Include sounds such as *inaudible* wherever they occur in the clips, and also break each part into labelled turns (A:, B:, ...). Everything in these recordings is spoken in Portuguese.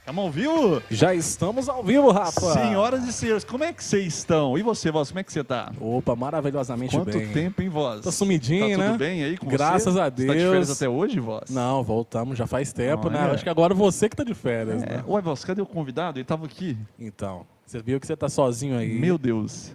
A: Estamos ao vivo?
B: Já estamos ao vivo, Rafa.
A: Senhoras e senhores, como é que vocês estão? E você, voz, como é que você tá?
B: Opa, maravilhosamente
A: Quanto
B: bem.
A: tempo, hein, voz?
B: Tá sumidinho,
A: Tá
B: né?
A: tudo bem aí com
B: Graças
A: você?
B: a
A: Você tá de férias
B: Deus.
A: até hoje, voz?
B: Não, voltamos, já faz tempo, né?
A: Olha.
B: Acho que agora você que tá de férias,
A: É.
B: né?
A: Ué, voz, cadê o convidado? Ele tava aqui.
B: Então, você viu que você tá sozinho aí.
A: Meu Deus.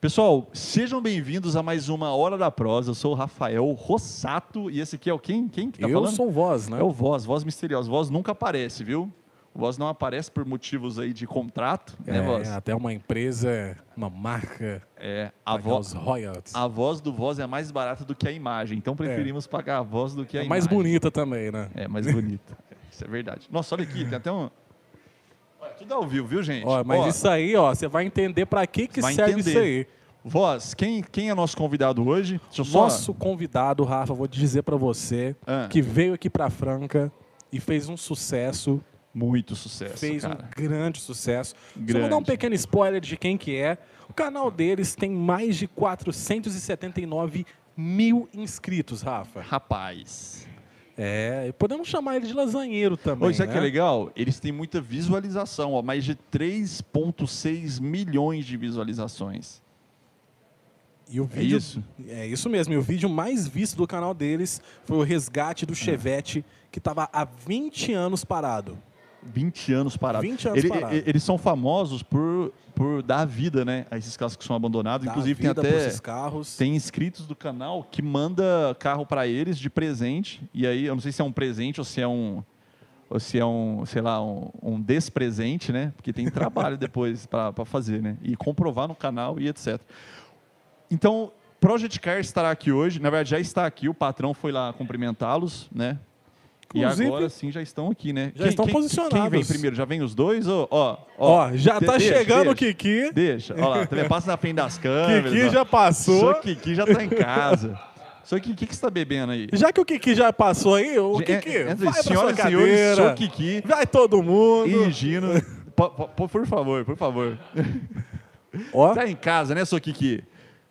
A: Pessoal, sejam bem-vindos a mais uma Hora da Prosa. Eu sou o Rafael Rossato e esse aqui é o quem? Quem que tá
B: Eu
A: falando?
B: sou voz, né?
A: É o Voz, Voz Misteriosa. Voz nunca aparece, viu? O Voz não aparece por motivos aí de contrato,
B: É,
A: né, Voz?
B: até uma empresa, uma marca,
A: É, a
B: pagar
A: voz...
B: os royalties.
A: A voz do voz é mais barata do que a imagem, então preferimos pagar a voz do que a
B: É mais
A: imagem.
B: bonita também, né?
A: É, mais bonita. *laughs* isso é verdade. Nossa, olha aqui, tem até um. Olha, tudo ao vivo, viu, gente?
B: Ó, mas
A: Ó,
B: isso aí, ó, você vai entender pra que que
A: Vai
B: serve
A: entender.
B: isso aí.
A: Voz, quem, quem é nosso convidado hoje? Deixa eu só.
B: Nosso convidado, Rafa, vou dizer pra você,
A: Ah.
B: que veio aqui pra Franca e fez um sucesso.
A: Muito sucesso,
B: fez
A: cara.
B: um grande sucesso. Só
A: Grande.
B: vou dar um pequeno spoiler de quem que é. O canal deles tem mais de 479 mil inscritos, Rafa.
A: Rapaz.
B: É, e podemos chamar ele de lasanheiro também,
A: Hoje, sabe
B: né?
A: que é legal? Eles têm muita visualização, ó, mais de 3,6 milhões de visualizações.
B: E o vídeo,
A: isso?
B: É isso mesmo. E o vídeo mais visto do canal deles foi o resgate
A: Ah.
B: do Chevette, que estava há 20 anos parado.
A: 20 anos parado.
B: 20 anos
A: Ele-
B: parado.
A: e- Eles são famosos por, por dar vida, né? A esses carros que são abandonados.
B: Dá
A: Inclusive, tem
B: Tá vida pra
A: até
B: esses carros.
A: tem inscritos do canal que manda carro pra eles de presente. E aí, eu não sei se é um presente ou se é um. Ou se é um, sei lá, um, um despresente, né? Porque tem
B: *laughs*
A: trabalho depois pra pra fazer, né? E comprovar no canal e etc. Então, Project Car estará aqui hoje. Na verdade, já está aqui. O patrão foi lá cumprimentá-los, né? e
B: Inclusive-
A: agora sim já estão aqui, né?
B: Já estão posicionados.
A: Quem vem primeiro? Já vem os dois? Ó, ó,
B: Ó, já
A: de-
B: tá
A: deixa,
B: chegando
A: deixa,
B: o Kiki.
A: Deixa, ó lá, tá vendo? passa na frente das câmeras.
B: *laughs* Kiki
A: ó.
B: já passou.
A: Só que Kiki já tá em *laughs* casa. Só que o que, que você tá bebendo aí?
B: Já que o Kiki já passou aí, o
A: Gente,
B: Kiki,
A: en- entre
B: vai pra sua
A: senhoras e senhores, sou
B: cadeira.
A: o Kiki
B: Vai todo mundo.
A: e Gino. Po- po- po- Por favor, por favor.
B: Ó,
A: Tá em casa, né, seu Kiki?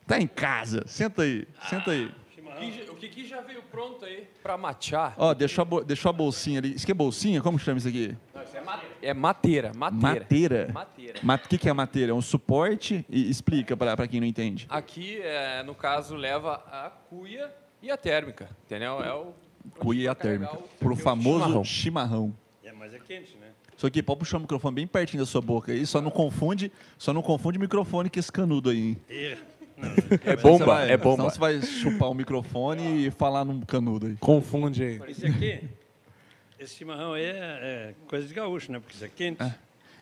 A: Tá em casa. Senta aí, senta aí.
C: Kiki já- O Kiki já veio pronto aí pra matear.
A: Ó, deixou a, bo- deixou a bolsinha ali. Isso aqui é bolsinha? Como chama isso aqui?
C: É mateira, mateira.
A: Mateira.
C: Mateira.
A: Ma- O que, que é mateira? É um suporte? E explica pra, pra quem não entende.
C: Aqui, é, no caso, leva a cuia e a térmica, entendeu? É o
A: Cuia e a
C: carregar
A: térmica.
C: o-
A: Pro
C: o
A: famoso
C: chimarrão.
A: chimarrão.
D: É, mas é quente, né?
A: Só que pode puxar o microfone bem pertinho da sua boca aí, só não confunde, só não confunde microfone com esse canudo aí. hein?
C: é
A: Você vai- Senão você vai chupar o microfone e falar num canudo aí.
B: confunde aí.
D: Esse aqui, esse chimarrão aí é, é coisa de gaúcho, né? Porque isso é quente.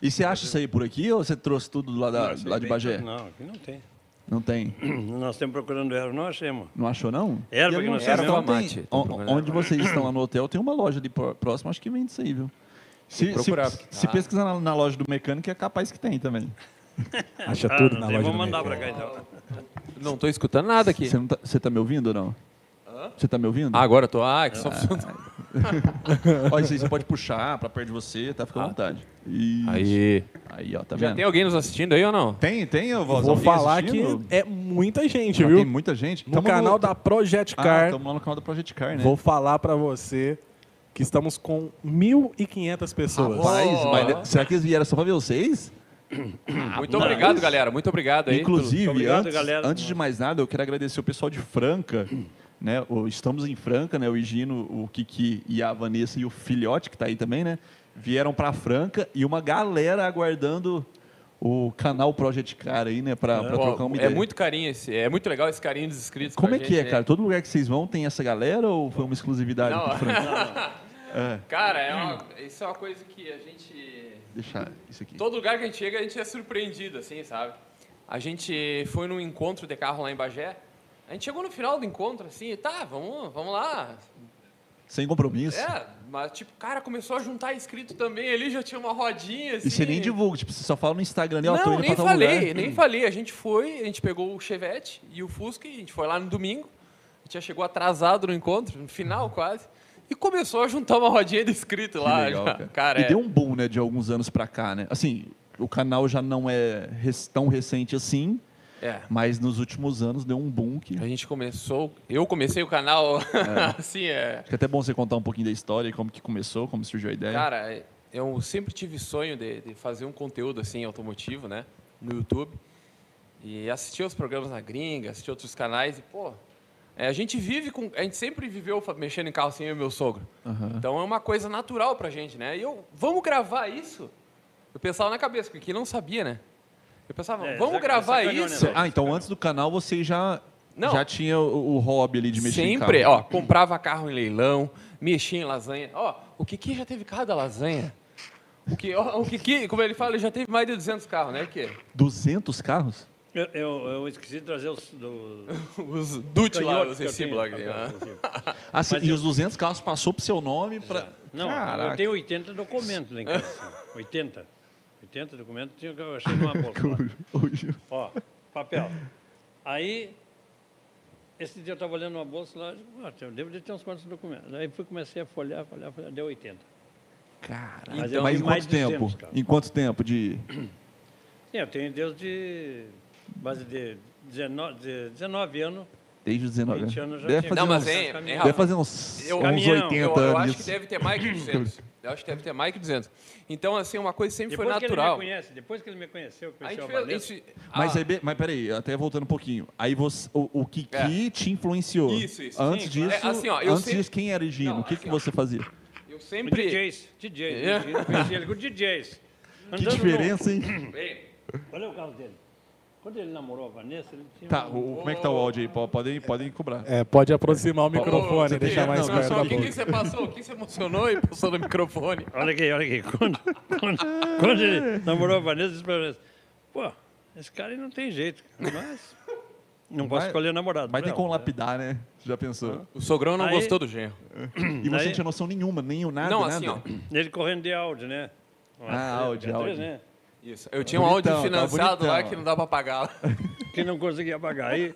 A: E você acha isso aí por aqui ou você trouxe tudo lá, da, Ah,
D: Isso aí
A: é lá de
D: tem-
A: Bagé? Não.
D: Não, aqui não tem. *clears throat*
A: tem?
D: Nós estamos procurando erro, não achamos.
A: Não achou, não?
D: Erva
A: E
D: que
A: eu não
D: nós
A: sei,
D: temos.
A: não
C: Erva
A: tem-
C: mate, tem
A: on-
C: problema.
A: Onde vocês estão lá no hotel, tem uma loja ali pró- próxima, acho que vende isso aí, viu? Se,
C: procurar,
A: se,
C: porque-
A: se
C: Ah.
A: pesquisar na, na loja do mecânico, é capaz que tem também.
B: Acha
D: Ah,
B: tudo
D: não
B: na
D: tem.
B: loja
D: Vou
B: do
D: mandar
B: Mercado.
D: pra cá então.
C: Não tô escutando nada aqui.
A: Você não tá, você tá me ouvindo ou não? Você tá me ouvindo?
C: Ah, agora eu tô. Ah, que
A: É,
C: só funciona.
A: Ó, isso aí você pode puxar pra perto de você, tá?
B: Ah.
A: Fica à vontade. Isso.
C: Aí.
A: Aí, ó, tá
C: Já
A: vendo?
C: tem alguém nos assistindo aí ou não?
A: Tem, tem, eu vou,
B: Vou falar que é muita gente,
A: Tem
B: viu?
A: muita gente.
B: No canal da Project
A: Ah,
B: Car,
A: Estamos lá no canal da Project Car, né?
B: vou falar pra você que estamos com 1.500 pessoas.
A: Rapaz,
C: Oh.
A: mas né, será que eles vieram só pra ver vocês?
C: Muito obrigado, galera. Muito obrigado aí.
A: Ah, Inclusive,
D: Obrigado,
A: antes,
D: galera.
A: antes de mais nada, eu quero agradecer o pessoal de Franca, né? O- estamos em Franca, né? O Higino, o Kiki e a Vanessa e o Filhote, que tá aí também, né? Vieram pra Franca e uma galera aguardando o canal Project Car aí, né? Pra, pra
C: Pô,
A: trocar uma
C: é
A: ideia.
C: muito carinho esse. É muito legal esse carinho dos inscritos. com
A: Como
C: a
A: é que é,
C: gente, né?
A: cara? Todo lugar que vocês vão tem essa galera ou foi uma exclusividade
C: Não.
A: do
C: *laughs*
A: Franca?
C: Cara, é uma- isso é uma coisa que a gente.
A: Deixar isso aqui.
C: Todo lugar que a gente chega, a gente é surpreendido, assim, sabe? A gente foi num encontro de carro lá em Bagé. A gente chegou no final do encontro, assim, tá, vamos, vamos lá.
A: Sem compromisso.
C: É, mas tipo, cara, começou a juntar inscrito também ali, já tinha uma rodinha, assim.
A: E você nem divulga, tipo, você só fala no Instagram, né? Ó, tô
C: Não,
A: indo
C: nem
A: pra tal
C: falei,
A: lugar.
C: nem falei. A gente foi, a gente pegou o Chevette e o Fusca, e a gente foi lá no domingo. A gente já chegou atrasado no encontro, no final quase. E começou a juntar uma rodinha de inscrito
A: Que
C: lá.
A: legal,
C: já.
A: cara.
C: cara
A: e
C: é.
A: deu um boom, né, de alguns anos pra cá, né? Assim, o canal já não é res- tão recente assim,
C: é.
A: mas nos últimos anos deu um boom que...
C: A gente começou, eu comecei o canal *laughs* assim, é.
A: Acho que é até bom você contar um pouquinho da história e como que começou, como surgiu a ideia.
C: Cara, eu sempre tive sonho de, de fazer um conteúdo assim automotivo, né, no YouTube. E assistir os programas na gringa, assistir outros canais e, pô, é, a gente vive com, a gente sempre viveu fa- mexendo em carro assim, eu e meu sogro. Então é uma coisa natural pra gente, né? E eu, vamos gravar isso? Eu pensava na cabeça, porque quem não sabia, né? Eu pensava,
D: É,
C: vamos
D: saca-
C: gravar
D: sacaneou, né,
C: isso?
D: velho?
A: Ah, então antes do canal você já,
C: Não.
A: já tinha o, o hobby ali de mexer em
C: Sempre,
A: carro.
C: ó, comprava carro em leilão, mexia em lasanha. Ó, o Kiki já teve cada lasanha. O, que, ó, o Kiki, como ele fala, ele já teve mais de 200 carros, né, Kiki?
A: 200 carros?
D: Eu, eu, eu esqueci de trazer os
C: *laughs*
D: do.
C: Os Dutch lá, os
D: canhotos que eu tenho.
C: blog. Né?
A: Ah, sim,
D: Mas
A: e
D: eu-
A: os 200 carros passou pro seu nome pra...
D: *laughs*
A: *laughs*
D: Não, eu
A: Caraca.
D: tenho 80 documentos lá em casa. assim, 80. 80 documentos tinha que eu achei numa bolsa. lá. Ó, papel. Aí, esse dia eu estava olhando uma bolsa lá, eu digo, "Ah, eu devo de ter uns quantos documentos. Aí fui, comecei a folhear, folhear, folhear, deu 80.
A: Caraca.
D: Mas
C: Então,
D: eu
A: Mas é em
D: tenho
A: quanto
D: Então, mais de
A: tempo?
D: 200 carros.
A: Em quanto tempo de...
D: Sim, eu tenho Deus de base de 19, de 19 anos.
A: Desde os 19 anos.
D: 20 anos já
A: é. deve,
D: tinha.
A: fazer
C: Não, mas
A: uns,
C: hein, hein,
D: Deve
A: deve
C: Rafa,
A: fazer uns,
C: Eu-
A: uns
D: Caminhão.
A: 80
C: eu, eu
A: anos.
C: acho que deve ter mais que 200. Eu acho que deve ter mais que 200. Então, assim, uma coisa sempre
D: Depois
C: foi
D: que ele me
C: natural.
D: conhece, depois que ele me conheceu,
C: A
D: conheceu
C: gente
D: a
C: fez
D: Valesca,
C: isso.
A: Mas, é
C: ah,
A: aí, be- mas peraí, até voltando um pouquinho. Aí você, o, o Kiki te influenciou.
C: Isso, isso.
A: Antes
C: Sim,
A: disso,
C: claro. É, assim, ó, eu
A: antes
C: sei-
A: disso, quem era o Gino?
C: Não,
A: o que,
C: assim,
A: que
C: ó.
A: você fazia?
C: eu
D: Os
C: sempre.
D: DJs, DJs,
C: É.
D: DJs, conheci ele com DJs.
A: Que
D: Andando
A: diferença,
D: *laughs*
A: hein?
C: Bem,
D: No... Olha o carro dele. Quando ele namorou a Vanessa, ele tinha
A: Tá,
D: um-
A: o- como é que tá o áudio aí? Po- Podem,
D: *laughs*
A: podem cobrar.
B: É, pode aproximar o
C: Ô,
B: microfone,
C: Kiki,
B: deixar mais
C: não,
B: perto
C: só,
B: da
C: O que, que
B: boca.
C: você passou? O que você emocionou e passou no microfone?
D: Olha aqui, olha aqui. Quando, quando, quando ele namorou a Vanessa, disse pra Vanessa, pô, esse cara aí não tem jeito, cara, mas não posso
A: Vai-
D: escolher namorado.
A: Mas tem
D: pra
A: como
D: ela, né?
A: lapidar, né? Já pensou?
C: O sogrão não
D: Aí-
C: gostou do genro.
A: E você
D: Daí-
A: não tinha noção nenhuma, nem o nada,
C: Não,
A: nada.
C: assim, ó.
D: Ele né?" correndo de áudio, né?
A: Ah,
D: Uma três-
A: áudio,
D: três,
A: áudio.
D: Né?
C: Isso. Eu tinha um
A: Bonitão,
C: áudio
A: tá
C: financiado lá
A: bonitão.
C: que não dá pra pagar.
D: Que não conseguia pagar. Aí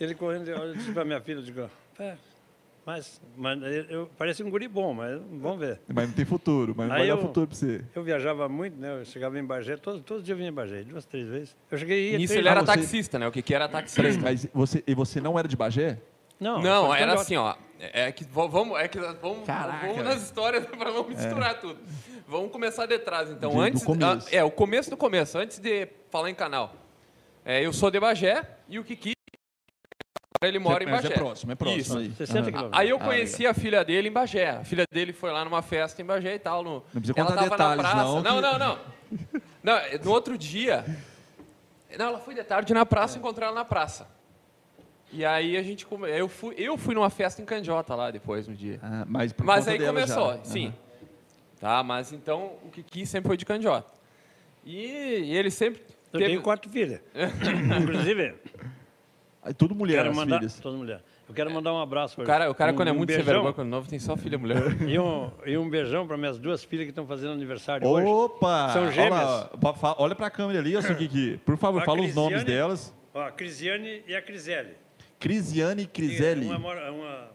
D: ele correndo de áudio, eu disse pra minha filha, eu digo, "É, mas, mas eu, parece um guri bom, mas vamos ver.
A: Mas não tem futuro, mas não
D: Aí
A: vai dar
D: eu-
A: futuro pra você.
D: Eu viajava muito, né? Eu chegava em Bagé, todo, todo dia eu vinha em Bagé, duas, três vezes. Eu cheguei e ia
C: Nisso
D: três
C: ele era
D: vezes.
C: taxista, né? O que que era taxista?
A: Mas você, e você não era de Bagé?
D: Não,
C: Não,
D: eu
C: era
D: sou
C: assim, ó. É é que v- vamos, é que nós vamos,
A: Caraca,
C: vamos nas histórias *laughs* para não misturar tudo. Vamos começar de trás, então.
A: De- do
C: antes,
A: começo.
C: ah, é o começo do começo. Antes de falar em canal, É, eu sou de Bagé e o Kiki ele mora em
A: Mas
C: Bagé.
A: é próximo, é próximo.
C: Isso.
A: Aí. Ah,
D: 60
A: Aham.
D: quilômetros.
C: Aí eu conheci a filha dele em Bagé. A filha dele foi lá numa festa em Bagé e tal. No...
A: Não precisa
C: ela
A: contar
C: tava
A: detalhes,
C: na praça.
A: não,
C: Não,
A: que-
C: não, não. Não, é, no outro dia. Não, ela foi de tarde na praça,
A: É.
C: encontrei ela na praça. E aí a gente. come- Eu fui, eu fui numa festa em Candiota lá depois no dia.
A: Ah, mas por
C: Mas
A: conta
C: aí
A: dela
C: começou,
A: já. né?
C: sim.
A: Aham.
C: Tá, mas então o Kiki sempre foi de Candiota. E, e ele sempre.
D: Eu
C: teve-
D: tenho
C: *coughs*
D: quatro filhas. Inclusive,
A: Aí Tudo mulher,
D: quero
A: as
D: mandar.
A: filhas.
D: Todas mulheres. Eu quero mandar um abraço para
C: O cara, o cara
D: um,
C: quando é
D: um
C: muito sem
D: beijão,
C: vergonha, quando novo, tem só filha mulher.
D: *laughs* E um, e um beijão para minhas duas filhas que estão fazendo aniversário hoje.
A: Opa!
D: São
A: Olha lá,
D: gêmeas.
A: pa- fa- Olha pra câmera ali, ó, seu Kiki. Por favor,
D: A
A: fala os nomes
D: Crisiane-
A: delas.
D: Ó, a Crisiane e a Crisele.
A: Crisiane e Criselli.
D: Uma mora, uma,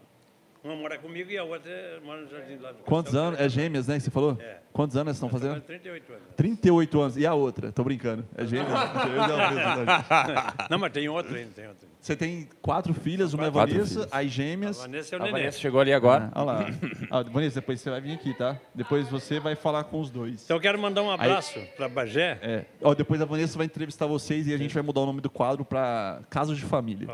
D: uma mora comigo e a outra mora no jardim lá do
A: Quantos anos? É gêmeas, né, que você falou?
D: É.
A: Quantos anos elas estão
D: Fazendo
A: fazendo?
D: 38 anos.
A: 38 anos. E a outra? Tô brincando. É
D: *laughs*
A: gêmeas? Gêmeas é uma coisa. Tá.
D: Não, mas tem outro ainda, tem outro.
A: Você tem quatro filhas, uma é
C: Quatro
A: Vanessa,
C: filhas.
A: as
D: A
A: gêmeas.
D: Vanessa é o
C: A
D: neném.
C: Vanessa chegou ali agora.
A: Olha lá. Ah, Vanessa, depois você vai vir aqui, tá? Depois você vai falar com os dois.
D: Então eu quero mandar um abraço para Bagé.
A: É. Ó, depois a Vanessa vai entrevistar vocês e a gente vai mudar o nome do quadro pra Casos de Família.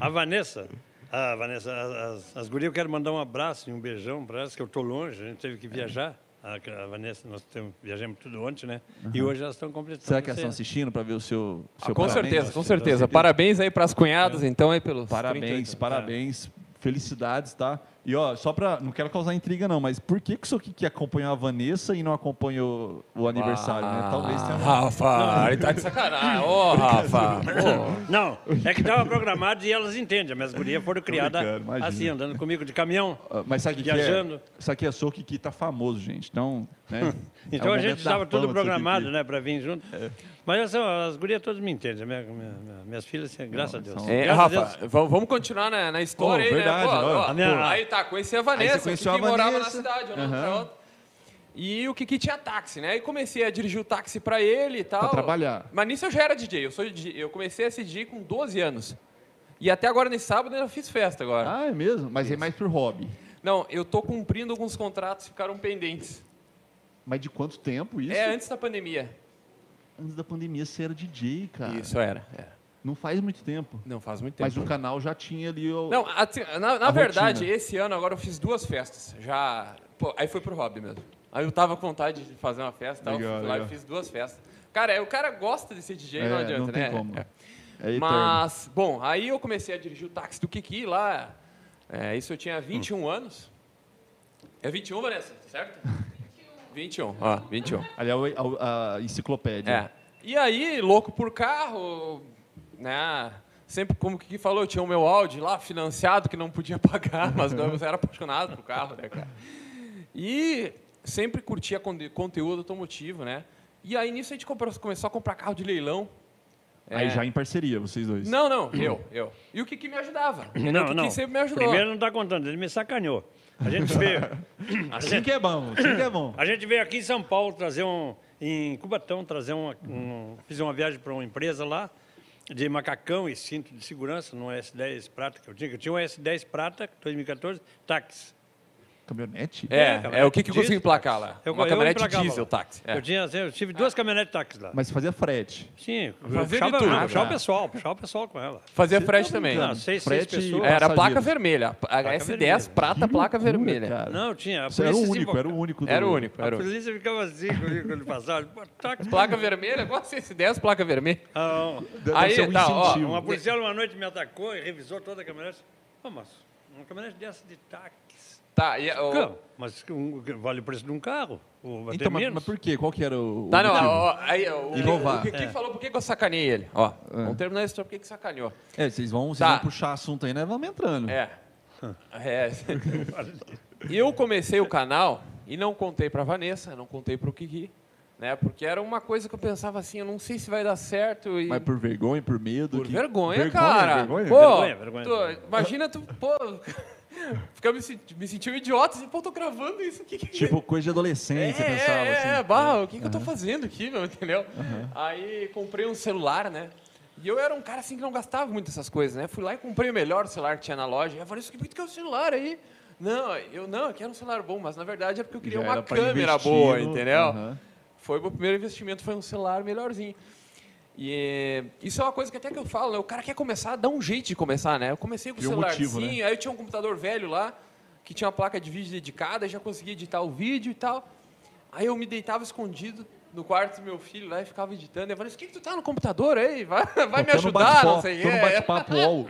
D: A Vanessa, a Vanessa, as, as, as gurias, eu quero mandar um abraço e um beijão para elas, que eu estou longe, a gente teve que viajar. A, a Vanessa, nós temos, viajamos tudo ontem, né? E hoje elas estão completando.
A: Será que elas
D: sei
A: estão
D: lá.
A: assistindo pra ver o seu,
C: Ah,
A: seu
C: com
A: parabéns?
C: certeza, com certeza. Parabéns aí pras cunhadas, então, aí pelos.
A: Parabéns,
C: 38.
A: parabéns. Felicidades, tá? E ó, só pra. Não quero causar intriga, não, mas por que, que o senhor que acompanhou a Vanessa e não acompanhou o aniversário, né? Talvez tenha uma.
C: Rafa, ele tá de sacanagem. Ô, Rafa.
A: assim?
C: ô.
D: Não, é que estava programado e elas entendem. As minhas
A: *laughs*
D: gurias foram criadas
A: brincando, imagina.
D: assim, andando comigo de caminhão.
A: Ah, Mas sabe o que, que é?
D: Viajando.
A: Sabe o que é só que que tá famoso, gente. Então, né?
D: Então
A: É o
D: a
A: momento
D: gente
A: da
D: estava
A: fama É.
D: tudo
A: do seu
D: programado,
A: Kiki.
D: né, para vir junto. Mas assim, ó, as gurias todas me entendem. Minha, minha- minha- minhas filhas, assim, graças a Deus.
A: são-
C: É,
D: Graças a Deus.
C: Rafa, vamos vamos continuar na, na história
A: Pô,
C: aí,
A: verdade,
C: né? Pô,
A: olha,
C: ó,
A: a
D: minha-
C: Aí tá, conheci a Vanessa,
A: Aí você conheceu
C: o Kiki
A: a
C: morava na
A: Vanessa.
C: cidade, eu não
A: Aham.
C: pra outra. E o Kiki tinha táxi, né? E comecei a dirigir o táxi pra ele e tal.
A: Pra trabalhar.
C: Mas nisso eu já era DJ, eu, sou DJ, eu comecei a ser DJ com 12 anos. E até agora, nesse sábado, eu já fiz festa agora.
A: Ah, é mesmo? Mas é mais por hobby.
C: Não, eu tô cumprindo alguns contratos que ficaram pendentes.
A: Mas de quanto tempo isso?
C: É antes da pandemia.
A: Antes da pandemia você era DJ, cara.
C: Isso era, é. era.
A: Não faz muito tempo.
C: Não faz muito tempo.
A: Ah. Mas o canal já tinha ali o.
C: Não, assim, na, na
A: A
C: verdade,
A: rotina.
C: esse ano agora eu fiz duas festas. Já. pô, aí foi pro hobby mesmo. Aí eu tava com vontade de fazer uma festa, e tal,
A: Legal,
C: fui lá
A: legal.
C: e fiz duas festas. Cara, é, o cara gosta de ser DJ, não
A: É,
C: adianta,
A: não tem
C: né?
A: como.
C: É.
A: É eterno.
C: Mas, bom, aí eu comecei a dirigir o táxi do Kiki lá. É, isso eu tinha 21 anos. É 21, Vanessa,
A: *laughs*
C: certo? 21, ó, 21.
A: Ali é o- a, a enciclopédia.
C: É. E aí, louco por carro, né? Sempre, como o Kiki falou, eu tinha o meu Audi lá financiado que não podia *laughs* pagar, mas não, eu era apaixonado por carro, né, cara? E sempre curtia conte- conteúdo automotivo, né? E aí nisso a gente comprou- começou a comprar carro de leilão.
A: Aí
C: É.
A: já em parceria, vocês dois.
C: Não, não, eu, eu. E o Kiki me ajudava. entendeu? o
D: Não,
C: Kiki
D: não.
C: sempre me ajudou.
D: Primeiro não está contando, ele me sacaneou. A gente veio,
A: *laughs* Assim que é bom, assim que é bom.
D: a gente veio aqui em São Paulo trazer um. Em Cubatão, trazer uma. um- fiz uma viagem para uma empresa lá, de macacão e cinto de segurança, num S10 prata que eu tinha. que Eu tinha um S10 prata, 2014, táxi.
A: Caminhonete?
C: É,
D: cara,
C: é, o Kiki
D: diesel,
C: conseguiu emplacar lá.
D: Eu-
C: Uma
D: eu
C: caminhonete
D: emplacava
C: diesel,
D: lá.
C: táxi. É.
D: Eu, tinha, assim, eu tive duas caminhonetes táxi lá.
A: Mas fazia frete.
D: Sim,
C: Fazia de
D: puxava,
C: tudo,
D: ah, puxava
A: né?
C: cara.
D: o pessoal, puxava o pessoal com ela.
C: Fazia
A: Você
C: frete
A: tá
C: também.
A: brincando.
D: Não, seis- seis
A: Frete é. e
D: pessoas.
C: Era a placa
A: passageiros.
C: vermelha. A S10
D: vermelha.
C: prata,
A: Que
C: placa
A: loucura,
C: vermelha.
A: cara.
D: Não, tinha. a
A: Você era o
D: polícia se
A: único, era o
D: invocava.
A: único. do-
C: Era o único, era
D: A
C: o único.
D: polícia ficava assim comigo quando passava. Pô, táxi.
C: Placa vermelha, agora S10, placa vermelha.
D: Ah,
A: Deve
C: Aí,
A: ser um
C: tá, ó,
A: incentivo.
D: uma policial uma noite me atacou e revisou toda a caminhonete. Pô, mas uma caminhonete dessa de táxi.
C: Tá, e, ó,
D: Não, mas um- vale o preço de um carro. O até
A: Então, mas,
D: menos.
A: mas por quê? Qual que era o.
C: Tá,
A: o
C: não,
A: motivo?
C: ó, aí, ó, o,
A: Inovar.
C: o Kiki
D: É.
C: falou por que que eu sacanei ele. Ó, vamos terminar a história, por que que sacaneou.
A: É, vocês vão, vocês
C: Tá.
A: vão puxar assunto aí, né? Vamos entrando.
C: É. É. *laughs* Eu comecei o canal e não contei pra Vanessa, não contei pro Kiki, né? Porque era uma coisa que eu pensava assim, eu não sei se vai dar certo e
A: Mas por vergonha, por medo.
C: por
A: que-
C: vergonha, cara.
A: Vergonha?
C: Pô,
D: Vergonha, vergonha.
C: tu- imagina tu, pô, *laughs* ficar me, senti- me sentindo idiota, assim, pô, tô gravando isso, o que que
A: Tipo, coisa de
C: é,
A: adolescência, pensava
C: é,
A: assim.
C: é, barra, o que, que eu tô fazendo aqui, meu, entendeu? Aí comprei um celular, né? E eu era um cara assim que não gastava muito essas coisas, né? Fui lá e comprei o melhor celular que tinha na loja. E eu falei, isso que bonito que é o celular aí. Não, eu não, eu quero um celular bom, mas na verdade é porque eu queria
A: Já
C: uma
A: era pra
C: câmera
A: investir
C: boa,
A: no-
C: entendeu?
A: Aham.
C: Foi o meu primeiro investimento, foi um celular melhorzinho. E eh, isso é uma coisa que até que eu falo, né? O cara quer começar, dá um jeito de começar, né? Eu comecei com o
A: Cria um
C: celularzinho,
A: motivo, né?
C: aí eu tinha um computador velho lá, que tinha uma placa de vídeo dedicada, já conseguia editar o vídeo e tal. Aí eu me deitava escondido no quarto do meu filho lá e ficava editando. Eu falei, o que, que tu tá no computador aí? Vai, vai me
A: Tô no
C: ajudar, não
A: bate-papo,
C: sei o
A: tô
D: é.
A: no
C: quê."
A: bate-papo UOL.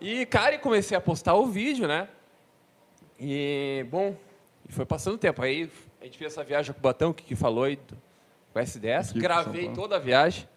C: E, cara, e comecei a postar o vídeo, né? E, bom, e foi passando o tempo. Aí a gente fez essa viagem com o Batão, que, que falou aí, do, com o S10.
A: Aqui, São
C: gravei
A: Paulo.
C: toda a viagem.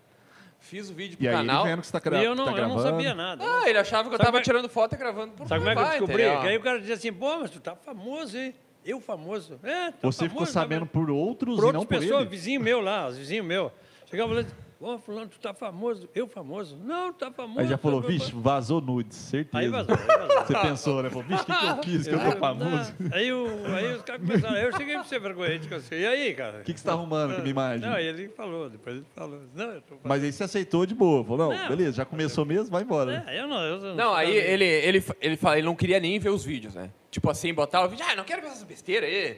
C: Fiz o vídeo pro
A: E aí ele
C: canal.
A: vendo que você tá, cra...
D: E eu não,
A: tá
D: eu
A: gravando.
D: não sabia nada.
C: Ah, ele achava que eu
D: Sabe
C: tava
D: como é-
C: tirando foto e gravando por
D: Sabe como é que eu
C: gravar,
D: descobri?
C: entendeu?
D: Que aí o cara dizia assim, pô, mas tu tá famoso, hein? Eu famoso. É, tô
A: Você ficou
D: famoso, tá
A: sabendo
D: vendo?
A: por outros
D: por
A: e não
D: outras
A: por
D: pessoas,
A: ele.
D: vizinho meu lá, os vizinhos meu. Chegava falando, ô fulano, tu tá famoso, eu famoso. Não, tu tá famoso.
A: Aí já falou,
D: tá- tá-
A: vixe, vazou nudes, certeza.
D: Aí vazou, aí
A: *laughs*
D: vazou.
A: Você pensou, né? Falou, vixe, o que, que eu quis? Que eu tô famoso. O
D: Aí, o- aí os caras começaram, aí eu cheguei pra ser vergonhante, que eu sei. E aí, cara?
A: que, que você tá arrumando com a minha imagem?
D: Não, ele falou, depois ele falou. Não, eu tô
A: Mas aí você aceitou de boa. Falou, não,
D: Não.
A: beleza, já começou mesmo, vai embora.
D: É, eu não, eu não.
C: Não, aí ele, ele, fa- ele, fala, ele não queria nem ver os vídeos, né? Tipo assim, botar o vídeo, ah, não quero ver essas
A: *laughs*
C: besteiras aí.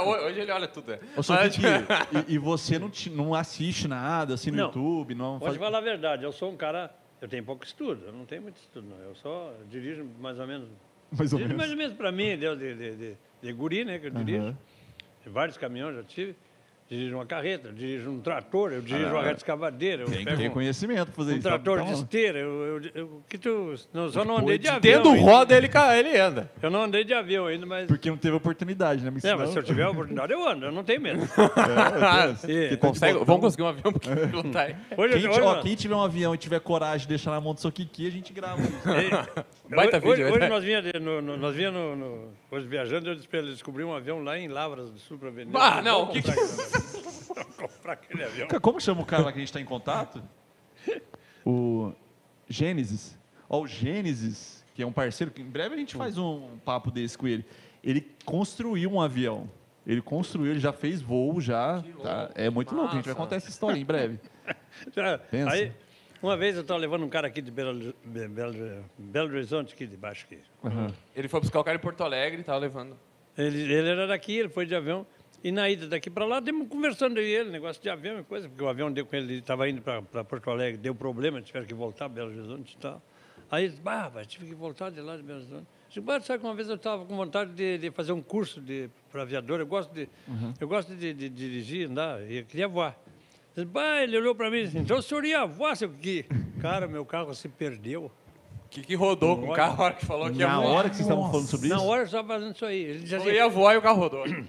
C: *laughs* Hoje ele olha tudo, né?
A: Ô, seu
C: Mas-
A: Kiki, e, e você não, te- não assiste nada assim no
D: Não.
A: YouTube? Não
D: Pode
A: faz...
D: falar a verdade, eu sou um cara, eu tenho pouco estudo, eu não tenho muito estudo, não. Eu só dirijo mais ou menos.
A: Mais ou menos.
D: Dirijo mais ou menos pra mim, de, de, de, de, de guri, né, que eu dirijo.
A: Aham.
D: Vários caminhões já tive. Dirijo uma carreta, eu dirijo um trator, eu dirijo uma reta escavadeira, eu
A: Tem que
D: pego
A: ter
D: um,
A: conhecimento pra fazer
D: um
A: isso. tá-
D: trator
A: tá
D: de
A: bom.
D: esteira. Eu, eu, eu- que tu, não, só não
A: Pô,
D: andei de
C: *laughs*
D: avião.
C: Tendo
D: ainda.
C: roda, ele, ca- ele anda.
D: Eu não andei de avião ainda, mas.
A: Porque não teve oportunidade, né? Porque
D: É, mas se
A: senão-
D: eu tiver a oportunidade, eu ando, eu não
A: *laughs*
D: tenho medo.
A: É,
C: *laughs*
A: Porque
D: É.
A: tá
C: Consegue-
A: faltando-
C: vamos conseguir um avião porque
A: *laughs*
C: ele não tá aí.
D: Hoje,
A: Quem,
D: hoje,
A: ó, quem tiver um avião e tiver coragem de deixar na mão do seu Kiki, a gente grava isso.
C: *laughs* Baita
D: É. hoje,
C: vídeo,
D: hoje
C: né?
D: nós vinha, de- no, no- nós vinha no, no- hoje viajando, eu disse pra ele descobri um avião lá em Lavras do Sul para vender.
C: Ah, não, o que que-
D: comprar aquele avião.
A: Cara, Como chama o cara lá que a gente tá em contato? O Gênesis. Ó, o Gênesis, que é um parceiro, que em breve a gente faz um papo desse com ele. Ele construiu um avião. Ele construiu, ele já fez voo, já. tá?
C: louco,
A: É muito
C: que
A: louco, a gente vai
C: massa.
A: contar essa história em
D: *laughs*
A: breve.
D: Já-
A: Pensa.
D: Aí, uma vez eu estava levando um cara aqui de Belo, Be- Belo, Belo Horizonte, aqui de baixo. Aqui.
C: Ele foi buscar o cara em Porto Alegre e tava levando.
D: Ele, ele era daqui, ele foi de avião. E na ida daqui para lá, temos conversando eu e ele, negócio de avião e coisa, porque o avião deu com ele, ele estava indo para Porto Alegre, deu problema, tiveram que voltar a Belo Horizonte e tal. Aí ele disse, bah, mas tive que voltar de lá de Belo Horizonte. Eu disse, bah, sabe que uma vez eu estava com vontade de, de fazer um curso para aviador, eu gosto de,
A: Uhum.
D: eu gosto de, de, de dirigir, andar, e eu queria voar. Ele disse, bah, ele olhou para mim e disse, então o senhor ia voar, seu Gui? Cara, meu carro se perdeu.
C: O que, que rodou com o carro na hora que falou que ia
A: Na
C: voar?
A: hora que vocês estavam falando sobre
D: Na
A: isso,
D: hora eu estava fazendo isso aí. Ele disse
C: Eu ia voar e o carro
A: *coughs*
C: rodou.
D: assim,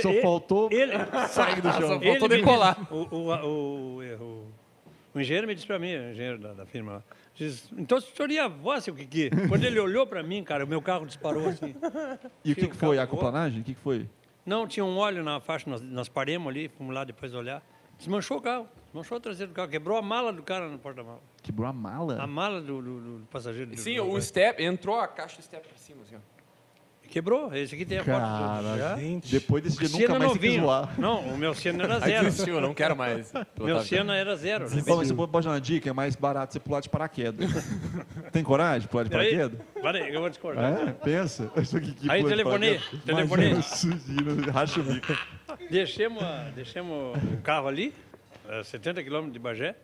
A: só
D: ele-
A: faltou
D: ele,
A: *laughs* sair do
D: *laughs*
A: chão.
C: Só faltou
D: Então, me
C: decolar.
D: disse- O, o- o- o- o engenheiro me disse para mim, o engenheiro da, da firma lá, diz, então o senhor ia voar, seu Kiki. Quando ele olhou para mim, cara, o meu carro disparou assim.
A: E o que,
D: Sim,
A: que
D: o
A: foi?
D: carro
A: A coplanagem? O que, que foi?
D: Não, tinha um óleo na faixa, nós, nós paremos ali, fomos lá depois olhar. Desmanchou o carro, desmanchou a traseira do carro, quebrou a mala do cara no porta-mala.
A: Quebrou a
D: A
A: mala?
D: mala do, do- do passageiro. do-
C: Sim,
D: do-
C: o step, entrou a caixa do step pra cima, assim, ó.
D: Quebrou, esse aqui tem a foto. do-
A: Cara,
B: Gente.
A: depois desse dia
D: Siena
A: nunca mais se quis
D: novinho.
A: voar.
D: Não, o meu Siena era
C: Aí
D: zero.
C: desistiu, não quero mais.
D: meu Siena era zero. né?
A: Bom, mas você pode dar uma dica, é mais barato você pular de *laughs* paraquedas. Tem coragem de pular de
D: Peraí,
A: paraquedas?
D: peraí, eu vou discordar.
A: É, pensa. *laughs* Isso aqui que
D: Aí,
A: pula de
D: telefonei,
A: paraquedas.
D: telefonei.
A: Imagina, sugiro, *laughs* Racha o bico.
D: Deixemos, a- deixemos o carro ali, a 70 quilômetros de Bagé,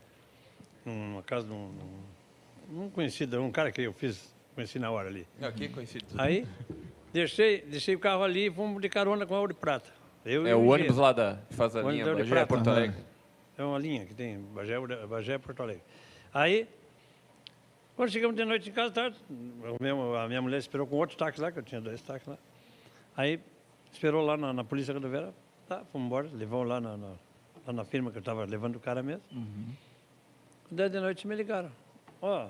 D: numa casa de um, um conhecido, um cara que eu fiz, conheci na hora ali.
C: Aqui coincido.
D: Aí, deixei, deixei o carro ali e fomos de carona com a Ouro de Prata. Eu e
C: É o
D: Gê.
C: ônibus lá da que faz a
D: O ônibus
C: linha
D: da Ouro de
C: Bagé,
D: Prata.
C: Porto Alegre.
D: É uma linha que tem Bagé, Ouro- Bagé Porto Alegre. Aí, quando chegamos de noite em casa, tarde, o meu- a minha mulher esperou com outro táxi lá, que eu tinha dois táxis lá. Aí, esperou lá na, na polícia rodoviária, tá, fomos embora, levamos lá na, na- lá na firma que eu estava levando o cara mesmo. Daí de noite me ligaram. Ó,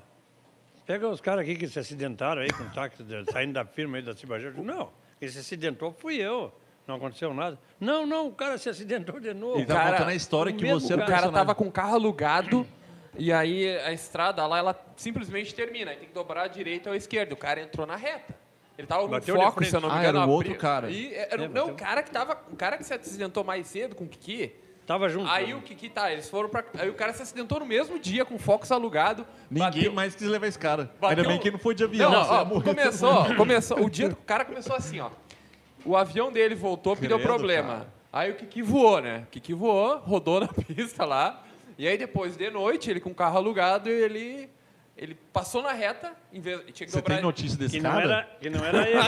D: pega os caras aqui que se acidentaram aí com o táxi, de- saindo da firma aí da Cibagé. Eu digo, Não, quem se acidentou fui eu. Não aconteceu nada. Não, não, o cara se acidentou de novo.
A: Ele tá
C: Cara,
A: contando a história
D: o
A: que
D: mesmo
A: você era um
C: O cara
A: personagem.
C: tava com o carro alugado e aí a estrada lá, ela simplesmente termina. Aí tem que dobrar a direita ou a esquerda. O cara entrou na reta. Ele tava com
D: Bateu de
C: foco,
D: frente.
C: se eu não me
A: Ah,
C: engano.
A: era um
C: na
A: outro
C: pri-
A: cara.
C: E era,
D: É,
C: não,
D: bateu.
C: o cara que tava. O cara que se acidentou mais cedo com o Kiki.
D: Tava junto.
C: Aí o Kiki tá, eles foram pra. Aí o cara se acidentou no mesmo dia com o Fox alugado.
A: Ninguém
C: bateu-
A: mais quis levar esse cara.
C: Bateu-
A: Ainda bem que não foi de avião. é
C: Não,
A: senão ia
C: ó,
A: morrer
C: começou,
A: todo mundo.
C: ó, começou. O dia do cara começou assim, ó. O avião dele voltou porque deu
A: Credo,
C: problema.
A: cara.
C: Aí o Kiki voou, né? O Kiki voou, rodou na *laughs* pista lá. E aí depois de noite, ele com o carro alugado, ele ele passou na reta, em vez tinha que
A: Você
C: dobrar.
A: tem notícia desse
D: Que não,
A: cara?
D: era, que
A: *laughs*
D: não era ele.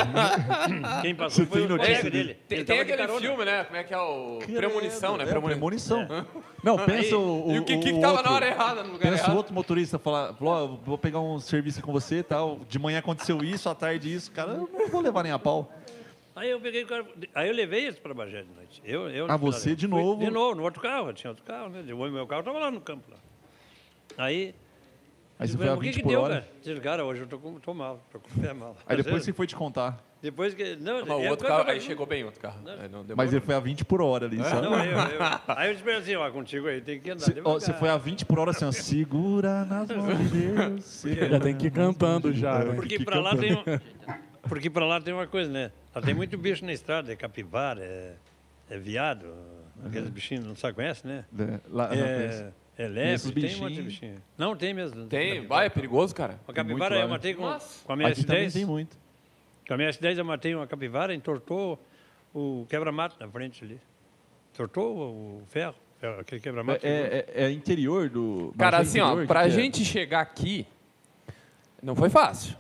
D: Quem passou
A: Você
D: foi
A: tem
D: o
A: notícia
D: colega
A: dele?
D: dele.
C: É, Tem,
D: Ele
C: tem
D: tava de
C: aquele
D: carona.
C: filme, né? Como é que é o
A: Credo.
C: premonição, né?
A: É,
C: Premonição.
A: premonição. Não, pensa o,
C: E o Kiki que tava na hora tá errada, no lugar
A: Pensa o
C: errado.
A: outro motorista falar, falou, ó, eu vou pegar um serviço com você e tal. De manhã aconteceu isso, à tarde isso. Cara, eu não vou levar nem a pau.
D: Aí eu peguei o cara. Aí eu levei eles para Bagé de noite. Eu, eu,
A: Ah, você de
D: Fui-
A: novo?
D: De novo, no outro carro. Eu tinha outro carro, né? O meu carro estava lá no campo. Lá. Aí.
A: Aí você
C: Tipo,
D: eu
A: foi
D: falei,
A: a
D: "Mas o que
A: 20
D: que
A: por
D: deu,
A: hora.
D: cara? Disse, cara, hoje eu tô, com, tô mal, tô com o pé mal.
A: Aí depois
D: Sério.
A: você foi te contar.
D: Depois que. Não, é
C: Não, Ah, o
D: eu-
C: outro
D: eu
C: carro,
D: tava
C: aí
D: junto.
C: chegou bem o outro carro. Aí não demorou.
A: Mas ele foi a 20 por hora ali, sabe?
D: Não, eu, eu. Aí eu disse pra ele assim, ó, contigo aí tem que andar.
A: Você, ó, você
D: devagar."
A: foi a 20 por hora assim, ó, segura nas mãos de Deus.
B: *laughs*
A: segura.
B: Já tem que ir cantando já, né?
D: Porque
A: que
D: para lá tem um- porque para lá tem uma coisa, né? Lá tem muito bicho na estrada, é capivara, é, é viado, aqueles bichinhos não sabe conhece, né?
A: É, lá- Uhum. não, pensa.
D: É, é
A: esses
D: lepre, tem um monte de
A: bichinhos.
D: bichinho. Não tem mesmo.
C: Tem,
D: capivara.
C: vai, é perigoso, cara.
D: Uma
A: tem muito
D: capivara
A: lá,
D: eu
A: né?
D: matei com,
C: Nossa.
D: com a minha
A: Aqui também tem
D: S10.
A: muito.
D: Com a minha S10 eu matei uma capivara, entortou o quebra-mato na frente ali. Entortou o o ferro, é, aquele quebra-mato.
A: É, é- é interior do.
C: Cara,
A: Mas é
C: assim, ó,
A: interior,
C: pra
A: que que é?
C: gente chegar aqui, não foi fácil.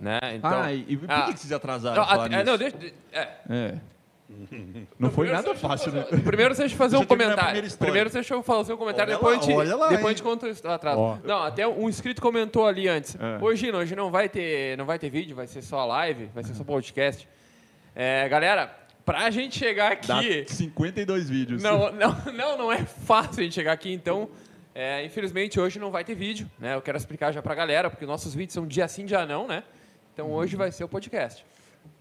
C: Né? Então,
A: Ah, e e por
C: Ah.
A: que que vocês atrasaram?
C: não,
A: a falar
C: até- é, não,
A: nisso?
C: deixa, de- é.
A: *laughs* É. Não foi nada fácil, né?
C: Primeiro deixa eu fazer um
A: Deixa eu terminar a primeira
C: comentário.
A: história.
C: Primeiro deixa eu fazer um comentário,
A: Olha
C: depois
A: lá,
C: a gente,
A: olha lá,
C: depois a
A: hein?
C: gente conta o atraso.
B: Ó.
C: Não, até um inscrito comentou ali antes.
A: É.
C: Ô, Gino, hoje não vai ter, não vai ter vídeo, vai ser só live, vai ser só podcast. É, galera, pra gente chegar
A: *laughs*
C: aqui...
A: Dá 52 vídeos.
C: Não, não, não, não é fácil a gente chegar aqui, então. é, infelizmente hoje não vai ter vídeo, né? Eu quero explicar já pra galera, porque nossos vídeos são dia sim, dia não, né? Então
A: Uhum.
C: hoje vai ser o podcast.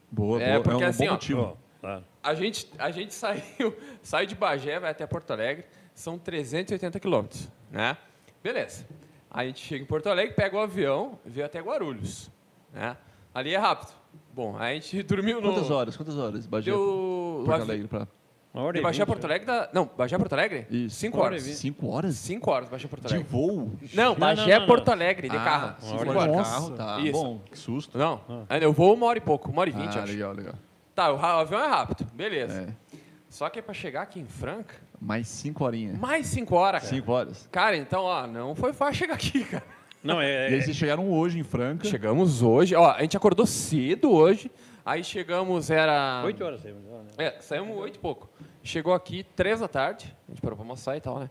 A: Boa, boa.
C: É,
A: É,
C: porque
A: um
C: assim,
A: bom
C: ó,
A: motivo.
D: Tá.
C: A gente, a gente *laughs* saiu, sai de Bagé, vai até Porto Alegre, são 380 quilômetros, né? Beleza. A gente chega em Porto Alegre, pega o avião, vem até Guarulhos, né? Ali é rápido. Bom, a gente *laughs* dormiu no...
A: Quantas horas? Quantas horas? Bagé,
C: Deu...
A: Porto Alegre pra...
D: Uma hora
C: De
D: e
C: Bagé a
D: vinte,
C: Porto Alegre dá... Não, Bagé a Porto Alegre?
A: né? Isso.
C: 5
D: Uma hora e
C: horas.
D: vinte.
A: 5 horas?
C: 5 horas Bagé a Porto
A: De
C: Alegem.
A: voo?
C: Não,
D: não,
C: Bagé
D: não,
C: é
D: não.
C: Porto Alegre, de carro.
A: Ah, cinco
C: Cinco
A: horas de
C: horas.
A: carro, tá.
C: Isso.
A: Bom, que susto.
C: Ah. Não, ainda eu vou uma hora e pouco, uma hora e vinte,
A: Ah,
C: acho.
A: legal, legal.
C: Tá, o ra- o avião é rápido, beleza.
A: É.
C: Só que é para chegar aqui em Franca,
A: Mais cinco horinhas.
C: mais cinco horas. cara.
A: Cinco horas.
C: Cara, então, ó, não foi fácil chegar aqui, *laughs* cara.
D: Não, é.
A: E aí vocês chegaram hoje em Franca.
C: Chegamos hoje, ó, a gente acordou cedo hoje, aí chegamos, era...
D: Oito horas saímos. lá, né?
C: É, saímos oito e pouco. Chegou aqui três da tarde, a gente parou pra almoçar e tal, né?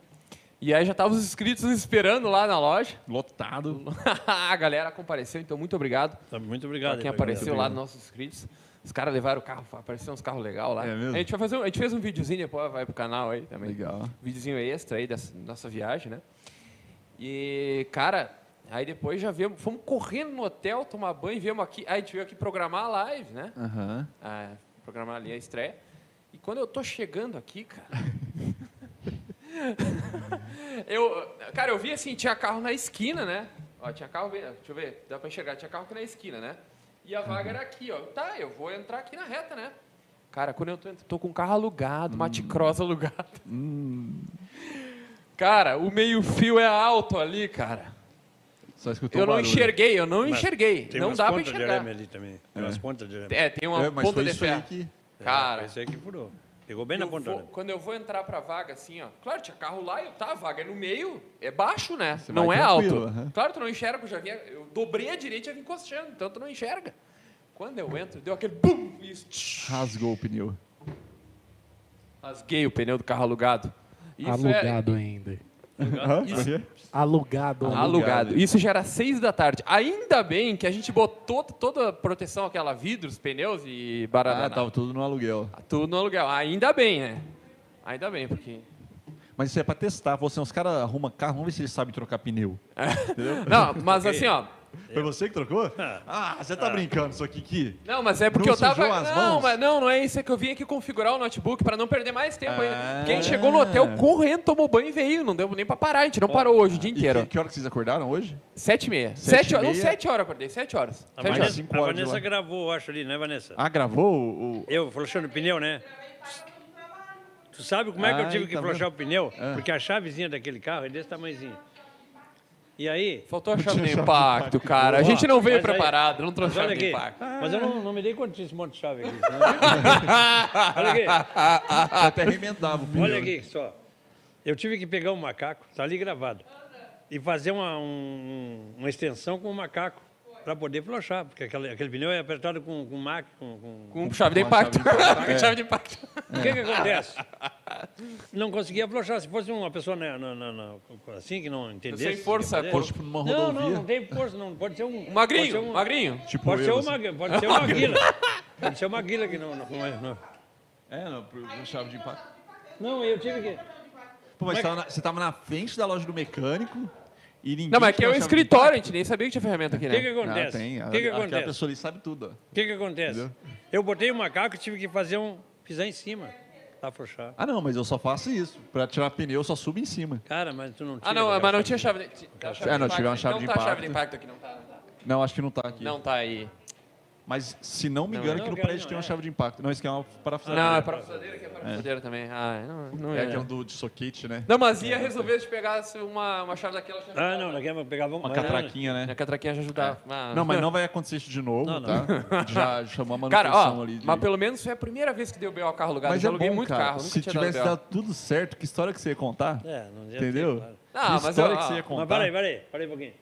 C: E aí já estavam os inscritos nos esperando lá na loja. *laughs*
A: Lotado.
C: a galera compareceu, então muito obrigado
D: Tá, Muito
C: pra
D: obrigado.
C: quem
D: aí,
C: apareceu lá
A: obrigado.
C: nos nossos inscritos. Os caras levaram o carro, apareceram uns carros legais lá.
A: É mesmo?
C: A, gente vai fazer um- a gente fez um videozinho depois, vai pro canal aí também.
A: Legal.
C: Um videozinho extra aí dessa nossa viagem, né? E, cara, aí depois já viemos, fomos correndo no hotel, tomar banho, viemos aqui. Aí a gente veio aqui programar a live, né?
A: Aham.
C: a programar ali a estreia. E quando eu tô chegando aqui, cara. *laughs* eu, cara, eu vi assim, tinha carro na esquina, né? Ó, tinha carro bem. Deixa eu ver, dá pra enxergar, tinha carro aqui na esquina, né? E a vaga era aqui, ó. Tá, eu vou entrar aqui na reta, né? Cara, quando eu tô, entrando, tô com um carro
D: Hum.
C: alugado, Mate Cross alugado. Cara, o meio-fio é alto ali, cara.
A: Só escutou
C: Eu
A: o
C: não
A: barulho.
C: enxerguei, eu não
D: um Mas
C: enxerguei.
D: Tem
C: Não
D: umas
C: dá pra
D: pontas de
C: enxergar.
D: arame ali também. Tem umas pontas de arame.
C: É, tem uma
A: É, mas
C: ponta
A: foi
C: de
A: isso aí
C: ferro.
A: que...
D: É,
C: Cara,
D: Esse aqui furou. Pegou bem na
C: Eu
D: ponta.
C: vou-
D: né?
C: quando eu vou entrar pra vaga, assim, ó. Claro, tinha carro lá e eu tá, a vaga é no meio, é baixo, né?
A: Você
C: não
A: vai
C: é alto.
A: tranquilo, aham.
C: Claro, tu não enxerga, eu já vinha. Eu dobrei a direita e já vim encostando, então tu não enxerga. Quando eu entro, deu aquele bum! e isso, tsh,
A: Rasgou o pneu.
C: Rasguei o pneu do carro alugado.
D: é
C: Isso é era-
B: Alugado ainda.
A: Hã?
B: Alugado ainda.
C: Alugado. Isso já era seis da tarde. Ainda bem que a gente botou toda a proteção, aquela vidros, pneus e barará.
A: Ah, tava tudo no aluguel.
C: Tudo no aluguel. Ainda bem, né? Ainda bem, porque
A: Mas isso é pra testar. Falou assim, os caras arrumam carro, vamos ver se eles sabem trocar pneu.
C: Não,
A: *laughs*
C: mas assim, ó.
A: Foi você que trocou? Ah, você tá brincando, isso aqui que...
C: Não, mas é porque
A: Não
C: eu tava.
A: sujou as
C: não,
A: mãos?
C: mas não, não é isso. É que eu vim aqui configurar o notebook pra não perder mais tempo
A: Ah.
C: ainda. Quem chegou no hotel correndo, tomou banho e veio. Não deu nem pra parar, a gente não parou hoje o dia
A: E que,
C: inteiro.
A: que hora que vocês acordaram hoje?
C: Sete e meia.
A: Sete
C: Sete horas. Não,
A: e meia.
C: sete horas eu acordei, sete horas.
D: A
C: Sete horas.
D: Vanessa,
A: cinco
D: a
A: horas de
D: Vanessa
A: lá.
D: gravou, eu acho, ali, né, Vanessa?
A: Ah, gravou o...
D: Eu flochando o pneu, né? Tu sabe como é que eu
A: Ah,
D: tive
A: aí
D: que
A: tá
D: flochar o pneu?
A: Ah.
D: Porque a chavezinha daquele carro é desse tamanhozinho. E aí,
A: *laughs*
C: Faltou a chave
A: um
C: de impacto, cara. A gente não veio
D: Mas aí-
C: preparado, não trouxe
D: mas olha
C: chave de
D: aqui. *laughs*
C: impacto.
D: Mas eu não, não me dei conta desse monte de chave
C: *laughs*
D: aqui. olha aqui,
A: Eu até remendava o pneu.
D: olha
C: né?
D: aqui só. Eu tive que pegar um macaco, tá ali gravado, e fazer uma, um- uma extensão com o macaco para poder flochar, porque aquele, aquele pneu é apertado com, com, mac, com, com
C: Com chave de impacto. *laughs*
A: É.
C: Com chave de impacto.
D: O que, que
C: *laughs*
D: acontece? Não conseguia afrouxar. Se fosse uma pessoa na- na- na- na- assim que não entendesse.
C: Sem força,
D: o que ia
A: Pô,
C: cor-
D: fazer.
A: tipo, numa
D: Não,
A: rodovia.
D: não, não tem força, não. Pode ser um. Pode ser
C: Magrinho,
D: um,
C: magrinho.
A: Tipo
D: Pode ser,
A: eu,
D: um
A: assim.
D: magrinho, pode ser uma guila. Pode ser uma guila que não. Não, não, é- não.
A: É, não, pro- pro chave de impacto.
D: Não, eu tive que.
A: Pô,
C: é
A: mas tava na- você tava na frente da loja do mecânico e ninguém...
C: Não, mas aqui
A: tinha
C: é um
A: chave de
C: escritório, a gente nem sabia que tinha ferramenta aqui,
D: O que, que
C: né?
A: Ah,
D: acontece?
A: tem.
D: O que, que
A: Aquela
D: acontece?
A: pessoa ali sabe tudo. ó.
D: O que, que acontece? Eu botei o macaco e tive que fazer um. pisar em cima pra afrouxar.
A: Ah, não, mas eu só faço isso. Pra tirar pneu, eu só subo em cima.
D: Cara, mas tu não tinha.
C: Ah, não, mas não tinha chave de. tá chave
A: É,
C: de
A: não, tiver uma
C: impacto.
A: chave de
C: Não tá chave de
A: impacto.
C: impacto aqui, não tá. não tá.
A: Não, acho que não tá aqui.
C: Não tá aí.
A: Mas se não me
C: Não,
A: engano,
D: não,
A: aqui no
D: cara,
A: prédio
D: não
A: tem uma
D: é.
A: chave de impacto. Não, isso aqui é uma parafusadeira.
C: Não, é parafusadeira que é parafusadeira também. Ah, não, não
A: É
C: é.
A: aquele do de soquete, né?
C: Não, mas ia resolver se pegasse uma, uma chave daquela. Chave
D: Ah, não, daqui eu pegava
A: Uma catraquinha, né?
C: É A catraquinha já ajudava. Ah.
A: Não, mas não vai acontecer isso de novo,
D: Não, não.
A: tá? Já chamou a
C: *laughs* Cara,
A: manutenção
C: ó,
A: ali. de-
C: mas pelo menos foi a primeira vez que deu B.O. carro alugado.
A: Mas
C: já
A: é
C: aluguei
A: bom,
C: muito
A: cara.
C: carro. Nunca
A: Se
C: tinha
A: tivesse
C: dado BO.
A: dado tudo certo, que história que você ia contar?
D: É, não adianta,
A: entendeu?
D: claro.
C: Ah, mas
A: que história
C: eu-
A: que você ia Ah,
C: ah,
A: contar?
D: Mas peraí, peraí, peraí um pouquinho.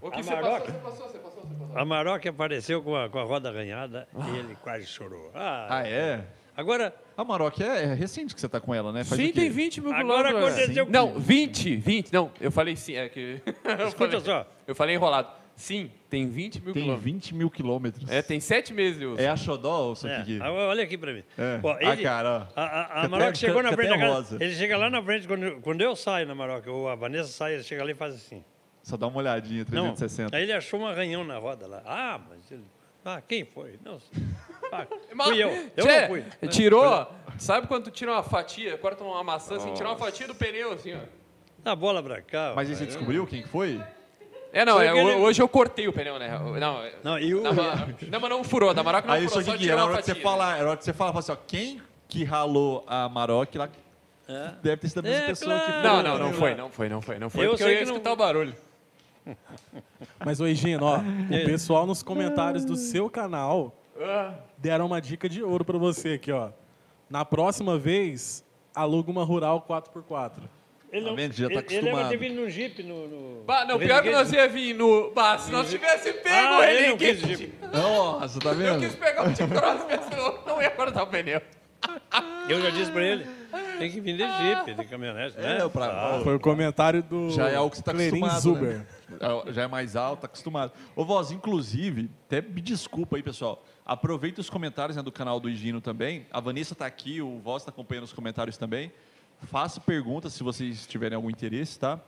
C: O que
D: A
C: você
D: Maroc-
C: passou, você passou, você passou, você passou.
D: A Maroc apareceu com a, com a roda arranhada e ele quase chorou. Ah,
A: Ah, é?
D: Agora,
A: A Maroc é, é recente que você tá com ela, né? Faz o
C: Sim,
A: quê?
C: tem 20 mil
D: Agora
C: quilômetros.
D: aconteceu
C: Sim. né? Não, 20, 20. Não, eu falei sim. É que... *laughs* eu
D: escuta
C: falei-
D: só.
C: Eu falei enrolado. Sim, tem 20 mil
A: Tem
C: quilômetros.
A: 20 mil quilômetros.
C: É, tem 7 meses de uso.
A: É a Xodó, isso
D: É,
A: aqui?
D: ah, olha aqui pra mim.
A: É.
D: Ó,
A: Ah, cara, ó.
D: A, a,
A: Fica
D: a Maroc
A: até-
D: chegou na
A: fica
D: frente
A: até
D: da casa.
A: rosa.
D: Ele chega lá na frente, quando, quando eu saio na Maroc, ou a Vanessa sai, ele chega ali e faz assim.
A: Só dá uma olhadinha,
D: Não,
A: 360.
D: aí ele achou um arranhão na roda lá. Ah, mas ele... Ah, quem foi? Não,
C: *laughs*
D: ah,
C: Mas-
D: fui eu. Eu
C: Tchê,
D: não fui.
C: Tirou. Sabe quando tu tira uma fatia? Corta uma maçã assim, tirou uma fatia do pneu, assim, ó.
D: Dá a bola pra cá.
A: Mas aí
D: ó.
A: você descobriu quem que foi?
C: É, não,
D: Foi
C: é,
D: aquele-
C: ho- hoje eu cortei o pneu, né? Não, é-
D: Não, e o...
C: da Ma- não, mas não furou, da Maroc não
A: Aí isso
C: furou,
A: aqui
C: só
A: que
C: tirou
A: era a
C: uma
A: hora de você
C: fatia.
A: falar, era a hora de você falar, fala assim, ó, quem que ralou a Maroc lá
D: É.
A: deve ter sido a mesma
D: É,
A: pessoa que
D: claro.
C: Não, não, não foi, não foi, não foi, não foi.
D: Eu
C: porque
D: sei
C: eu ia
D: que não-
C: escutar o barulho.
B: Mas, ô Egino, ó, o pessoal nos comentários do seu canal deram uma dica de ouro pra você aqui, ó. Na próxima vez, aluga uma rural 4x4.
D: Ele
A: Tá
D: não-
A: vendo? Já tá
D: ele- Ele leva
A: acostumado.
D: ter vindo num jipe no... no
C: Bah, não,
D: no
C: pior que
D: Renegade.
C: nós ia vir no. Bah, se nós tivesse pego o
D: Ah, ele não quis
C: Relic.
D: o jipe.
A: Nossa, tá
C: Eu
A: vendo?
C: quis pegar o Tim Cross, mas não- não ia cortar o pneu.
D: Eu já disse pra ele, tem que vir de jipe, de caminhonete, né?
A: É, pra-
B: Foi o comentário do
A: Já é algo que você tá
B: Clerim
A: acostumado,
B: Zuber.
A: né? Já é mais alto, tá acostumado. Ô, Voz, inclusive, até me desculpa aí, pessoal. Aproveita os comentários né, do canal do Higino também. A Vanessa tá aqui, o Voz tá acompanhando os comentários também. Faça perguntas se vocês tiverem algum interesse, tá?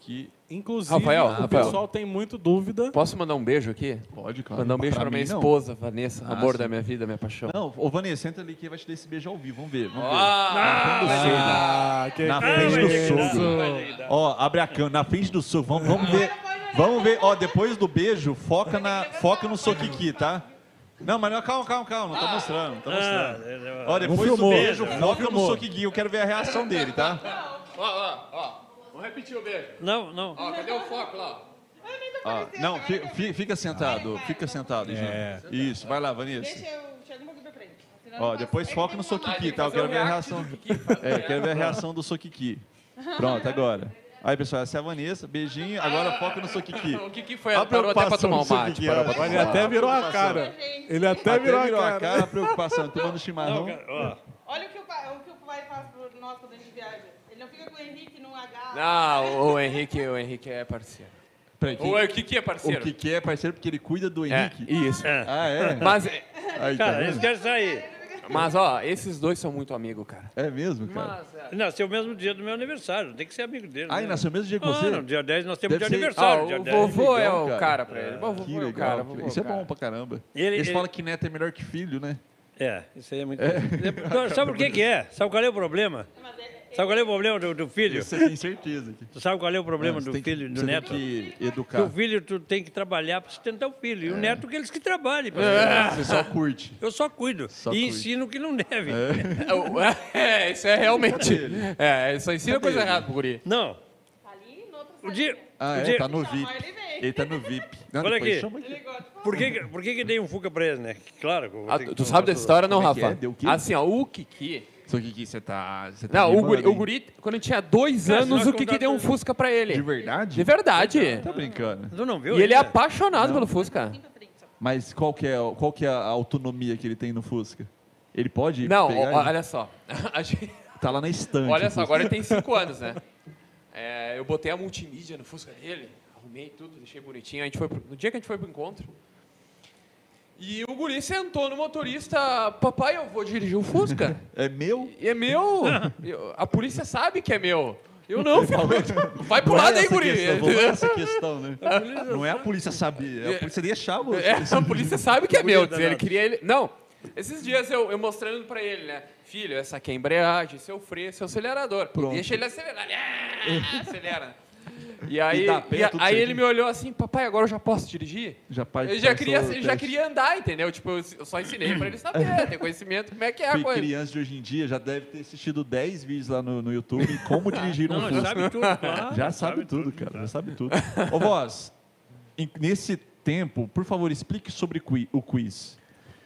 A: Que
B: Inclusive,
C: Rafael,
B: o
C: Rafael.
B: pessoal tem muito dúvida.
C: Posso mandar um beijo aqui?
A: pode, cara.
C: Mandar um beijo pra,
A: mim,
C: minha
A: não.
C: esposa, Vanessa,
A: Ah,
C: amor
A: sim.
C: da minha vida, minha paixão.
A: Não, ô Vanessa, senta ali que vai te dar esse beijo ao vivo. Vamos ver. Vamos ver.
C: Ah,
B: Ah, que
A: né? Na
D: Ah,
A: frente
D: vai
A: do
D: ter que dar,
A: sogro.
D: vai ter que dar.
A: Ó, abre a câmera, na frente do soco. Vamos, vamos ver. Vamos ver. Ó, depois do beijo, foca, na, foca no soquiqui, tá? Não, mas não, calma, calma, calma. Não tá mostrando, não tá
D: Ah,
A: mostrando.
D: ele-
A: Ó, depois do
B: filmou.
A: beijo,
B: Não
A: foca no
B: filmou.
A: soquiqui. Eu quero ver a reação dele, tá?
C: Ó, ó, ó. Vamos repetir o beijo.
D: Não, não.
C: Ó, cadê o foco lá?
A: Ó, não, fi- fi- fica, sentado, fica sentado,
B: É.
A: gente. Isso, vai lá, Vanessa.
E: Deixa eu chegar um pouquinho pra frente. Senão eu
A: Ó,
E: não
A: depois
E: faço.
A: foca
E: É
A: no
E: que tem uma
A: soquiqui,
E: marca.
A: tá? Eu quero ver a reação. É, quero ver a reação do soquiqui. Pronto, agora. Aí, pessoal, essa é a Vanessa. Beijinho, agora foca no soquiqui.
C: O que que foi?
A: A
C: Ela parou até pra
A: preocupação
C: tomar um
A: do Suzuki,
C: mate. parou pra
A: ó.
C: tomar um
B: Ele
C: mate.
B: até virou a cara. Ele até,
A: Até
B: virou, a cara.
A: a preocupação, tomando chimarrão.
D: Não, cara, ó,
E: Olha o que o pai, o que o pai faz por nós quando a gente viaja. Ele não fica com o Henrique num agarra.
C: Não, o Henrique, o Henrique é parceiro.
A: Peraí, quem-
C: O Henrique é
A: o
C: parceiro.
A: que que é parceiro? Porque ele cuida do
C: É,
A: Henrique.
C: isso.
D: É.
A: Ah, é?
D: *laughs*
C: Mas,
A: Aí, tá
D: Cara, eles
A: vendo?
D: querem sair.
C: mas, ó, esses dois são muito amigos, cara.
A: É mesmo, cara?
D: Nasceu o mesmo dia do meu aniversário, tem que ser amigo dele.
A: Ah,
D: né?
A: ele nasceu o mesmo dia que
D: Ah,
A: você?
D: não, dia 10 nós temos
A: Deve
D: dia
A: ser-
C: Ah,
D: aniversário. dia
C: o
D: 10.
C: vovô é
A: legal,
C: o
A: cara.
C: cara pra ele. O vovô
A: Que
C: é o
A: legal.
C: cara.
A: que
C: vovô
A: legal. Isso é
C: cara.
A: bom pra caramba.
D: Ele-
A: Eles
D: ele-
A: falam que neto é melhor que filho, né?
D: É, isso aí é muito. Agora, Sabe por que, que é? Sabe qual é o problema?
E: Mas é- é-
D: Sabe qual é o problema do, do filho?
A: Isso eu tenho certeza. que-
D: Tu sabe qual é o problema
A: Não, Ah, você
D: do
A: tem que-
D: filho e do
A: você tem
D: neto?
A: que
D: Que o
A: educar.
D: filho tu tem que trabalhar para sustentar o filho.
A: É.
D: E o neto que eles que trabalhem. pra sustentar.
A: Você só curte.
D: Eu só cuido.
A: É. Só
D: e
A: cuido.
D: ensino o que não deve.
C: *laughs* É, isso é realmente. É, só ensina coisa
A: ele?
C: errada pro guri.
D: Não.
E: Tá ali no outro
D: O dia.
A: Ah,
D: o
A: é,
D: dia-
A: tá no VIP.
E: Chamar ele vem.
A: Ele tá no VIP. Não,
D: Olha
A: depois
D: aqui.
A: chama ele.
E: Ele gosta de falar.
D: Por que, que- por que, que tem um Fuca preso, né? Claro. que eu vou
C: Ah,
D: ter
C: tu,
D: que-
C: tu sabe dessa história, não,
A: Como é que é?
C: Rafa?
A: Deu o quê?
C: Assim, ó, o Kiki.
A: Só que aqui você tá. Você tá
C: Não, o
A: mimando,
C: guri, o
A: hein?
C: guri, quando tinha dois
D: Cara, se
C: anos,
D: nós
C: o Kiki deu um
D: contar-
C: Fusca pra ele.
A: De verdade?
C: De verdade.
A: Tá brincando.
D: Tu não viu?
C: E ele é
D: ainda?
C: apaixonado pelo Fusca.
E: Assim pra frente, só.
A: Mas qual que é, qual que é a autonomia que ele tem no Fusca? Ele pode
C: Não,
A: pegar?
C: ó,
A: ele?
C: olha só. *laughs* A gente-
A: Tá lá na estante.
C: Olha
A: o
C: só,
A: Fusca.
C: agora
A: *laughs*
C: ele tem cinco anos, né? É, eu botei a multimídia no Fusca dele, arrumei tudo, deixei bonitinho. A gente foi pro- no dia que a gente foi pro encontro. E o guri sentou no motorista, papai, eu vou dirigir
A: *laughs*
C: o Fusca.
A: É meu?
C: E
A: *laughs*
C: é meu! Eu- a polícia sabe que é meu. Eu não, filho. Vai pro
A: Não é
C: lado aí,
A: essa
C: guri.
A: questão,
C: *laughs*
A: Não é essa questão, né? Não é a polícia saber, é
C: É.
A: a polícia deixar você.
C: É, a polícia sabe que é meu.
D: Bonito,
A: né?
C: Ele
D: danado.
C: queria ele. Não. Esses dias eu, eu mostrando pra ele, né? Filho, essa aqui é a embreagem, seu freio, seu acelerador.
A: Pronto. É.
C: Deixa ele acelerar. Ele, "Ah", acelera. E aí,
A: *laughs* E dá pé,
C: e a-
A: tudo
C: aí ele
A: certinho.
C: me olhou assim, papai, agora eu já posso dirigir?
A: Já pai-
C: *laughs* Eu já
A: passou
C: queria,
A: o
C: eu já
A: teste.
C: queria andar, entendeu? Tipo, eu eu só ensinei pra
A: *laughs*
C: ele saber, ter conhecimento, como é que é a
A: Porque
C: coisa.
A: criança de hoje em dia já deve ter assistido 10 vídeos lá no, no YouTube como dirigir um
D: Não,
A: Fusca.
D: sabe tudo,
A: *laughs*
D: claro.
A: Já sabe, tudo, cara. Já sabe tudo. Ô, Voz, em- nesse tempo, por favor, explique sobre qui- o quiz.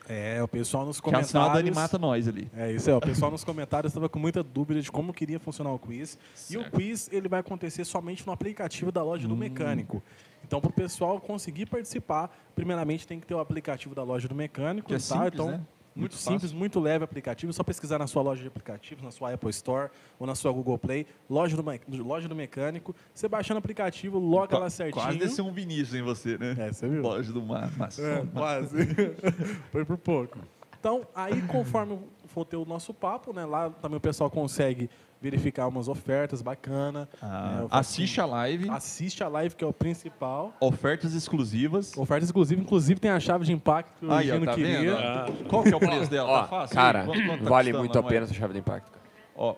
B: É, o pessoal nos
A: Que é o
B: comentários.
A: sinal da animata nós ali.
B: É isso aí, ó. o pessoal nos comentários estava com muita dúvida de como queria funcionar o quiz. E o quiz ele vai acontecer somente no aplicativo da loja do
A: Hum.
B: mecânico. Então, para o pessoal conseguir participar, primeiramente tem que ter o aplicativo da loja do mecânico.
A: Que é
B: tá?
A: simples,
B: então,
A: né?
B: Muito,
A: Muito
B: simples, muito leve o aplicativo. É só pesquisar na sua loja de aplicativos, na sua Apple Store ou na sua Google Play, loja do, Me- loja do mecânico. Você baixando o aplicativo, loga lá certinho.
A: Quase desceu um Vinícius em você, né?
B: É, você viu?
A: Loja do mar, maçom,
B: É,
A: maçom.
B: quase. *laughs* Foi por pouco. Então, aí conforme for ter o nosso papo, né? Lá também o pessoal consegue verificar umas ofertas bacana. né,
A: Ah,
B: eu faço-
A: assiste a live,
B: Assiste a live, que é o principal.
A: ofertas exclusivas.
B: Oferta exclusiva, inclusive tem a chave de impacto que o
A: Aí, ó,
B: Gino
A: tá
B: queria.
A: vendo?
D: Ah.
A: Qual que é o preço dela?
C: Ó,
A: tá fácil?
C: cara,
A: Quanto- quanto tá
C: vale
A: custando
C: muito
A: na
C: a
A: moeda?
C: pena essa chave de impacto. cara.
A: Ó,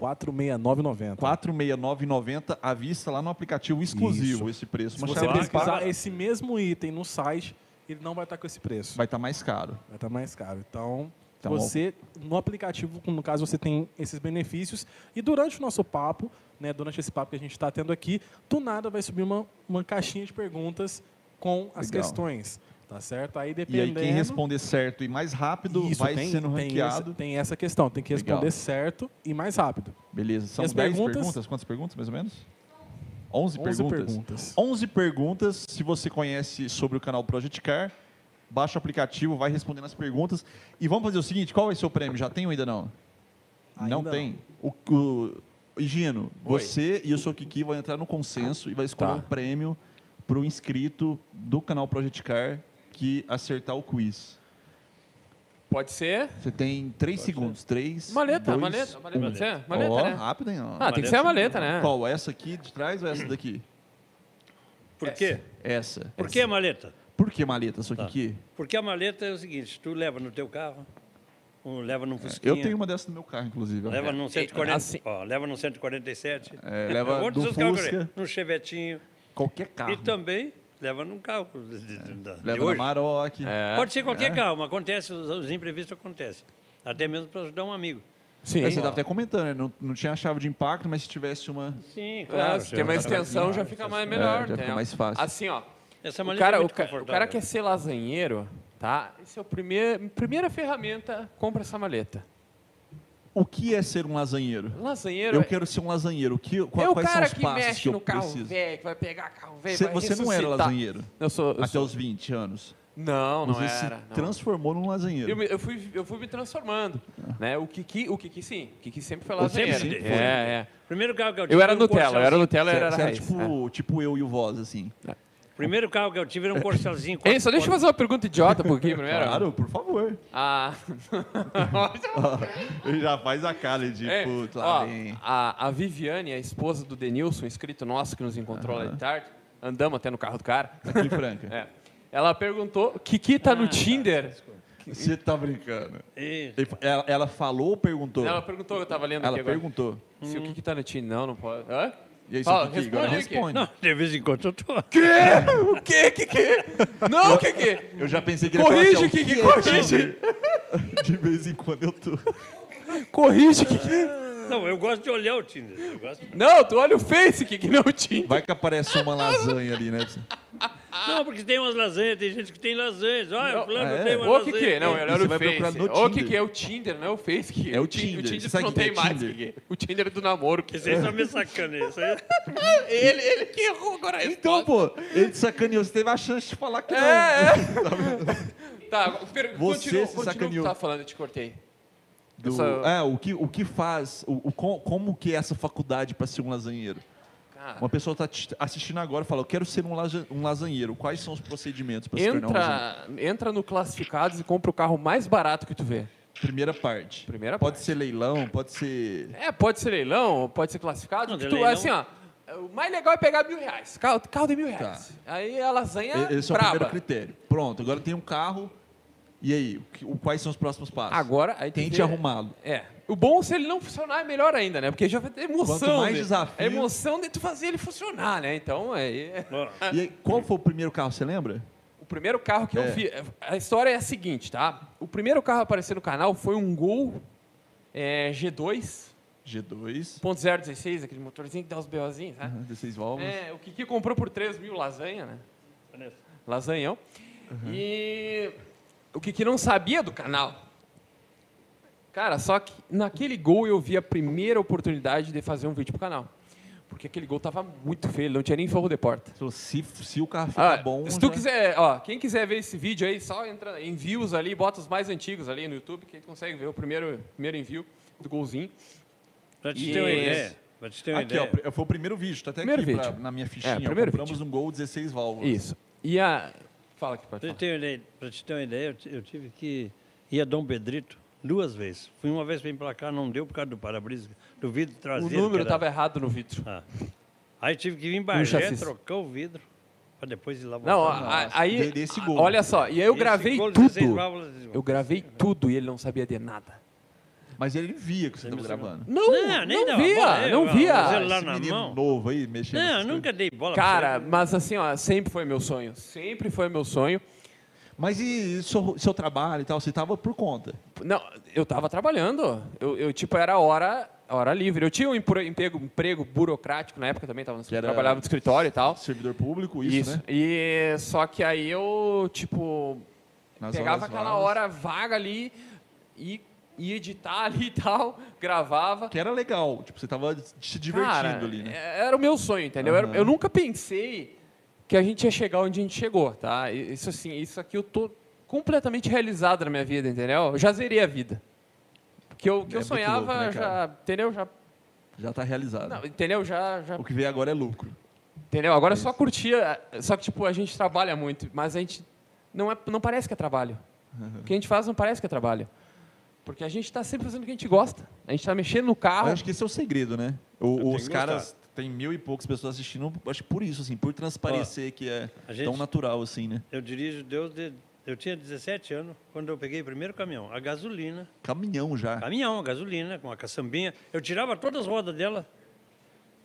B: 469,90.
A: 469,90 à vista lá no aplicativo exclusivo esse preço.
B: Se
A: Uma
B: você
A: chave
B: pesquisar
A: de
B: esse mesmo item no site, ele não vai estar com esse preço.
A: vai estar mais caro.
B: Vai estar mais caro. Então,
A: Então,
B: você, no aplicativo, no caso, você tem esses benefícios. E durante o nosso papo, né, durante esse papo que a gente está tendo aqui, do nada vai subir uma, uma caixinha de perguntas com as
A: Legal.
B: questões. Tá certo?
A: E
B: Aí
A: aí
B: dependendo...
A: quem responder certo e mais rápido
B: Isso,
A: vai
B: tem-
A: sendo
B: tem
A: ranqueado.
B: esse- Tem essa questão, tem que responder
A: Legal.
B: certo e mais rápido.
A: Beleza, são
B: E as
A: 10 perguntas?
B: perguntas?
A: Quantas perguntas, mais ou menos? 11,
B: 11
A: perguntas.
B: perguntas.
A: 11 perguntas. Se você conhece sobre o canal Project Car, baixa o aplicativo, vai respondendo as perguntas. E vamos fazer o seguinte, qual vai ser o prêmio? Já tem ou ainda não?
B: Ainda
A: não
B: não.
A: tem. O, o, Gino,
C: Oi.
A: você e o seu Kiki vão entrar no consenso e vai escolher
B: Tá.
A: um prêmio para o inscrito do canal Project Car que acertar o quiz.
C: Pode ser.
A: Você tem 3 segundos. 3,
C: Maleta,
A: dois, um.
C: maleta, maleta. Pode ser? Maleta,
A: Ó,
C: né?
A: rápido, hein? ó.
C: Ah, tem que ser a maleta, né?
A: Qual? Essa aqui de trás ou essa daqui?
D: Por quê?
A: Essa.
D: Por Tá. que a maleta?
A: Por que maleta, só que que?
D: Porque a maleta é o seguinte, tu leva no teu carro, um leva num fusquinha,
A: É. Eu tenho uma dessa no meu carro, inclusive. ó.
D: leva num 140,
C: assim-
D: ó, leva num 147,
A: É, leva
D: Outros
A: do
D: os carros que eu
A: Fusca.
D: levei, num chevetinho,
A: Qualquer
C: Tá.
A: carro.
D: e também leva num carro de, de- de- da-
A: leva
D: de
A: na
D: Então, hoje.
A: Maroc.
C: É.
D: Pode ser qualquer carro, mas acontece, os, os imprevistos acontecem. Até mesmo para ajudar um amigo.
B: Sim.
A: Aí Você estava até comentando, né? Não, não tinha a chave de impacto, mas se tivesse uma...
D: Sim,
C: É, se tem uma extensão, já fica mais melhor.
A: É, já fica
C: entendeu?
A: mais fácil.
C: Assim, ó.
D: Essa
C: O
D: maleta é
C: cara, o,
D: muito
C: ca- o
D: confortável.
C: cara quer ser lasanheiro, tá? Essa é a primeira, primeira ferramenta, compra essa maleta.
A: O que é ser um lasanheiro?
C: Lasanheiro
A: Eu
C: é-
A: quero ser um lasanheiro. O que,
C: é
A: qual,
C: o
A: quais
C: cara
A: são os
C: que
A: passos
C: mexe
A: que eu
C: no carro
A: preciso?
C: velho, que vai pegar carro velho,
A: Você,
C: vai
A: você não era
C: ressuscitar.
A: lasanheiro
C: Eu sou... eu
A: até
C: sou-
A: os 20 anos.
C: Não, não
A: você
C: era.
A: se
C: não.
A: transformou num lasanheiro.
C: Eu, me- eu fui, eu fui me transformando,
A: Ah.
C: né? O Kiki, o Kiki sim, o Kiki sempre foi
D: Eu sempre
C: lasanheiro.
D: sim, foi.
C: é, é.
D: Primeiro carro que eu tive
C: Eu era
D: era um
C: Nutella, eu era
D: Corsalzinho.
C: Nutella,
A: Você
C: eu era
A: era, você era
C: raiz.
A: tipo, tipo eu e o Voz, assim.
D: Primeiro carro que eu
C: *laughs*
D: tive era um corsalzinho.
C: É. Ei, só deixa eu fazer uma pergunta idiota um pouquinho primeiro.
A: Claro, por
C: *laughs*
A: favor.
C: Ah,
A: *laughs* Ele já faz a cara de
C: É,
A: puto
C: ó,
A: lá vem.
C: a, a Viviane, a esposa do Denilson, inscrito nosso que nos encontrou lá de tarde, andamos até no carro do cara.
A: Aqui em Franca.
C: É. Ela perguntou: Kiki tá no Tinder?
A: Você tá brincando.
D: Ei,
A: Ele- Ela, ela falou ou perguntou?
C: Ela perguntou, eu tava lendo
A: Ela
C: aqui agora.
A: perguntou.
C: Se o Kiki tá no Tinder, não, não pode. Hã?
A: E aí,
C: Fala,
A: seu Kiki, agora
C: responde aí,
A: responde.
D: Não, de vez em quando
C: *laughs*
D: eu tô.
C: O quê, Kiki? Não, Kiki!
A: Eu já pensei que ele ia
C: Corrige,
A: falar assim, ó, o
C: Kiki,
A: que é
C: corrige.
A: Tinder? *laughs* De vez em quando eu tô.
C: Corrige, Kiki!
D: Não, eu gosto de olhar o Tinder. Eu gosto...
C: Não, tu olha o Face, Kiki, não o Tinder.
A: Vai que aparece uma lasanha ali, né?
D: Não, porque tem umas lasanhas, tem gente que tem lasanhas. Olha,
C: Ah. Não,
D: o fulano
A: é.
D: tem uma
C: Ô,
D: lasanha.
C: Kiki, não,
A: Isso
C: ele olha o
A: vai procurar
C: Face.
A: no
C: Ô,
A: Tinder.
C: Kiki, é o Tinder, não é o Face, Kiki.
A: É o
C: Ti-
A: Tinder.
C: O Tinder
A: Sabe
C: tu não
A: que é
C: tem mais,
A: Tinder?
C: Kiki. O Tinder é do namoro, Kiki.
D: Vocês estão me sacando isso aí.
C: Ele, ele que errou agora a
A: Então,
C: resposta.
A: pô, ele te sacaneou. Você teve a chance de falar que não. *laughs*
C: É, é. tá,
A: Você
C: per- continua,
A: se
C: continua o que
A: sacaneou.
C: tu tava falando, eu te cortei.
A: Do-
C: Essa-
A: É, o que, o que faz... O, o co- como que é essa faculdade pra ser um lasanheiro?
C: Cara,
A: Uma pessoa tá te- assistindo agora e fala, eu quero ser um, laja- um lasanheiro. Quais são os procedimentos pra se tornar um lasanheiro?
C: entra, entra no Classificados e compra o carro mais barato que tu vê.
A: Primeira parte.
C: Primeira
A: pode
C: parte.
A: ser leilão, pode ser...
C: É, pode ser leilão, pode ser classificado.
D: Não, de
C: tu,
D: leilão-
C: Assim, ó, o mais legal é pegar mil reais. Carro, carro de mil reais. Aí a lasanha
A: Tá. Esse é o
C: braba.
A: primeiro critério. Pronto, agora tem um carro. E aí, o que- o- quais são os próximos passos?
C: Agora, aí tu
A: Tente
C: vê-
A: arrumá-lo.
C: É. O bom, se ele não funcionar, é melhor ainda, né? Porque já vai ter emoção.
A: Quanto mais
C: né?
A: desafio-
C: A emoção de tu fazer ele funcionar, né? Então, aí... É...
D: Ó,
A: E aí, qual foi o primeiro carro, você lembra?
C: O primeiro carro que
A: É.
C: eu vi. A história é a seguinte, tá? O primeiro carro a aparecer no canal foi um Gol é, G2,
A: G2,
C: 1.016, aquele motorzinho que dá os BOzinhos, né?
A: aham, 16 válvulas.
C: É, o Kiki comprou por 3 mil lasanha, né? Lasanhão. E o Kiki não sabia do canal. Cara, só que naquele gol eu vi a primeira oportunidade de fazer um vídeo pro canal. Porque aquele gol tava muito feio, ele não tinha nem forro de porta.
A: Então, Se, se o carro ficar
C: Ah,
A: bom. né?
C: se tu
A: já-
C: quiser, ó, quem quiser ver esse vídeo aí, só entra em views ali, bota os mais antigos ali no YouTube, que aí consegue ver o primeiro, primeiro envio do golzinho.
D: Pra te ter uma
C: Yes.
D: ideia. Pra te ter uma
A: Aqui, ó,
D: ideia.
A: pr- foi o primeiro vídeo, tá até
C: Primeiro
A: aqui pra-
C: vídeo.
A: na minha fichinha.
C: É,
A: ó,
C: primeiro
A: Compramos um Gol 16 válvulas.
C: Isso. E a. Fala aqui, pode
D: Pra te
C: falar.
D: ter uma ideia, pra te ter uma ideia, eu ti- eu tive que ir a Dom Pedrito duas vezes. Fui uma vez para emplacar, não deu por causa do para-brisa, do vidro
C: O
D: traseiro.
C: número
D: que era-
C: estava errado no vidro.
D: Ah. Aí tive que vir em
C: chassi.
D: Bagé, trocar o vidro, para depois ir lá
C: Não, ó,
D: voltar.
C: a- aí.
A: de- desse
C: a-
A: gol.
C: Olha só, e aí eu
D: Esse
C: gravei
D: gol, 16
C: tudo.
D: válvulas,
C: Eu gravei tudo e ele não sabia de nada.
A: Mas ele via que você tava gravando.
C: Não, não,
D: Não, nem dava
C: via,
D: bola, é,
C: não
D: o
C: via.
D: Zé- celular
A: Ah, Esse
D: na
A: menino
D: mão.
A: novo aí, mexendo.
D: Não,
A: nessas
D: eu nunca dei bola. pra
C: Cara,
D: ele.
C: mas assim, ó, sempre foi meu sonho. Sempre foi meu sonho.
A: coisas. Mas e seu, seu trabalho e tal? Você tava por conta.
C: Não, eu tava trabalhando. Eu, eu, tipo, era hora, a hora livre. Eu tinha um empre- emprego, emprego burocrático na época também, tava no,
A: Que era-
C: trabalhava no escritório e tal.
A: Servidor público, isso, né?
C: E só que aí eu, tipo,
A: Nas
C: pegava
A: horas
C: aquela
A: vagas.
C: hora vaga ali e ia editar *laughs* ali e tal, gravava.
A: Que era legal. Tipo, você tava se divertindo
C: Cara,
A: ali, né?
C: é- Era o meu sonho, entendeu? Era-
A: Aham.
C: Eu nunca pensei que a gente ia chegar onde a gente chegou, tá? I- Isso assim, isso aqui eu tô completamente realizado na minha vida, entendeu? Eu já zerei a vida. Porque eu, que
A: É
C: eu
A: muito
C: sonhava,
A: louco, né,
C: já,
A: cara?
C: entendeu? Já,
A: Já tá realizado.
C: não, entendeu? Já, já,
A: O que vem agora é lucro.
C: entendeu? Agora é só curtir, a- só que tipo a gente trabalha muito, mas a gente não é, não parece que é trabalho. O que a gente faz não parece que é trabalho. Porque a gente está sempre fazendo o que a gente gosta. A gente está mexendo no
A: Eu
C: carro.
A: acho que esse é o segredo, né? O-
D: tem que
A: os caras tem mil e poucas pessoas assistindo, acho que por isso, assim, por transparecer que é
D: a gente-
A: tão natural, assim, né?
D: Eu dirijo desde. Eu tinha 17 anos quando eu peguei o primeiro caminhão, a gasolina.
A: Caminhão já.
D: Caminhão, a gasolina, com a caçambinha. Eu tirava todas as rodas dela,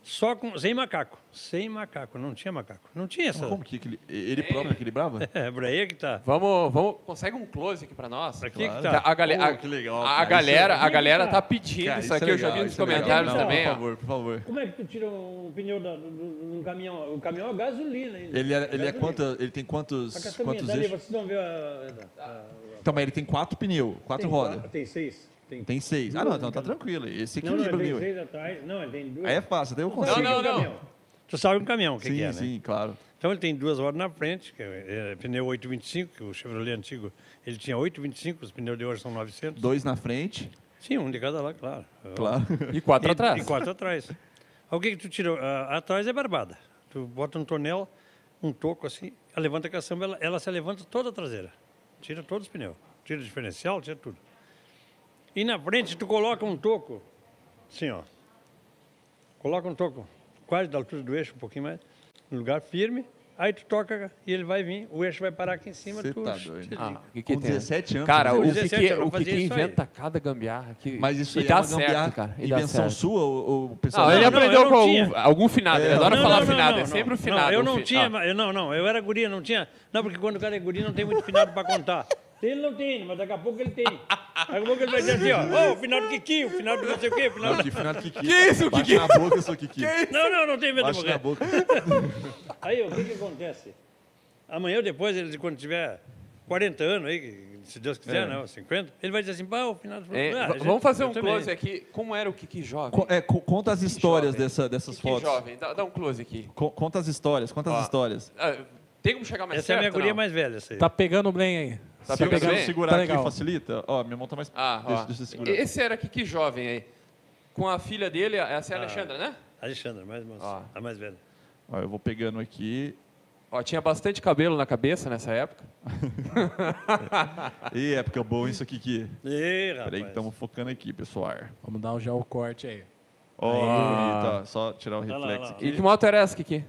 D: só com, sem macaco. Sem macaco, não tinha macaco. Não tinha essa.
A: Como que equili- ele próprio equilibrava?
D: É, por aí que tá.
C: Vamos, vamos, consegue um close aqui para nós?
D: Aqui
A: Claro.
D: que tá.
C: A, gale- a-
A: Pô, que legal,
C: a
A: cara.
C: galera,
D: Isso é-
C: a galera tá pedindo
A: Cara,
C: isso
A: é
C: aqui, eu já
A: legal,
C: vi nos
A: isso é legal.
C: comentários
A: Não,
C: também.
A: Por
C: ó.
A: favor, por favor.
D: Como é que tu tira um pneu da- do- do- de um caminhão? O caminhão é gasolina ainda.
A: Ele é, ele é
D: Gasolina.
A: quanto, ele tem
D: A
A: quantos,
D: caçambinha
A: quantos
D: dali,
A: eixos?
D: vocês não vê a. a- a-
A: Então, mas ele tem quatro pneus, quatro
D: tem
A: rodas.
D: quatro- Tem seis. Tem,
A: Tem seis. Ah, não, então tá tranquilo. Esse
D: Não, não,
A: equilibra
D: tem
A: mil.
D: seis atrás. Não, ele tem duas.
A: Aí é fácil, até eu
D: Tu sabe
A: consigo.
D: o que é um
C: não.
D: caminhão. Tu sabe um caminhão, o que,
A: Sim,
D: que é, né?
A: sim, claro.
D: Então ele tem duas rodas na frente, que é, é pneu 825, que o Chevrolet antigo, ele tinha 825, os pneus de hoje são 900.
A: Dois na frente,
D: Sim, um de cada lado, claro. *laughs*
A: claro.
C: E quatro
D: E,
C: atrás.
D: E quatro atrás. Aí O que, que tu tira? Ah, atrás é barbada. Tu bota um tonel, um toco assim, ela levanta a caçamba, ela, ela se levanta toda a traseira. Tira todos os pneus. Tira o diferencial, tira tudo. E na frente tu coloca um toco, assim ó. Coloca um toco, quase da altura do eixo, um pouquinho mais, no lugar firme. Aí tu toca e ele vai vir, o eixo vai parar aqui em cima.
A: Cê
D: tu,
A: tá doido.
D: tu-
C: Ah, o que que
A: Com
C: tem?
A: 17 anos.
C: Cara,
A: né?
C: o
D: Com
C: que,
D: 17
C: que,
D: eu
C: o que,
D: fazia
C: que
D: isso aí.
C: inventa cada gambiarra que
A: Mas isso
C: e
A: aí
C: dá
A: é uma
C: certo,
A: gambiarra.
C: cara. E dá
A: Invenção
C: certo.
A: sua ou o pessoal...
C: Não, ele é
D: Não, não, eu
C: aprendeu
D: não
C: com algum,
D: tinha.
C: algum finado. Ele adora
D: Não,
C: falar
D: não, não,
C: finado,
D: não,
C: é sempre
D: não.
C: o finado.
D: Não, eu
C: o
D: não
C: fi-
D: tinha,
C: Ah,
D: ma- eu não, não, eu era guria, não tinha. Não, porque quando o cara é guria não tem muito finado para contar. Ele não tem, mas daqui a pouco ele tem. Daqui a pouco ele vai dizer assim, ó, "Ô, o final do Kiki, o final do não sei o quê, o final
A: Não,
D: do...
A: que final Kiki.
C: Que isso, o
A: Bate
C: Kiki?
A: na boca, seu
C: *laughs*
A: Kiki.
D: Não, não, não tem medo de
A: Bate na
D: morrer.
A: boca.
D: Aí, o que que acontece? Amanhã ou depois, ele, quando tiver 40 anos aí, que- se Deus quiser, né, ou 50, ele vai dizer assim, pá, o final do...
C: é,
D: Ah,
C: v-
D: gente,
C: vamos fazer
D: eu
C: um
D: também.
C: close aqui. Como era o Kiki jovem?
A: Co- é, co- conta as histórias
C: jovem.
A: dessa- dessas
C: Kiki
A: fotos.
C: jovem, dá, dá um close aqui.
A: Co- conta as histórias, conta
C: Ó.
A: as histórias.
C: Ah, tem como chegar mais
D: Essa é
C: certo?
D: a minha guria
C: não?
D: mais velha, essa aí.
B: Tá pegando bem aí.
C: Tá
A: Se eu
C: pegando
A: se eu
C: bem?
A: segurar
B: Tá
A: aqui,
B: legal.
A: facilita? Ó, minha mão tá mais...
C: Ah,
A: deixa,
C: ó.
A: deixa eu segurar.
C: Esse era Kiki jovem aí. Com a filha dele, essa é a Alexandra, né?
D: Alexandra, mais moça,
C: Ó.
D: a mais velha.
A: Ó, eu vou pegando aqui.
C: Ó, tinha bastante cabelo na cabeça nessa época.
A: Ih, é época boa isso aqui, Kiki.
D: Ih, rapaz.
A: Peraí que estamos focando aqui, pessoal.
B: Vamos dar já o corte aí.
A: Ó, bonito, ó. Só tirar o
D: lá,
A: reflexo
D: lá, lá.
A: aqui.
C: E que moto era essa, Kiki?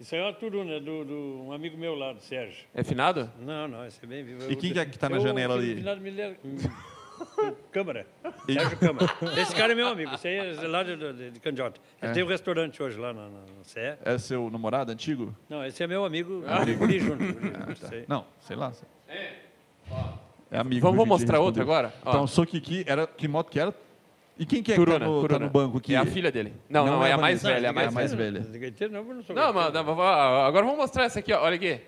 D: Isso aí é uma turuna do, do um amigo meu lá, do Sérgio.
C: É finado?
D: Não, não, esse é bem vivo.
A: E quem que é que tá na janela ali?
D: hum,
A: *laughs*
D: Câmara. Sérgio Câmara. Esse cara é meu amigo. Esse aí é lá de, de, de Candiota. Ele tem um restaurante hoje lá na, na, na Sé.
A: É seu namorado antigo?
D: Não, esse é meu amigo. guri junto. guri junto, isso
A: Ah.
D: aí.
A: tá. Não, sei lá. É amigo. viu,
C: Vamos, vamos
A: gente,
C: mostrar outra
A: respondeu.
C: agora? Ó.
A: Então, sou Kiki, era que moto que era? E quem que é que tá
C: Turuna,
A: no, tá
C: Turuna.
A: no banco aqui?
C: É a filha dele. Não, não, é a mais
A: Vanessa,
C: velha, é a mais,
A: é a mais
C: velha.
A: velha.
D: Gaiteiro não, eu não sou
C: Não, mas,
D: gaiteiro.
C: não, vou- agora vamos mostrar essa aqui, ó. Olha aqui.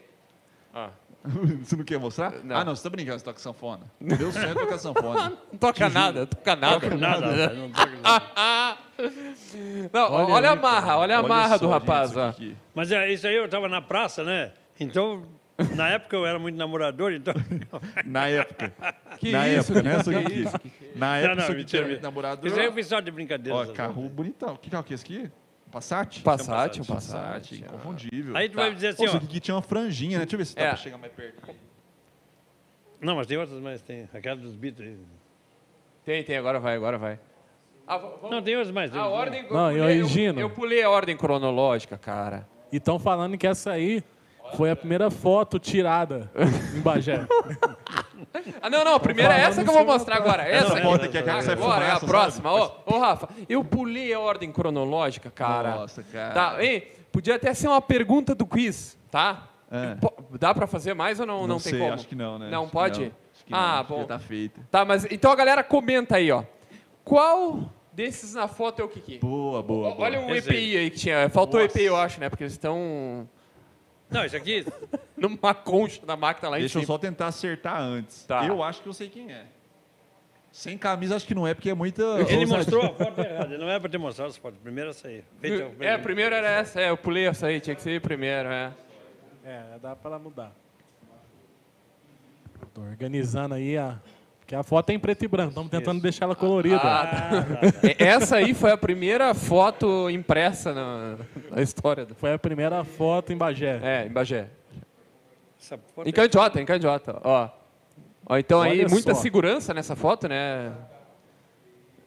C: Ó,
A: *laughs* você não quer mostrar?
C: Não.
A: Ah, não, você tá brincando, você toca sanfona. Meu sonho é tocar
C: *laughs*
A: sanfona.
C: Não toca nada, toca nada. Ah!
D: Nada, rapaz, não toco nada.
C: Não, ó, olha, a marra, olha É a marra do rapaz, ó.
D: Mas é, isso aí eu estava na praça, né? Então, na época eu era muito
A: *laughs*
D: namorador, então.
A: Na época.
C: Que
A: Na
C: isso,
A: época, né,
C: Kiki?
A: seu Kiki? Na época,
D: não,
A: seu Kiki
D: mentira,
A: era
D: mentira.
A: namorado.
D: Isso aí eu fiz só de brincadeira.
A: Ó,
D: essas
A: carro bonitão. Que carro que é esse aqui? Passat?
C: Passat, um
A: Passat,
C: Passat. ó.
A: inconfundível.
D: Aí tu
C: Tá.
D: vai dizer
A: Pô,
D: assim,
A: seu
D: ó.
A: Kiki tinha uma franjinha, né? Deixa eu ver se dá
C: É.
A: pra chegar mais perto. aqui.
D: Não, mas tem outras mais, tem. Aquela dos Beatles.
C: Tem, tem, agora vai, agora vai. Ah, v- vamos-
D: Não, tem outras mais. tem
C: a
D: outras
C: ordem...
B: Não,
C: eu,
B: e
C: pulei,
B: o Gino?
C: eu pulei a ordem cronológica, cara.
B: E estão falando que essa aí foi a primeira foto tirada em Bagé.
A: *laughs*
C: Ah, não, não, a primeira é
B: falando
C: essa que eu vou
B: sobre
C: mostrar agora. Essa
A: Essa
C: aqui.
A: foto aqui é aquela que sai
C: Agora é a
A: fumaça,
C: próxima. Ô, ô, Rafa, eu pulei a ordem cronológica, cara.
A: Nossa, cara.
C: Tá, hein? Podia até ser uma pergunta do quiz, tá?
A: É.
C: Po- Dá pra fazer mais ou não, não,
A: Não
C: tem
A: sei,
C: como?
A: acho que não, né?
C: Não
A: Acho que
C: pode?
A: não. Acho que não,
C: ah,
A: acho que
C: bom.
A: já tá feito.
C: Tá, mas então a galera comenta aí, ó. Qual Desses na foto é o Kiki.
A: Boa, boa, boa.
C: Olha um o
D: Esse
C: EPI aí que tinha. Faltou
D: Nossa.
C: EPI, eu acho, né? Porque eles estão
D: Não, isso aqui.
C: numa concha da máquina lá
A: Deixa
C: em
A: eu
C: cima.
A: só tentar acertar antes.
C: Tá.
A: Eu acho que eu sei quem é. Sem camisa, acho que não é, porque é muita.
D: Ele
A: ousadia.
D: mostrou a foto errada. Não é para ter mostrado essa foto. Primeiro essa aí. Feito a
C: É, primeiro era essa. É, eu pulei essa aí. Tinha que ser primeiro, é.
B: É, dá pra ela mudar. Tô organizando aí a. Porque a foto é em preto e branco, estamos tentando deixar ela colorida.
C: Ah, tá. É, Essa aí foi a primeira foto impressa na, na história. Do...
B: Foi a primeira foto em Bagé.
C: É, em Bagé.
D: Essa foto
C: Em Candiota, em Candiota, ó. Ó, então aí,
B: Olha
C: muita
B: só.
C: segurança nessa foto, né?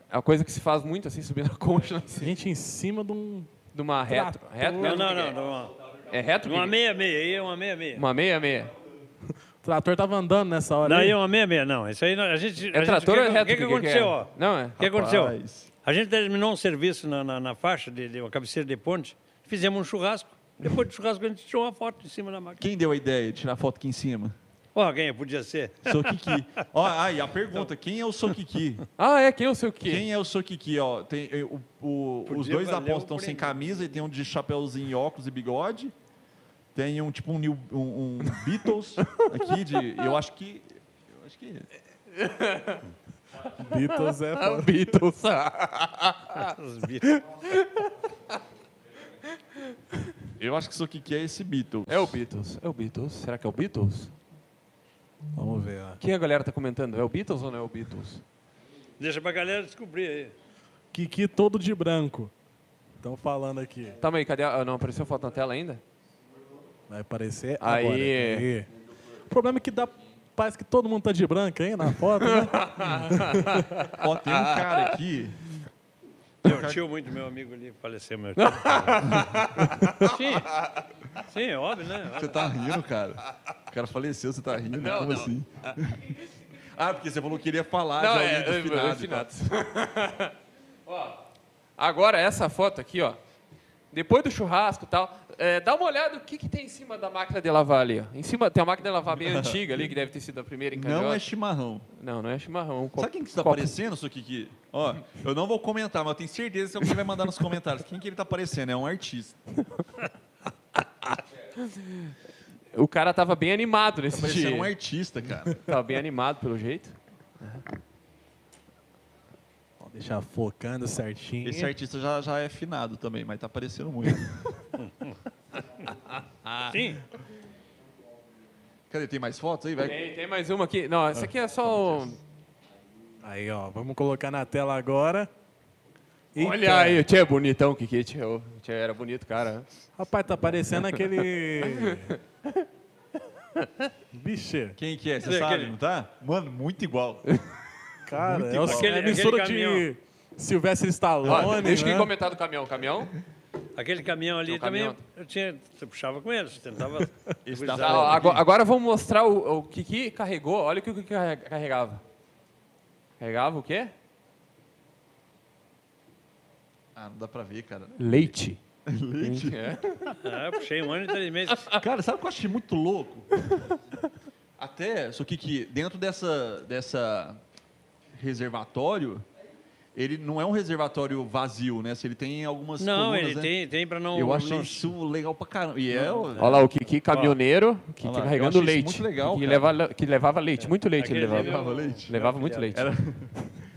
C: É uma coisa que se faz muito, assim, subir na concha, assim,
B: Gente, em cima de um.
C: de uma reto. reto
D: Não,
C: reto,
D: não,
C: que
D: não.
C: que
D: não.
C: É, é reto? que-
D: Uma meia-meia. Aí é uma meia-meia.
C: Uma meia, meia.
B: O trator tava andando nessa hora.
D: Não,
B: aí.
D: aí é uma meia-meia, não. Isso aí não- a gente.
C: É
D: a
C: trator
D: gente,
C: ou é reto?
D: O que, que aconteceu, ó?
C: é? Não, é.
D: O que aconteceu?
A: Rapaz.
D: A gente terminou um serviço na, na, na faixa, de, de, uma cabeceira de ponte, fizemos um churrasco. Depois do churrasco, a gente tirou uma foto em cima da máquina.
A: Quem deu a ideia de tirar foto aqui em cima?
D: Ó, quem podia ser?
A: Sou Kiki. Ó, aí a pergunta: quem é o Sou Kiki?
C: Ah, é, quem eu sei o quê?
A: Quem é o Sou Kiki? Ó, tem, eh, o- o- os
D: Podia
A: dois da
D: valer
A: aposta
D: o
A: estão sem
D: prêmio.
A: camisa e tem um de chapéuzinho, óculos e bigode. Tem um tipo um, New- um- um Beatles aqui de. Eu acho que. Eu acho que.
B: Beatles é
C: Ah, Beatles.
D: Os Beatles.
A: Eu acho que Sou Kiki é esse Beatles.
C: é o Beatles. É o Beatles. Será que é o Beatles?
B: Vamos ver, ó.
C: O que a galera tá comentando? É o Beatles ou não é o Beatles?
D: *laughs* Deixa pra galera descobrir aí.
B: Kiki todo de branco. Estão falando aqui.
C: Tamo aí, cadê? A... ah, Não apareceu foto na tela ainda?
B: Vai aparecer
C: Aí.
B: agora. Aí. O problema é que dá. Parece que todo mundo tá de branco aí na foto,
C: *laughs*
B: né?
A: Ó, tem um cara aqui.
D: Meu tio, muito meu amigo ali, faleceu meu tio. Sim, sim, é óbvio, né?
A: Você tá rindo, cara. O cara faleceu, você tá rindo?
C: Não,
A: Como
C: não.
A: assim? Ah, porque você falou que queria falar
C: Não,
A: já
C: é,
A: ouvido
C: é,
A: finado, tá?
C: é, finados. *laughs* Ó, agora essa foto aqui, ó. Depois do churrasco e tal, é, dá uma olhada o que, que tem em cima da máquina de lavar ali. Ó. Em cima tem uma máquina de
A: *laughs*
C: lavar bem antiga ali, que deve ter sido a primeira em
A: Não
C: Candiota.
A: é chimarrão.
C: Não, não é chimarrão. um copo-
A: Sabe quem que tá está
C: copo-
A: aparecendo, seu Kiki? Ó, eu não vou comentar, mas eu tenho certeza que alguém vai mandar nos comentários. Quem que ele tá aparecendo? É um artista.
C: O cara tava bem animado nesse
A: Aparecendo um
C: dia.
A: artista, cara.
C: Tava bem animado, pelo jeito.
B: Vou deixar focando certinho.
A: Esse artista já, já é finado também, mas tá aparecendo muito.
D: Sim.
A: Cadê? Tem mais fotos aí? Vai. Tá
C: Tem, tem mais uma aqui. Não, essa aqui é só... um-
B: Aí, ó. Vamos colocar na tela agora. Eita.
C: Olha aí, o Tchê é bonitão, Kiki. Tchê, o Tchê era bonito, cara.
B: Rapaz, tá parecendo aquele. Bicho,
A: Quem que é? Você
D: Cadê
A: sabe,
D: aquele?
A: não tá? Mano, muito igual.
B: cara,
A: Muito
B: é o-
A: igual.
B: é a
D: Aquele-
B: mistura
D: aquele
B: de Sylvester
A: Tá
B: Stallone.
C: Ó, deixa
B: né?
C: quem comentar do caminhão. Caminhão?
D: Aquele caminhão ali
A: um
C: Seu
D: também,
C: caminhão.
D: eu tinha, você puxava com eles, tentava...
A: *laughs* Esse tá
D: é.
C: Tá, ó,
D: Ah,
A: foda.
C: agora, agora vamos mostrar o, o que, que carregou. Olha o que, que carre- carregava. Carregava o quê?
A: Ah, não dá pra ver, cara.
C: Leite.
A: Leite.
C: É.
A: *laughs*
D: Ah, eu puxei um ano e três meses.
A: Cara, sabe o que eu achei muito louco? Até, só que, que dentro dessa, dessa reservatório, ele não é um reservatório vazio, né? Se ele tem algumas
D: Não,
A: colunas,
D: ele
A: né?
D: tem, tem pra não...
A: Eu achei
D: não-
A: isso legal pra caramba. E é, o-
C: Olha lá, o Kiki caminhoneiro que
A: Olha lá, eu
C: carregando
A: achei isso
C: leite.
A: muito legal,
C: que,
A: cara.
C: levava, que levava leite, muito leite ele
D: Aquele
C: levava.
D: ali é
C: Levava,
D: o-
A: leite.
C: muito leite.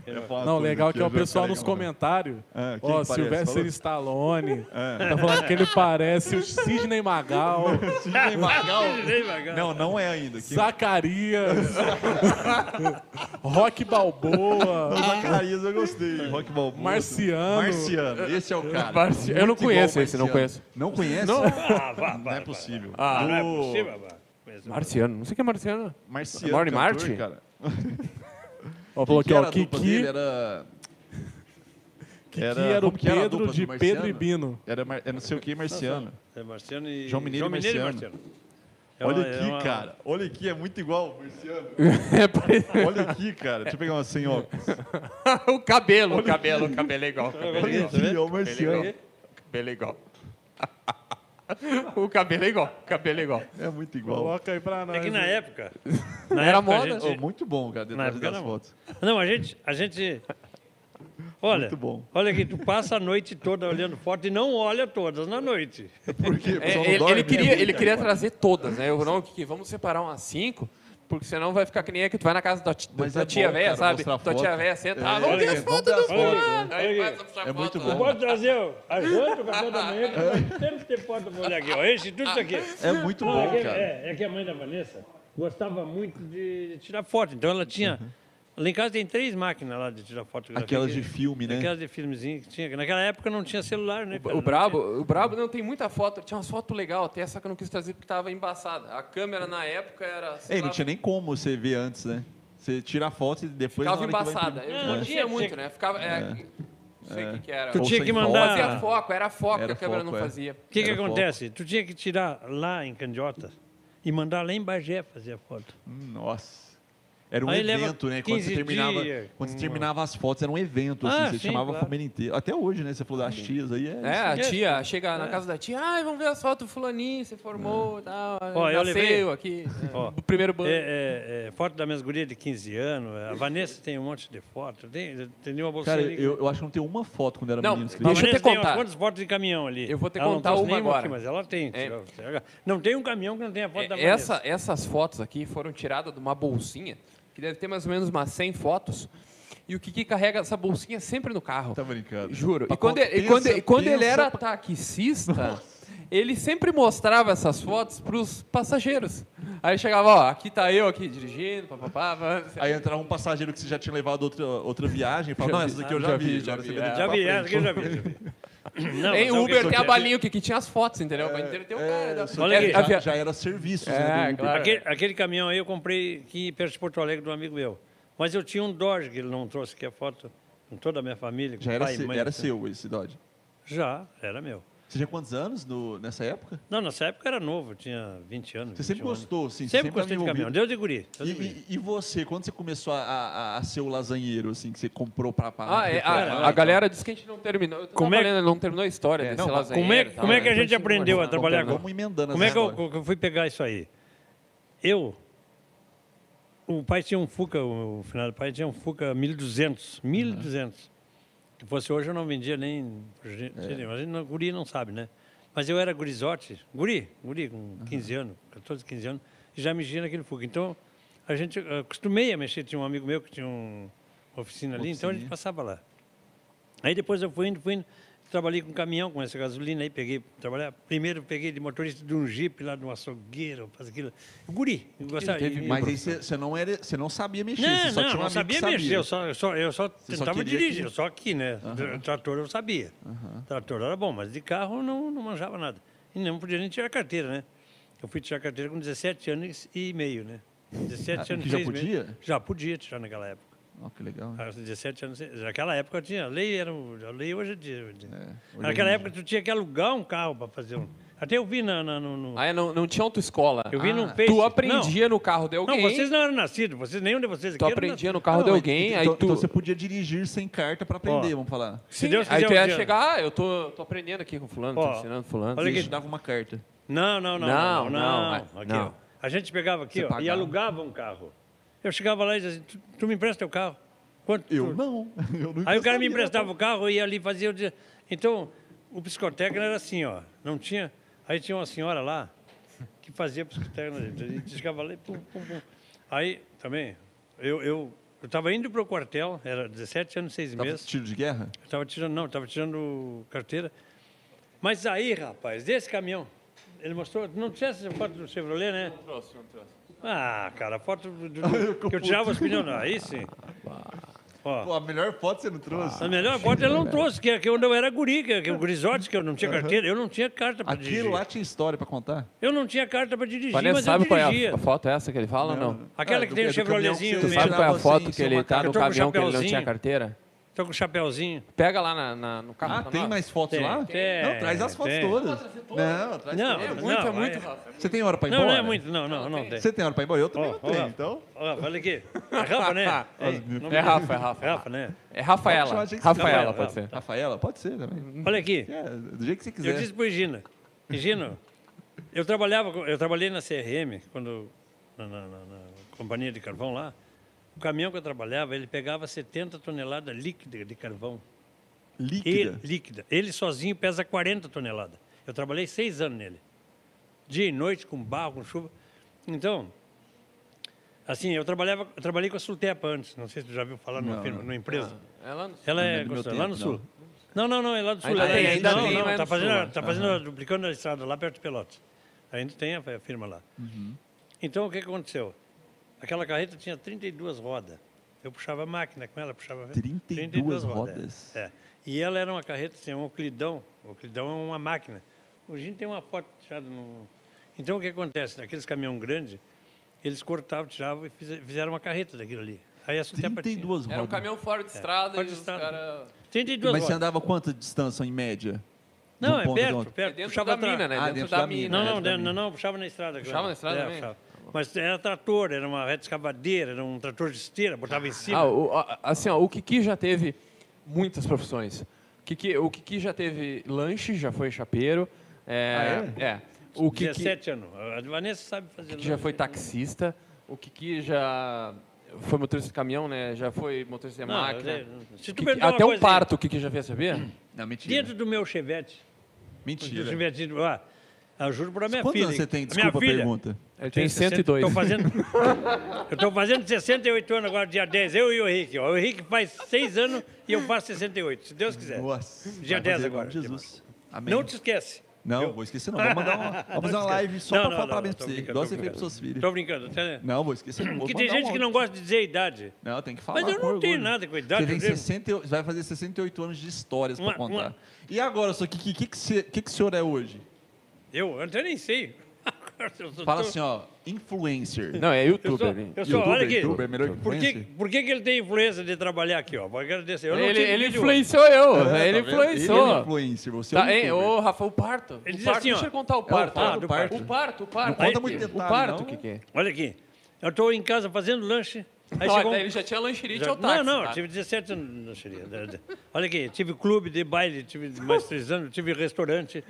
A: Eu ia falar uma
B: Não,
A: coisa
B: legal
A: aqui,
B: que é o
A: eu já
B: pessoal
A: falei,
B: nos
A: mano.
B: comentários.
A: Ah, quem
B: Ó,
A: que parece?
B: Sylvester
A: Falou?
B: Stallone. Tá falando que ele parece o Sidney Magal,
A: Sidney Magal.
D: *laughs* Ei, *laughs* vagar.
A: Não, não é ainda. Quem...
B: Zacarias, *laughs* Rock Balboa,
A: Zacarias eu gostei. Rock Balboa.
B: Marciano.
A: Marciano, esse é o cara.
C: Marci- eu não
A: Muito
C: conheço
A: igual
C: esse, não
A: Marciano.
C: conheço.
A: Não conhece?
C: Não.
D: Ah, vá,
A: Não
D: vá,
A: é
D: vá.
A: possível.
C: Ah,
D: Não é
A: Do-
D: possível, vá. Mas-
C: Marciano, não sei o que é *laughs* Marciano.
A: Marciano.
C: Morning
A: cantor,
C: Martin?
A: cara.
B: Ó, falou aqui,
A: que era
B: ó,
A: a dupla
B: é Kiki,
A: dele? Era...
B: Kiki era o
A: como que era a
B: Pedro
A: dupla do
B: de
A: Marciano?
B: Pedro e Bino.
A: Era, mar- era não sei o que, Marciano.
D: É Marciano e...
A: João Mineiro e Marciano.
D: É
A: Olha
D: uma- é
A: aqui,
D: uma-
A: cara. Olha aqui, é muito igual, Marciano.
C: É, parece-
A: Olha aqui, cara. Deixa eu pegar uma sem óculos.
C: *laughs* o cabelo, o cabelo, o cabelo é igual. O cabelo é
A: Olha
C: igual.
A: aqui, ó, o
C: O cabelo é
A: Marciano.
C: igual. O cabelo é igual. *laughs* O cabelo é igual. O cabelo é igual.
A: É muito igual.
B: Coloca aí pra nós.
D: É que na
B: hein?
A: *laughs*
D: época...
C: Era
D: época a
C: moda?
D: gente-
A: Ô, muito bom, cara,
D: Na
A: detrás
D: época
A: das
D: não.
A: fotos.
D: Não, a gente, a gente Olha,
A: Muito bom.
D: olha aqui, tu passa a noite toda olhando foto e não olha todas na noite.
A: Por quê? O
C: É,
A: pessoal não
C: ele,
A: dorme? né?
C: ele queria, ele queria trazer todas, né? Eu não, que vamos separar umas cinco, porque senão vai ficar que nem é que tu vai na casa da, ti- da
A: Mas
C: tua
A: é
C: tia
A: bom,
C: velha,
A: cara,
C: sabe?
A: mostrar
C: Tua
A: foto.
C: tia velha senta, ah,
A: É,
C: vamos ver
A: é,
C: as
A: vamos ver
C: fotos
A: as
C: dos
A: fotos,
C: fulano.
D: né?
C: Aí
D: Aí,
C: vai puxar
A: é
C: foto né?
A: muito
C: lá.
A: bom.
D: Pode trazer ó, as oito, o café da manhã, que sempre tem foto pra olhar aqui. Ó. Enche tudo isso aqui.
A: É muito
D: Não,
A: bom,
D: é, que,
A: cara.
D: é- é que a mãe da Vanessa gostava muito de tirar foto. Então ela tinha. Lá em casa tem três máquinas lá de tirar foto.
A: Uhum. Aquelas de filme, né?
D: Aquelas de filmezinho que tinha. que Naquela época não tinha celular, né?
C: O
D: cara? Não
C: Brabo, o Brabo não tem muita foto, tinha umas fotos legais até, só que eu não quis trazer porque tava embaçada. A câmera na época era. sei
A: Ei,
C: lá,
A: não tinha nem como você ver antes, né? Você tira a foto e depois.
C: ficava
A: na hora que vai
C: embaçada.
A: imprimir-
C: Eu
D: É.
C: não tinha
D: Tinha-
C: muito,
D: tinha-
C: né? Ficava. é, Não sei o que, que era.
D: Tu
A: Ou
D: tinha
A: sem
D: que
A: foto,
D: mandar-
A: né?
C: Fazia foco, era foco
A: Era
C: que a câmera
A: foco,
C: não
A: é.
C: fazia.
D: O que, que
A: Era foco.
D: acontece? Tu tinha que tirar lá em Candiota e mandar lá em Bagé fazer a foto.
A: Hum, Nossa. Era um
D: Aí leva
A: evento, né? Quando
D: 15
A: você, terminava,
D: dias.
A: quando você terminava as fotos, era um evento, assim,
D: Ah,
A: você
D: sim,
A: chamava
D: claro.
A: a família inteira. Até hoje, né? Você falou das tias aí, é,
C: É, a
D: Sim.
C: tia chega na casa da tia, ai, vamos ver as fotos do fulaninho, se
A: É.
C: formou, tal,
D: Ó, eu levei-
C: nasceu aqui,
D: Ó,
C: o primeiro
D: É,
C: banco.
D: é, é, foto da minha guria de 15 anos. A Vanessa tem um monte de foto. Tem, tem uma
A: isso.
D: bolsinha
A: Cara,
D: ali que-
A: eu, eu acho que não tem uma foto quando era
C: Não,
A: menino.
D: A
A: escrita.
C: deixa eu
D: Vanessa
C: te
D: tem
C: contar.
D: umas quantas fotos de caminhão ali?
C: Eu vou te
D: Ela não
C: contar
D: trouxe
C: uma
D: nenhuma
C: agora.
D: aqui, mas ela tem.
C: É.
D: tirou. Não tem um caminhão que não tenha foto da Vanessa.
C: Essa, essas fotos aqui foram tiradas de uma bolsinha, que deve ter mais ou menos umas 100 fotos, e o Kiki carrega essa bolsinha sempre no carro.
A: Tá brincando.
C: Juro.
A: Pra
C: E quando,
A: conta-
C: ele, e quando-
A: pensa-
C: e quando ele
A: pensa
C: era
A: pra-
C: taxista, ele sempre mostrava essas fotos para os passageiros. Aí chegava, ó, aqui tá eu aqui dirigindo, papapá.
A: Aí entrava um passageiro que você já tinha levado outra, outra viagem e falava,
C: Já
A: não,
C: vi,
A: essa daqui eu
C: já
A: já
C: vi,
A: vi.
C: já
A: agora
C: vi,
A: você vê
C: é.
A: daqui
D: Já
A: pra
D: vi,
A: frente.
D: essa que eu já vi. já
C: *laughs*
D: vi. Não, mas é
C: Em
D: alguém
C: Uber tem a
D: solteiro.
C: balinha que, que tinha as fotos,
D: é,
C: entendeu? Pra entreter o cara. né? da-
A: É, Só
D: um né? Olha
A: que
D: aqui.
C: a
A: já,
C: via-
A: já era serviço,
C: É,
A: né? do Uber.
C: claro.
D: Aquele, aquele caminhão aí eu comprei aqui perto de Porto Alegre de um amigo meu. Mas eu tinha um Dodge que ele não trouxe, que é foto com toda a minha família. com
A: Já era,
D: pai,
A: se-
D: mãe, tá.
A: era
D: tudo.
A: seu esse Dodge.
D: Já, era meu.
A: Você tinha quantos anos no- nessa época?
D: Não, nessa época era novo, eu tinha 20 anos.
A: Você sempre
D: 21 anos.
A: gostou, assim, você
D: Sempre
A: sempre
D: gostei de
A: tava
D: caminhão,
A: envolvido.
D: deu de guri. deu
A: E,
D: de guri.
A: e- e você, quando você começou a, a- a ser o lasanheiro, assim, que você comprou pra pra-
C: Ah, é,
A: pra-
C: a, a galera disse que a gente não terminou. Eu
D: Como
C: como
D: é-
C: é não terminou a história desse
A: não, mas
C: lasanheiro
D: como é-
C: e tal,
D: como é
C: né?
D: que a gente aprendeu a
C: Não
D: trabalhar
C: terminou.
A: então, Vamos emendando
D: Como é
A: essa
D: que eu,
A: história.
D: que eu fui pegar isso aí? Eu, o pai tinha um Fuca, o o final do pai tinha um Fuca 1200, 1200. Se fosse hoje eu não vendia nem, por je- seria, mas a gente não- guri não sabe, né? Mas eu era gurizote, guri, guri com 15 anos, 14, 15 anos, e já mexia naquele Fuca. Então, a gente eh, acostumei a mexer, tinha um amigo meu que tinha um- uma oficina ali, então a gente
A: Oficininha.
D: passava lá. Aí depois eu fui indo, fui indo. Trabalhei com caminhão, com essa gasolina aí, peguei, trabalhar. Primeiro peguei de motorista de um jipe lá de um açougueiro, faz aquilo. Guri, eu gostava.
C: teve
D: e-
A: Mas aí você, você não era, você não sabia mexer, você só
D: não,
A: tinha
D: não,
A: um
D: não
A: amigo
D: sabia
A: que sabia.
D: mexer, eu só, eu só, eu só
A: só
D: tentava
A: queria
D: dirigir,
A: que-
D: só aqui, né? Tra- Trator eu sabia. Trator era bom, mas de carro eu não, não manjava nada. E não podia nem tirar carteira, né? Eu fui tirar carteira com 17 anos e meio, né? 17
A: Ah,
D: anos
A: que
D: e
A: já
D: seis meses.
A: podia?
D: Já podia tirar naquela época.
A: Ó, que legal.
D: Aos 17 anos, naquela época eu tinha, a lei era, o- a lei hoje é dia. hoje é dia.
A: hoje
D: naquela
A: é
D: época tu tinha que alugar um carro para fazer um. Até eu vi na, na- no, no-
C: Ah, é, não, não tinha autoescola.
D: eu vi
C: Ah,
D: num Face.
C: Tu aprendia no carro de
D: Não,
C: alguém.
D: não, vocês não eram nascidos, vocês nenhum de vocês aqui.
C: Tu
D: era
C: aprendia
D: nascido.
C: no carro de
A: Não,
C: alguém,
A: então,
C: aí tu.
A: então você podia dirigir sem carta pra aprender,
D: Ó.
A: vamos falar.
D: Se Deus
C: aí
D: quiser,
C: tu
D: um
C: ia
D: dia-
C: chegar, ah, eu tô, tô aprendendo aqui com fulano,
D: Ó,
C: tô ensinando fulano.
D: olha
A: Você
D: aqui.
A: te dava uma carta.
D: Não, não, não.
C: Não,
D: Não, não.
C: não,
D: não.
C: mas-
D: Aqui, ó.
C: não.
D: A gente pegava aqui
A: Você
D: ó, e
A: pagava.
D: alugava um carro. Eu chegava lá e dizia assim, tu, tu me empresta teu carro? Quanto?
A: Eu
D: tu-
A: não. *laughs* Eu não
D: Aí o cara me
A: sabia.
D: emprestava o carro e ia ali fazia. eu dizia- Então, o psicotécnico era assim, ó. Não tinha. Aí tinha uma senhora lá que fazia psicotécnico. na gente. A gente chegava lá e pum, pum, pum. Aí, também, eu estava eu, eu tava indo para o quartel, era 17 anos, 6
A: Tava
D: meses.
A: tiro de guerra?
D: Eu tava tirando, não, tava tirando carteira. Mas aí, rapaz, desse caminhão, ele mostrou, não tinha essa foto do Chevrolet, né?
C: Trouxe, não trouxe.
D: Ah, cara, a foto do, do- que eu tirava os pneus, não, aí sim. Ó,
A: Pô, a melhor foto você não trouxe.
D: a melhor foto ele não trouxe, que é que onde eu era guri, que é que o grisote, que eu não tinha carteira, eu não tinha carta para dirigir.
A: Aquilo Ah, lá tinha história pra contar.
D: Eu não tinha carta para dirigir,
C: Vanessa,
D: mas eu
C: sabe qual é
D: dirigia.
C: a, a foto essa que ele fala ou não?
D: Aquela
A: Ah,
D: que
A: do-
D: tem
A: é
D: o né?
A: do caminhão
D: Chevroletzinho
A: que
D: no
A: você
C: Sabe
D: meio.
A: Ele
C: qual é a
A: andava
C: foto
A: sem-
C: que
A: sem
C: ele
A: uma
C: tá
A: carta.
C: no
D: Eu tô com
C: caminhão que ele não tinha
D: chapeuzinho.
C: carteira?
D: Tô com o chapéuzinho.
C: Pega lá na- na- no carro.
A: Ah,
C: pra
A: tem
C: nós.
A: mais fotos
D: Tem,
A: lá?
D: tem,
A: não, traz as fotos
D: tem.
A: todas. Não, traz
D: Não,
C: É
A: todas.
C: muito, é
D: Não,
C: muito,
D: é-
C: Rafa.
A: Você tem hora pra ir
D: Não,
A: embora?
D: não é muito, não, não, não tem.
A: Você tem hora pra ir embora? Eu também
D: Ó,
A: não
D: ó,
A: tenho,
D: Rafa,
A: então.
D: ó, olha aqui. É Rafa,
A: *laughs* Ah,
D: né? Ei, não me-
C: É Rafa, é Rafa.
D: É Rafa, né?
C: É Rafaela.
A: Pode chamar de
C: Rafaela,
D: Rafaela,
C: pode ser.
A: Rafaela, pode ser também.
D: Olha aqui.
A: É, do jeito que você quiser.
D: Eu disse para Gino, Gino, eu trabalhava, com- eu trabalhei na CRM quando na, na- na- na companhia de carvão lá O caminhão que eu trabalhava, ele pegava 70 toneladas líquida de carvão.
A: Líquida.
D: Ele, líquida. Ele sozinho pesa 40 toneladas. Eu trabalhei seis anos nele. Dia e noite, com barro, com chuva. Então, assim, eu, trabalhava, eu trabalhei com a Sultepa antes. Não sei se tu já viu falar numa,
A: Não,
D: firma,
A: não. Ah.
D: numa empresa.
C: Ela não...
D: Ela
A: Não
D: é,
A: é do meu
D: constru-
A: tempo,
D: lá no
A: não.
D: sul. Não, não, não, é lá do sul.
C: Ainda
D: Ela
C: tem,
D: é-
C: ainda
D: não,
C: tem,
D: não,
C: mas é
D: tá
C: do
D: fazendo,
C: sul,
D: a- tá fazendo a- duplicando a estrada lá perto de Pelotas. Ainda tem a f- a firma lá.
A: Uhum.
D: Então, o que que aconteceu? Aquela carreta tinha 32 rodas. Eu puxava a máquina com ela, puxava...
A: 32 rodas?
D: É. E ela era uma carreta, assim, um oclidão. O oclidão é uma máquina. Hoje a gente tem uma foto tirada no... Então, o que acontece? Naqueles caminhão grande, eles cortavam, tiravam e fize- fizeram uma carreta daquilo ali. Aí assim, a Sutepa tinha.
A: 32
C: Era um
A: rodas.
C: caminhão fora de estrada
D: É. fora
C: e
D: de
C: os
D: estrada.
C: caras...
D: 32
A: Mas você
D: rodas.
A: andava quanta distância em média? De um
D: Não, é
A: ponto ao
D: perto,
A: outro?
C: É
D: perto.
C: dentro
D: puxava
C: da
D: atrás.
C: mina, né?
A: Ah,
C: dentro,
A: dentro
C: da,
A: da
C: mina.
A: mina.
D: Não,
A: É,
D: não,
A: dentro da
D: não, não, puxava na estrada.
C: Puxava
D: claro.
C: na estrada
D: É,
C: também?
D: puxava. Mas era trator, era uma reta escavadeira, era um trator de esteira, botava em cima.
C: Ah, o- a- assim, ó, o Kiki já teve muitas profissões. Kiki, o Kiki já teve lanche, já foi chapeiro. É,
D: Ah,
C: é? O Kiki,
D: 17 anos. A Vanessa sabe fazer.
C: Kiki já
D: lanche.
C: foi taxista. O Kiki já foi motorista de caminhão, né? Já foi motorista de
D: Não,
C: máquina.
D: eu- Se tu
C: Kiki-
A: ah,
D: perguntar uma
A: um
C: até o
D: coisa,
C: parto o Kiki já fez, sabia?
A: Não, mentira.
D: Dentro do meu chevette, o
A: Mentira.
D: chevette, ah, eu juro pra minha
A: Quantos
D: filha.
A: anos você tem?
D: Minha
A: Desculpa a
D: filha,
A: pergunta.
C: Ele tem 102.
D: Estou fazendo, *laughs* eu estou fazendo 68 anos agora, dia 10, eu e o Henrique. ó. O Henrique faz 6 anos e eu faço 68, se Deus quiser.
A: Nossa.
D: É. Dia
A: Vai
D: 10
A: fazer,
D: agora.
A: Jesus. Amém.
D: Não te esquece.
A: Não, vou esquecer não. Vou
D: *laughs*
A: mandar uma, vou fazer uma live só
D: Não,
A: pra
D: não,
A: falar
D: não,
A: parabéns pra
D: não, tô
A: você.
D: brincando,
A: Igual você
D: tô
A: fez
D: brincando.
A: pros seus filhos.
D: Tô brincando. Até...
A: Não, vou esquecer não. Vou
D: Que tem
A: mandar
D: gente
A: um
D: que não gosta de dizer a idade.
A: Não, tem que falar.
D: Mas eu
A: com
D: não tenho
A: orgulho.
D: nada com idade,
A: Você tem
D: eu lembro.
A: 60, você vai fazer 68 anos de histórias
D: Uma-
A: pra contar.
D: uma-
A: E agora, só que o que, que, que, você- que que o senhor é hoje?
D: Eu até nem sei. *laughs* Agora eu sou
A: Fala
D: tão-
A: assim, ó, influencer.
C: Não, é
D: Eu sou,
C: youtuber. né?
D: eu sou olha aqui.
A: youtuber, é melhor que
D: por que,
A: influencer.
D: por que, que ele tem influência de trabalhar aqui, ó? Porque Eu quero dizer, eu não
C: ele
D: tive
C: ele
D: vídeo.
C: influenciou eu.
A: É, tá
C: ele
A: vendo?
C: influenciou.
A: Ele é influencer, você
C: Tá,
A: é
C: hein?
A: um youtuber.
C: Ô, Rafa, o parto.
D: Ele
C: o
D: diz
C: parto,
D: assim, ó.
C: deixa eu contar o
A: parto,
C: parto.
A: fala do
C: o parto,
A: parto.
C: o parto. O parto,
A: conta muito
C: O
A: detalhe,
C: parto,
A: não.
C: o que que é?
D: Olha aqui. Eu estou em casa fazendo lanche. Aí
C: Ó,
D: chegou um-
C: Ele já tinha lancherite
D: já-
C: ou táxi.
D: Não, não, eu
C: tá?
D: tive 17 anos. Não seria. da- da- *laughs* Olha aqui, tive clube de baile, tive mais três anos, tive restaurante,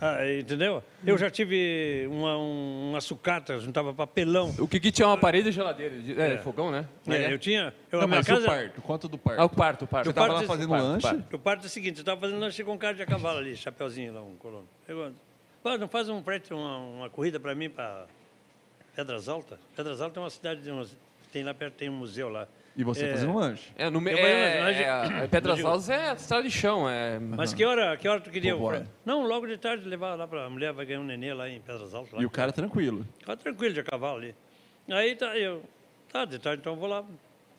D: ah, entendeu? Eu já tive uma, um, uma sucata, juntava papelão.
C: O Kiki tinha uma parede e geladeira. ele diz- É, fogão, né?
D: É, eu tinha. Eu, a
A: Não,
D: minha
A: mas e o
D: casa,
A: parto? Conta do parto.
C: Ah, o parto, o parto.
A: Eu tava lá
D: parto-
A: fazendo
C: parto,
A: lanche.
C: parto.
D: Eu parto do é seguinte, eu estava fazendo lanche com um cara de cavalo ali, chapeuzinho lá, um colono. Eu, "Pá, não faz um frete, uma, uma corrida para mim para Pedras Altas? Pedras Altas é uma cidade, de umas- tem lá perto, tem um museu lá.
A: E você
D: É.
A: fazendo lanche.
C: É, no me...
D: Eu
C: é,
D: falei, mas-
C: é, é, Pedras Altas é estrada de chão. É...
D: Mas que hora, que hora tu queria?
A: Vambora.
D: Eu falei, Não, logo de tarde levar lá para a mulher, vai ganhar um nenê lá em Pedras Altas. Lá.
A: E o cara tranquilo.
D: Tava tranquilo de cavalo ali. Aí tá, eu, tá, de tarde então eu vou lá.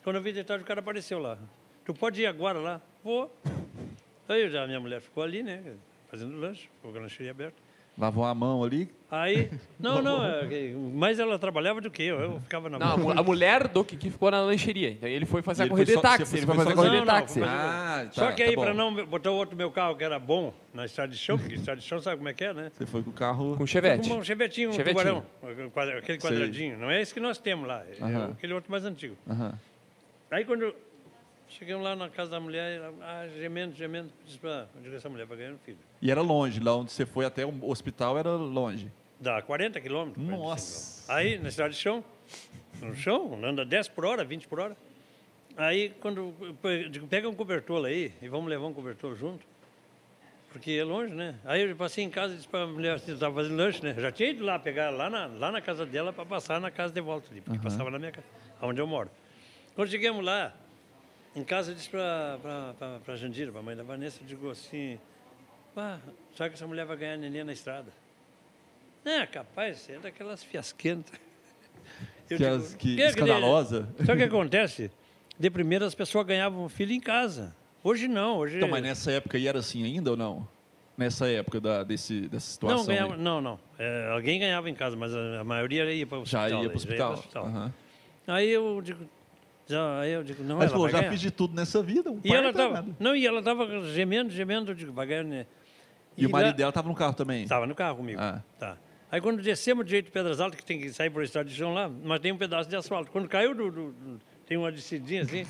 D: Quando eu vi de tarde o cara apareceu lá. Tu pode ir agora lá? Vou. Aí eu já- a minha mulher ficou ali, né, fazendo lanche, ficou com a lancheria aberta.
A: Lavou a mão ali. *laughs*
D: Aí, não, não, é que- mas ela trabalhava do que eu, eu ficava na
C: Não, a mu- a mulher do Kiki ficou na lancheria. Então ele foi fazer
A: E
C: a
A: ele
C: corrida
A: foi
C: de
A: só-
C: táxi.
A: você
C: Ele
A: foi
C: foi fazer a
A: fazer
C: corrida de
D: lanche?
C: táxi.
D: Não, não,
A: Ah,
D: Só que
A: tá
D: aí,
A: bom.
D: para não botar o outro meu carro que era bom na estrada de chão, porque estrada de chão sabe como é que é, né?
A: Você foi com o carro.
C: Com chevette.
D: Um chevetinho, um
C: Chevetinho.
D: tubarão, quadra- aquele quadradinho. Não é esse que nós temos lá, é
A: Aham.
D: aquele outro mais antigo.
A: Aham.
D: Aí quando chegamos lá na casa da mulher, ela, ah, gemendo, gemendo, disse pra eu digo, essa mulher vai ganhar um filho.
A: E era longe, lá onde você foi até o hospital era longe.
D: Dá 40 quilômetros. 45
A: Nossa.
D: quilômetros. Aí, na cidade de chão, no chão, anda 10 por hora, 20 por hora. Aí, quando eu pe- digo, pega um cobertor aí e vamos levar um cobertor junto, porque é longe, né? Aí eu passei em casa e disse para a mulher, assim, estava fazendo lanche, né? Já tinha ido lá pegar lá na, lá na casa dela para passar na casa de volta ali, porque passava na minha casa, onde eu moro. Quando chegamos lá, em casa eu disse para a Jandira, para a mãe da Vanessa, eu digo assim, pá, será que essa mulher vai ganhar neném na estrada? Não, capaz, você é
A: *laughs*
D: daquelas fiasquentas. Eu
A: Aquelas que-
D: "Que é dele?"
A: escandalosa.
D: Sabe o que acontece? De primeira as pessoas ganhavam um filho em casa. Hoje não, hoje...
A: Então, mas nessa época aí era assim ainda ou não? Nessa época da, desse, dessa situação.
D: não, ganhava,
A: aí.
D: não, não. É, alguém ganhava em casa, mas a, a maioria ia para o
A: Já
D: hospital.
A: ia
D: né?
A: pro hospital. Aham.
D: Aí eu digo... Já, aí eu digo, não,
A: Mas,
D: ela
A: pô,
D: vai
A: já
D: ganhar.
A: fiz de tudo nessa vida. Um
D: E ela
A: parto é
D: estava
A: nada.
D: não, e ela tava gemendo, gemendo, eu digo, vai ganhar, né?
A: E o marido
D: lá-
A: dela tava no carro também.
D: Estava no carro comigo.
A: Ah.
D: Tá. Aí quando descemos direito de Pedras Altas, que tem que sair por o estado de chão lá, mas tem um pedaço de asfalto. Quando caiu do. do- do- tem uma
C: *laughs*
D: descidinha assim,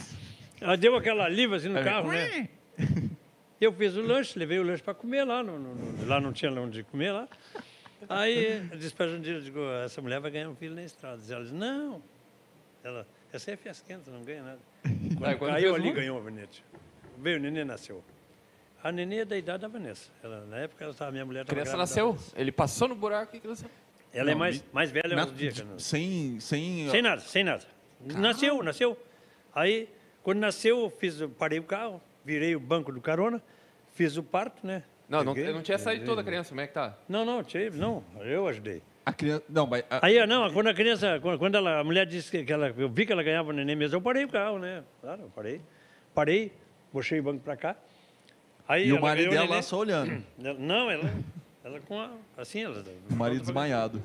D: ela deu aquela liva assim no carro, né? Eu fiz o lanche, levei o lanche para comer lá, no- no- no- lá não tinha onde comer lá. Aí eu disse para a Jandira, digo, essa mulher vai ganhar um filho na estrada. Ela disse, não. Ela, Essa aí é fiasquenta, não
C: *laughs*
D: ganha nada.
C: Aí, quando
D: Caiu
C: fez
D: ali,
C: um-
D: ganhou a Venete. Veio, o neném nasceu. A neném é da idade da Vanessa. Ela, na época, ela estava, minha mulher
C: A
D: estava
C: criança nasceu. Ele passou no buraco e a criança.
D: Ela é
A: Não,
D: mais,
A: me-
D: mais velha
A: Na-
D: uns dias. que ela nasceu.
A: sem, sem.
D: Sem nada, sem nada. Nasceu, nasceu. Aí, quando nasceu, eu fiz, eu parei o carro, virei o banco do carona, fiz o parto, né?
C: Não, não,
D: Peguei.
C: não tinha saído toda a criança. Como é que tá?
D: Não, não, tive, não, eu ajudei.
A: A criança. Não, mas. a-
D: Aí, não, quando a criança, quando quando ela, a mulher disse que que ela, eu vi que ela ganhava o neném mesmo, eu parei o carro, né? Claro, eu parei. Parei, puxei o banco pra cá. Aí
A: e o
D: ela
A: marido
D: ganhou
A: dela lá
D: neném.
A: só olhando.
D: Ela- Não, ela, ela com a, assim, ela...
A: O marido desmaiado.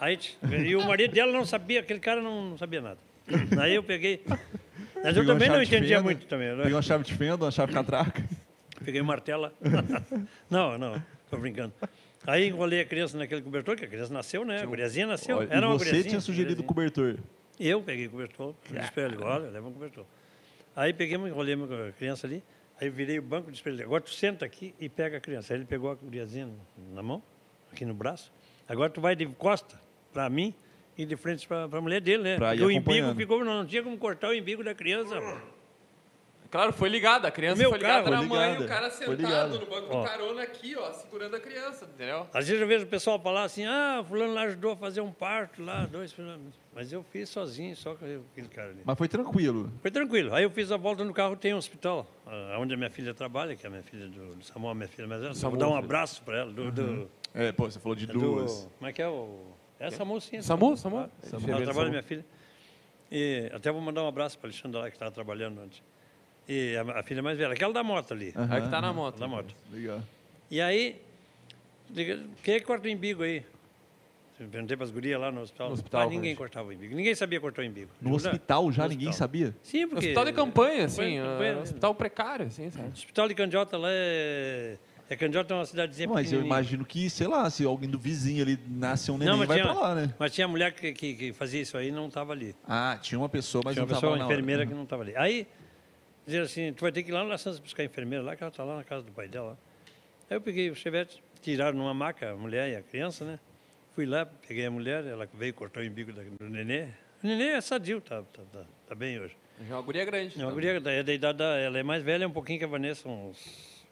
D: Aí, t- e o marido dela não sabia, aquele cara não, não sabia nada. Aí eu peguei. Mas
A: Pegou
D: eu
A: uma
D: também não
A: chave de
D: entendia
A: fenda,
D: muito também. né?
A: Pegou um- uma chave de fenda, uma chave catraca.
D: Peguei martela. *laughs* não, não, tô brincando. Aí enrolei a criança naquele cobertor, que a criança nasceu, né? A guriazinha nasceu.
A: Olha,
D: Era
A: um- e
D: uma assim?
A: você
D: guriazinha,
A: tinha sugerido o
D: guriazinha.
A: cobertor.
D: Eu peguei o cobertor,
A: Ah.
D: disse pra ele, olha, leva um cobertor. Aí peguei, enrolei a criança ali, aí virei o banco e disse pra ele, agora tu senta aqui e pega a criança. Aí ele pegou a guriazinha na mão, aqui no braço. Agora tu vai de costa para mim e de frente para a mulher dele, né?
A: Pra ir
D: Porque o embigo
A: acompanhando.
D: ficou, não, não tinha como cortar o embigo da criança. pô.
C: Claro, foi ligada. A criança
D: Meu
C: foi ligada
D: carro,
C: na
A: foi
C: mãe e
A: ligada,
C: o cara
A: foi
C: sentado
A: ligada.
C: no banco
D: Ó.
C: do carona aqui, ó, segurando a criança, entendeu?
D: Às vezes eu vejo o pessoal falar assim, ah, fulano lá ajudou a fazer um parto lá, dois fulano. Mas eu fiz sozinho, só com aquele cara ali.
A: Mas foi tranquilo.
D: Foi tranquilo. Aí eu fiz a volta no carro, tem um hospital, ah, onde a minha filha trabalha, que é a minha filha do, do Samuel, minha filha mais velha. Vou
C: Samuel, Uhum.
D: dar um
C: filho.
D: abraço para ela. Do, do,
A: É, pô, você falou de
D: do-
A: duas.
D: como é que é o... É Samuel, sim.
C: Samu, Samu?
D: Tá?
C: Samu.
D: Ela
C: Samu.
D: trabalha, minha filha. E até vou mandar um abraço para Alexandra lá, que estava trabalhando antes. E a, a filha mais velha, aquela da moto ali.
C: Aí que tá na moto.
D: Da moto.
A: Legal.
D: E aí, diga, quem é que corta o embigo aí? Eu perguntei para as gurias lá no hospital.
C: No hospital,
D: Ah, ninguém
C: corrige.
D: cortava o embigo. Ninguém sabia cortar o embigo.
A: No hospital já
D: No
A: ninguém
D: hospital.
A: sabia?
D: Sim, porque...
C: Hospital de campanha, assim.
D: Campanha, campanha,
C: é,
D: né?
C: Hospital precário, assim, sabe?
D: O hospital de Candiota lá é... é Candiota é uma cidadezinha
A: Mas eu
D: pequenininha.
A: imagino que, sei lá, se alguém do vizinho ali nasce um neném, vai
D: tinha,
A: pra lá, né?
D: mas tinha mulher que, que, que fazia isso aí e não estava ali.
A: Ah, tinha uma pessoa, mas
D: tinha uma
A: não
D: pessoa,
A: tava
D: uma
A: na hora. Uhum.
D: enfermeira que não estava ali. Aí, dizer assim, tu vai ter que ir lá no La Santos buscar a enfermeira lá, que ela está lá na casa do pai dela. Aí eu peguei o chevette, tiraram numa maca a mulher e a criança, né? Fui lá, peguei a mulher, ela veio cortar o embigo da- do nenê. O nenê é sadio, tá, tá, tá, tá bem hoje.
C: Já é uma guria grande.
D: Não,
A: Tá
D: a
C: então.
D: guria da- é da idade da, ela é mais velha um pouquinho que a Vanessa, uns,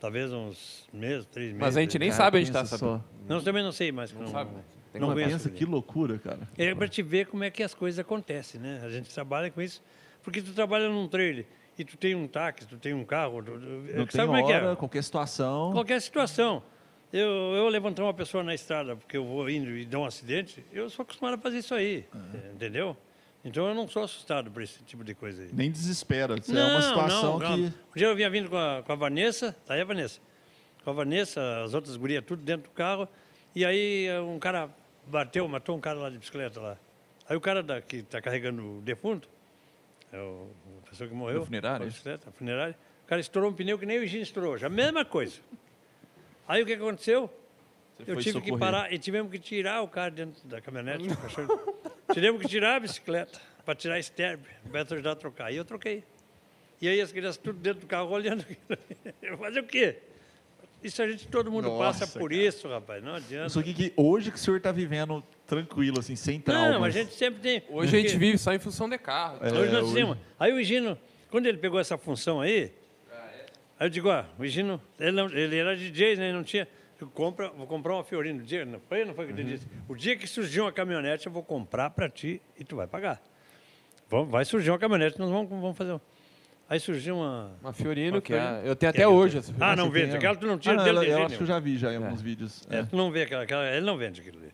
D: talvez uns meses, três meses. né?
C: Mas a gente nem
A: Cara,
C: sabe onde tá,
A: pensa
C: sabe?
A: só.
D: Não, também não sei mais. Não,
C: sabe, né? Tem
D: não
A: Mas
D: conheço
A: pensa,
D: ele.
A: que loucura, cara.
D: É para te ver como é que as coisas acontecem, né? A gente trabalha com isso, porque tu trabalha num trailer e tu tem um táxi, tu tem um carro, tu, tu-
A: Não tem hora,
D: sabe como é que é?
A: qualquer situação.
D: Qualquer situação. Eu, eu levantar uma pessoa na estrada porque eu vou indo e dou um acidente, eu sou acostumado a fazer isso aí, eh, entendeu? Então eu não sou assustado por esse tipo de coisa aí.
A: Nem desespera. Isso é uma situação
D: calma.
A: que.
D: Um dia eu vinha vindo com a, com a Vanessa, tá aí a Vanessa. Com a Vanessa, as outras gurias, tudo dentro do carro. E aí eh, um cara bateu, matou um cara lá de bicicleta lá. Aí o cara da, que está carregando o defunto, é o, a pessoa que morreu.
A: Da funerária?
D: com a Bicicleta, a funerária. O cara estourou um pneu que nem o Gino estourou, já a mesma coisa. Aí o que aconteceu? eu
A: foi
D: tive que
A: socorrer.
D: parar e tivemos que tirar o cara dentro da caminhonete.
A: *laughs*
D: o cachorro. tivemos que tirar a bicicleta para tirar a esterbe, para ajudar a trocar. E eu troquei. E aí as crianças tudo dentro do carro olhando. Eu *laughs* Fazer o quê? Isso a gente, todo mundo
A: Nossa,
D: passa por isso, rapaz. Não adianta.
A: Isso aqui que hoje que o senhor tá vivendo tranquilo, assim, sem traumas.
D: não, a gente sempre tem.
C: Hoje a gente vive só em função de carro.
A: É,
D: Hoje nós
A: hoje-
D: fizemos. Aí o Gino, quando ele pegou essa função aí, aí eu digo, ó, o Gino, ele, não- ele era DJ, né? Não tinha. Eu compra, vou comprar uma Fiorino. O dia, não foi, não foi que ele disse. O dia que surgir uma caminhonete, eu vou comprar para ti e tu vai pagar. Vamos, vai surgir uma caminhonete, nós vamos, vamos fazer. um- Aí surgiu uma.
C: Uma Fiorino,
D: Uma
C: que é-
D: Fiorino.
C: eu tenho
D: Que
C: até
D: é-
C: hoje. essa
D: Ah,
C: Fiorino.
D: não
A: Você tem
D: vende.
A: ela?
D: Aquela tu não
A: Ah,
D: tira
A: não,
D: dele
A: ela-
D: de
A: eu
D: jeito
A: acho que eu
D: nenhum.
A: já vi já em alguns vídeos.
D: É,
A: É.
D: tu não vê aquela, aquela- Ele não vende aquilo ali.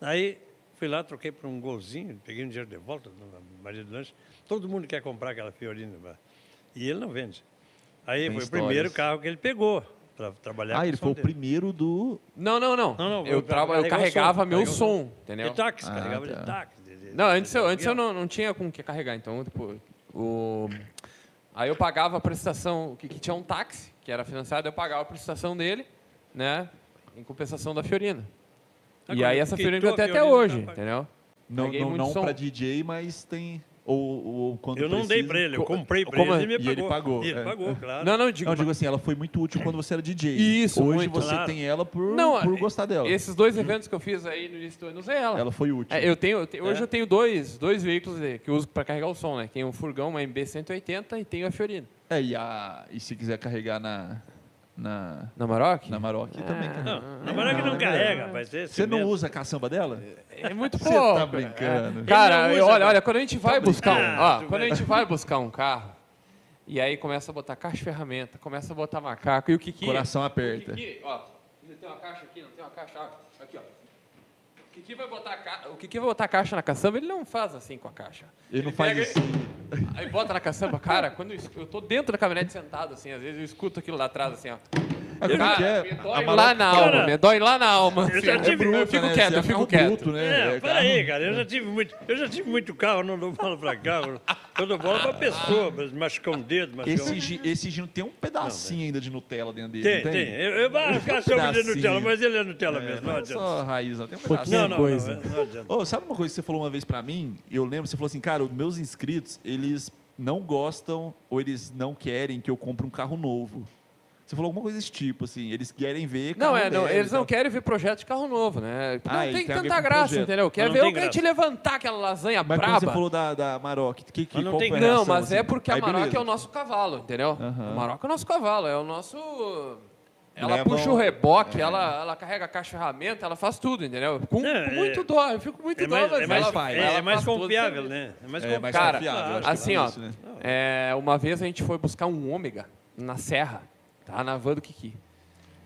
D: Aí fui lá, troquei por um golzinho, peguei um dinheiro de volta do marido do lanche. Todo mundo quer comprar aquela Fiorino. mas- E ele não vende. Aí
A: Tem
D: foi
A: histórias.
D: o primeiro carro que ele pegou para trabalhar
A: Ah,
D: com
A: ele
D: o
A: foi
D: som
A: o
D: dele.
A: primeiro do.
C: Não, não, não.
D: Não, não,
C: eu,
D: eu
C: traba- eu carregava
D: carregava o som,
C: meu
D: carregava o som.
C: som, entendeu?
D: De táxi,
A: Ah,
D: carregava
A: tá.
D: de táxi. de- de-
C: Não,
D: de-
C: antes eu,
D: de-
C: antes eu não, não tinha com o que carregar, então tipo, o aí eu pagava a prestação, que, que tinha um táxi, que era financiado, eu pagava a prestação dele, né, em compensação da Fiorina.
D: Ah,
C: e
D: quando
C: aí essa
D: quitou
C: Fiorina que eu
D: a
C: tenho até
D: Fiorino,
C: hoje,
D: tá,
C: entendeu?
A: Não,
C: Peguei
A: não,
C: muito
A: não
C: som.
A: pra DJ, mas tem. Ou, ou quando
D: Eu não dei
A: precisa-
D: para ele, eu
C: Co-
D: comprei para
C: como
D: ele e
A: é?
D: ele me
A: E ele
D: pagou.
A: pagou,
D: E ele
A: é.
D: pagou, claro.
C: Não, não, eu digo.
A: Não, eu digo assim, ela foi muito útil quando você era DJ.
C: Isso,
A: Hoje
C: muito.
A: você
D: Claro.
A: tem ela por,
C: não,
A: por
C: é-
A: gostar dela.
C: Esses dois eventos que eu fiz aí no início do ano, usei ela.
A: Ela foi útil.
C: É, eu tenho, eu te- hoje
D: É.
C: eu tenho dois, dois veículos eh, que eu uso para carregar o som, né? Tem um furgão, uma MB180 e tenho a Fiorina.
A: É, e, a- e se quiser carregar na, na,
C: Na Maroc?
A: na Maroc também carrega.
D: Não, na verdade que não carrega, vai ser
A: Você não
D: cimento.
A: usa a caçamba dela?
C: É muito
A: Você
C: pouco.
A: tá brincando.
C: É. Cara,
D: Ele não
C: eu-
D: usa,
C: olha,
D: cara.
C: olha, quando a gente vai buscar um,
D: brincando.
C: ó,
D: Ah, tu
C: quando a
D: vai.
C: gente vai buscar um carro, e aí começa a botar caixa de ferramenta, começa a botar macaco, e o Kiki...
A: Coração
C: o
A: aperta.
C: Kiki, ó, não tem uma caixa aqui, não tem uma caixa, ó, aqui, ó. O Kiki vai botar a ca... o Kiki vai botar a caixa na caçamba, ele não faz assim com a caixa.
A: Ele não faz
C: pega-
A: isso.
C: Aí bota na caçamba, cara, quando eu, escu- eu tô dentro da caminhonete sentado, assim, às vezes eu escuto aquilo lá atrás, assim, ó.
A: Sabe como que
C: Cara,
A: é?
C: me
A: A
C: dói né? lá
A: Maroc-
C: na alma,
D: Cara,
C: me dói lá na alma.
D: eu
C: filho.
D: já tive-
C: eu
A: bruta,
C: fico
A: né?
C: quieto,
A: Você
C: eu
A: é
C: fico
A: carro
C: quieto.
A: bruto, né?
D: É,
A: É
D: peraí, cara, eu já tive muito, eu já tive muito carro, não dou bola para carro, eu dou bola para pessoa, mas machucar um dedo, machucar
A: Esse,
D: um...
A: gi- esse gino tem um pedacinho ainda de Nutella dentro dele.
D: Tem,
A: não
D: tem. Eu, eu vou ficar sobre de
A: pedacinho.
D: Nutella, mas ele é Nutella
A: Tá assim. É,
D: mesmo,
A: não
D: não
A: é
D: adianta.
A: só raiz, não, tem um
B: Pouquinho.
A: pedacinho.
D: Não, não,
B: coisa.
D: não, não adianta.
A: Ô, sabe uma coisa que você falou uma vez pra mim? Eu lembro, você falou assim, cara, os meus inscritos, eles não gostam ou eles não querem que eu compre um carro novo. Você falou alguma coisa desse tipo, assim, eles querem ver
C: Não,
A: carro tá?
C: é, não,
A: velho e
C: eles não
A: tal.
C: querem ver projeto de carro novo, né? Não
A: então. Ah, e
C: tem
A: tem a ver
C: tanta
A: com
C: graça,
A: projeto.
C: entendeu? Quer
D: Mas não
C: ver
D: tem
C: alguém te
D: graça.
C: levantar aquela lasanha
A: Mas quando você
C: braba?
A: falou da, da Maroc, que, que,
D: Mas não
A: qual
D: tem
A: foi a
D: graça.
C: Não,
A: reação,
C: mas
A: assim?
C: é porque
A: Aí,
C: a Maroc
A: beleza.
C: é o nosso cavalo, entendeu?
A: Aham.
C: A Maroc é o nosso cavalo, é o nosso... Ela
A: Leva
C: puxa o
A: o-
C: reboque, ela, ela carrega a caixa de ferramenta, ela faz tudo, entendeu? Com,
D: É,
C: com
D: é.
C: muito dó, eu fico com muito
D: É
C: dó,
D: mais,
C: mas
D: é mais,
C: ela
A: faz,
D: é-
C: ela
D: é mais
C: faz tudo.
D: confiável, né? É mais
A: É, mais
C: Cara,
A: confiável, eu acho que
C: assim,
A: é
C: ó,
A: isso, né?
C: é, uma vez a gente foi buscar um ômega na serra, tá? Na van do Kiki.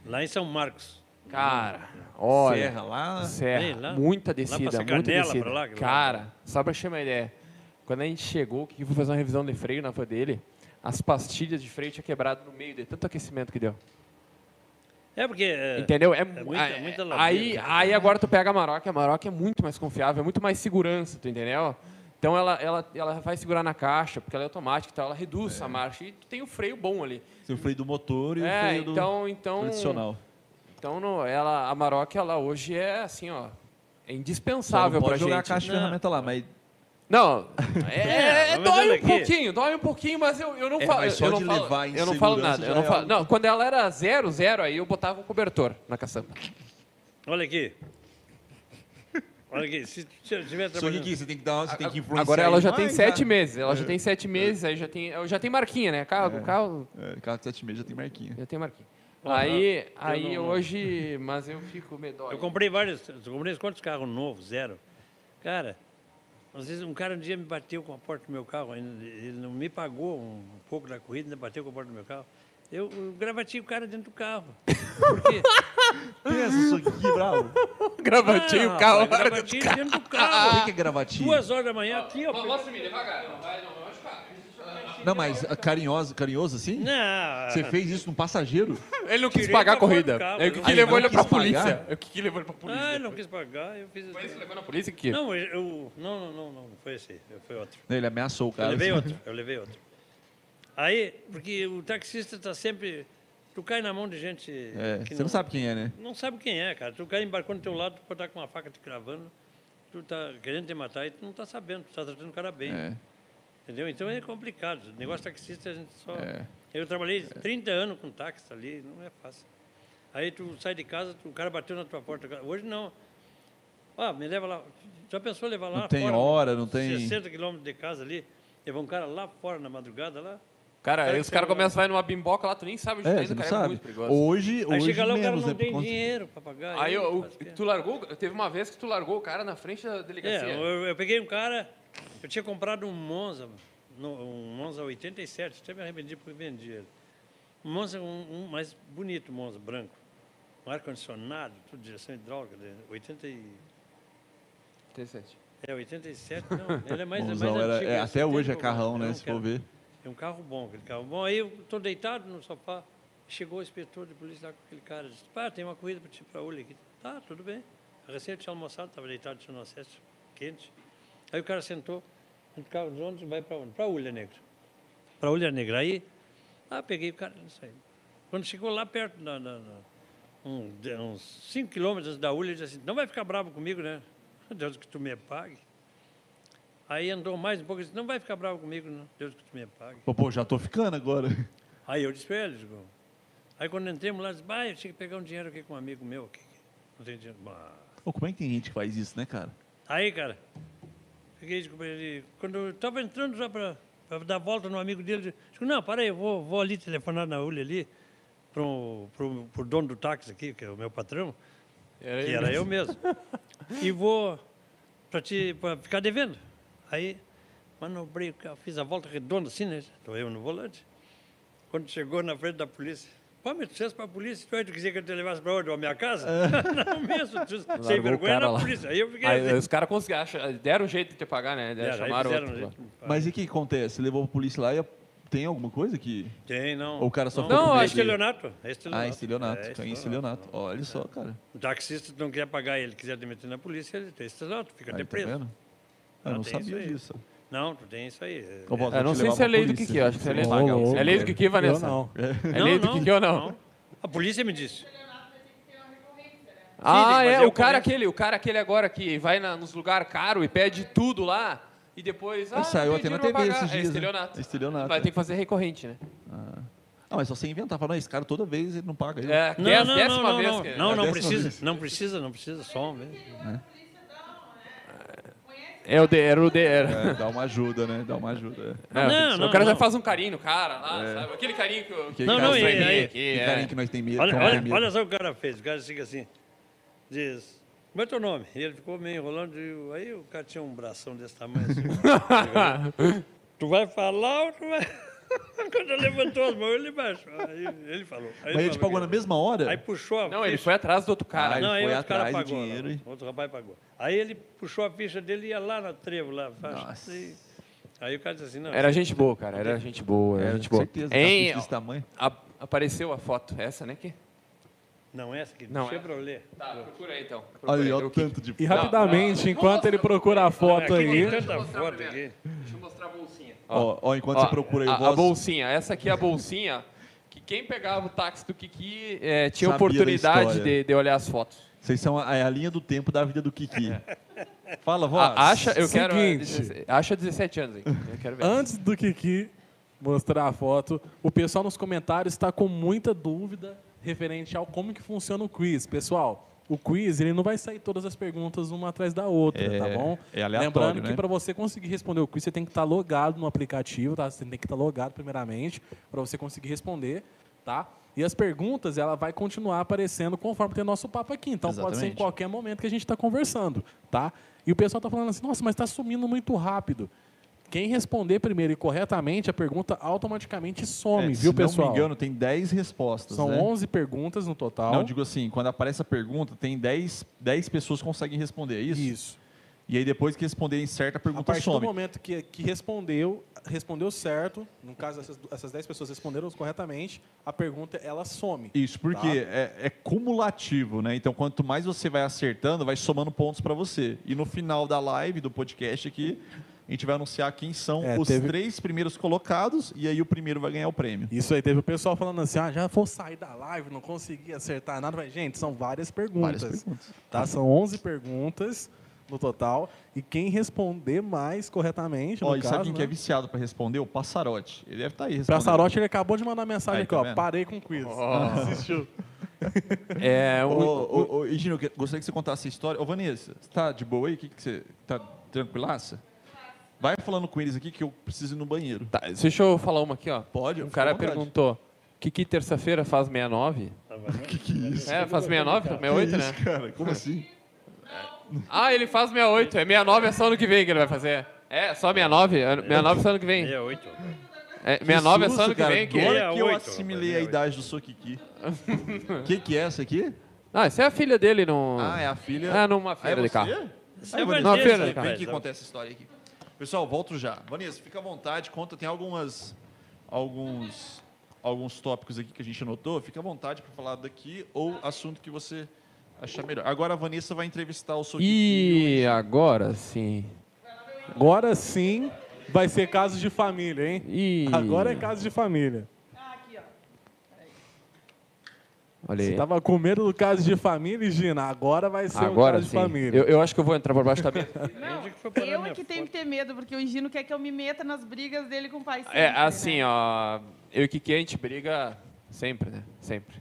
D: Lá em São Marcos.
C: Cara, olha.
A: Serra Tá lá...
C: Serra,
D: Ei, lá-
C: é muita
D: lá pra
C: descida,
D: Sacanela,
C: muita descida.
D: pra lá, que lá-
C: Cara, só pra chamar ideia, quando a gente chegou, que foi fazer uma revisão de freio na van dele, as pastilhas de freio tinha quebrado no meio de tanto aquecimento que deu.
D: É porque. é,
C: Entendeu? É,
D: muita-
C: é-
D: muita
C: aí,
D: ladeira.
C: aí agora tu pega a Maroc, a Maroc é muito mais confiável, é muito mais segurança, tu entendeu? Então ela, ela, ela vai segurar na caixa, porque ela é automática, e tal, ela reduz a
D: É.
C: marcha e tu tem o freio bom ali.
A: Tem o freio do motor e o
C: é,
A: freio do
C: então, então,
A: tradicional.
C: então no- ela, a Maroc ela hoje é assim, ó, é
A: Só Então, não
C: indispensável pra
A: pode
C: gente.
A: jogar a caixa de
D: Não.
A: ferramenta lá, mas
C: Não, é, é- é-
D: mas
C: dói
D: olha
C: um
D: aqui.
C: pouquinho, dói um pouquinho, mas eu, eu não
A: É,
C: falo.
A: mas só
C: eu não
A: de
C: falo,
A: levar em
C: Eu não falo
A: segurança
C: nada.
A: já
C: Eu não,
A: é
C: falo,
A: algo.
C: não, quando ela era zero, zero, aí eu botava um cobertor na caçamba.
D: Olha aqui. Olha aqui, se se eu estiver
A: Só que
D: trabalhando.
A: que você tem que dar, você tem que influenciar.
C: Agora ela
A: ele
C: já tem
A: é, mais,
C: sete
A: né?
C: meses. Ela já tem sete meses, aí já tem, eu já tem marquinha, né? Carro, carro,
A: É, carro de sete meses já tem marquinha.
C: já tem marquinha.
D: Aham.
C: Aí,
D: não-
C: aí
D: não-
C: hoje, mas eu fico medonho.
D: Eu comprei vários. Eu comprei quantos carros novos, zero. Cara, às vezes um cara um dia me bateu com a porta do meu carro, ainda, ele não me pagou um pouco da corrida, ainda bateu com a porta do meu carro. Eu, eu gravatei o cara dentro do carro. Por quê?
A: Pensa isso aqui, bravo.
C: Gravatinho,
D: Ah,
C: o carro.
D: rapaz, Gravatinho dentro do carro.
A: *laughs* O que é gravatinho?
D: Ah. Duas horas da manhã aqui, ó.
C: Mostra me devagar, não vai, não vai machucar.
A: Não, mas ah, carinhoso, carinhoso assim?
D: Não. ah,
A: Você fez isso num passageiro?
C: Ele não quis
D: Tirei
C: pagar a
D: pra fora do
C: corrida.
D: carro,
C: né? Aí o
D: eu
C: que,
D: não-
C: que
D: Ah,
C: levou
A: ele
C: ele
A: não
C: pra
A: quis
C: polícia?
A: pagar?
C: O que, que levou ele pra polícia?
D: Ah, ele não quis pagar, eu
C: Foi
D: fiz
C: isso
D: isso.
C: que levou na polícia que
D: Não, eu, eu- Não, não, não, não, não foi esse. eu- Foi outro.
A: Ele ameaçou o
D: Eu
A: cara.
D: levei
A: assim.
D: outro, eu levei outro. Aí, porque o taxista está sempre. Tu cai na mão de gente.
A: É,
D: que
A: você não sabe quem é, né?
D: Não sabe quem é, cara. Tu cai embarcou no teu lado, tu pode estar com uma faca te cravando, tu tá querendo te matar e tu não tá sabendo, tu tá tratando o cara bem.
A: É.
D: Entendeu? Então é complicado. O negócio de taxista a gente só.
A: É.
D: Eu trabalhei 30 anos com táxi ali, não é fácil. Aí tu sai de casa, tu- o cara bateu na tua porta. Hoje não. Ah, me leva lá. Já pensou levar lá
A: Não tem
D: fora?
A: hora, não tem- É,
D: 60 quilômetros de casa ali, levar um cara lá fora na madrugada lá.
C: Cara,
D: Cara,
C: aí
D: que
C: os
D: você
C: caras
D: não-
C: começam, vai numa bimboca lá, tu nem sabe onde
A: É,
C: tá indo,
A: você não
C: cara, é
A: sabe.
C: muito perigoso.
A: Hoje,
D: Aí
A: hoje
D: chega lá, o cara
A: menos,
D: não
A: né? por
D: tem
A: conta-
D: dinheiro para pagar.
C: Aí é.
D: não
C: o,
D: faz o quê.
C: tu largou, teve uma vez que tu largou o cara na frente da
D: É,
C: delegacia.
D: eu, eu peguei um cara, eu tinha comprado um Monza, no- um Monza 87, até me arrependi porque vendi ele. Um Monza, um, um mais bonito Monza, branco. Um ar-condicionado, tudo, direção hidráulica, né? 80 e-
C: Interessante.
D: é 87, não, ele é mais, é mais
A: Bonzão, era-
D: antigo,
A: é,
D: é
A: até hoje é
D: 70 e pouco,
A: carrão,
D: eu
A: né?
D: não
A: Se
D: quero.
A: for ver.
D: É um carro bom, aquele carro bom. Aí eu estou deitado no sofá, chegou o inspetor de polícia lá com aquele cara, disse, pá, tem uma corrida para ti para olho aqui. Tá, tudo bem. A recém eu tinha almoçado, estava deitado, tinha um acesso quente. Aí o cara sentou, no carro de ônibus, vai para onde? Para Ulha Negra. Para Ulha Negra. Aí, ah, peguei o cara, não sei. Quando chegou lá perto, na, na- na- um- de- uns 5 quilômetros da Ulha, ele disse assim, não vai ficar bravo comigo, né? Deus que tu me pague. Aí andou mais um pouco e disse, não vai ficar bravo comigo, não. Deus que te me pague.
A: Pô, pô, já tô ficando agora. *laughs*
D: Aí eu disse pra ele, digo. Aí quando entramos lá, disse, bah, eu tinha que pegar um dinheiro aqui com um amigo meu aqui. Não tem dinheiro. Bah.
A: Pô, como é que tem gente que faz isso, né, cara?
D: Aí, cara, fiquei digo, pra ele. Quando eu estava entrando já para dar volta no amigo dele, digo, não, para aí, eu vou, vou ali telefonar na Ulha ali, para o dono do táxi aqui, que é o meu patrão,
A: É
C: Era
D: que
C: ele
D: era eu mesmo. e vou para te pra ficar devendo. Aí, manobrei, o carro, fiz a volta redonda assim, né? Estou eu no volante. Quando chegou na frente da polícia, pô, me trouxe para a polícia, tu aí, tu queria que eu te levasse para onde? Para minha casa?
A: É.
D: *laughs* não mesmo, tu- sem
C: o
D: vergonha
C: cara
D: na
C: lá.
D: polícia. Aí eu fiquei
C: Aí,
D: assim.
C: os caras conseguiram, acha- deram um jeito de te pagar, né? Deram,
D: Era, aí
C: chamaram
D: fizeram
C: outro.
D: um
C: lá.
D: jeito, pá.
A: Mas e o que que acontece? Você levou a polícia lá e a- tem alguma coisa que.
D: Tem, não.
A: Ou o cara só
D: não.
A: ficou com
D: Não, é
A: medo?
D: estelionato. É estelionato.
A: Ah, estelionato.
D: É
A: É, estelionato. Olha só, cara.
D: O taxista não quer pagar ele, quiser te meter na polícia, ele tem estelionato, fica até
A: Aí, tá
D: preso.
A: vendo? Eu
D: Ah,
A: não
D: tem isso
A: sabia
D: aí.
A: disso.
D: Não, tu tem isso aí. É-
A: Ô, Bob,
C: Eu não
A: te
C: sei
A: levar
C: se é
A: pra
C: lei do
A: polícia.
C: Kiki, eu acho que é lei
A: Ô,
C: do
A: ô,
C: Kiki.
A: ô,
C: É lei do Kiki,
B: Eu
C: Vanessa?
B: não.
C: É lei do Kiki ou não?
D: A polícia me disse.
E: né?
C: Ah,
D: Sim, tem que
C: é,
D: fazer
C: o
D: o
C: cara
D: comércio.
C: aquele, o cara aquele agora que vai na- nos lugares caros e pede tudo lá e depois. Ah,
A: Ah, saiu
C: não
A: até
C: tem
A: na
C: dinheiro pra
A: TV
C: pagar.
A: esses
C: É
A: dias, né?
C: estelionato.
A: É estelionato,
C: Vai
A: é.
C: ter que fazer recorrente, né?
A: Ah, mas só você inventar. Fala, não, esse cara toda vez ele não paga. ele.
C: É,
D: Não,
C: dez-
D: não,
C: décima
D: não, não,
C: vez
D: não,
C: que-
D: não,
A: É a
D: não
A: décima
D: precisa,
A: vez.
D: não precisa, não precisa, só um mesmo.
C: É o D, era o D, era.
A: É, dá uma ajuda, né? Dá uma ajuda. é.
C: É,
D: Não,
C: o
D: não,
C: cara já
D: não.
C: faz um carinho no cara lá, sabe? Aquele carinho que o.
A: Que
D: Não,
A: cara
D: não, e-
A: estranho,
D: e-
A: que
C: aqui,
A: carinha
C: é.
A: que nós tem medo.
D: Olha,
A: como tem
D: olha,
A: medo.
D: olha só o que o cara fez. O cara fica assim, diz, como é teu nome? E ele ficou meio enrolando. E aí o cara tinha um bração desse tamanho
C: Ah.
D: assim. *laughs* tu vai falar ou tu vai... *laughs* Quando ele levantou as mãos, ele baixou. Aí ele falou. Aí
A: Mas ele te
D: falou
A: pagou
D: que-
A: na mesma hora?
D: Aí puxou a
C: Não, ele
D: ficha.
C: foi atrás do outro cara.
A: Ai,
D: Não, aí
A: foi
D: outro cara
A: atrás do
D: pagou. lá,
A: dinheiro e-
D: Outro rapaz pagou. Aí ele puxou a ficha dele e ia lá na trevo, lá. faz-
A: Nossa.
D: e- Aí o cara disse assim, não.
C: Ah, Era gente boa, cara. Era gente boa, era
A: É,
C: gente
A: com
C: boa.
A: certeza.
C: Hein,
A: Hein, desse tamanho.
C: a- apareceu a foto. Essa, né? Que?
D: Não, essa aqui,
C: Não,
D: não, Chevrolet.
C: Tá, procura aí então.
A: Olha aí, tá- olha o tanto de
B: E
A: foto.
B: rapidamente, enquanto ele procura a foto
D: Aqui tem
B: aí.
D: tanta foto aqui.
C: Deixa eu mostrar a bolsinha.
A: Ah, Ó, ó, enquanto
C: Ó,
A: você procura aí,
C: a,
A: eu
C: a
A: vou-
C: bolsinha. Essa aqui é a bolsinha que quem pegava o táxi do Kiki eh,
A: Sabia
C: tinha
A: da
C: oportunidade
A: história.
C: de, de olhar as fotos.
A: Vocês são a, é a linha do tempo da vida do
C: *laughs*
A: Kiki. Fala, vó.
C: A- acha, eu quero. eh,
B: seguinte.
C: 16 acha 17 anos aí. Eu quero ver.
B: Antes do Kiki mostrar a foto, o pessoal nos comentários está com muita dúvida referente ao como que funciona o quiz. Pessoal, o quiz ele não vai sair todas as perguntas uma atrás da outra,
A: É,
B: tá bom?
A: é aleatório,
B: Lembrando que
A: né?
B: para você conseguir responder o quiz, você tem que estar logado no aplicativo, tá? Você tem que estar logado primeiramente para você conseguir responder, tá? E as perguntas, ela vai continuar aparecendo conforme tem nosso papo aqui. Então pode ser em
A: Exatamente.
B: qualquer momento que a gente está conversando, tá? E o pessoal está falando assim, nossa, mas está sumindo muito rápido. Quem responder primeiro e corretamente, a pergunta automaticamente
C: um
B: some,
A: É,
B: viu,
A: se
B: pessoal?
A: não me engano, tem 10 respostas.
B: São
A: né?
B: 11 perguntas no total.
A: Não, digo assim, quando aparece a pergunta, tem 10, 10 pessoas que conseguem responder, é isso?
B: Isso.
A: E aí depois que responderem certa, a
B: A
A: pergunta
B: partir do
A: some.
B: momento que, que respondeu, respondeu certo, no caso, essas, essas 10 pessoas responderam corretamente, a pergunta, ela some.
A: Isso, porque
B: Tá.
A: é, é cumulativo, né? Então, quanto mais você vai acertando, vai somando pontos para você. E no final da live, do podcast aqui, a gente vai anunciar quem são
B: É,
A: os
B: teve-
A: três primeiros colocados e aí o primeiro vai ganhar o prêmio.
B: Isso aí, teve o pessoal falando assim, ah, já vou sair da live, não consegui acertar nada. Mas, gente, são várias perguntas.
A: Várias perguntas.
B: Tá? São 11 perguntas no total. E quem responder mais corretamente,
A: Ó,
B: no
A: e
B: caso,
A: sabe quem
B: né?
A: que é viciado para responder? O Passarote. Ele deve estar aí respondendo.
B: Passarotti, ele acabou de mandar mensagem
A: Aí,
B: aqui,
A: tá
B: ó.
A: vendo?
B: Parei com o quiz. Desistiu.
C: É,
A: Ô,
C: um-
A: ô, ô, Egino, eu que- gostaria que você contasse essa história. Ô, Vanessa, você tá de boa aí? Que que você tá tranquilaça? Vai falando com eles aqui que eu preciso ir no banheiro.
C: tá, deixa eu falar uma aqui, ó.
A: Pode?
C: Um
A: Fica
C: cara
A: à vontade.
C: perguntou. Kiki terça-feira faz 69? É, faz 69, 68, né?
A: É Cara, como *laughs* assim?
C: Ah, ele faz 68. É 69 é só ano que vem que ele vai fazer. É, só 69? É, 69 é só ano que vem.
D: 68.
C: É, 69 é só ano
A: susto,
C: que
A: cara.
C: vem que.
D: Dois.
A: Agora que eu
D: 68,
A: assimilei a
D: rapaz,
A: idade do Sokiki. O *laughs* que, que é essa aqui?
C: Ah, essa é a filha dele no.
A: Ah, é a filha.
C: Ah, numa
A: Ah, é
C: feira de
A: você?
C: carro.
A: Aí,
D: é
A: Vanessa,
C: bandeira,
A: vem,
C: cara.
A: vem que conta essa história aqui. Pessoal, volto já. Vanessa, fica à vontade, conta. Tem algumas, alguns, alguns tópicos aqui que a gente anotou. Fica à vontade para falar daqui ou assunto que você achar melhor. Agora a Vanessa vai entrevistar o Sokiki.
C: E agora sim.
B: Agora sim vai ser caso de família, hein?
C: E...
E: Tá
B: Agora é caso de família.
E: Ah, aqui, ó.
C: Olha
B: Você
C: aí.
B: tava com medo do caso de família, Gina. Agora vai ser o
C: Agora
B: caso
C: sim.
B: de família.
C: Eu, eu acho que eu vou entrar por baixo da mesa.
E: Não,
D: Onde que foi parar
E: eu é
D: minha
E: que tenho
D: foto?
E: que ter medo, porque o Gino quer que eu me meta nas brigas dele com o pai sempre,
C: É, assim,
E: né?
C: ó. Eu e o Kiki, a gente briga sempre, né? Sempre.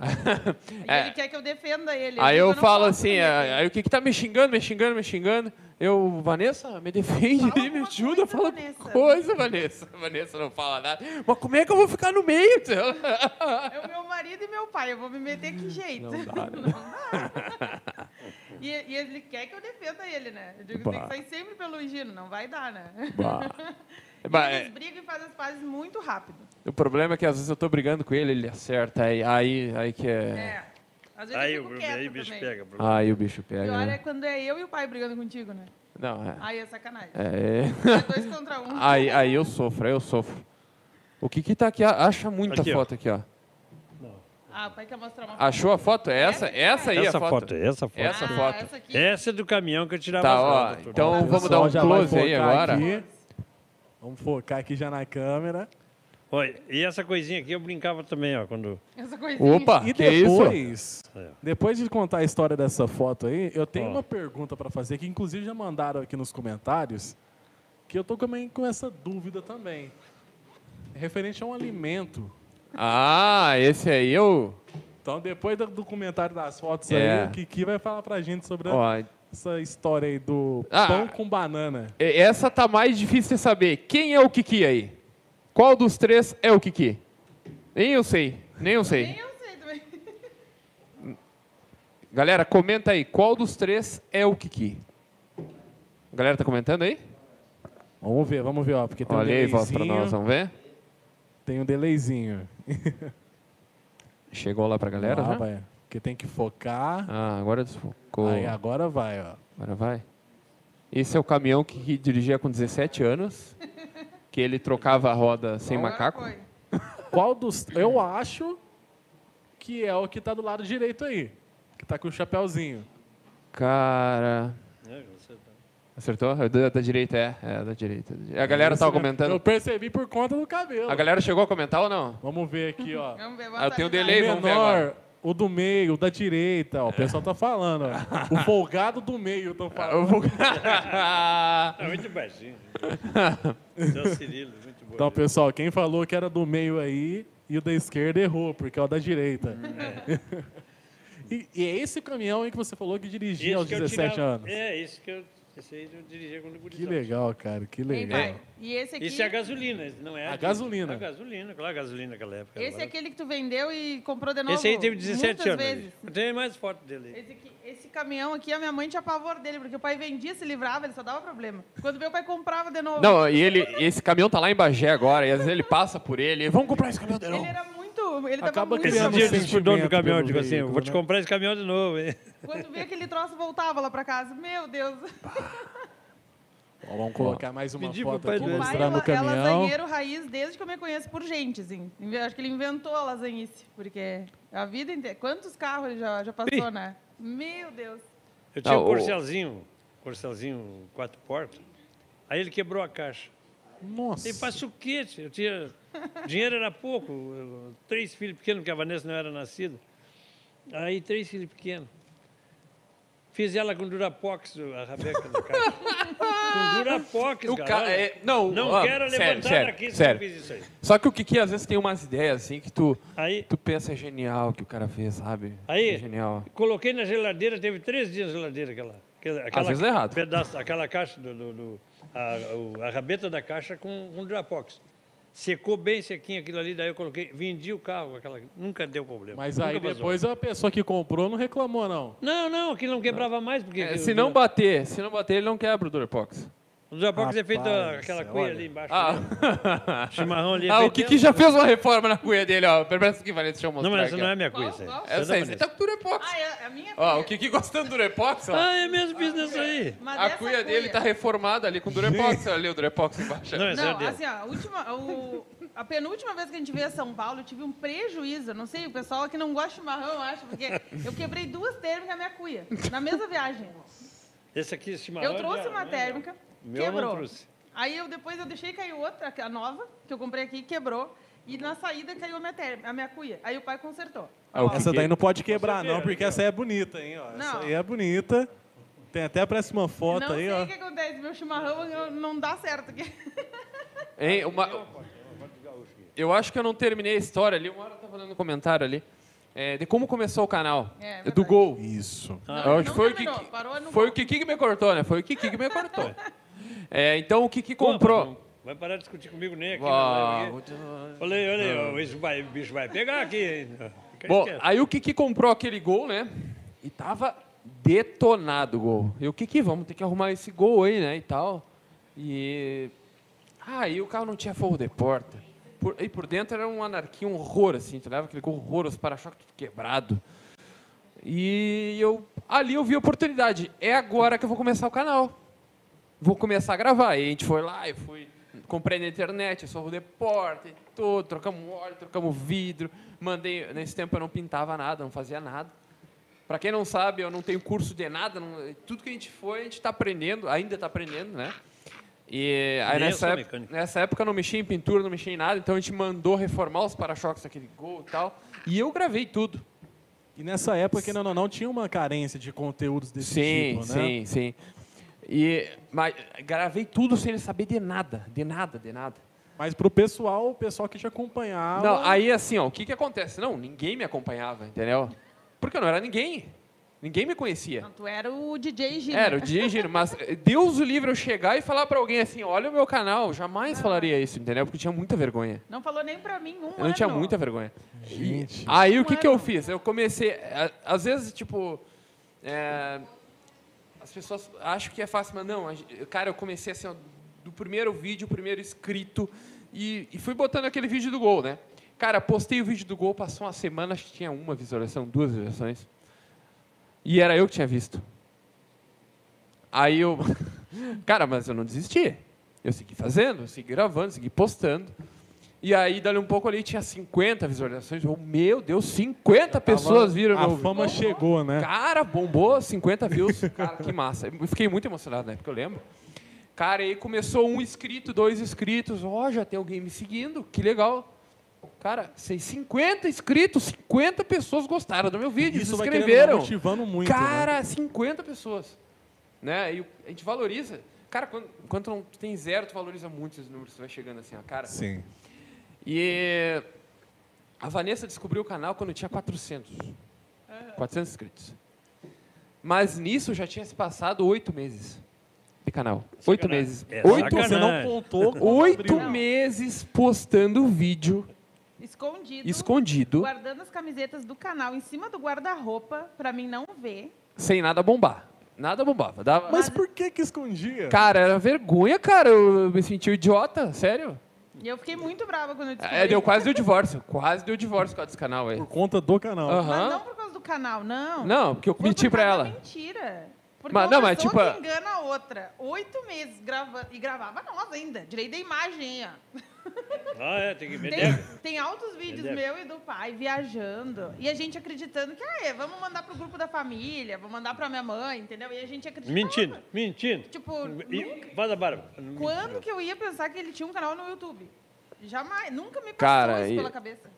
E: E
C: é.
E: ele quer que eu defenda ele.
C: Aí
E: digo,
C: eu
E: não
C: falo
E: posso
C: assim,
E: me meter.
C: é, aí o Kiki tá me xingando, me xingando, me xingando. Eu, Vanessa, me defende,
E: Fala
C: me
E: alguma
C: ajuda,
E: coisa,
C: fala
E: Vanessa.
C: coisa, Vanessa. *laughs* Vanessa não fala nada. Mas como é que eu vou ficar no meio?
E: É o meu marido e meu pai, eu vou me meter que jeito.
C: Não dá, né?
E: Não dá. e, e ele quer que eu defenda ele, né? Eu digo, tem
C: Bah.
E: que sair sempre pelo Gino, não vai dar, né?
C: *laughs* Bah.
E: E
C: Bah,
E: eles
C: é,
E: brigam e fazem as pazes muito rápido.
C: o problema é que às vezes eu tô brigando com ele, ele acerta, aí, aí, aí que é...
E: É. Às vezes
D: Aí
E: eu
D: o
E: fico
D: Bruno,
E: quieta
D: aí o bicho
E: também.
D: pega, Bruno.
C: Aí o bicho pega,
E: Pior é
C: né?
E: quando é eu e o pai brigando contigo, né?
C: Não, é...
E: Aí é sacanagem. É,
C: é- *laughs*
E: dois contra um.
C: Aí, aí eu sofro, aí eu sofro. O Kiki tá aqui, a- acha muita
D: Aqui, ó.
C: foto aqui, ó.
E: Ah, o pai quer mostrar uma
C: Achou a foto? É essa? Essa aí é a
D: Essa
C: foto.
D: foto, essa foto.
C: Essa
E: Ah,
C: foto.
E: Essa aqui.
D: Essa é do caminhão que eu tirava
C: Tá,
D: a
C: ó,
D: foto.
C: então
B: O
C: vamos dar
B: pessoal
C: um
B: já vai
C: close aí
B: focar
C: agora.
B: aqui. Vamos focar aqui já na câmera.
D: Olha, e essa coisinha aqui eu brincava também, ó, quando...
E: Essa coisinha.
C: Opa,
B: E
C: Ah, que isso?
B: depois,
D: É.
B: depois de contar a história dessa foto aí, eu tenho
D: Ó.
B: uma pergunta para fazer que inclusive já mandaram aqui nos comentários, que eu tô também com essa dúvida também. Referente a um alimento.
C: Ah, esse aí eu...
B: Então, depois do, do comentário das fotos
C: É.
B: aí, o Kiki vai falar pra gente sobre
C: Ó,
B: essa história aí do
C: Ah.
B: pão com banana.
C: e- essa tá mais difícil de saber. Quem é o Kiki aí? Qual dos três é o Kiki? Nem eu sei, nem eu
E: Nem
C: sei.
E: eu sei também.
C: Galera, comenta aí, qual dos três é o Kiki? A galera tá comentando aí?
B: Vamos ver, vamos ver, ó, porque tem um
C: Olha aí, voz pra nós,
B: delayzinho.
C: vamos ver?
B: Tem um delayzinho.
C: Chegou lá pra galera
B: Ah,
C: já?
B: vai. Porque tem que focar.
C: Ah, agora desfocou.
B: Aí agora vai, ó.
C: Agora vai. Esse é o caminhão que, que dirigia com 17 anos, que ele trocava a roda sem
E: Agora
C: macaco.
E: foi.
B: Qual dos. Eu acho que é o que tá do lado direito aí. Que tá com o chapéuzinho.
C: Cara,
D: É, eu sei, tá.
C: acertou? É Da, da direita, é. É, da direita. da direita. A galera
B: Esse
C: tava
B: mesmo. Eu
C: comentando.
B: percebi por conta do cabelo.
C: A galera chegou a comentar ou não? *laughs*
B: Vamos ver aqui, ó.
E: Vamos ver.
C: Ah, eu tenho
E: vantagem.
C: delay. Ei, vamos ver
B: menor, o do meio, o da direita, ó, o pessoal tá falando. ó. O folgado do meio, estão falando.
C: Eu *laughs* vou-
D: Ah, muito baixinho. *laughs* Seu Cirilo, muito bom.
B: Então, pessoal, quem falou que era do meio aí e o da esquerda errou, porque é o da direita. *laughs* e, e é esse caminhão aí que você falou que dirigia aos
D: que eu
B: 17
D: tirava-
B: anos.
D: É, isso que eu, esse aí eu dirigia quando
B: Que
D: gurizão.
B: legal, cara, que
E: Quem
B: legal.
E: vai? E esse aqui.
D: Isso é a gasolina, esse não é
B: A
D: diesel.
B: gasolina.
D: A gasolina, claro, a gasolina naquela época.
E: Esse é
D: Agora-
E: aquele que tu vendeu e comprou de novo.
D: né? Esse aí teve 17
E: muitas
D: anos.
E: Vezes.
D: Eu tenho mais foto dele. aí.
E: Esse, aqui- esse caminhão aqui, a minha mãe tinha pavor dele, porque o pai vendia, se livrava, ele só dava problema. Quando meu pai comprava de novo.
C: Não, e ele, esse caminhão tá lá em Bagé agora, e às vezes ele passa por ele. e, Vamos comprar esse caminhão de
E: Ele
C: novo.
E: era muito. Ele tava
B: Acaba
E: muito.
B: criando
D: Esse
E: bravo.
D: dia eu disse pro dono do
B: sentimento
D: caminhão, eu
B: pelo
D: digo assim, eu vou te
B: veículo, né?
D: comprar esse caminhão de novo, hein?
E: Quando via aquele troço, voltava lá pra casa. Meu Deus.
B: Ó, vamos colocar mais uma
D: Pedi pro
B: foto
D: pai
B: aqui,
D: do Wesley.
E: pai
B: mostrando o
E: é la- é
B: caminhão.
E: lasanheiro raiz desde que eu me conheço por gente, assim. Eu Acho que ele inventou a lasanhice, porque a vida inteira... Quantos carros ele já, já passou, né? Meu Deus.
D: Eu tinha
C: Ah,
D: um
C: o-
D: corcelzinho, corcelzinho quatro portas, aí ele quebrou a caixa.
B: Nossa,
D: E passou quente, eu tinha... Dinheiro era pouco, eu- três filhos pequenos, porque a Vanessa não era nascida. Aí, três filhos pequenos. Fiz ela com Durapox, a Rabeca
C: *laughs*
D: da caixa. com Durapox,
C: O
D: cara.
C: ca-
D: olha.
C: é, não,
D: Não
C: ó,
D: quero
C: sério,
D: levantar
C: sério,
D: daqui se eu
C: sério.
D: fiz isso aí.
C: Só que o Kiki às vezes tem umas ideias assim que tu,
D: Aí,
C: tu pensa é genial o que o cara fez, sabe?
D: Aí.
C: É genial.
D: Coloquei na geladeira, teve três dias na geladeira aquela. aquela, aquela
C: vezes é errado.
D: Pedaço, aquela caixa, do, do- do- a, o- a rabeta da caixa com um Durapox. Secou bem sequinho aquilo ali, daí eu coloquei, vendi o carro, aquela, nunca deu problema.
B: mas
D: nunca
B: aí
D: vazou.
B: depois a pessoa que comprou não reclamou, não.
D: Não, não, aquilo não quebrava mais, porque.
C: É,
D: aquilo-
C: se não bater, se não bater, ele não quebra o Durapox.
D: O Durapox é feito
B: Rapaz,
D: aquela
B: olha.
D: cuia ali
C: *laughs*
D: embaixo. né?
C: Ah.
D: Chimarrão ali. é
C: Ah, o
D: feito
C: Kiki
D: dentro.
C: já fez uma reforma na cuia dele, ó. Parece que Vanessa, deixa eu mostrar
D: Não, mas
C: aqui.
D: essa não é
C: ó.
D: minha cuia.
E: Qual?
D: essa aí.
E: Qual?
D: Essa é
C: Essa
D: da
C: aí, você
D: Vanessa.
C: tá com Durepox.
E: Ah, é, a minha...
C: Ó, o Kiki gostando do Durepox, ó.
D: Ah, é mesmo, fiz nessa aí.
E: Mas
C: A
E: essa
C: cuia dele tá reformada ali com Durepox. Olha ali o Durepox embaixo.
D: Não, essa é
E: Não,
D: dele.
E: assim, ó, a, última, o- a penúltima vez que a gente veio a São Paulo, eu tive um prejuízo. Eu Não sei, o pessoal que não gosta de chimarrão, eu acho, porque eu quebrei duas térmicas na minha cuia, na mesma viagem.
D: Esse aqui, esse chimarrão. é
E: Eu trouxe
D: dela,
E: uma
D: né?
E: térmica,
D: Meu eu não
E: quebrou.
D: trouxe.
E: Aí eu depois eu deixei cair outra, a nova, que eu comprei aqui, quebrou. E na saída caiu a minha, ter- a minha cuia. Aí o pai consertou.
A: Ah, o que
B: Essa
A: que-
B: daí não pode quebrar,
D: Você vê,
B: não, porque
D: aqui, ó.
B: essa aí é bonita, hein? ó. Essa
E: Não.
B: aí é bonita. Tem até a próxima foto
E: não
B: aí,
E: sei
B: ó.
E: o que acontece. Meu chimarrão eu- não dá certo aqui.
C: Hein, uma- Eu acho que eu não terminei a história ali. Uma hora eu tava lendo um comentário ali. é, de como começou o canal.
E: É,
C: É, do
E: verdade.
C: gol.
B: Isso.
D: Ah.
C: Eu acho que
E: não
C: foi Ah, o
E: terminou,
C: Kiki-
E: parou no
C: Foi
E: gol.
C: o Kiki que me cortou, né? Foi o Kiki que me
D: *laughs*
C: cortou. É, então o Kiki comprou.
D: Vai parar de discutir comigo nem aqui.
C: Ah,
D: na live aqui. Falei, olha aí, ó, isso vai- o bicho vai pegar aqui. hein? Fica
C: Bom,
D: quieto.
C: aí o Kiki comprou aquele gol, né? E tava detonado o gol. E o Kiki, vamos ter que arrumar esse gol aí, né? E tal. E. Ah, e o carro não tinha forro de porta. Por- e por dentro era um anarquia, um horror, assim. Tu leva aquele gol horror, os para-choques tudo quebrado. E eu ali eu vi a oportunidade. É agora que eu vou começar o canal. Vou começar a gravar. E a gente foi lá, eu fui, comprei na internet, eu sou o repórter, e tudo, trocamos um óleo, trocamos vidro, mandei. Nesse tempo eu não pintava nada, não fazia nada. Para quem não sabe, eu não tenho curso de nada, não- tudo que a gente foi, a gente está aprendendo, ainda está aprendendo, né? E aí
D: Nem eu
C: nessa,
D: sou
C: ép-
D: mecânico.
C: nessa época eu não mexia em pintura, não mexia em nada, então a gente mandou reformar os para-choques daquele gol e tal. E eu gravei tudo.
B: E nessa época, querendo ou não, tinha uma carência de conteúdos desse
C: Sim,
B: tipo, né?
C: sim, sim. E, mas gravei tudo sem ele saber de nada, de nada, de nada.
B: Mas pro pessoal, o pessoal que te acompanhava.
C: Não, aí assim, ó, o que que acontece? Não, ninguém me acompanhava, entendeu? Porque eu não era ninguém. Ninguém me conhecia.
E: Não, tu era o DJ Gino.
C: Era o Dígino, mas eh, Deus o livre eu chegar e falar pra alguém assim, olha o meu canal, jamais falaria isso, entendeu? Porque eu tinha muita vergonha.
E: Não falou nem pra mim um
C: Eu não tinha
E: ano.
C: muita vergonha.
B: Gente.
C: Aí o que,
E: Não
C: que eu
E: era.
C: fiz? Eu comecei. a- Às vezes, tipo. é, as pessoas acham que é fácil, mas não. a gen- Cara, eu comecei assim, ó, do primeiro vídeo, o primeiro escrito. E, e fui botando aquele vídeo do gol, né? Cara, postei o vídeo do gol, passou uma semana, acho que tinha uma visualização, duas visualizações. E era eu que tinha visto. Aí eu. *laughs* Cara, mas eu não desisti. Eu segui fazendo, eu segui gravando, segui postando. E aí, dali um pouco ali, tinha 50 visualizações. Eu, meu Deus, 50 pessoas viram
B: A
C: meu
B: fama
C: vídeo.
B: chegou, né?
C: Cara, bombou 50 views. Cara, que massa. Eu fiquei muito emocionado na época, eu lembro. Cara, aí começou um inscrito, dois inscritos. Ó, já tem alguém me seguindo, que legal. Cara, sei, 50 inscritos, 50 pessoas gostaram do meu vídeo,
B: Isso
C: se
B: vai querendo ou não,
C: inscreveram.
B: motivando muito. né?
C: Cara, 50 pessoas. Né? E o- a gente valoriza. Cara, quando, quando tu não tem zero, tu valoriza muito esses números. Tu vai chegando assim, ó, cara.
B: Sim.
C: E a Vanessa descobriu o canal quando tinha 400. 400 inscritos. Mas nisso já tinha se passado oito meses de canal. Oito
D: Sacanagem.
C: meses.
D: É
C: Oito,
D: sacanagem.
B: Você não contou. *laughs* quando
C: oito
B: abriu.
C: meses postando vídeo
E: Escondido.
C: escondido,
E: Guardando as camisetas do canal em cima do guarda-roupa pra mim não ver.
C: sem nada bombar. Nada bombava. Dava...
B: Mas por que que escondia?
C: Cara, era vergonha, cara. Eu me senti um idiota, sério.
E: E eu fiquei muito brava quando eu descobri.
C: É, deu, quase deu divórcio. Quase deu divórcio com esse canal aí.
B: Por conta do canal.
E: Mas
C: Aham.
E: não por causa do canal, não.
C: Não, porque eu
E: Foi
C: menti
E: por
C: pra
E: causa
C: ela.
E: da Mentira. Porque
C: Mas-
E: uma
C: não, mas,
E: pessoa
C: tipo,
E: que engana a outra. Oito meses gravando. E gravava nós ainda. Direito da imagem, ó.
D: Ah, é, tem que vender.
E: Tem, tem altos vídeos
D: Entendeu?
E: meu e do pai viajando. E a gente acreditando que, ah, é, vamos mandar pro grupo da família, vou mandar pra minha mãe, entendeu? E a gente acreditava.
D: Mentindo, mentindo.
E: Tipo,
D: E, faz a barba.
E: Quando que eu ia pensar que ele tinha um canal no YouTube? Jamais, nunca me passou
C: Cara,
E: isso
C: e-
E: pela cabeça.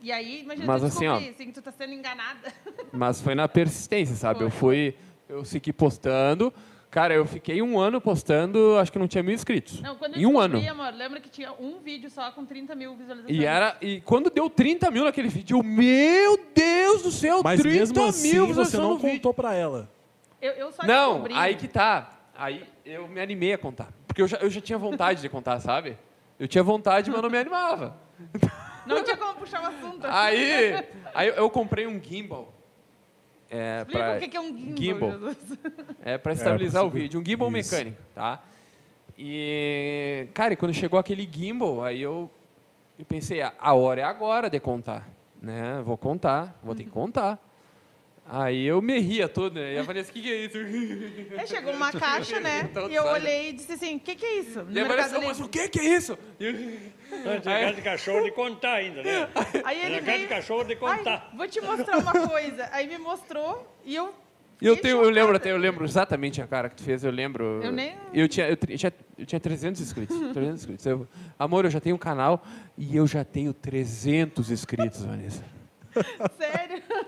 E: E aí, imagina,
C: Mas
E: tu
C: assim,
E: descobrir,
C: ó.
E: assim, que tu tá
C: *laughs*
E: sendo enganada.
C: Mas foi na persistência, sabe? Eu fui. Eu segui postando. Cara, eu fiquei um ano postando, acho que não tinha mil inscritos.
E: Não, quando eu
C: em um ano.
E: descobri, amor, lembra que tinha um vídeo só com 30 mil visualizações.
C: E, era, e quando deu 30 mil naquele vídeo, eu, meu Deus do céu,
B: Mas
C: 30
B: mesmo assim,
C: mil
B: você não
C: no vídeo.
B: contou pra ela.
E: Eu, eu só
C: Não,
E: descobri.
C: aí que tá. Aí eu me animei a contar. Porque eu já, eu já tinha vontade de contar, sabe? Eu tinha vontade, mas eu não me animava.
E: Não tinha como puxar o assunto.
C: Aí, aí eu comprei um gimbal. É,
E: Explica
C: pra,
E: o que que é um gimbal,
C: Gimbal.
E: Jesus.
C: é, pra estabilizar o
B: segura-
C: vídeo. Um gimbal
B: Isso.
C: mecânico, tá? E, cara, e quando chegou aquele gimbal, aí eu, eu pensei, "Ah, a hora é agora de contar, né? Vou contar, vou ter que contar. Aí eu me ria todo, né? E a Vanessa, o que, que é isso? E
E: Aí chegou uma caixa, né?
C: Então
E: e eu
C: sai.
E: olhei e disse assim, o que que é
C: a
E: isso? No
C: Vanessa,
E: Mercado
C: mas o
E: Livre.
C: que, que é isso? E eu-
D: Antes de casa é de cachorro de contar ainda, né?
E: Aí
D: Na
E: ele
D: casa de
E: veio...
D: cachorro de
E: Ai,
D: contar.
E: vou te mostrar uma coisa. Aí me mostrou e eu
C: E eu,
E: Fiquei
C: tenho, eu lembro
E: chocada. né?
C: até, eu lembro exatamente a cara que tu fez, eu lembro.
E: Eu nem-
C: Eu tinha, eu, tri- eu tinha, eu tinha 300
E: *laughs*
C: inscritos. 300 inscritos. Eu- amor, eu já tenho um canal e eu já tenho 300 inscritos, Vanessa.
E: Sério? *laughs*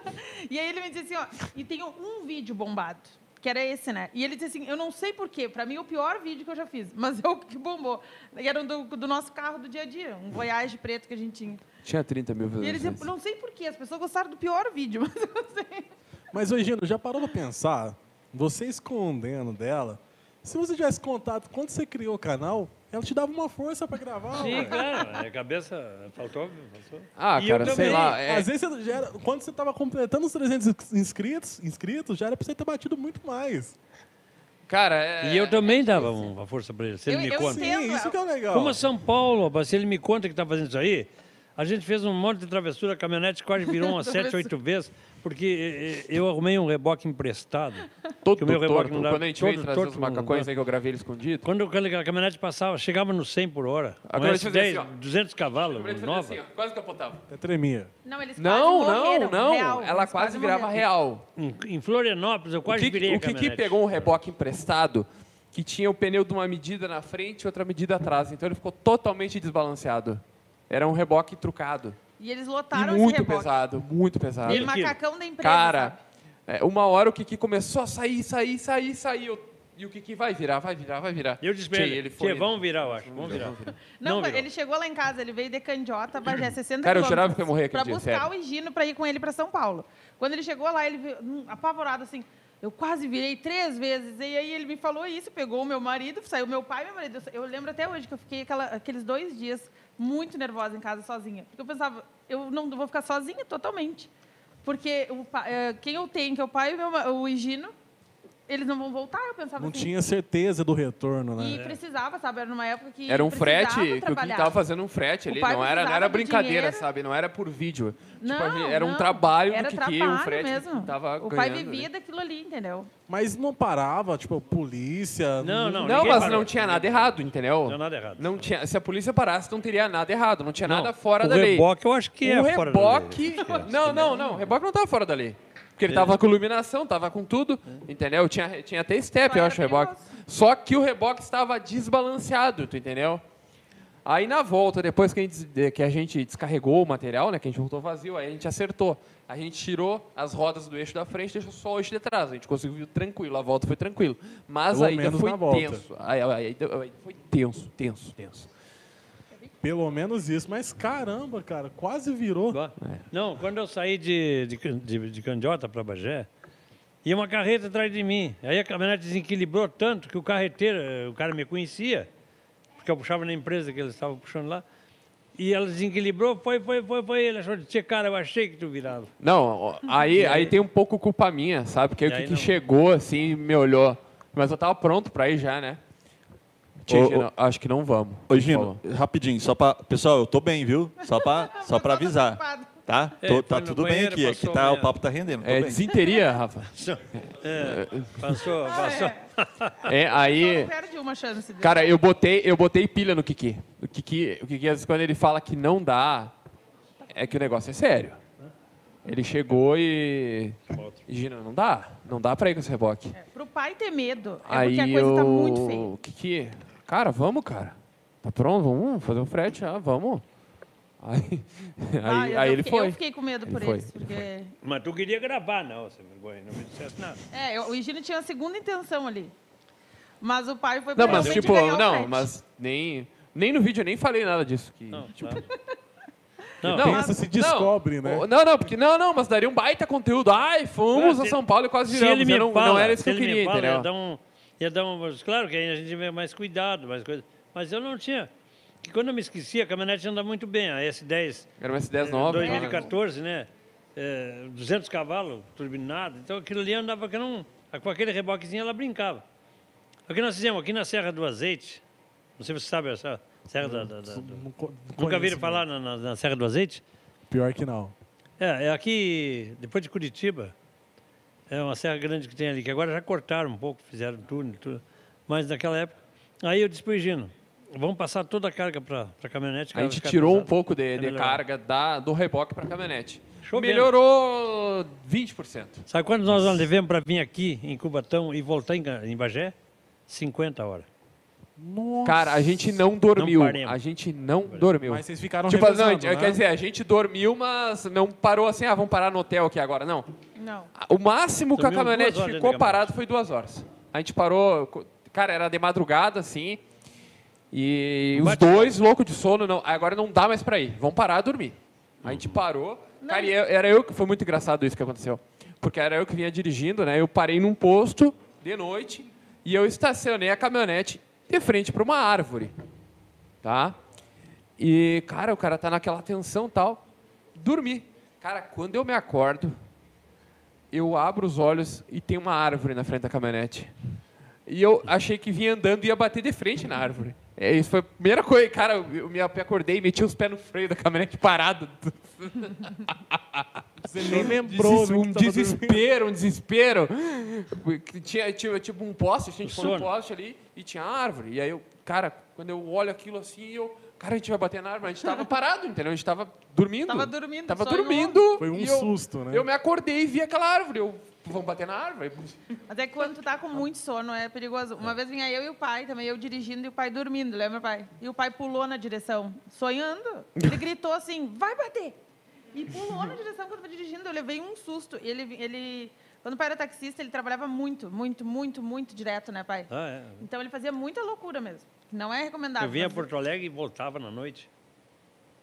E: E aí ele me disse assim, ó, e tem um vídeo bombado, que era esse, né? E ele disse assim, eu não sei porquê, pra mim é o pior vídeo que eu já fiz, mas é o que bombou. E era um do, do nosso carro do dia a dia, um Voyage preto que a gente tinha.
C: Tinha 30 mil
E: E ele dizia,
C: visualizações.
E: não sei porquê, as pessoas gostaram do pior vídeo, *laughs* mas eu não sei.
B: Mas, Regina, já parou pra pensar? Você escondendo dela, se você tivesse contato quando você criou o canal, ela te dava uma força pra gravar.
D: Sim,
B: ué.
D: claro. É, A cabeça faltou. faltou.
C: Ah,
D: E eu
C: cara, sei
D: também.
C: lá. é-
B: Às vezes, você já era- quando você tava completando os 300 inscritos, inscritos, já era pra você ter batido muito mais.
C: cara, é-
D: E eu também dava uma força para ele, se ele
E: Eu-
D: me
E: eu
D: conta.
E: sei. Entendo,
B: Sim, isso que é o legal.
D: Como
C: assim?
D: São Paulo, rapaz, se ele me conta que está fazendo isso aí, a gente fez um monte de travessura, a caminhonete quase virou
C: *laughs*
D: umas sete, oito vezes, porque eh, eh, eu arrumei um reboque emprestado.
C: todo
D: que o meu
C: torto.
D: reboque não dá-
C: Quando a gente veio
D: todo
C: trazer os
D: torto não
C: macacões
D: dá.
C: aí que eu gravei ele escondido.
D: Quando a caminhonete passava, chegava no 100 por hora. Um
C: Agora deixa eu fazer assim,
D: S10,
C: ó.
D: 200 cavalos,
C: Ele fez
D: nova.
C: assim, ó, quase capotava.
B: Até tremia.
E: Não, eles
C: Não,
E: quase
C: não,
E: morreram,
C: não.
E: real,
C: Ela
E: eles
C: quase virava
E: morreram.
C: real.
D: Em, em Florianópolis, eu
C: O
D: quase
C: que,
D: virei a
C: o que que
D: caminhonete.
C: pegou um reboque emprestado que tinha o pneu de uma medida na frente e outra medida atrás. Então ele ficou totalmente desbalanceado. Era um reboque trucado.
E: E eles
C: E
E: lotaram esse
C: muito
E: reboque.
C: pesado, muito pesado.
E: E
D: Ele-
E: o macacão da empresa,
C: Cara,
E: sabe?
C: é, uma hora o Kiki começou a sair, sair, sair, sair. Eu- E o Kiki vai virar, vai virar, vai virar.
D: E eu disse pra
C: Tchê,
D: ele,
C: foi-
D: "Tchê, vamos virar, eu acho, vamos virar."
E: Não,
D: Não,
E: mas
D: virou.
E: ele chegou lá em casa, ele veio de Candiota, Bagé, 60
C: Cara, eu
E: é quilômetros,
C: jurava que eu ia morrer aquele
E: Pra
C: dia,
E: buscar
C: sério.
E: o Higino pra ir com ele pra São Paulo. Quando ele chegou lá, ele veio hum, apavorado assim, eu quase virei três vezes. E aí ele me falou isso, pegou o meu marido, saiu meu pai e meu marido. Eu lembro até hoje que eu fiquei aquela- aqueles dois dias muito nervosa em casa sozinha. Porque eu pensava, eu não vou ficar sozinha totalmente. Porque o pa- eh, quem eu tenho, que é o pai e o, meu, ma- o Higino, eles não vão voltar. Eu pensava
B: Não
E: assim.
B: tinha certeza do retorno, né?
E: E precisava, sabe? Era numa época que
C: Era um
E: precisava
C: frete, que o Kiki
E: trabalhar.
C: tava fazendo um frete ali.
E: pai
C: Não era, não
E: precisava
C: era
E: do
C: brincadeira,
E: dinheiro.
C: sabe? Não era por vídeo. tipo, a
E: Não,
C: gente- era um
E: não.
C: trabalho
E: Era
C: do Kiki, um
E: trabalho
C: frete que tava
E: o pai
C: ganhando, né?
E: vivia daquilo
C: *laughs*
E: ali, entendeu?
B: Mas não parava, tipo, polícia.
D: Não, não,
C: Não,
D: ninguém
C: mas
D: parou.
C: não tinha nada errado, entendeu?
D: Não, nada errado.
C: Não tinha, se a polícia parasse, não teria nada errado, não tinha
D: Não,
C: nada fora
D: o
C: da lei.
D: reboque eu acho que
C: o
D: é fora da lei.
C: Um reboque. Não, não, não. O reboque não tava fora da lei. Porque ele tava com iluminação, tava com tudo, entendeu? Tinha, tinha até step,
E: Só
C: eu
E: era
C: acho, o reboque.
E: perigoso.
C: Só que o reboque estava desbalanceado, tu entendeu? Aí na volta, depois que a, gente, des- que a gente descarregou o material, né? Que a gente voltou vazio, aí a gente acertou. A gente tirou as rodas do eixo da frente, deixou só o eixo de trás. A gente conseguiu tranquilo, a volta foi tranquilo. Mas
B: Pelo
C: a ida
B: menos
C: foi
B: na volta.
C: tenso. A, a, a ida- a ida foi tenso, tenso, tenso.
B: Pelo menos isso. Mas caramba, cara, quase virou.
D: Lá.
C: É.
D: Não, quando eu saí de, de, Can- de- de Candiota para Bagé, ia uma carreta atrás de mim. Aí a caminhonete desequilibrou tanto que o carreteiro, eh, o cara me conhecia, porque eu puxava na empresa que eles estavam puxando lá. E ela desequilibrou, foi, foi, foi, foi. Ele achou, tchê, cara, eu achei que tu virava.
C: Não, ó, aí, aí tem um pouco culpa minha, sabe? Porque
D: E
C: o
D: aí
C: Kiki
D: não.
C: chegou assim e me olhou. Mas eu tava pronto pra ir já, né? Tchê,
F: Ô,
C: Gino,
F: ô.
C: acho que não vamos.
F: Ô,
C: ele
F: Gino,
C: falou.
F: rapidinho, só pra. Pessoal, eu tô bem, viu? Só pra, só pra avisar.
E: preocupado.
F: Tá?
D: É,
F: Tô-
D: foi
F: tá
D: no
F: tudo bem
D: banheiro,
F: aqui. Aqui
D: passou
F: tá,
D: amanhã.
F: o papo tá rendendo. Tô
C: É
F: bem.
C: desinteria, Rafa.
D: Passou, passou.
C: É, aí.
E: Não perde uma chance. dele.
C: Cara, eu botei, eu botei pilha no Kiki. O Kiki, o Kiki, às vezes, quando ele fala que não dá, é que o negócio é sério. Ele chegou e. Gino, não dá. Não dá pra ir com esse reboque.
E: Pro pai ter medo, é
C: Aí
E: porque a coisa
C: eu...
E: tá muito feia.
C: Kiki, cara, vamos, cara. Tá pronto? Vamos fazer um frete? Ah, vamos. *laughs* Aí,
E: Ah,
C: aí,
E: eu-
C: aí
E: eu
C: ele
E: fiquei-
C: foi.
E: Eu fiquei com medo
C: Ele
E: por
C: foi,
E: eles.
C: ele
E: Porque...
D: Mas tu queria gravar, não, sem vergonha, não me dissesse nada.
E: É, eu- o Higino tinha a segunda intenção ali. Mas o pai foi pra
C: Não, mas
E: realmente
C: tipo,
E: ganhar o
C: não,
E: frete.
C: mas nem, nem no vídeo eu nem falei nada disso. Que,
D: Não,
C: tipo,
D: tá.
C: *laughs* não,
B: Pensa, se descobre, né?
C: Oh, Não, não, porque não, não, mas daria um baita conteúdo. Ai, fomos
D: Ah,
C: a
D: se-
C: São Paulo e quase
D: Se
C: viramos.
D: ele me
C: Eu não,
D: fala,
C: não era isso que
D: se
C: eu
D: ele me
C: queria,
D: fala,
C: entendeu?
D: Ia dar um, ia dar um, mas claro que aí a gente vê mais cuidado, mais coisa. Mas eu não tinha. Que quando eu me esqueci, a caminhonete anda muito bem, a S10
C: Era uma S10
D: eh,
C: nova.
D: 2014, né? Eh, 200 cavalos, turbinado. Então aquilo ali andava que não. Com aquele reboquezinho ela brincava. O que nós fizemos aqui na Serra do Azeite, não sei se você sabe essa Serra da. da- da- do-
B: Não co- não
D: nunca
B: conheço,
D: viram
B: né?
D: falar na- na- na Serra do Azeite?
B: Pior que não.
D: É, é aqui, depois de Curitiba, é uma serra grande que tem ali, que agora já cortaram um pouco, fizeram túnel, e tudo. Mas naquela época. Aí eu disse pro Gino, vamos passar toda a carga para a caminhonete. que
C: A
D: ela
C: gente
D: fica
C: tirou um
D: pesada.
C: pouco de,
D: É
C: de
D: melhor.
C: carga da, do reboque para a caminhonete.
D: Show
C: Melhorou 20%.
D: Sabe quantos nós nós devemos para vir aqui em Cubatão e voltar em, Ga- em Bagé? 50 horas.
C: Cara, a gente não dormiu.
D: Não paremos.
C: a gente não dormiu.
B: Mas vocês ficaram
C: Tipo, não,
B: revezando, né?
C: quer dizer, a gente dormiu, mas não parou assim, ah, vamos parar no hotel aqui agora. Não.
E: Não.
C: O máximo que a
D: Dormiu duas
C: caminhonete
D: horas dentro
C: ficou
D: da caminhonete.
C: parado foi duas horas. A gente parou, co- cara, era de madrugada, assim. E os
D: Bate-
C: dois loucos de sono, não, agora não dá mais pra ir. Vamos parar a dormir. A gente parou. Cara, e eu- era eu que foi muito engraçado isso que aconteceu. Porque era eu que vinha dirigindo, né? Eu parei num posto de noite e eu estacionei a caminhonete de frente pra uma árvore. Tá? E, cara, o cara tá naquela tensão e tal. Dormi. Cara, quando eu me acordo, eu abro os olhos e tem uma árvore na frente da caminhonete. E eu achei que vinha andando e ia bater de frente na árvore. É, isso foi a primeira coisa. Cara, eu eu me acordei e meti os pés no freio da caminhonete parado.
B: *laughs* Você nem lembrou.
C: Desesper-
B: né,
C: um
B: que tava
C: desespero, um desespero. Que Tinha, tinha tipo um poste, a gente foi num
D: sono.
C: poste ali e tinha árvore. E aí, eu, cara, quando eu olho aquilo assim, eu. Cara, a gente vai bater na árvore. A gente tava parado, entendeu? A gente tava dormindo.
E: Tava dormindo,
C: Tava
E: sonhou.
C: dormindo.
B: Foi um
C: e eu-
B: susto, né?
C: Eu me acordei e vi aquela árvore. Eu, vamos bater na árvore?
E: Até quando tu tá com muito sono, é perigoso. Uma vez vinha eu e o pai, também eu dirigindo e o pai dormindo, lembra, pai? E o pai pulou na direção, sonhando.
D: *laughs*
E: Ele gritou assim, vai bater! E pulou na direção quando eu tava dirigindo. Eu levei um susto. Ele, ele... Quando o pai era taxista, ele trabalhava muito, muito, muito, muito direto, né, pai?
D: Ah, é.
E: Então ele fazia muita loucura mesmo. Não é recomendável.
D: Eu vinha a
E: fazer.
D: Porto Alegre e voltava na noite.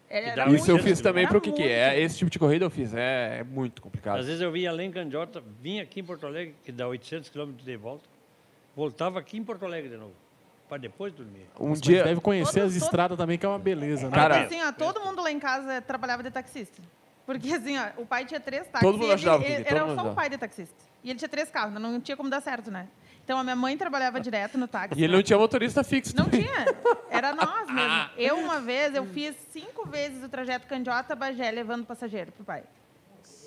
E: Ele
D: e
E: era
D: dava-
E: muito-
C: Isso eu fiz também
E: era
C: pro que que é.
E: muito.
C: Esse tipo de corrida eu fiz. É, é muito complicado.
D: Às vezes eu vinha lá em Candiota, vinha aqui em Porto Alegre, que dá 800 quilômetros de volta, voltava aqui em Porto Alegre de novo, para depois dormir.
C: Um
B: Mas
C: dia.
B: deve conhecer
E: Todo-
B: as estradas também, que é uma beleza, né?
C: Cara,
E: Porque, assim, ó, todo mundo lá em casa trabalhava de taxista. Porque assim, ó, o pai tinha três táxis.
C: Todo
E: e
C: mundo
E: ele-
C: ajudava,
E: ele-
C: Kiki, todo
E: Era
C: mundo
E: só
C: ajudava.
E: o pai de taxista. E ele tinha três carros, não tinha como dar certo, né? Então a minha mãe trabalhava direto no táxi.
C: E ele não tinha motorista fixo.
E: Não
C: também.
E: tinha. Era
C: *laughs*
E: nós mesmo. Eu, uma vez, eu fiz cinco vezes o trajeto Candiota-Bagé levando passageiro pro pai.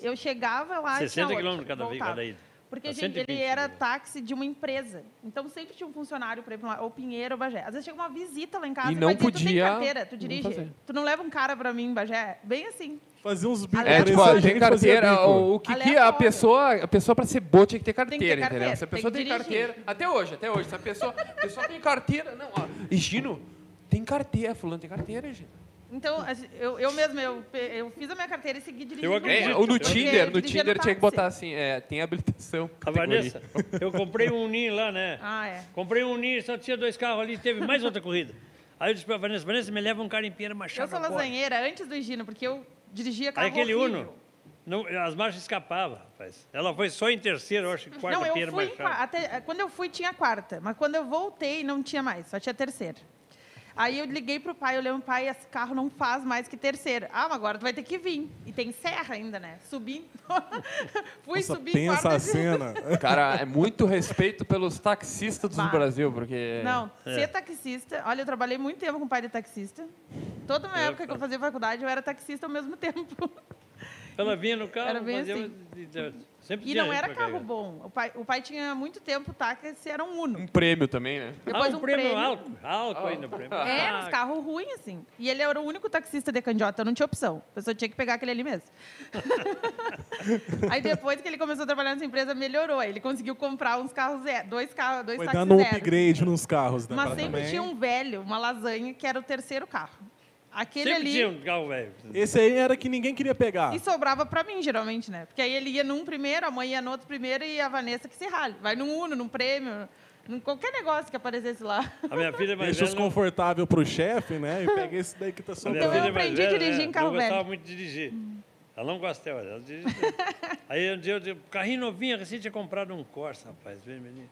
E: Eu chegava lá... Ah, tinha
D: 60
E: oito,
D: quilômetros cada vez,
E: voltava.
D: cada ida.
E: Porque
C: Tá
D: Dá
E: gente,
D: 120
E: ele era
C: né?
D: quilômetros.
E: táxi de uma empresa. Então sempre tinha um funcionário para ir pra lá, ou Pinheiro ou Bagé. Às vezes chega uma visita lá em casa
C: E
E: e
C: não
E: vai dizer, tu tem
C: podia
E: carteira, tu
C: não
E: dirige.
C: fazer.
E: tu não leva um cara para mim em Bagé? Bem assim.
B: Fazia uns bicos.
E: É,
C: É,
E: tipo,
C: tipo,
E: ó,
B: parecia a
C: tem
B: gente fazia
C: carteira.
B: bico.
C: O, o que, que a
E: Aleatório.
C: pessoa, a pessoa pra ser boa tinha que ter carteira,
E: carteira,
C: entendeu? Se a
E: tem
C: pessoa
E: que
C: tem,
E: dirigir.
C: carteira. Até hoje, até hoje. Se a pessoa, a pessoa tem carteira. Não, ó. E Gino, tem carteira. Fulano tem carteira, Gino.
E: Então, assim, eu, eu mesma, eu, pe- eu fiz a minha carteira e segui dirigindo.
D: acredito.
C: É,
E: muito,
C: ou no
E: porque eu
C: Tinder, no
E: dirigia
C: Tinder tinha que
E: táxi.
C: botar assim, é, tem habilitação.
D: A
C: categoria.
D: Vanessa, *laughs* eu comprei um ninho lá, né?
E: Ah, é.
D: Comprei um ninho, só tinha dois carros ali, teve mais outra corrida. Aí eu disse pra Vanessa, Vanessa, me leva um cara em Pinheiro Machado
E: Eu sou
D: agora.
E: lasanheira antes do Gino, porque eu dirigia carro
D: Aí aquele
E: horrível.
D: Uno, não- as marchas escapavam, rapaz. Ela foi só em terceiro, eu acho que quarta,
E: Não, eu
D: Pinheiro
E: fui em
D: Machado.
E: qua- até, eh, quando eu fui tinha quarta, mas quando eu voltei não tinha mais, só tinha terceira. Aí eu liguei pro pai, eu lembro, pai, esse carro não faz mais que terceira. Ah, mas agora tu vai ter que vir. E tem serra ainda, né? Subi. *laughs* fui
B: Nossa,
E: subir
B: pensa
E: quarta
B: a
E: e- *laughs*
B: cena.
C: Cara, é muito respeito pelos taxistas do
E: Bah.
C: Brasil, porque.
E: Não,
D: É.
E: ser taxista. Olha, eu trabalhei muito tempo com o pai de taxista. Toda
D: É,
E: uma época que eu fazia faculdade, eu era taxista ao mesmo *laughs* tempo.
D: Ela vinha no carro,
E: Era bem
D: fazia-
E: assim.
D: sempre
E: E
D: tinha
E: não
D: gente
E: era
D: pra
E: carro
D: carregar.
E: bom. O pai, o pai tinha muito tempo táxi, era um
C: Um
E: Uno.
C: prêmio também, né?
D: Hum.
E: Depois
D: ah, um,
E: um
D: prêmio,
E: prêmio.
D: alto, alto ainda o prêmio. *laughs*
E: É,
D: Ah,
E: uns carros ruins, assim. E ele era o único taxista de candiota, não tinha opção. A pessoa tinha que pegar aquele
D: *laughs*
E: ali mesmo. Aí depois que ele começou a trabalhar nessa empresa, melhorou. Aí Ele conseguiu comprar uns carros, ze- dois carros, dois
B: Foi
E: táxis
B: dando um
E: zero.
B: upgrade nos carros, né?
E: Mas
B: pra
E: sempre
B: também.
E: tinha um velho, uma lasanha, que era o terceiro carro. Aquele
D: sempre
E: ali...
D: tinha um carro velho.
B: Esse aí era que ninguém queria pegar.
E: E sobrava pra mim, geralmente, né? Porque aí ele ia num primeiro, a mãe ia no outro primeiro e a Vanessa que se rale. Vai num Uno, num prêmio, num qualquer negócio que aparecesse lá.
D: A minha filha é mais
B: Deixa os
D: velha... não-
B: confortável pro chefe, né? E pega esse daí que tá
D: a minha
B: sobrando.
E: Então, eu
D: filha mais
E: aprendi a
D: velha,
E: dirigir em Hum.
D: né,
E: carro
D: Não gostava
E: velho.
D: muito de dirigir. Ela não gostava, ela dirigia.
E: *laughs*
D: Aí um dia eu digo, carrinho novinho, recém tinha comprado um Corsa, rapaz, vermelhinho.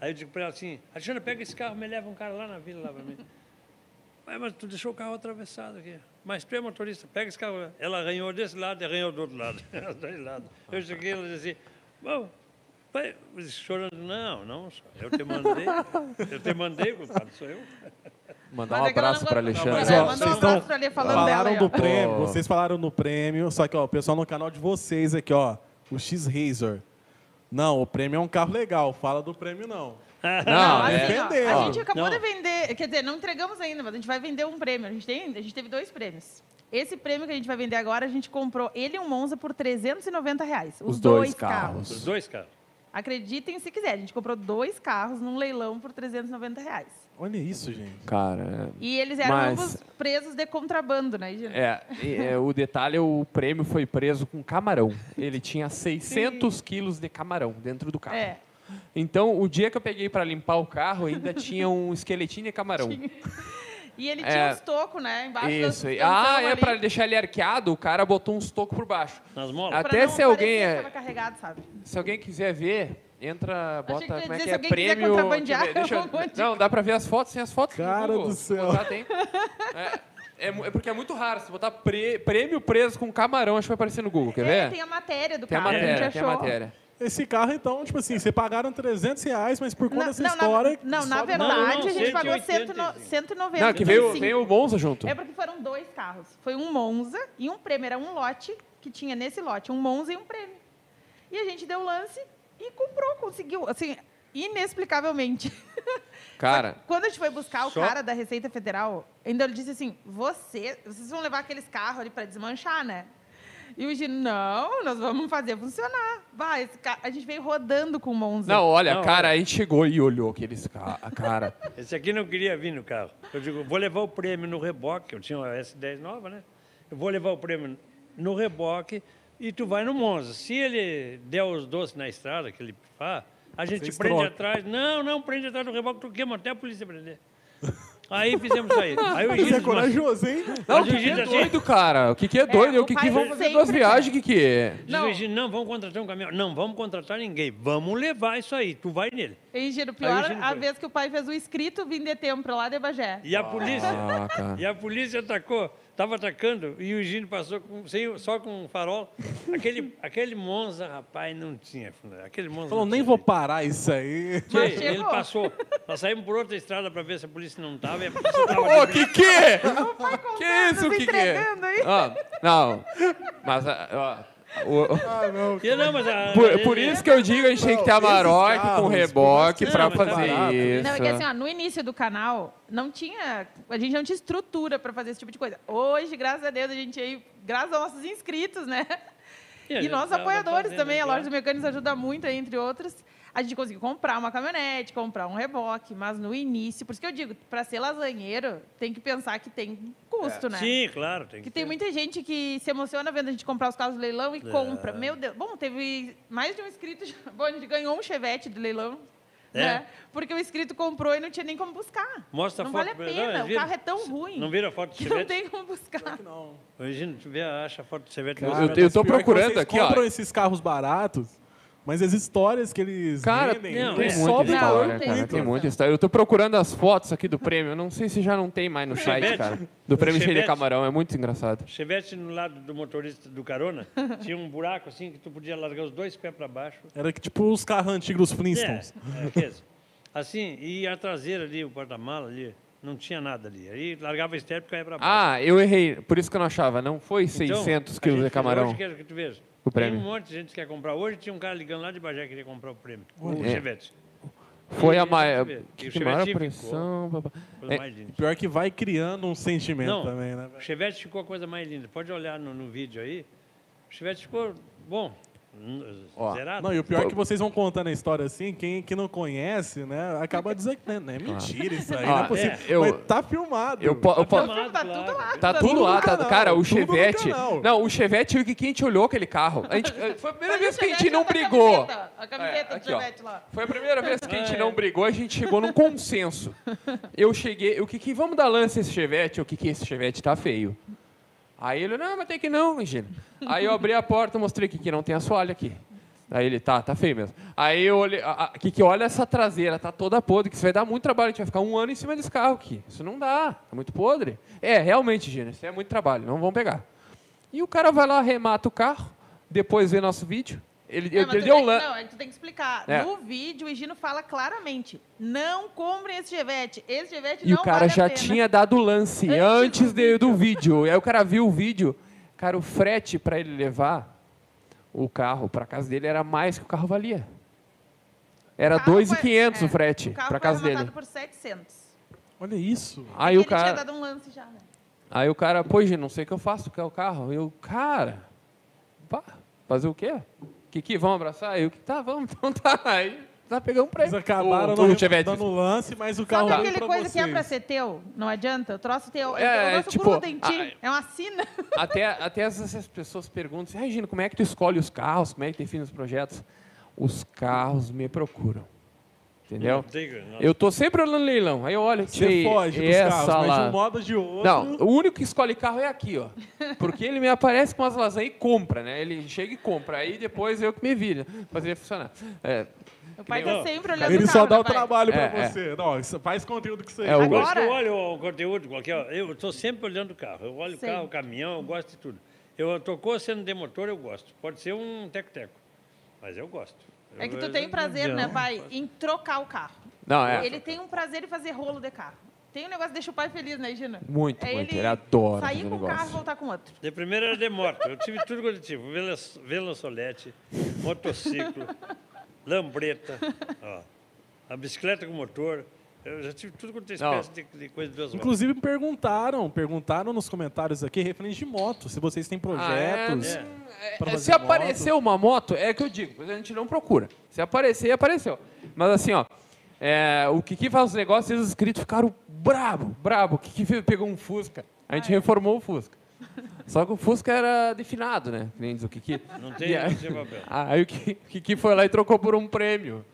D: Aí eu digo pra ela assim, Alexandre, pega esse carro, me leva um cara lá na vila, lá pra mim. *laughs* Mas, mas tu deixou o carro atravessado aqui. Mas tu é motorista, pega esse carro. lá." Ela arranhou desse lado e arranhou do outro lado. *laughs* Os dois lados. Eu cheguei, ela disse assim, bom, vai", chorando, não, não, só, eu te mandei, eu te mandei, compadre, sou eu.
C: Mandar um
E: Mas é que ela
C: abraço
E: não
C: pra
E: gosta-
C: Alexandre.
B: Mas,
E: É,
B: ó,
E: mandou um
B: vocês
E: abraço
B: estão-
E: pra ele falando dela
B: falaram
E: aí,
B: do
E: ó.
B: prêmio,
C: Pô.
B: vocês falaram no prêmio, só que ó, o pessoal no canal de vocês aqui, ó, o X Razor. Não, o prêmio é um carro legal, fala do prêmio não.
C: Não,
E: assim,
C: é.
E: ó,
B: Vendeu.
E: a gente acabou
D: Não.
E: de vender, quer dizer, não entregamos ainda, mas a gente vai vender um prêmio. A gente, tem, a gente teve dois prêmios. Esse prêmio que a gente vai vender agora, a gente comprou ele e um Monza por 390 reais. Os,
G: Os dois
E: carros.
G: carros.
D: Os dois, cara.
E: Acreditem se quiser, a gente comprou dois carros num leilão por 390 reais.
B: Olha isso, gente.
C: Cara, é
E: E eles eram
C: Mas-
E: ambos presos de contrabando, né, Gil?
C: é, é, é, o detalhe, é o prêmio foi preso com camarão. Ele tinha 600 quilos de camarão dentro do carro.
E: É.
C: Então, o dia que eu peguei para limpar o carro, ainda tinha um esqueletinho de camarão.
E: E ele
C: É.
E: tinha os tocos, né? Embaixo das-
C: Isso.
E: das
C: e- Ah,
E: tampas
C: é
E: ali,
C: para deixar ele arqueado, o cara botou uns tocos por baixo.
D: Nas molas.
E: pra
C: Até
E: não
C: se alguém
E: parecer que
C: é-
E: tava carregado, sabe?
C: Se alguém quiser ver, entra, bota,
E: que tu ia
C: como é
E: dizer,
C: que
E: se
C: é,
E: alguém quiser
C: prêmio...
E: contrabandear,
C: deixa eu ver, *laughs* deixa eu-
E: é um monte de-
C: Não, dá pra ver as fotos, tem as fotos no
B: Cara
C: Google.
B: do
C: Se
B: céu.
C: botar, tem. É, é mu- é porque é muito raro, se botar pre- prêmio preso com camarão, acho que vai aparecer no Google, quer
E: É,
C: ver?
E: tem a matéria do
C: Tem a
E: carro, a
C: matéria,
E: gente
C: tem
E: achou.
C: a matéria.
B: Esse carro, então, tipo assim, você pagaram 300 reais, mas por conta
E: Na-
B: dessa
E: não,
B: história...
E: na, não, na
B: sobe-
E: verdade,
D: Não, não,
E: a gente pagou
D: 185.
E: 190. 195.
C: Não, que veio, veio o Monza junto.
E: É porque foram dois carros. Foi um Monza e um prêmio. Era um lote que tinha nesse lote, um Monza e um prêmio. E a gente deu lance e comprou, conseguiu. Assim, inexplicavelmente. *laughs*
C: Cara,
E: Quando a gente foi buscar o
D: Só-
E: cara da Receita Federal, ainda ele disse assim: Você, vocês vão levar aqueles carros ali para desmanchar, né? E o Gino, não, nós vamos fazer funcionar. Vai, esse ca- a gente veio rodando com o Monza.
C: não, olha,
D: Não,
B: é.
C: cara, a gente chegou e olhou aqueles ca-
B: *laughs*
C: a cara.
D: Esse aqui não queria vir no carro. Eu digo, vou levar o prêmio no reboque. Eu tinha uma S10 nova, né? Eu vou levar o prêmio no reboque e tu vai no Monza. Se ele der os doces na estrada, que ele faz, a gente
B: Vocês
D: prende
B: trocam.
D: atrás. Não, não, prende atrás do reboque, tu queima até a polícia prender. Aí fizemos
B: *laughs*
D: isso aí. Aí o
B: Você é
D: Gino
B: corajoso, hein?
C: Não, o
D: Mas o
C: Kiki
D: Gigi
C: é
D: assim-
C: doido, cara. O Kiki é doido.
E: o
C: o Kiki,
E: pai
C: vamos fazer
E: sempre
C: duas
E: quer.
C: viagens, Kiki.
D: diz, o Gino, não, vamos contratar um caminhão. Não, vamos contratar ninguém. Vamos levar isso aí. Tu vai nele.
E: E Gino, pior,
D: Gino
E: a
D: foi.
E: vez que o pai fez o escrito vim de tempo lá de Bagé.
D: E a polícia...
C: Ah, cara.
D: E a polícia atacou, estava atacando, e o Gino passou com- sem- só com um farol. Aquele, *laughs* aquele Monza, rapaz, não tinha. fundo. Aquele Monza.
B: Falou,
D: não
B: nem
D: tinha
B: vou
D: jeito."
B: parar isso aí.
E: Mas
D: Sim,
E: chegou.
D: ele passou. Nós saímos por outra estrada para ver se a polícia não estava.
E: *laughs*
D: E a polícia tava
C: Ô,
D: de-
C: Kiki!
E: Vai contando,
C: Que isso,
E: se
C: Kiki?
E: entregando aí.
C: é? Ah, não, mas... ah, ó, o-
D: E não, mas a-
C: por,
D: ele-
C: por isso que eu digo, a gente tem que ter a
B: esses
C: Maroc com
B: carros,
C: reboque
D: por mais que
C: pra
D: seja mais
C: fazer
B: barato.
C: isso.
E: Não, é que assim, ó, no início do canal, não tinha. A gente não tinha estrutura para fazer esse tipo de coisa. Hoje, graças a Deus, a gente aí, graças aos nossos inscritos, né?
D: a
E: E
D: gente
E: nossos
D: tava
E: apoiadores
D: fazendo,
E: também,
D: né?
E: a
D: claro.
E: loja do Mecânicos ajuda muito, aí, entre outras. A gente conseguiu comprar uma caminhonete, comprar um reboque, mas no início, por isso que eu digo, para ser lasanheiro, tem que pensar que tem custo, né?
D: É. Sim, claro. Tem que
E: Que tem
D: ter.
E: muita gente que se emociona vendo a gente comprar os carros do leilão e
C: É.
E: compra. Meu Deus. Bom, teve mais de um inscrito. Bom, a gente ganhou um chevette do leilão.
D: É.
E: Né? Porque o inscrito comprou e não tinha nem como buscar.
D: Mostra
E: não
D: a foto.
E: vale a
D: pra- não,
E: pena. o
D: vira-
E: carro é tão ruim
D: Não vira a foto do
E: que *laughs* não
D: Chevette?
E: tem como buscar.
D: Ô, Gino, tu vê, acha a foto do Chevette.
C: Cara,
D: mostra
C: eu
D: pra
C: tenho-
D: nós.
C: tô
B: Pior é que
C: procurando
B: vocês
C: aqui, ó.
B: compram esses carros baratos, mas as histórias que eles
C: Cara,
B: vendem,
D: não,
B: eles
D: é.
B: sobem
E: Não,
B: valor
E: não tem
C: cara,
B: muito.
C: tem muita história. Eu tô procurando as fotos aqui do prêmio. Eu não sei se já não tem mais no site,
D: Chevette?
C: cara. Do prêmio cheio de
D: Chevette?
C: camarão. É muito engraçado.
D: Chevette no lado do motorista do
E: *laughs*
D: carona tinha um buraco assim que tu podia largar os dois pés para baixo
B: Era que tipo os carros antigos dos Flintstones.
D: É, é, aqueles. assim, e a traseira ali, o porta-mala ali, não tinha nada ali. Aí largava a estepe e caía pra baixo.
C: Ah, eu errei. Por isso que eu não achava. Não foi
D: Então,
C: 600
D: a
C: quilos
D: gente-
C: de camarão.
D: Hoje quero que é tu veja.
C: O prêmio.
D: Tem um monte de gente que quer comprar. Hoje tinha um cara ligando lá de Bagé que queria comprar o prêmio. O
C: É.
D: Chevette.
C: Foi a
D: Esse
C: maior...
D: Chevette. E o
C: Que
D: Chevette
C: maior
D: ficou.
C: pressão... papá.
D: Coisa
C: É,
D: mais linda.
B: Pior que vai criando um sentimento
D: Não,
B: também, né?
D: o Chevette ficou a coisa mais linda. Pode olhar no, no vídeo aí. O Chevette ficou bom. N-
C: Ó,
D: Zerado.
B: Não, e o pior é que vocês vão contando a história assim, quem que não conhece, né, acaba dizendo que né, não é mentira isso aí,
C: Ah,
B: não é possível.
C: é, eu-
B: Mas tá filmado.
C: Eu, po- eu, po-
D: Tá filmado,
E: Tá
D: claro.
E: tudo lá.
C: Tá tudo
B: no
C: lá, tá,
B: canal,
C: cara, o
B: tudo no
C: Chevette.
B: canal.
C: Não, o Chevette e o Kiki, a gente olhou aquele carro. A gente, eh, foi a primeira
E: Mas
C: vez
E: o
C: que a gente
E: Chevette
C: não
E: tá com
C: brigou.
E: A camiseta, a camiseta
C: É,
E: do
C: aqui, ó.
E: Chevette lá.
C: Foi a primeira vez que a gente não brigou, a gente chegou num consenso. Eu cheguei, o Kiki, vamos dar lance a esse Chevette, o Kiki, esse Chevette tá feio. Aí ele, não, mas tem que não, Gino. Aí eu abri a porta, mostrei, Kiki, não tem assoalho aqui. Aí ele, tá, tá feio mesmo. Aí eu olhei, a- a- Kiki, olha essa traseira, tá toda podre, que isso vai dar muito trabalho, a gente vai ficar um ano em cima desse carro aqui. Isso não dá, tá muito podre. É, realmente, Gino, isso é muito trabalho, não vão pegar. E o cara vai lá, remata o carro, depois vê nosso vídeo. Ele,
E: Não,
C: ele
E: É, mas tu
C: deu
E: tem-
C: lance.
E: Não, aí tu tem que explicar.
C: um É.
E: No vídeo, o Gino fala claramente: não comprem esse Chevette. Esse Chevette
C: E
E: não
C: o cara
E: vale a
C: já
E: pena.
C: tinha dado lance
E: Antes
C: antes,
E: do
C: de- do vídeo. E aí o cara viu o vídeo. Cara, o frete para ele levar o carro para casa dele era mais que o carro valia. Era
E: O carro foi-
C: 2,500 o
E: é,
C: frete
E: carro
C: para
E: foi
C: casa dele.
E: arrematado por 700.
B: Olha isso.
C: Aí o
E: ele tinha
C: cara
E: dado um lance já, né?
C: Aí o cara, pois, gente, não sei o que eu faço, que é o carro. Eu, cara, pá, fazer o quê? Kiki, vamos abraçar? Eu, tá, vamos, *laughs* então tá. Aí, tá pegando um prêmio.
B: Eles acabaram
C: o, o
B: não
C: Chevette.
B: dando lance, mas o carro
E: Sabe
B: veio
E: aquele
B: pra
E: coisa que é
B: vocês.
E: pra ser teu? Não adianta? O troço teu.
C: É,
E: É, o nosso
C: tipo,
E: gruda em ti.
C: ah,
E: É uma
C: *laughs*
E: sina.
C: até, até às vezes as pessoas perguntam assim, "Ai, Gino, como é que tu escolhe os carros? Como é que define os projetos? Os carros me procuram. Entendeu?
D: Diga, não.
C: Eu tô sempre olhando no leilão. Aí eu olho,
B: Você
C: "Ei,
B: foge dos carros,
C: essa
B: mas de um
C: lá.
B: modo ou de outro.
C: Não, o único que escolhe carro é aqui, ó. Porque ele me aparece com umas lasanhas e compra, né? Ele chega e compra. Aí depois eu que me viro. Fazer funcionar. É,
E: O pai
D: Não,
E: tá sempre olhando
B: Ele
E: o
B: só
E: carro,
B: dá o
E: né, pai?
B: trabalho pra
C: É, é.
B: você. Não, isso faz conteúdo que você.
C: É, o-
D: Por isso que eu
E: Agora,
D: olho o conteúdo qualquer. Eu estou sempre olhando o carro. Eu olho
E: Sim.
D: o carro, o caminhão, eu gosto de tudo. Eu tocou sendo de motor, eu gosto. Pode ser um teco-teco, mas eu gosto.
E: é que
D: Eu-
E: tu
D: eu-
E: tem prazer, né,
D: não.
E: pai, em trocar o carro.
C: não, é.
E: Ele tem um prazer em fazer rolo de carro. Tem um negócio que deixa o pai feliz, né, Gina?
C: Muito,
E: é
C: muito.
E: Ele,
C: Ele adora
E: sair
C: fazer
E: com um carro
C: negócio. Tipo,
E: e voltar com outro.
D: De primeira era de moto. Eu tive tudo quanto eu tive. Vela- Velançolete,
E: *laughs*
D: motociclo, lambreta, ó, a bicicleta com motor. Eu já tive tudo quanto é
C: Não.
D: espécie de, de coisa de duas rodas.
B: Inclusive me perguntaram, perguntaram nos comentários aqui, referente de moto, se vocês têm projetos.
D: Ah, é?
C: É,
B: pra
C: é,
B: fazer
C: se
B: moto.
C: aparecer uma moto, é que eu digo, a gente não procura. Se aparecer, apareceu. Mas assim, ó, é, o Kiki faz os negócios e os inscritos ficaram brabo, brabo. O Kiki fe- pegou um Fusca, a gente reformou o Fusca. Só que o Fusca era definado, né? Que nem diz o
E: *laughs*
C: Kiki.
D: Não tem
C: E aí-
D: não tem papel.
C: Aí o Ki- Kiki foi lá e trocou por um prêmio.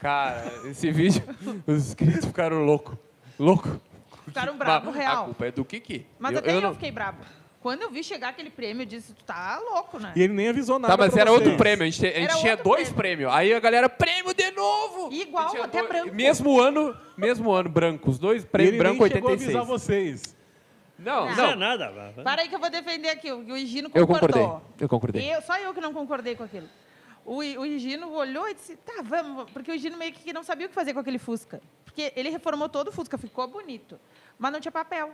C: Cara, esse vídeo, os inscritos ficaram loucos. Louco.
E: Ficaram bravo,
C: Mas A
E: real.
C: culpa é do Kiki.
E: Mas
C: Eu-
E: até
C: eu
E: eu,
C: não-
E: fiquei brabo. Quando eu vi chegar aquele prêmio, eu disse, tu tá louco, né?
B: E ele nem avisou nada.
C: Tá, mas
B: pra
C: era outro
B: vocês.
C: prêmio. A gente, te- a gente
E: Era
C: tinha
E: outro
C: dois
E: prêmio.
C: prêmios. Aí a galera, prêmio de novo!
E: Igual,
C: E tinha
E: até branco.
C: Mesmo ano, mesmo ano, branco. Os dois,
B: E
C: prêmio
B: ele
C: branco
B: nem chegou a avisar
C: 86.
B: vocês.
E: Ah,
C: Não,
D: Não é
C: não.
D: nada. vá.
E: Para aí que eu vou defender aqui. O o Higino
C: Eu
E: concordou.
C: concordei. Eu concordei.
E: Eu- só eu que não concordei com aquilo. O, I- o Higino olhou e disse, tá, vamos. Porque o Higino meio que não sabia o que fazer com aquele Fusca. Porque ele reformou todo o Fusca, ficou bonito. Mas não tinha papel.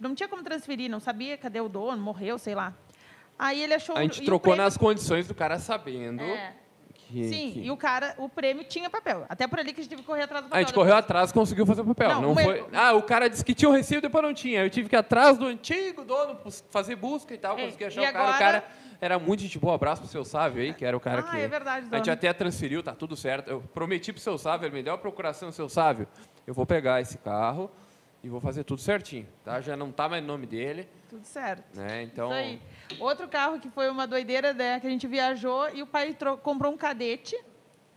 E: Não tinha como transferir, não sabia cadê o dono, morreu, sei lá. Aí ele achou...
C: A gente
E: e o
C: trocou
E: prêmio-
C: nas condições do cara sabendo
E: É.
C: que.
E: Sim,
C: que-
E: e o cara, o prêmio tinha papel. Até por ali que a gente teve que correr atrás do
C: A
E: papel.
C: gente correu atrás e conseguiu fazer o papel.
E: Não,
C: Não,
E: o
C: foi...
E: meu-
C: Ah, o cara disse que tinha o recibo, depois não tinha. Eu tive que ir atrás do antigo dono bus- fazer busca e tal,
E: É,
C: consegui achar
E: e
C: o cara. O
E: agora-
C: cara era muito gente boa. Abraço pro seu Sávio aí, que era o cara
E: Ah,
C: que.
E: é verdade,
C: A gente
E: dono.
C: até transferiu, tá tudo certo. Eu prometi pro seu Sávio, ele me deu a procuração, seu Sávio. Eu vou pegar esse carro e vou fazer tudo certinho, tá? Já não tá mais no nome dele,
E: Tudo certo.
C: né? Então.
E: Isso aí. Outro carro que foi uma doideira, né? Que a gente viajou e o pai tro- comprou um cadete.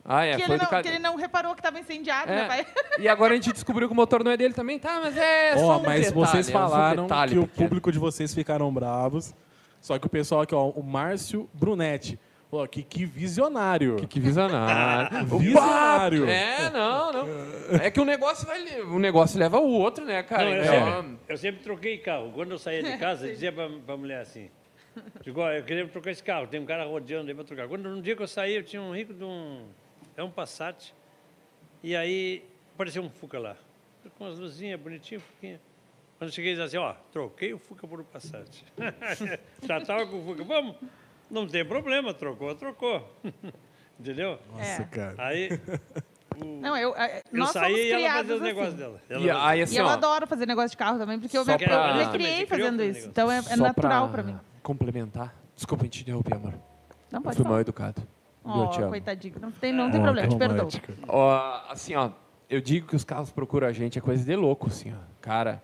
C: Ah, é,
E: que,
C: foi
E: ele
C: do
E: não,
C: cara.
E: que ele não reparou que estava incendiado, né,
C: É.
E: pai?
C: E agora a gente descobriu que o motor não é dele também, tá? Mas é
B: Ó,
C: só um
B: mas
C: detalhe,
B: vocês
C: é só um
B: falaram
C: detalhe
B: que o
C: pequeno.
B: público de vocês ficaram bravos. Só que o pessoal aqui, ó, o Márcio Brunetti. Ó, que, que visionário.
C: Que visionário. O
B: Visionário.
C: papo- É, não, não. É que o negócio vai. le- O negócio leva o outro, né, cara?
D: Não, é. eu,
C: Então,
D: sempre, eu sempre troquei carro. Quando eu saía
E: *laughs*
D: de casa, eu dizia pra, pra mulher assim: digo, ó, eu queria trocar esse carro, tem um cara rodeando aí pra trocar. Quando um dia que eu saí, eu tinha um rico de um. É um Passat. E aí apareceu um Fuca lá. Com as luzinhas bonitinho, Fuquinha. Quando eu cheguei, eles assim: ó, troquei o Fuca por um Passat. *laughs* Já tava com o Fuca. Vamos, não tem problema, trocou, trocou. *laughs* Entendeu?
E: Nossa,
B: é, cara.
D: Aí
E: É. Não, eu, é,
D: eu
E: nós
D: saí
E: somos
D: e ela
E: criados
D: fazia os
E: assim.
D: negócios dela. É. Ela
C: e
D: fazia.
C: aí,
E: E
C: assim,
E: eu
C: ó,
E: adoro fazer negócio de carro também, porque eu
D: Só
E: me,
D: que ela-
E: eu me
D: ela também
E: criei
D: se criou com
E: fazendo
D: o
E: isso.
D: negócio.
E: Então é, é
C: só
E: natural
C: pra
E: pra mim.
C: Complementar. Desculpa, eu te interrompi, amor.
E: Não
C: Eu
E: pode
C: fui mal
E: falar.
C: educado. eu te
E: Ó,
C: amo.
E: coitadinho. Não tem,
C: É
E: não tem problema, te perdoo.
C: Ó, assim, ó, eu digo que os carros procuram a gente, é coisa de louco, assim, ó. Cara,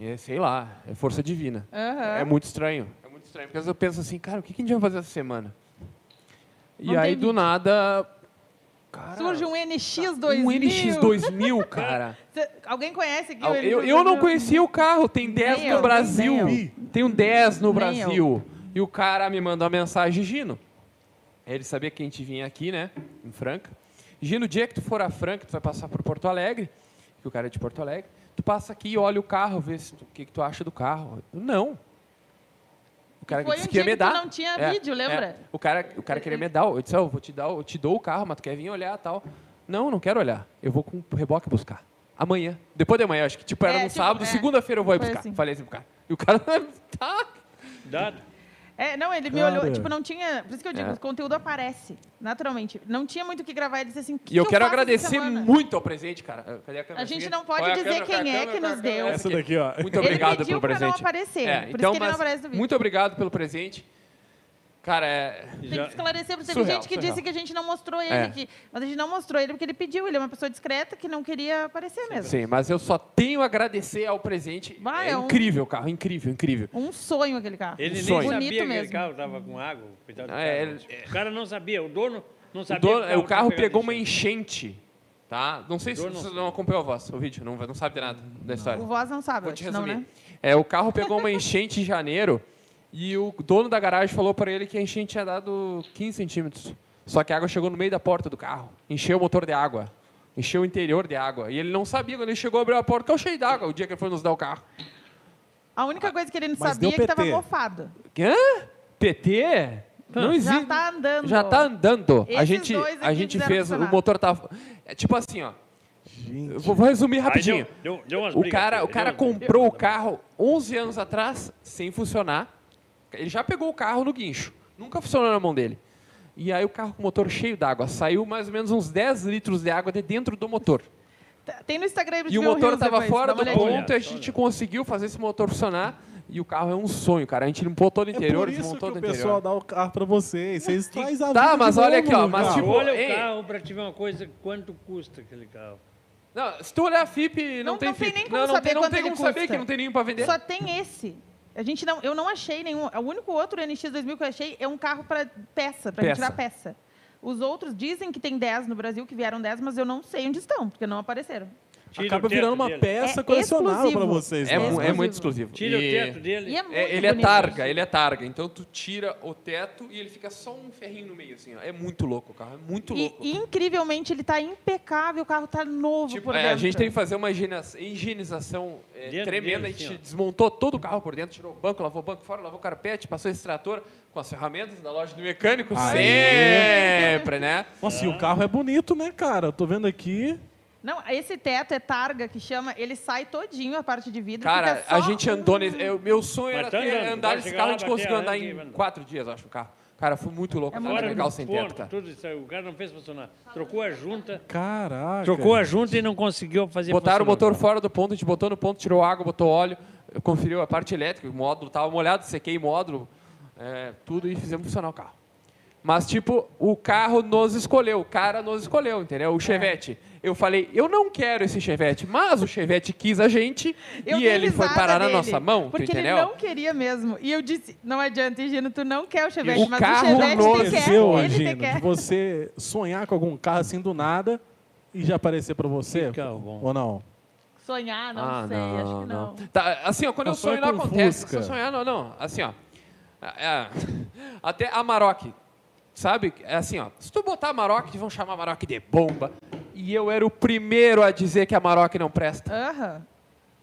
C: é, sei lá, é força divina.
E: Aham.
C: É muito estranho. É muito estranho. Porque às vezes eu penso assim, cara, o que que a gente vai fazer essa semana?
E: Não
C: e aí,
E: tem
C: do
E: vídeo.
C: nada. Cara,
E: Surge um NX2000.
C: Um NX2000,
E: *laughs*
C: cara.
E: Cê- Alguém conhece aqui
C: Ah,
E: o NX2000?
C: Eu, eu não conhecia o carro, tem 10
E: Nem eu,
C: no
E: nem
C: Brasil.
E: eu.
C: Tem um 10 no
E: Nem
C: Brasil. E o cara me mandou uma mensagem, Gino. Ele sabia que a gente vinha aqui, né? Em Franca. Gino, o dia que tu for a Franca, tu vai passar por Porto Alegre, que o cara é de Porto Alegre. Tu passa aqui e olha o carro, vê se tu- o que, que tu acha do carro. Eu, não. O cara
E: Foi
C: disse
E: um
C: que ia
E: dia
C: me
E: que tu
C: dar.
E: não tinha vídeo, lembra?
C: É, O cara, o cara queria me dar. Eu disse, ó, eu vou te dar, eu te dou o carro, mas tu quer vir olhar e tal. Não, não quero olhar. Eu vou com o reboque buscar. Amanhã. Depois de amanhã, acho que tipo, era
E: É,
C: no
E: tipo,
C: sábado,
E: é.
C: assim segunda-feira eu vou aí
E: Foi
C: *laughs* buscar.
E: assim.
C: Falei assim pro cara. E o cara tá.
D: Dado.
E: É, não, ele me
B: Cara.
E: olhou, tipo, não tinha. Por isso que eu digo,
C: É.
E: o conteúdo aparece, naturalmente. Não tinha muito o que gravar, ele disse assim. "Que
C: E eu
E: que
C: quero
E: faço essa
C: agradecer
E: semana?"
C: muito ao presente, cara. Cadê a câmera?
E: A gente
C: Aqui.
E: não pode
C: Olha a
E: dizer
C: câmera,
E: quem
C: olha a
E: é
C: câmera,
E: que nos
C: olha a câmera,
E: deu.
C: olha
B: Essa daqui, ó.
C: Muito obrigado
E: pediu
C: pelo
E: pra não
C: presente. É, então,
E: aparecer, por isso que ele não aparece no vídeo.
C: Muito obrigado pelo presente. Cara, é...
E: Tem que esclarecer, porque teve
C: Surreal,
E: gente que
C: surreal.
E: disse que a gente não mostrou ele
C: É.
E: aqui. Mas a gente não mostrou ele porque ele pediu, ele é uma pessoa discreta que não queria aparecer mesmo.
C: Sim, mas eu só tenho a agradecer ao presente.
E: Vai,
C: é
E: é um-
C: incrível, carro, incrível, incrível.
E: Um sonho aquele carro.
D: Ele nem
C: Sonho.
D: sabia
E: Bonito
D: que aquele
E: mesmo.
D: carro estava com água. Coitado do
C: Ah,
D: cara,
C: é,
D: né?
C: ele-
D: O cara não sabia, o dono não
C: O,
D: sabia.
C: dono-
D: que
C: o carro
D: tinha
C: pegou uma
D: pegado
C: enchente, tá? Não sei se
D: Dono-
C: você não acompanhou a voz, o vídeo, não, não sabe de nada da história.
E: O voz não sabe,
C: Vou te
E: não,
C: resumir.
E: né?
C: é, o carro pegou uma enchente em janeiro e o dono da garagem falou para ele que a enchente tinha dado 15 centímetros. Só que a água chegou no meio da porta do carro, encheu o motor de água, encheu o interior de água. E ele não sabia, quando ele chegou, abriu a porta, caiu cheio d'água o dia que ele foi nos dar o carro.
E: A
C: Ah,
E: única coisa que ele não
B: Mas
E: sabia é
B: deu
E: que tava
B: PT.
E: mofado.
C: Hã? PT? Não existe.
E: Já tá andando.
C: é. Já tá andando. a
E: Esses
C: gente,
E: dois
C: a
E: aqui
C: gente
E: fizeram
C: fez. O
E: funcionar.
C: motor tava. É tipo assim, ó. Eu vou, vou resumir
D: enchente. Aí
C: rapidinho.
D: Deu, deu, deu umas
C: O
D: brigas,
C: cara, o
D: deu
C: cara
D: umas brigas.
C: comprou o carro 11 anos atrás, sem funcionar. Ele já pegou o carro no guincho. Nunca funcionou na mão dele. E aí o carro com o motor cheio d'água. Saiu mais ou menos uns 10 litros de água de dentro do motor.
E: Tá- Tem no Instagram pra
C: E o
E: ver
C: motor
E: Reels
C: estava
E: depois,
C: fora
E: dá uma
C: do
E: olhadinha.
C: ponto e a gente conseguiu fazer esse motor funcionar. E o carro é um sonho, cara. A gente limpou todo o interior,
B: é por isso que
C: desmontou
B: o
C: todo o
B: pessoal
C: interior.
B: dá o carro pra vocês. Vocês trazem a
C: Tá,
B: vida de
C: mas olha
B: novo
C: aqui, ó,
B: no
C: mas
B: carro.
C: tipo,
D: Olha
C: ei.
D: o carro para te ver uma coisa, quanto custa aquele carro.
C: Não, se tu olhar a FIP, não,
E: Não-
C: tem
E: não tem
C: FIP.
E: nem como
C: não, não
E: saber
C: tem, não
E: quanto
C: tem
E: ele
C: como saber
E: custa.
C: que não tem nenhum pra vender.
E: Só tem esse. A gente não, eu não achei nenhum. O único outro NX 2000 que eu achei é um carro para peça, para
C: Peça.
E: tirar peça. Os outros dizem que tem 10 no Brasil, que vieram 10, mas eu não sei onde estão, porque não apareceram.
D: Tira
B: Acaba
D: o teto
B: virando uma
D: dele.
B: peça
E: É
B: colecionável pra
E: exclusivo.
B: vocês.
C: É,
B: né?
C: mu- é
E: exclusivo.
C: muito exclusivo.
D: Tira
C: E-
D: o teto dele.
E: E é muito
C: é- ele é
E: bonito.
C: targa, ele é targa. Então tu tira o teto e ele fica só um ferrinho no meio, assim. ó. É muito louco o carro, é muito
E: E,
C: louco.
E: e, incrivelmente ele tá impecável, o carro tá novo
C: Tipo,
E: por
C: é,
E: dentro.
C: a gente tem que fazer uma higiena- higienização é,
D: Dentro
C: tremenda.
D: dele,
C: a gente
D: assim, ó.
C: desmontou todo o carro por dentro, tirou o banco, lavou o banco fora, lavou o carpete, passou esse trator com as ferramentas da loja do mecânico,
B: Aê!
C: sempre, né?
B: Nossa, e o carro é bonito, né, cara? Eu tô vendo aqui.
E: Não, esse teto é targa que chama, ele sai todinho a parte de vidro.
C: Cara,
E: fica só um
C: a gente andou nesse. eu- meu sonho
D: Mas
C: era
D: tá
C: ter-
D: andando,
C: andar
D: vai
C: nesse
D: chegar
C: carro, a
D: lá,
C: gente
D: bater
C: conseguiu
D: a
C: andar
D: rampa e
C: em
D: vai andar.
C: quatro dias, eu acho, o carro. Cara, foi muito louco.
E: É
C: fazer
E: muito
C: um
D: Fora
C: carro
D: do
C: sem teto,
D: ponto,
C: cara.
D: tudo isso aí. O cara não fez funcionar. Trocou a junta.
B: Caraca.
D: Trocou a junta e não conseguiu fazer
C: Ah, Botaram o
D: funcionar.
C: motor fora do ponto, a gente botou no ponto, tirou água, botou óleo, conferiu a parte elétrica, o módulo estava molhado, sequei o módulo, é, tudo e fizemos funcionar o carro. Mas, tipo, o carro nos escolheu, o cara nos escolheu, entendeu? O
E: É.
C: Chevette. Eu falei, eu não quero esse Chevette, mas o Chevette quis a gente
E: Eu
C: e
E: dei
C: ele foi
E: risada
C: parar
E: dele,
C: na nossa mão, tu
E: Porque
C: entendeu?
E: ele não queria mesmo. E eu disse, não adianta, Gino, tu não quer o Chevette,
C: O
E: mas
C: carro
E: o Chevette
C: novo
E: te quer,
B: aconteceu,
E: ele te
B: Angino,
E: quer.
B: de você sonhar com algum carro assim do nada e já aparecer pra você?
D: Que carro bom.
B: Ou não?
E: Sonhar, não
C: Ah,
E: sei, acho que Ah, não.
C: Tá, assim, ó, quando
B: Eu
C: eu sonho,
B: sonho
C: não
B: com
C: acontece.
B: Fusca.
C: Se eu sonhar, não, não. Assim, ó. É, *laughs* até a Maroc, sabe? É assim, ó. Se tu botar a Maroc, eles vão chamar a Maroc de bomba. E eu era o primeiro a dizer que a Maroc não presta.
E: Aham.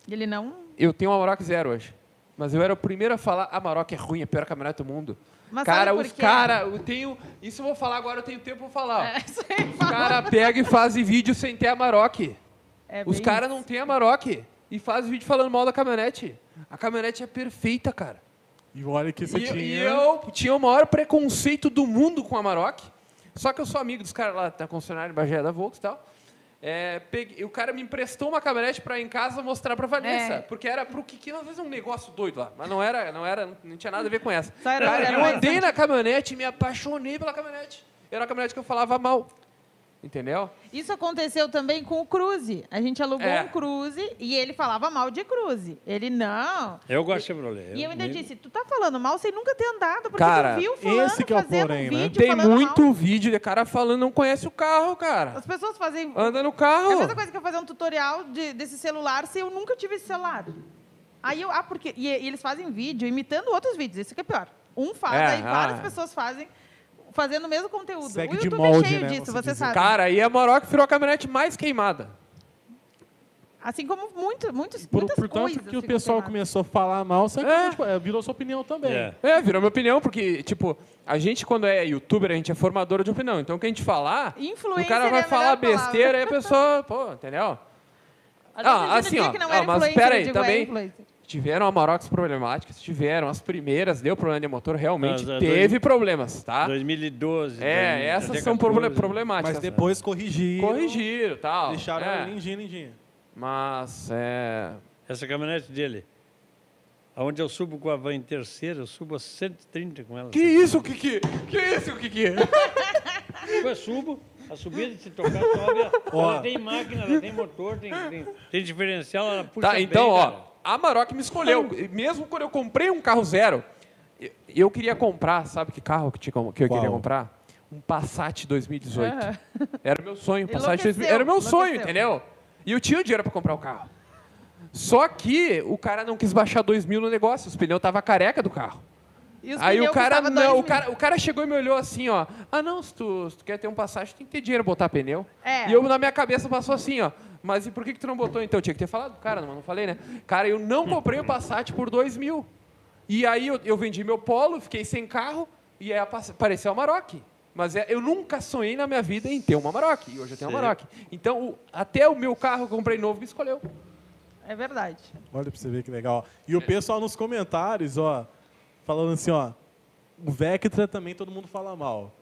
E: Ele não...
C: Eu tenho uma Maroc zero hoje. Mas eu era o primeiro a falar, a Maroc é ruim, é a pior caminhonete do mundo.
E: Mas
C: cara,
E: sabe por
C: os
E: quê?
C: cara, eu tenho... Isso eu vou falar agora, eu tenho tempo pra falar.
E: *laughs* É, isso aí,
C: Os cara pega e faz vídeo sem ter a Maroc.
E: é
C: Os
E: bem
C: caras
E: isso.
C: não têm a Maroc e faz vídeo falando mal da caminhonete. A caminhonete é perfeita, cara.
B: E olha que você
C: E,
B: tinha.
C: e eu tinha o maior preconceito do mundo com a Maroc. Só que eu sou amigo dos caras lá, da concessionária em Bagé da Volks e tal. É, peguei- o cara me emprestou uma caminhonete pra ir em casa mostrar pra Vanessa.
E: É.
C: Porque era pro Kiki, às vezes um negócio doido lá. Mas não era, não era, não tinha nada a ver com essa.
E: Só era-
C: cara,
E: era
C: eu
E: mais
C: andei na caminhonete e me apaixonei pela caminhonete. Era a caminhonete que eu falava mal. Entendeu?
E: Isso aconteceu também com o Cruze. A gente alugou
C: É.
E: um Cruze e ele falava mal de Cruze. Ele, não...
D: Eu gosto de Chevrolet.
E: E eu ainda disse, tu tá falando mal sem nunca ter andado, porque
C: Cara,
E: tu viu fulano
B: esse que é o
E: fazendo
B: porém,
E: um
B: né?
E: vídeo
C: Tem
E: falando
C: muito
E: mal.
C: vídeo de cara falando não conhece o carro, cara.
E: As pessoas fazem...
C: Anda no
E: É a
C: carro.
E: mesma coisa que eu fazer um tutorial de- desse celular se eu nunca tive esse celular. Aí eu, ah, porque. E, e eles fazem vídeo imitando outros vídeos, isso que é pior. Um faz,
C: É,
E: aí várias
C: ah.
E: pessoas fazem, fazendo o mesmo conteúdo.
B: Segue
E: o
B: de
E: YouTube
B: molde,
E: é cheio
B: né,
E: disso,
B: você
E: você
B: diz.
E: sabe.
C: Cara, aí a Maroc virou a caminhonete mais queimada.
E: Assim como muito, muitos,
B: Por,
E: muitas
B: portanto,
E: coisas. assim
B: que o
E: ficam
B: pessoal
E: queimadas.
B: começou a falar mal, só que
C: É.
B: tipo, é, virou sua opinião também.
D: É.
C: É, virou minha opinião, porque, tipo, a gente, quando é youtuber, a gente é formador de opinião. Então, o que a gente falar,
E: Influencer
C: o cara
E: é
C: vai
E: a
C: falar
E: melhor palavra. *laughs*
C: besteira e a pessoa, pô, entendeu?
E: Às vezes
C: Ah,
E: a gente
C: assim,
E: dizia
C: ó,
E: que não
C: ó,
E: era
C: mas
E: influencer,
C: pera
E: eu
C: aí,
E: digo, é
C: também-
E: influencer.
C: Tiveram Amarox problemáticas, tiveram as primeiras, deu problema de motor, realmente
D: Mas, é,
C: teve
D: dois-
C: problemas, tá?
D: 2012.
C: É, essas são proble- problemáticas.
B: Mas depois corrigir.
C: corrigiram e tal.
B: Deixaram
C: é.
B: lindinha, lindinha.
C: Mas é.
D: Essa caminhonete dele. Onde eu subo com a van em terceira, eu subo a 130 com ela.
C: Que isso, Kiki? Que é? isso, Kiki?
D: Eu subo, a subida de se tocar, sobe. a-
B: Ó.
D: Ela tem máquina, ela tem motor, tem, tem, tem diferencial, ela puxa
C: Tá,
D: bem,
C: então, ó,
D: cara.
C: a Maroc me escolheu. E Mesmo quando eu comprei um carro zero, eu, eu queria comprar, sabe que carro que, tinha, como- que eu queria
B: Qual?
C: comprar? Um Passat 2018. Era o meu sonho, Passat
E: Enlouqueceu,
C: 2000. Era o meu sonho,
E: enlouqueceu.
C: entendeu? E eu tinha o dinheiro pra comprar o carro. Só que o cara não quis baixar 2 mil no negócio, os pneus tava careca do carro.
E: E os
C: Aí
E: pneus
C: o cara
E: custavam
C: não, o
E: 2.000.
C: cara, o cara chegou e me olhou assim, ó. Ah, não, se tu, se tu quer ter um Passat, tem que ter dinheiro pra botar pneu.
E: É.
C: E eu na minha cabeça passou assim, ó. Mas e por que, que tu não botou então? Eu tinha que ter falado, cara, mas não falei, né? Cara, eu não comprei o Passat por 2 mil. E aí eu, eu vendi meu polo, fiquei sem carro, e aí apa- apareceu a Maroc. Mas é- eu nunca sonhei na minha vida em ter uma Maroc. E hoje eu tenho uma Maroc. Então, o- até o meu carro que eu comprei novo me escolheu.
E: É verdade.
B: Olha pra você ver que legal. E o pessoal nos comentários, ó, falando assim, ó. O Vectra também todo mundo fala mal.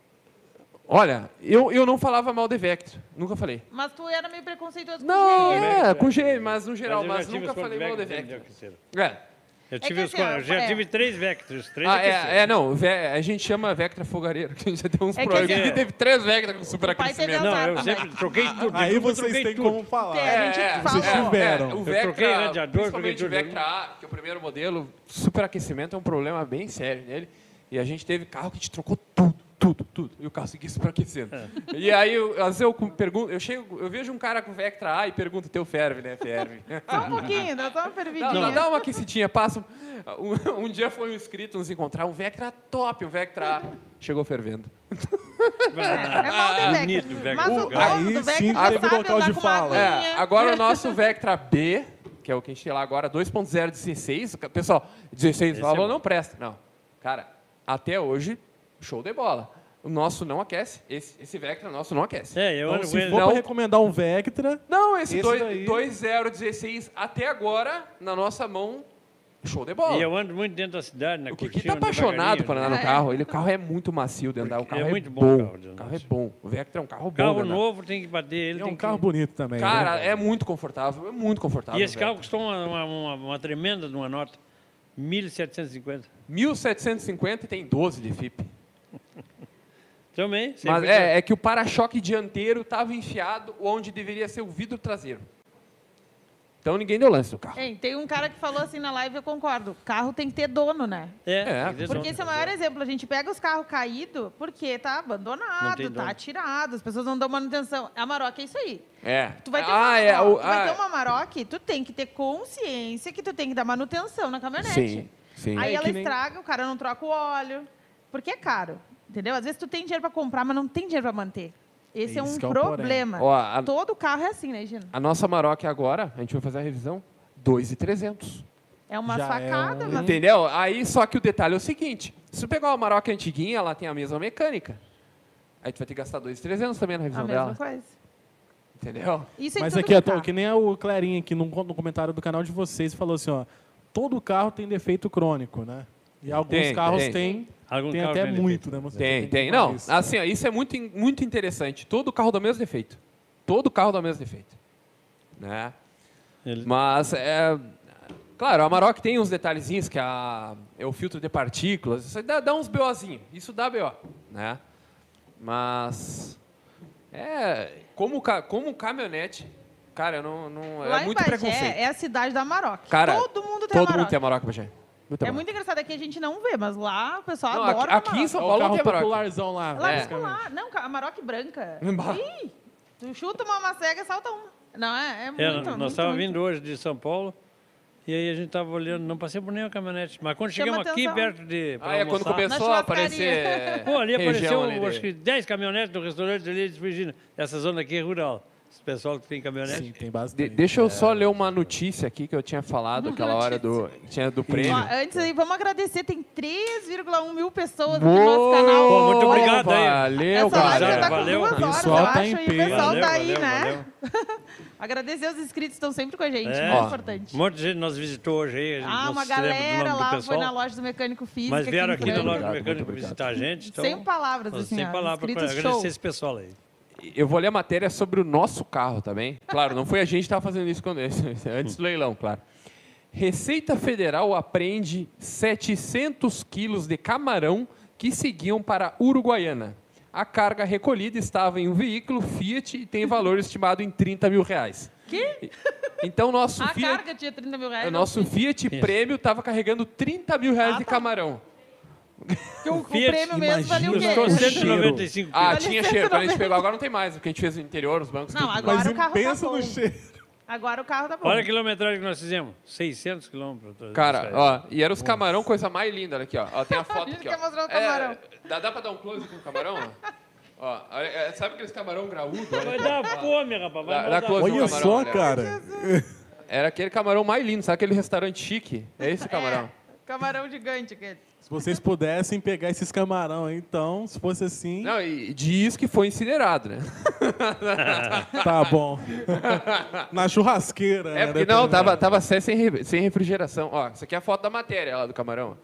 C: Olha, eu, eu não falava mal de Vectra. Nunca falei.
E: Mas tu era meio preconceituoso com
C: Não,
E: o
C: é, com G, mas no
D: Mas
C: geral,
D: eu
C: mas,
D: já tive
C: nunca
D: os
C: falei mal de
D: Corvette dele,
C: Vectra.
D: meu parceiro.
C: É.
D: Eu
E: que
D: tive os
E: assim, ó,
D: Cor- eu já
E: é.
D: tive três Vectors, três
C: Ah,
D: aquecidos.
C: é, é, não, ve- a gente chama Vectra fogareiro, *laughs* que a gente já tem uns
E: É que
C: problemas.
E: assim,
C: Ele teve três Vectra com
E: teve
C: superaquecimento.
E: a-
D: Não, eu
E: Exato,
D: sempre troquei tudo.
B: Aí
D: eu
B: vocês
D: troquei
B: têm
D: tudo.
B: como falar.
E: É, a gente fala.
B: Vocês tiveram.
C: o
B: Eu
C: Vectra,
D: troquei radiador,
C: principalmente o
D: troquei tudo.
C: Vectra A, que é o primeiro modelo, superaquecimento é um problema bem sério nele. E a gente teve carro que te trocou tudo, tudo, tudo. E o carro seguia *laughs* superaquecendo. E aí, eu, às vezes eu com- pergunto, eu chego, eu vejo um cara com Vectra A e pergunto, teu ferve, né? Ferve. *laughs*
E: Só um pouquinho, dá só uma fervidinha.
C: Dá, dá- dá uma aquecidinha, passa. Um, *laughs* um dia foi um inscrito nos encontrar, um Vectra top, um Vectra A. Chegou fervendo.
E: É mal de Vectra.
D: Ah, Bonito, Vectra.
E: Mas o
B: Aí
E: dono
B: sim
E: do Vectra
B: teve
E: sabe
B: local
E: andar
B: de
E: com uma
B: fala.
C: É,
E: aguinha.
C: agora o nosso Vectra B, que é o que a gente tem lá agora, 2.0 16. ca- Pessoal, 16
D: Esse
C: válvula
D: é bom.
C: não presta. Não. Cara, até hoje, show de bola. O nosso não aquece. Esse, esse Vectra nosso não aquece.
D: É, eu
B: Então,
D: ando com
B: se
D: ele.
B: for
C: Não.
B: pra recomendar um Vectra,
C: Não, esse,
B: Esse
C: dois-
B: daí-
C: 2.0 16 até agora, na nossa mão, show de bola.
D: E eu ando muito dentro da cidade, na
C: O
D: Curitiba,
C: Kiki tá apaixonado
D: devagarinho. né?
C: por andar no carro. Ele, o carro é muito macio de andar. O carro é,
D: muito bom o
C: bom.
D: carro de
C: O
D: andar.
C: carro é bom. O Vectra é um carro bom. de
D: Carro
C: andar.
D: novo tem que bater ele.
B: é
D: tem
B: um
D: que-
B: carro bonito também.
C: Cara,
B: né?
C: é muito confortável. É muito confortável.
D: E esse
C: o
D: carro
C: Vectra.
D: custou uma, uma, uma, uma tremenda de uma nota. 1.750.
C: 1750 e tem 12 de FIP.
D: Também.
C: Mas
D: sempre-
C: é, é que o para-choque dianteiro estava enfiado onde deveria ser o vidro traseiro. Então ninguém deu lance no carro.
E: Hein, tem um cara que falou assim na live, eu concordo. Carro tem que ter dono, né?
D: É,
C: É,
D: tem que ter
E: Porque
D: som.
E: esse é o maior exemplo. A gente pega os carros caídos porque tá
D: Não
E: abandonado,
D: tem dono.
E: tá atirado, as pessoas não dão manutenção. A Maroc é isso aí.
C: É.
E: Tu vai ter,
C: ah,
E: uma,
C: é,
E: ó,
C: o-
E: tu vai
C: ah,
E: ter uma Maroc, tu tem que ter consciência que tu tem que dar manutenção na caminhonete.
C: Sim, sim.
E: Aí
C: É
E: ela
C: que nem-
E: estraga, o cara não troca o óleo, porque é caro, entendeu? Às vezes tu tem dinheiro pra comprar, mas não tem dinheiro pra manter. Esse é,
B: Isso
E: um
B: que é o porém.
E: problema.
C: Ó, a-
E: Todo carro é assim, né, Gina?
C: A nossa Maroc agora, a gente vai fazer a revisão, 2,300.
E: É uma
B: Já é
E: facada,
B: um-
E: mas
C: Entendeu? Aí só que o detalhe é o seguinte: se tu pegar uma Maroc antiguinha, ela tem a mesma mecânica. Aí tu vai ter que gastar 2,300 também na
E: a
C: revisão
E: mesma
C: dela.
E: coisa.
C: Entendeu?
E: Isso é
B: Mas
E: tudo
B: aqui,
E: no
B: ó,
E: carro.
B: que nem o Clarinha aqui no, no comentário do canal de vocês falou assim, ó. Todo carro tem defeito crônico, né? E alguns
C: Tem,
B: carros
C: tem.
B: têm,
D: Algum
B: tem
D: carro
B: até
D: tem
B: muito, né? Você
C: Tem,
B: que
C: tem.
B: tomar
C: Não,
B: isso.
C: assim, ó, isso é muito, in- muito interessante. Todo carro dá o mesmo defeito. Todo carro dá o mesmo defeito. Né?
D: Ele-
C: Mas, é, claro, a Maroc tem uns detalhezinhos que a, é o filtro de partículas. Isso aí dá, dá uns BOzinho. Isso dá BO. Né? Mas, é, como, ca- como caminhonete, cara, eu não, não,
E: Lá
C: é
E: em
C: muito
E: Bagé
C: preconceito.
E: é a cidade da Maroc.
C: Cara,
E: todo mundo tem
C: Todo
E: a Maroc.
C: mundo tem a Maroc, Bagé. Muito
E: É
B: um
C: Maroc.
E: muito engraçado aqui, a gente não vê, mas lá o pessoal
C: Não,
E: adora
C: aqui-
E: uma
C: aqui em São
B: Ó,
C: Paulo
B: o carro
C: tem a Maroc.
B: popularzão lá.
E: Lá,
C: É.
E: vamos lá. Não, a Maroc branca.
C: Bah.
E: Ih, tu chuta uma macega e salta uma. Não, é, é muito.
D: É,
E: muito,
D: nós estávamos
E: muito.
D: vindo hoje de São Paulo e aí a gente estava olhando, não passei por nenhuma caminhonete. Mas quando
E: Chama
D: chegamos aqui
E: atenção.
D: perto de. pra
C: Ah, é quando
D: almoçar,
C: começou a
E: Na
C: aparecer.
D: *laughs* Pô, ali
C: região
D: apareceu um,
C: ali de-
D: acho que 10 caminhonetes do restaurante ali de Virgínia. Essa zona aqui é rural. Esse pessoal que tem caminhonete.
B: Sim, tem
C: De-
B: bastante.
C: deixa eu só ler uma notícia aqui que eu tinha falado aquela hora do tinha do prêmio.
E: Ó, antes aí, vamos agradecer. Tem 3,1 mil pessoas aqui no nosso canal.
D: Pô, muito obrigado aí.
C: Valeu,
E: Essa live
C: galera.
E: já tá com
D: Valeu.
E: duas
D: O
E: horas,
B: pessoal
E: eu
B: tá em
E: acho, e o
B: peso.
E: pessoal tá aí,
D: valeu,
E: né?
D: valeu.
E: Agradecer os inscritos, estão sempre com a gente,
D: É.
E: muito
C: Ó.
E: importante.
D: Um monte de gente nos visitou hoje aí. a gente
E: Ah,
D: não
E: uma
D: se lembra do nome
E: galera
D: é do
E: lá foi
D: pessoal,
E: na loja do mecânico físico.
D: Mas vieram aqui na
E: Franca.
D: loja do
A: Obrigado,
D: mecânico
A: muito obrigado.
D: visitar a gente. Então,
E: Sem palavras,
D: nós
E: assim,
D: sem
E: ó,
D: palavras para
E: inscritos,
D: agradecer
E: show.
D: esse pessoal aí.
C: Eu vou ler a matéria sobre o nosso carro também. Claro, não foi a gente que estava fazendo isso quando, *laughs* antes do leilão, claro. Receita Federal apreende 700 quilos de camarão que seguiam para Uruguaiana. A carga recolhida estava em um veículo Fiat e tem valor estimado em 30 mil reais.
E: Que? Ah,
C: Então, nosso
E: A
C: Fiat...
E: carga tinha 30 mil
D: É
E: reais. né?
C: O nosso Fiat Prêmio estava carregando 30 mil reais
E: Ah,
C: de
E: tá.
C: camarão.
E: Porque o, o
D: Fiat,
E: prêmio mesmo valeu o
B: imagina.
E: quê?
D: Custou
B: cheiro.
D: 195
C: Ah,
E: Olha,
C: tinha
E: 190.
C: cheiro. Quando a gente pegou, agora não tem mais, porque a gente fez o interior, os bancos.
E: Não,
C: tudo.
E: agora o carro
B: pensa
E: tá bom.
B: no cheiro.
E: Agora o carro tá bom.
D: Olha a quilometragem que nós fizemos. 600 quilômetros.
C: tipo- Cara, ó, e era os camarão, coisa mais linda. Olha aqui, ó. ó
E: *laughs*
C: tem a foto
E: Ele
C: aqui, ó.
E: quer mostrar o camarão.
C: É, dá, dá pra dar um close com o camarão? ó, olha, é, sabe aqueles camarão graúdo? Olha
D: Vai
C: aqui,
D: dar
C: ó.
D: fome, rapaz.
C: Dá-
D: Vai
C: dá
D: dar
C: close.
D: fome.
B: Olha
C: camarão,
B: só,
C: olha.
B: cara.
C: Era aquele camarão mais lindo, sabe aquele restaurante chique? É esse camarão.
E: É, camarão gigante aquele.
B: Se vocês pudessem pegar esses camarão, aí, então, se fosse assim,
C: Não, e diz que foi incinerado, né?
B: tá
C: *laughs*
B: bom. Na churrasqueira.
C: É
B: né,
C: porque
B: dependendo.
C: não, tava, tava sem, sem re- sem refrigeração. Ó, isso aqui é a foto da matéria lá do camarão.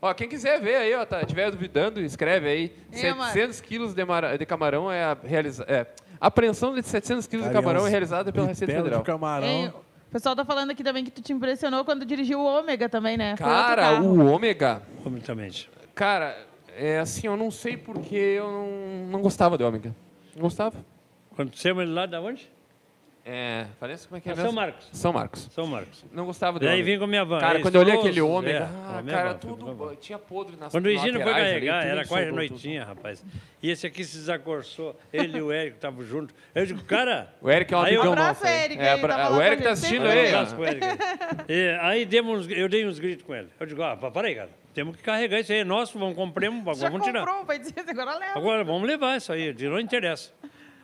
C: Ó, quem quiser ver aí, ó, tá, tiver duvidando, escreve aí.
E: É,
C: 700 quilos de, mara- de camarão é, a realiza, é a apreensão de 700 quilos de
B: Cara,
C: camarão
B: uns
C: é realizada pela Receita
B: bitelo
C: Federal.
B: de camarão.
E: Hein, o pessoal tá falando aqui também que tu te impressionou quando dirigiu o ômega também, né? Foi outro
C: Cara,
E: carro.
C: o ômega.
D: Completamente.
C: Cara, é assim, eu não sei porque eu não, não gostava do ômega. Não gostava.
D: Acontecemos ele lá da onde?
C: É, parece como é que é
D: Ah,
C: mesmo?
D: São Marcos.
C: São Marcos.
D: São Marcos.
C: Não gostava do
D: Daí
C: ômega.
D: vim com minha van.
C: Cara,
D: aí,
C: quando eu olhei
D: Souza,
C: aquele ômega,
D: é,
C: ah,
D: a minha
C: cara,
D: van,
C: tudo
D: minha van.
C: tinha podre nas
D: é Quando o Higino foi
C: laterais ali,
D: carregar,
C: tudo
D: era quase
C: sobrou, tudo.
D: noitinha, rapaz. E esse aqui se desacorçou, ele e o Érico estavam juntos. Eu digo, cara.
C: O Eric é um
D: Aí eu-
C: amigão
E: Abraço,
C: nosso. aí.
E: Eric,
C: É,
E: aí,
C: pra-
E: tava lá
C: o
E: com a
C: Eric tá
E: gente
C: assistindo
E: sempre.
C: aí.
D: Abraço
C: ó.
D: *laughs* pro Érico aí. E É, aí demos, uns- eu dei uns gritos com ele. Eu digo, ah, pa- para aí, cara. Temos que carregar isso aí. É nosso, vamos comprar, vamos
E: Já
D: vamos tirar.
E: comprou, vai dizer, *laughs* agora leva.
D: Agora vamos levar isso aí, de não interessa.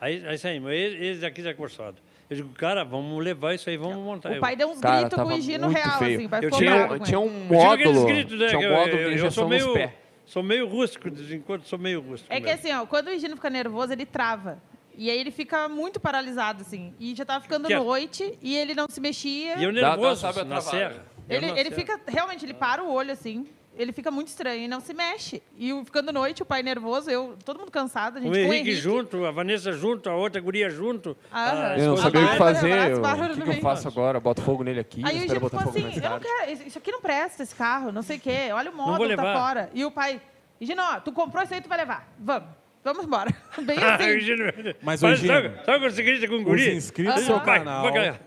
D: Aí, aí saímos, eles eles aqui já corçado. Eu digo, cara, vamos levar isso aí, vamos montar.
E: O pai deu uns
C: Cara,
E: gritos com
C: tava
E: o Gino
C: muito
E: real,
C: feio.
E: assim, vai
D: Eu
E: ficou
D: tinha-
E: bravo
C: Tinha,
E: com
C: tinha
E: ele.
C: um
D: Eu tive aqueles
C: módulo.
D: gritos, né,
C: Tinha
D: que
C: um
D: eu-
C: módulo
D: eu-
C: de
D: eu sou
C: injeção
D: meio,
C: nos pés.
D: Sou meio rústico, de vez em quando sou meio rústico.
E: É que
D: mesmo.
E: assim, ó, quando o Higino fica nervoso, ele trava. E aí ele fica muito paralisado, assim. E já tava ficando
D: Quieto.
E: noite e ele não se mexia.
D: E é- eu
C: dá-
D: nervoso
C: sabe a
D: na
C: travada.
D: serra. Eu
E: é Ele,
D: na
E: ele
D: serra.
E: fica, realmente, ele para o olho, assim. Ele fica muito estranho e não se mexe. E o- ficando noite, o pai nervoso, eu, todo mundo cansado, a gente
D: O
E: com
D: Henrique, junto, a Vanessa junto, a outra guria junto.
E: Ah,
D: a
E: eu
C: Eu não
D: esposa
C: sabia o que
D: dele.
E: Bárbara,
C: fazer.
E: abraço,
C: eu-
E: Bárbara
C: O que,
E: do
C: que eu
E: Rio.
C: faço agora? Boto fogo nele aqui,
E: Aí o
C: espero
E: Gino
C: botar
E: falou
C: fogo
E: assim,
C: na
E: eu não
C: cidade.
E: quero, isso isso aqui não presta, esse carro, não sei o quê. Olha o
D: vou
E: módulo, tá
D: levar.
E: fora. E o pai, Gino, ó, tu comprou isso aí, tu vai levar. Vamos, vamos embora. *laughs*
D: *laughs*
E: Bem
D: Ah, o
E: assim.
D: Gino-
B: Mas,
D: Sabe-
B: ô, Gino,
D: Sabe, sabe quando você grita com o
B: Os
D: guri? Ah, é
B: inscritos
E: Aham.
B: do
D: Vai,
B: canal.
D: vai ganhar.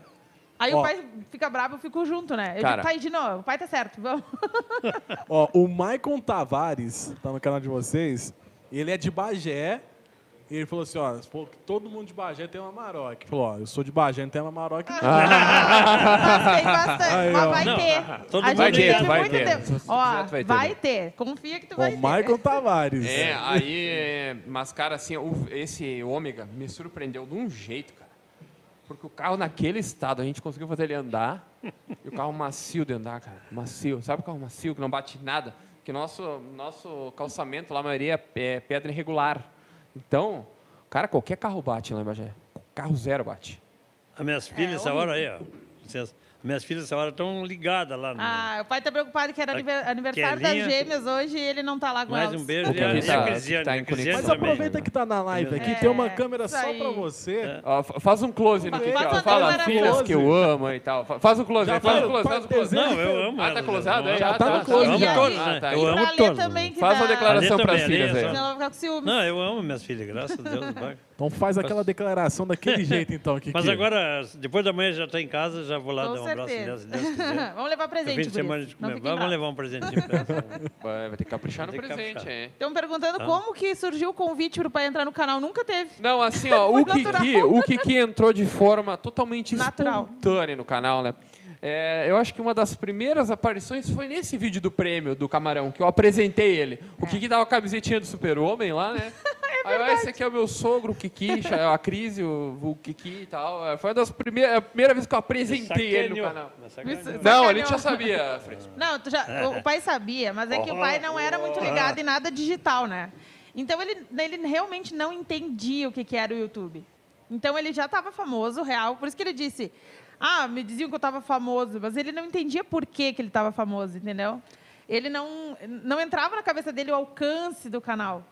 E: Aí
B: Ó.
E: o pai fica bravo, eu fico junto, né? Eu
C: Cara.
E: digo, pai, Gino, o pai tá certo, vamos.
B: Ó, o Maicon Tavares, tá no canal de vocês, ele é de Bagé. E ele falou assim, ó, se for que todo mundo de Bagé tem uma maroca. Ele falou, ó, eu sou de Bagé, não tem uma maroca. não.
E: Ah, Gostei bastante,
B: Aí,
E: mas
B: ó.
E: vai
D: Não, ah,
E: ter.
D: todo
E: a
D: mundo
E: gente
C: vai ter,
E: teve
C: vai
E: muito
C: ter.
E: tempo.
C: Se você
E: Ó,
C: quiser, tu vai ter.
E: vai ter, confia que tu
B: Ó,
E: vai
B: o
E: ter.
B: Maicon Tavares.
C: É, aí é, mascara assim, o- esse ômega me surpreendeu de um jeito, cara. Porque o carro naquele estado, a gente conseguiu fazer ele andar. E o carro macio de andar, cara. Macio. Sabe o carro macio que não bate nada? Porque nosso, nosso calçamento lá, a maioria é pedra irregular. Então, cara, qualquer carro bate lá em Bagé. Carro zero bate.
D: As minhas
C: É,
D: filhas, essa
E: horrível.
D: hora aí, ó. Licença. As minhas filhas, essa hora estão ligadas lá. No...
E: Ah, o pai tá preocupado que era aniver- aniversário das
D: Kelinha.
E: gêmeas hoje e ele não tá lá com
D: Mais
E: elas.
D: um beijo.
C: Porque
D: E a,
C: aqui
D: e a
C: tá-
D: Crisiane,
C: tá em
D: a Crisiane
C: conexão.
B: Mas
D: também. né?
B: aproveita que tá na live aqui,
E: É,
B: tem uma câmera
E: isso
B: só
E: aí.
B: pra você.
C: Ó, fa- faz um close no que
B: Faz
C: ó.
E: uma
C: Fala
E: câmera
C: filhas
B: close.
C: que eu amo e tal. Fa- Faz um close,
B: Já tá
C: aí, faz
B: faz-
C: um close,
B: faz
C: faz um close.
B: desenho.
D: Não, eu amo.
C: Ah, tá
D: elas,
C: closado
D: eu
C: aí?
D: amo.
C: Ah,
B: tá no close
D: Eu amo
E: já.
D: todas,
C: Ah,
D: né?
C: tá.
D: Eu
E: E pra
D: amo
E: Lê
D: todas.
E: também, que
C: Faz
E: dá-
C: uma declaração
D: Ali
C: para as
D: também, ali
C: filhas
D: é
C: aí.
D: só-
E: Senão ela vai ficar com ciúmes.
D: Não, eu amo minhas filhas, graças a Deus.
B: *laughs*
D: vai.
B: Então faz aquela declaração
D: *laughs*
B: daquele jeito, então, Kiki.
D: Mas agora, depois da manhã já está em casa, já vou lá
E: Com
D: dar um abraço
E: certeza.
D: nelas, se Deus
C: *laughs*
D: quiser.
E: *laughs* Vamos levar
D: No
E: presente,
D: fim de semana
E: gurias.
D: de
E: Não
D: comer.
E: fiquem
D: Vamos
E: bravos.
D: levar um presentinho pra elas.
C: *laughs* Vai vai ter que caprichar no
D: Vai ter que
C: presente,
D: caprichar.
C: hein?
E: Estão perguntando
D: Tá.
E: como que surgiu o convite pro pai entrar no canal. Nunca teve.
C: Não, assim, ó,
E: Foi
C: o Kiki,
E: natural.
C: o Kiki entrou de forma totalmente
E: Natural.
C: espontânea no canal, né? É, eu acho que uma das primeiras aparições foi nesse vídeo do prêmio do Camarão, que eu apresentei ele. O Kiki dava a camisetinha do Super-Homem lá, né? Aí, ó, esse aqui É. *laughs* é o meu sogro, o Kiki, a Cris, o, o Kiki e tal. É, Foi uma das primeiras, a primeira vez que eu apresentei ele no
D: Sacaneou.
C: canal. é
D: Mas sacaneou.
E: Isso-
C: Não, ele
E: Sacaneou.
C: já sabia, Fritz.
E: Não, tu já- o- o pai sabia, mas é que o pai não era muito ligado em nada digital, né? Então ele, ele realmente não entendia o que, que era o YouTube. Então ele já estava famoso, real, por isso que ele disse: Ah, me diziam que eu estava famoso, mas ele não entendia por que, que ele estava famoso, entendeu? Ele não, não entrava na cabeça dele o alcance do canal.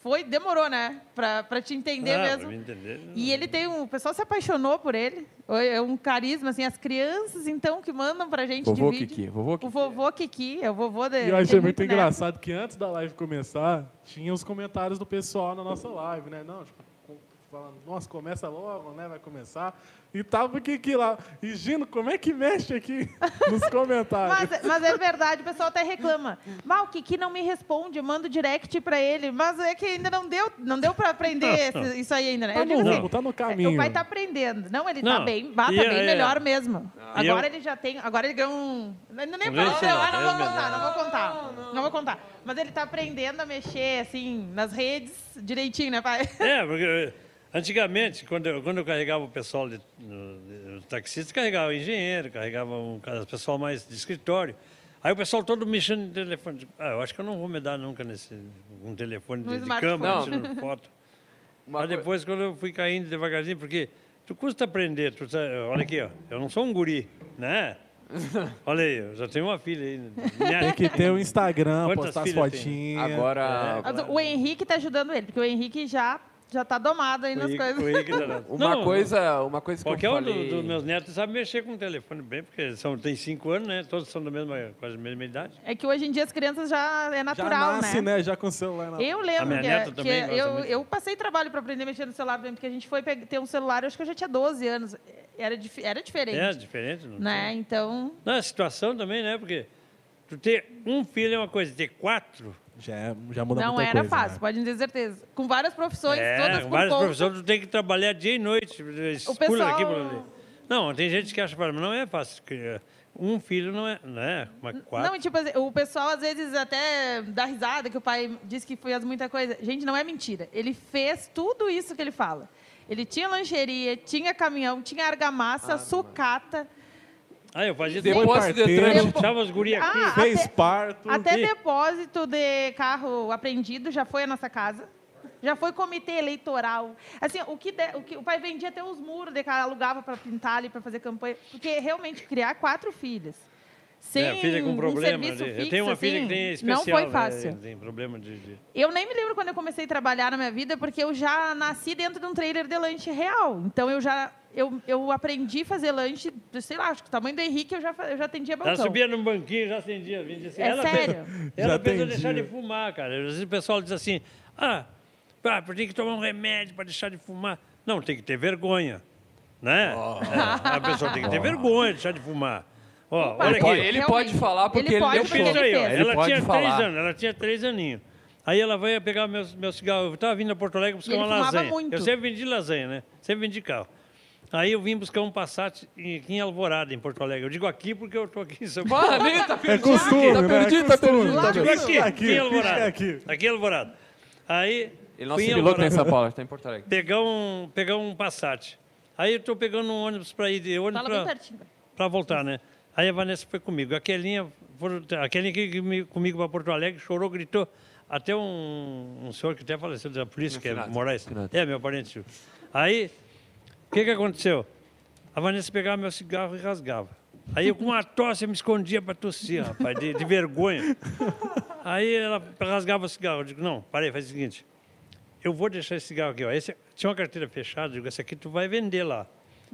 E: Foi, demorou, né? Pra, pra te entender
C: É,
D: Ah, pra
E: mesmo.
D: me entender.
E: E ele tem um. O pessoal se apaixonou por ele. É um carisma, assim, as crianças, então, que mandam pra gente
C: Vovô
E: de vídeo.
C: Kiki, vovô
E: O
C: Kiki.
E: vovô Kiki, é o vovô dele.
B: E eu achei muito
E: né?
B: engraçado que antes da live começar, tinha os comentários do pessoal na nossa live, né? Não, tipo, com- falando, nossa, começa logo, né? Vai começar. E tava o Kiki lá. E Gino, como é que mexe aqui *laughs* nos comentários?
E: Mas, mas é verdade, o pessoal até reclama. Mal, o Kiki não me responde, eu mando direct pra ele. Mas é que ainda não deu, não deu pra
D: *laughs*
E: aprender esse- isso aí ainda, né?
B: Tá
E: Eu
B: no
E: digo assim,
B: rumo, tá no
E: O
B: caminho.
E: pai tá aprendendo. Não, ele tá
D: Não,
E: bem, bah, tá
D: e
E: bem
D: eu- é.
E: melhor mesmo.
D: E
E: agora
D: eu-
E: ele já tem. Agora ele ganhou um. Não, não nem
D: Não
E: falo,
D: vou
E: não,
D: ensinar,
E: ah, não
D: eu
E: vou contar,
D: mesmo.
E: não vou contar. Não vou contar. Mas ele tá aprendendo a mexer, assim, nas redes direitinho, né, pai?
D: É, porque eh, antigamente, quando eu, quando eu carregava o pessoal, de, no- de- os taxistas, carregava engenheiro, carregava um, cara- o pessoal mais de escritório. Aí o pessoal todo mexendo no telefone. Digo, Ah, eu acho que eu não vou me dar nunca nesse um telefone
E: No
D: de, de
E: smartphone.
D: câmera,
C: Não.
D: tirando
C: *laughs*
D: foto.
C: Uma
D: Mas
C: coi-
D: depois, quando eu fui caindo devagarzinho, porque tu custa aprender. Tu, sa- olha aqui, ó, eu não sou um guri, né?
C: *laughs*
D: Olha aí, eu já tenho uma filha aí. né?
E: *laughs*
D: Minha-
B: Tem que ter o Instagram,
D: Quantas
B: postar as
D: filhas tem?
B: fotinhas.
D: é,
C: Agora,
E: Mas o Henrique tá ajudando ele, porque o Henrique já, já tá domado aí
D: o
E: nas
D: Henrique-
E: coisas.
D: o Henrique tá-
C: uma
D: Não,
C: coisa, uma coisa
E: Então,
C: que
D: Qualquer
C: eu
D: um do-
C: falei...
D: dos meus netos sabe mexer com o telefone bem, porque eles são, tem cinco anos, né? Todos são da mesma, quase da mesma idade.
E: É que hoje em dia as crianças já é
B: Já
E: natural,
B: nasce, né? Já com o celular na
E: Eu
D: A
E: lembro
D: minha
E: que, é
D: neta
E: que
D: também gosta
E: eu,
D: muito.
E: eu passei trabalho para aprender a mexer no celular, porque a gente foi pe- ter um celular, eu acho que eu já tinha 12 anos. É, Era, dif- era diferente.
D: É diferente. Não,
E: né? Então,
D: não a situação também, né? Porque tu ter um filho é uma coisa, ter quatro.
B: Já, é- já muda
E: não
B: muita
E: era
B: coisa,
E: fácil,
B: né?
E: pode ter certeza. Com várias profissões,
D: É,
E: todas
D: com
E: por
D: várias
E: conta.
D: profissões, tu tem que trabalhar dia e noite. Escura
E: pessoal-
D: daqui por ali. Não, tem gente que acha, mas não é fácil. criar. Um filho não é, não é, mas quatro.
E: Não, e tipo, assim, o pessoal às vezes até dá risada que o pai disse que fez muita coisa. Gente, não é mentira. Ele fez tudo isso que ele fala. Ele tinha lancheria, tinha caminhão, tinha argamassa, sucata.
D: Ah, eu fazia depois.
C: Depois do Detran,
B: Depois-
D: Deixava os guri aqui.
E: Ah,
B: Fez
E: até-
B: parto.
E: Até
D: vi.
E: depósito de carro apreendido já foi a nossa casa. Já foi comitê eleitoral. Assim, o que, de- o que- o pai vendia até os muros de casa, alugava para pintar ali, para fazer campanha. Porque realmente criar quatro filhas. Sem
D: é, filha com
E: um
D: problema.
E: serviço
D: de- eu
E: fixo,
D: tenho uma filha
E: assim,
D: que tem especial.
E: Não foi
D: né,
E: fácil.
D: Tem problema de- de...
E: Eu nem me lembro quando eu comecei a trabalhar na minha vida, porque eu já nasci dentro de um trailer de lanche real. Então eu já eu, eu aprendi a fazer lanche, sei lá, acho que o tamanho do Henrique eu já, fa- eu já atendia
D: Ela
E: balcão.
D: subia num banquinho, já acendia. Vinha assim,
E: Então, É
D: ela
E: sério?
D: Fez,
B: Já
D: ela fez eu
B: atendia.
D: deixar de fumar, cara. Às vezes o pessoal diz assim, ah, pá, tem que tomar um remédio para deixar de fumar. Não, tem que ter vergonha, né?
C: Ah.
D: É, a pessoa tem que ter vergonha de deixar de fumar. Ó,
E: Opa,
D: olha
C: Ele pode,
D: aqui.
C: ele
E: Realmente.
C: pode falar
E: Ele
C: porque ele,
E: pode
C: deu
E: porque
D: Pensa
E: ele
C: show.
D: aí, ó,
E: fez.
C: Ele
D: ela
C: pode
D: tinha
C: falar.
D: três anos, ela tinha três aninhos. Aí ela veio pegar meu, meu cigarro. Eu estava vindo a Porto Alegre buscar
E: E ele
D: uma
E: fumava
D: lasanha.
E: muito.
D: Eu sempre vendi lasanha, né? Sempre vendi carro. Aí eu vim buscar um Passat em- aqui em Alvorada, em Porto Alegre. Eu digo aqui porque eu estou aqui em
C: *laughs*
D: São Paulo.
C: Mano, ele tá
B: É
C: perdido.
B: costume,
C: tá
B: né?
C: perdido,
B: é
C: tá
B: costume.
C: perdido.
E: Lá
B: tá
E: no
D: Aqui,
B: perdido.
D: aqui, aqui em Alvorada.
B: aqui.
D: Aqui em Alvorada. Aí.
C: Ele não
D: fui em
C: se ligou que tá em
D: Alvorada
C: São Paulo, ele tá em Porto Alegre.
D: Pegar um, pegar um Passat. Aí eu tô pegando um ônibus para ir de ônibus
E: Fala bem
D: pra,
E: pertinho.
D: pra voltar, né? Aí a Vanessa foi comigo. Aquelinha, foram- aquelinha que que me- comigo para Porto Alegre chorou, gritou. Até um, um senhor que até faleceu da polícia, que é
C: Finato.
D: Moraes.
C: Finato.
D: É, meu parente. Aí, o que, que aconteceu? A Vanessa pegava meu cigarro e rasgava. Aí eu com uma tosse eu me escondia para tossir, rapaz, de, de vergonha. Aí ela rasgava o cigarro. Eu digo, não, parei, faz o seguinte. Eu vou deixar esse cigarro aqui, ó. Esse, tinha uma carteira fechada, eu digo, essa aqui tu vai vender lá.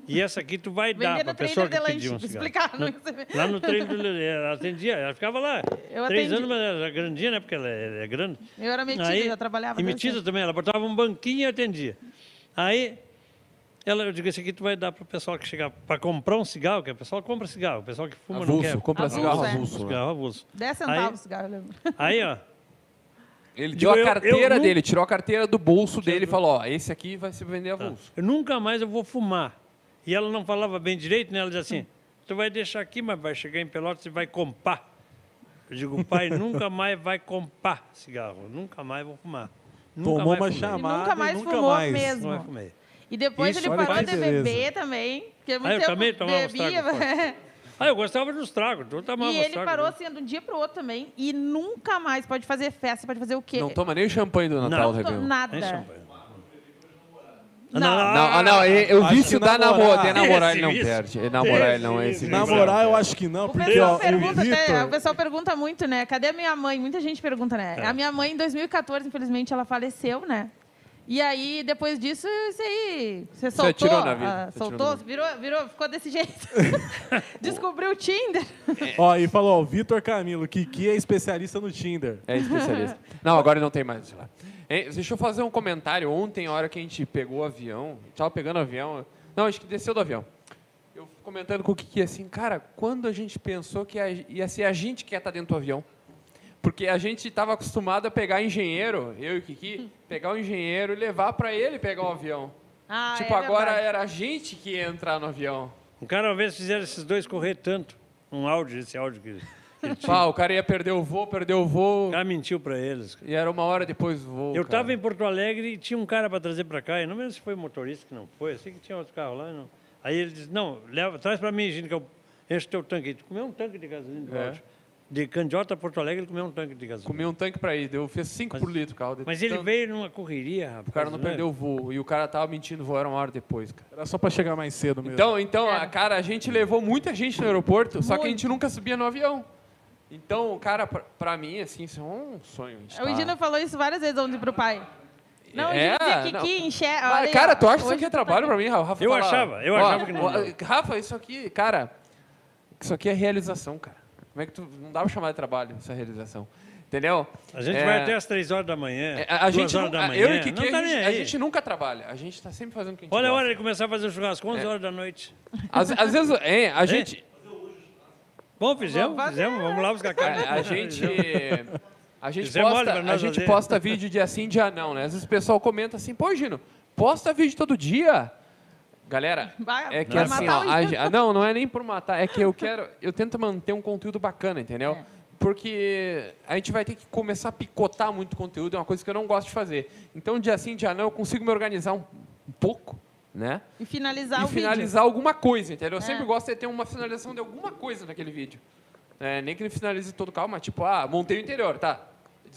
D: E essa aqui tu vai dar
E: Vendendo
D: para a
E: trailer
D: pessoa
E: de
D: que pediu
E: lanche.
D: um cigarro.
E: explicar, não
D: Lá no treino do Lelê, ela atendia, ela ficava lá.
E: Eu
D: Três
E: atendi.
D: anos, mas ela era grandinha, né? Porque ela é, ela é grande.
E: Eu era metida, eu já trabalhava.
D: E
E: né?
D: metida também, ela botava um banquinho e atendia. Aí, ela, eu digo, esse aqui tu vai dar pro pessoal que chegar para comprar um cigarro, que o pessoal compra cigarro, o pessoal que fuma não quer.
C: Avulso, compra
E: Avulso,
C: cigarro
E: é.
C: avulso. né?
D: Cigarro avulso.
E: 10
D: Aí-
E: centavos, cigarro, eu lembro.
D: Aí, ó,
C: Ele deu
D: Digo,
C: a
D: Tipo, eu- eu
C: carteira
D: nu-
C: dele, tirou a carteira do bolso dele e falou, ó, esse aqui vai se vender avulso.
D: eu nunca mais eu vou fumar. E ela não falava bem direito, né? Ela dizia assim, tu vai deixar aqui, mas vai chegar em Pelotas e
B: *laughs*
D: vai comprar. Eu digo, pai, nunca mais vai comprar cigarro, nunca mais vou fumar. Nunca
B: Tomou
D: vai
B: uma
D: comer.
B: chamada
E: nunca
B: e
E: mais
B: nunca
E: fumou
B: mais. é
E: mesmo.
D: Não vai comer.
E: E depois
B: Ixi,
E: ele
B: olha
E: parou
B: que
E: de
B: beleza.
E: beber também. Porque muito
D: eu
E: tempo
D: também tomava uns
E: bebia.
D: tragos
E: *laughs*
D: Ah, eu gostava dos tragos, eu tomava
E: e
D: uns
E: ele
D: tragos. né?
E: parou assim, de um dia pro outro também. E nunca mais pode fazer festa, pode fazer o quê?
C: Não toma nem o champanhe do Natal,
D: Não.
E: Não
C: Regan.
E: to-
C: Não,
D: Nem
E: nada.
D: champanhe.
E: Não.
C: ah, não, eu
B: Acho
C: vi se
B: que
C: dá
B: namorar-
C: namorar, é namorar ele não
D: Esse,
C: perde.
D: esse.
C: É namorar ele não é
D: Esse,
C: esse.
D: esse.
B: Namorar, eu acho que não,
E: O
B: porque
E: pessoal,
B: ó, o
E: pergunta até- o
B: Vitor...
E: pessoal pergunta muito, né? Cadê a minha mãe? Muita gente pergunta, né?
C: É.
E: A minha mãe, em 2014, infelizmente, ela faleceu, né? E aí, depois disso, isso aí. Você soltou.
C: atirou na vida,
E: ah,
C: você atirou
E: soltou,
C: na vida.
E: virou, virou, ficou
C: *laughs*
E: desse jeito. Descobriu o Tinder.
B: É. Ó, e falou, ó, o Vitor Camilo, Kiki é especialista no Tinder.
C: É
E: *laughs*
C: especialista. Não, agora não tem mais. sei lá. Hein, Deixa eu fazer um comentário. Ontem, a hora que a gente pegou o avião, tava pegando o avião. Não, acho que desceu do avião. Eu comentando com o Kiki assim, cara, quando a gente pensou que a- ia ser a gente que ia estar dentro do avião? Porque a gente estava acostumado a pegar engenheiro, eu e o Kiki, pegar o engenheiro e levar para ele pegar o avião.
E: Ah,
C: tipo,
E: é
C: agora
E: verdade.
C: era a gente que ia entrar no avião.
D: Um cara, uma vez, fizeram esses dois correr tanto. Um áudio, esse áudio que
B: *laughs*
D: ele tinha.
C: Pá, o cara ia perder o voo, perdeu o
D: O
C: voo.
D: cara mentiu pra eles.
C: E era uma hora depois do voo.
D: Eu
C: cara.
D: estava em Porto Alegre e tinha um cara para trazer para cá. Eu não lembro se foi motorista que não foi. Eu sei que tinha outro carro lá. Não. Aí ele disse, não, leva, traz para mim, gente, que eu encho teu tanque. aí. Tu comeu um tanque de gasolina do
C: É.
D: áudio. De Candiota a Porto Alegre, ele comeu um tanque de gasolina.
C: Comi um tanque pra ir, deu, fez 5
D: Mas-
C: por litro o carro. de
D: Mas ele
C: tanto.
D: veio numa correria, rapaz. né?
C: O cara não perdeu o voo. E o cara tava mentindo, o voo era uma hora depois, cara.
B: Era só pra chegar mais cedo mesmo.
C: Então, então a, cara, a gente levou muita gente no aeroporto, só que a gente nunca subia no avião. Então, cara, pra, pra mim, assim, isso é um sonho. a gente
E: O
C: tá-
E: Dino falou isso várias vezes ontem pro pai. Não,
C: É,
E: o Dino dizia
C: não.
E: que, que enxerga.
C: Mas,
E: olha aí,
C: cara, tu
E: ó,
C: acha isso
E: hoje
C: aqui é
E: tu tá
C: trabalho
E: aqui.
C: pra mim, Rafa? Rafa
D: Eu
C: falava,
D: achava, eu
C: ó,
D: achava que não
C: ó,
D: era.
C: Rafa, isso aqui, cara, isso aqui é realização, cara. Como é que tu. Não dá pra chamar de trabalho essa realização. Entendeu?
D: A gente
C: É,
D: vai até as três horas da manhã.
C: é, A, a
D: duas
C: gente
D: horas
C: nu-
D: da
C: a-
D: manhã.
C: eu e o Kiki,
D: não tá
C: a, gente,
D: nem
C: a
D: aí.
C: gente nunca trabalha. A gente tá sempre fazendo o que a gente
D: Olha a
C: gosta. É.
D: hora de começar a fazer o churrasco, 11 horas da noite.
C: Às, às vezes, é, a gente.
D: Bom, fizemos,
E: fazer.
D: fizemos. Vamos lá buscar carne.
C: É, A, a gente. A gente,
D: Isso é mole
C: posta,
D: pra nós
C: a gente
D: fazer.
C: posta vídeo dia sim, dia não, né? Às vezes o pessoal comenta assim, pô, Gino, posta vídeo todo dia. Galera,
E: Vai-
C: é que
E: vai
C: assim,
E: matar
C: ó,
E: o
C: a
E: Gino.
C: gen- ah, não, não é nem por matar, é que eu quero, eu tento manter um conteúdo bacana, entendeu?
E: É.
C: Porque a gente vai ter que começar a picotar muito conteúdo, é uma coisa que eu não gosto de fazer. Então, dia sim, dia não, eu consigo me organizar um, um pouco, né?
E: E finalizar
C: e
E: o vídeo. É.
C: finalizar alguma coisa, entendeu? Eu sempre gosto de ter uma finalização de alguma coisa naquele vídeo. É, nem que ele finalize todo calmo, mas tipo, ah, montei o interior, tá.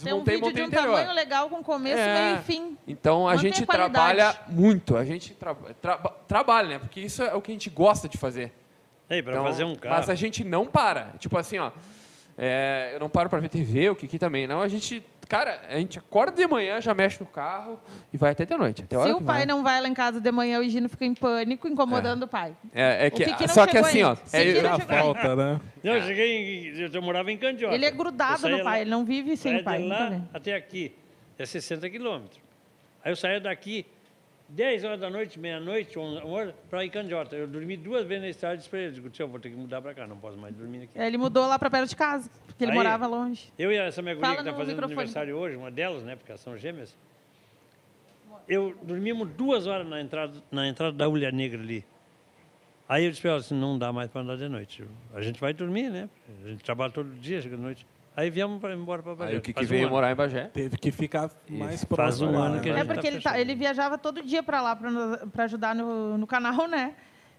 E: Tem um
C: Desmontei,
E: vídeo de
C: montei
E: um
C: o interior.
E: tamanho legal com começo,
C: É.
E: meio e fim.
C: Então a
E: Mantém
C: gente
E: a qualidade.
C: trabalha muito, a gente tra- traba- trabalha, né? Porque isso é o que a gente gosta de fazer.
D: Ei, pra
C: Então,
D: fazer um carro.
C: Mas a gente não para. Tipo assim, ó. é, eu não paro pra ver TV, o Kiki também. Não, a gente. Cara, a gente acorda de manhã, já mexe no carro e vai até de noite. Até a hora
E: Se o
C: que
E: pai
C: vai.
E: não vai lá em casa de manhã, o Gino fica em pânico, incomodando o pai.
C: É, é que,
E: O Kiki não
C: só que
E: chegou
C: assim, ó.
E: ainda.
C: é-
E: Se Kiki não
B: Já
E: chegou ainda.
B: falta, né?
D: Não, eu cheguei em, eu- eu morava em Candiota.
E: Ele é
D: Eu
E: grudado
D: saía
E: no pai,
D: lá-
E: ele não vive
D: saía
E: sem o
D: de
E: pai. nunca
D: lá
E: vê.
D: até aqui é 60 quilômetros. Aí eu saía daqui 10 horas da noite, meia-noite, 11 horas, para ir em Candiota. Eu dormi duas vezes na estrada e disse para ele, digo, tio, eu vou ter que mudar para cá, não posso mais dormir aqui.
E: É, Ele mudou lá pra perto de casa, porque ele
D: Aí.
E: morava longe.
D: Eu e essa minha guria
E: Fala
D: que está
E: no
D: fazendo
E: microfone.
D: aniversário hoje, uma delas, né, porque elas são gêmeas, eu dormimos duas horas na entrada, na entrada da Ulha Negra ali. Aí eu disse para ela assim, não dá mais para andar de noite. A gente vai dormir, né? A gente trabalha todo dia, chega de noite. Aí viemos pra, embora para
C: Aí o Kiki veio morar em Bagé.
B: Teve que ficar mais
D: Faz
B: próximo.
D: um
B: lá,
D: ano
B: né?
D: que a
E: É
D: gente
E: porque
D: tá
E: ele, tá-
D: fechado.
E: ele viajava todo dia pra lá pra, nos- pra ajudar no, no canal, né?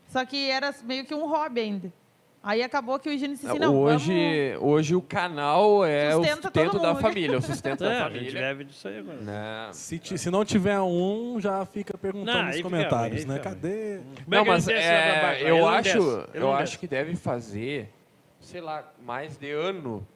E: Só que era meio que um hobby ainda. Aí acabou que o Gino disse assim, não, vamos...
C: É, hoje, hoje o canal é
E: Sustenta
C: o sustento
E: todo
C: da
E: mundo.
C: família. O sustento
D: *laughs* É,
C: da
D: a gente
C: Então, família. né?
D: deve disso aí agora.
C: Não.
B: Se, ti- se não tiver um, já fica perguntando
D: Não, aí
B: nos
D: fica
B: comentários,
D: ruim, aí
B: né?
D: fica
B: Cadê?
D: Como
C: Não,
D: é que ele
C: mas
D: desce
C: é,
D: lá pra baixo? Ele
C: eu
D: não
C: acho,
D: desce, ele
C: eu
D: não
C: acho
D: desce.
C: que deve fazer, sei lá, mais de ano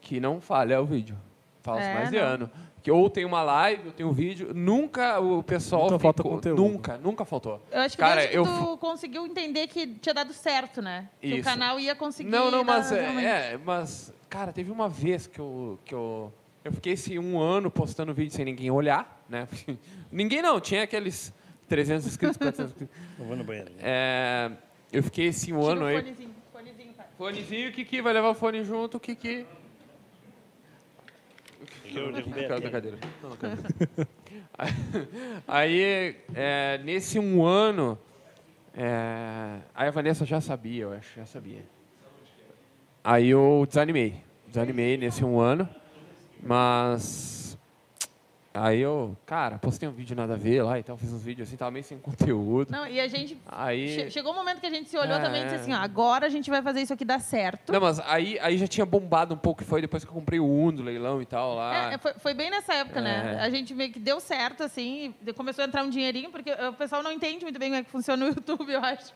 C: que não falha o vídeo. Faz
E: É,
C: mais de
E: não.
C: ano. Que ou tem uma live, ou tem um vídeo. Nunca o pessoal
B: Nunca falta
C: ficou-
B: conteúdo.
C: Nunca, nunca faltou.
E: Eu acho que
C: Cara,
E: desde que
C: eu
E: tu
C: fu-
E: conseguiu entender que tinha dado certo, né? Que o
C: Isso.
E: canal ia conseguir...
C: Não, não,
E: dar
C: mas
E: realmente.
C: é, é, mas cara, teve uma vez que eu que eu eu fiquei esse um ano postando vídeo sem ninguém olhar, né? *laughs* ninguém não, tinha aqueles 300 inscritos, 400 inscritos.
D: Eu vou no banheiro.
C: *laughs* É, eu fiquei esse um
E: Tira
C: ano
E: o
C: aí
E: fonezinho, fonezinho, pai.
C: Fonezinho, o Kiki vai levar o fone junto, o Kiki.
D: Eu derrubei
C: Por causa
D: a
C: da
D: telha.
C: cadeira. Não, na cadeira. *laughs* aí, é, nesse um ano, é, aí a Vanessa já sabia, eu acho, já sabia. Aí eu desanimei. Desanimei nesse um ano, mas. Aí eu, cara, postei um vídeo nada a ver lá e tal, fiz uns vídeos assim, tava meio sem conteúdo.
E: Não, e a gente. che-
C: Aí.
E: Chegou um momento que a gente se olhou
C: É,
E: também e disse
C: é.
E: assim: ó, agora a gente vai fazer isso aqui dar certo.
C: Não, mas aí, aí já tinha bombado um pouco, que foi depois que eu comprei o Uno, leilão e tal lá.
E: É, foi, foi bem nessa época, né?
C: Ah. É.
E: A gente meio que deu certo, assim, e de- começou a entrar um dinheirinho, porque eh, o pessoal não entende muito bem como é que funciona o *laughs* YouTube, eu acho.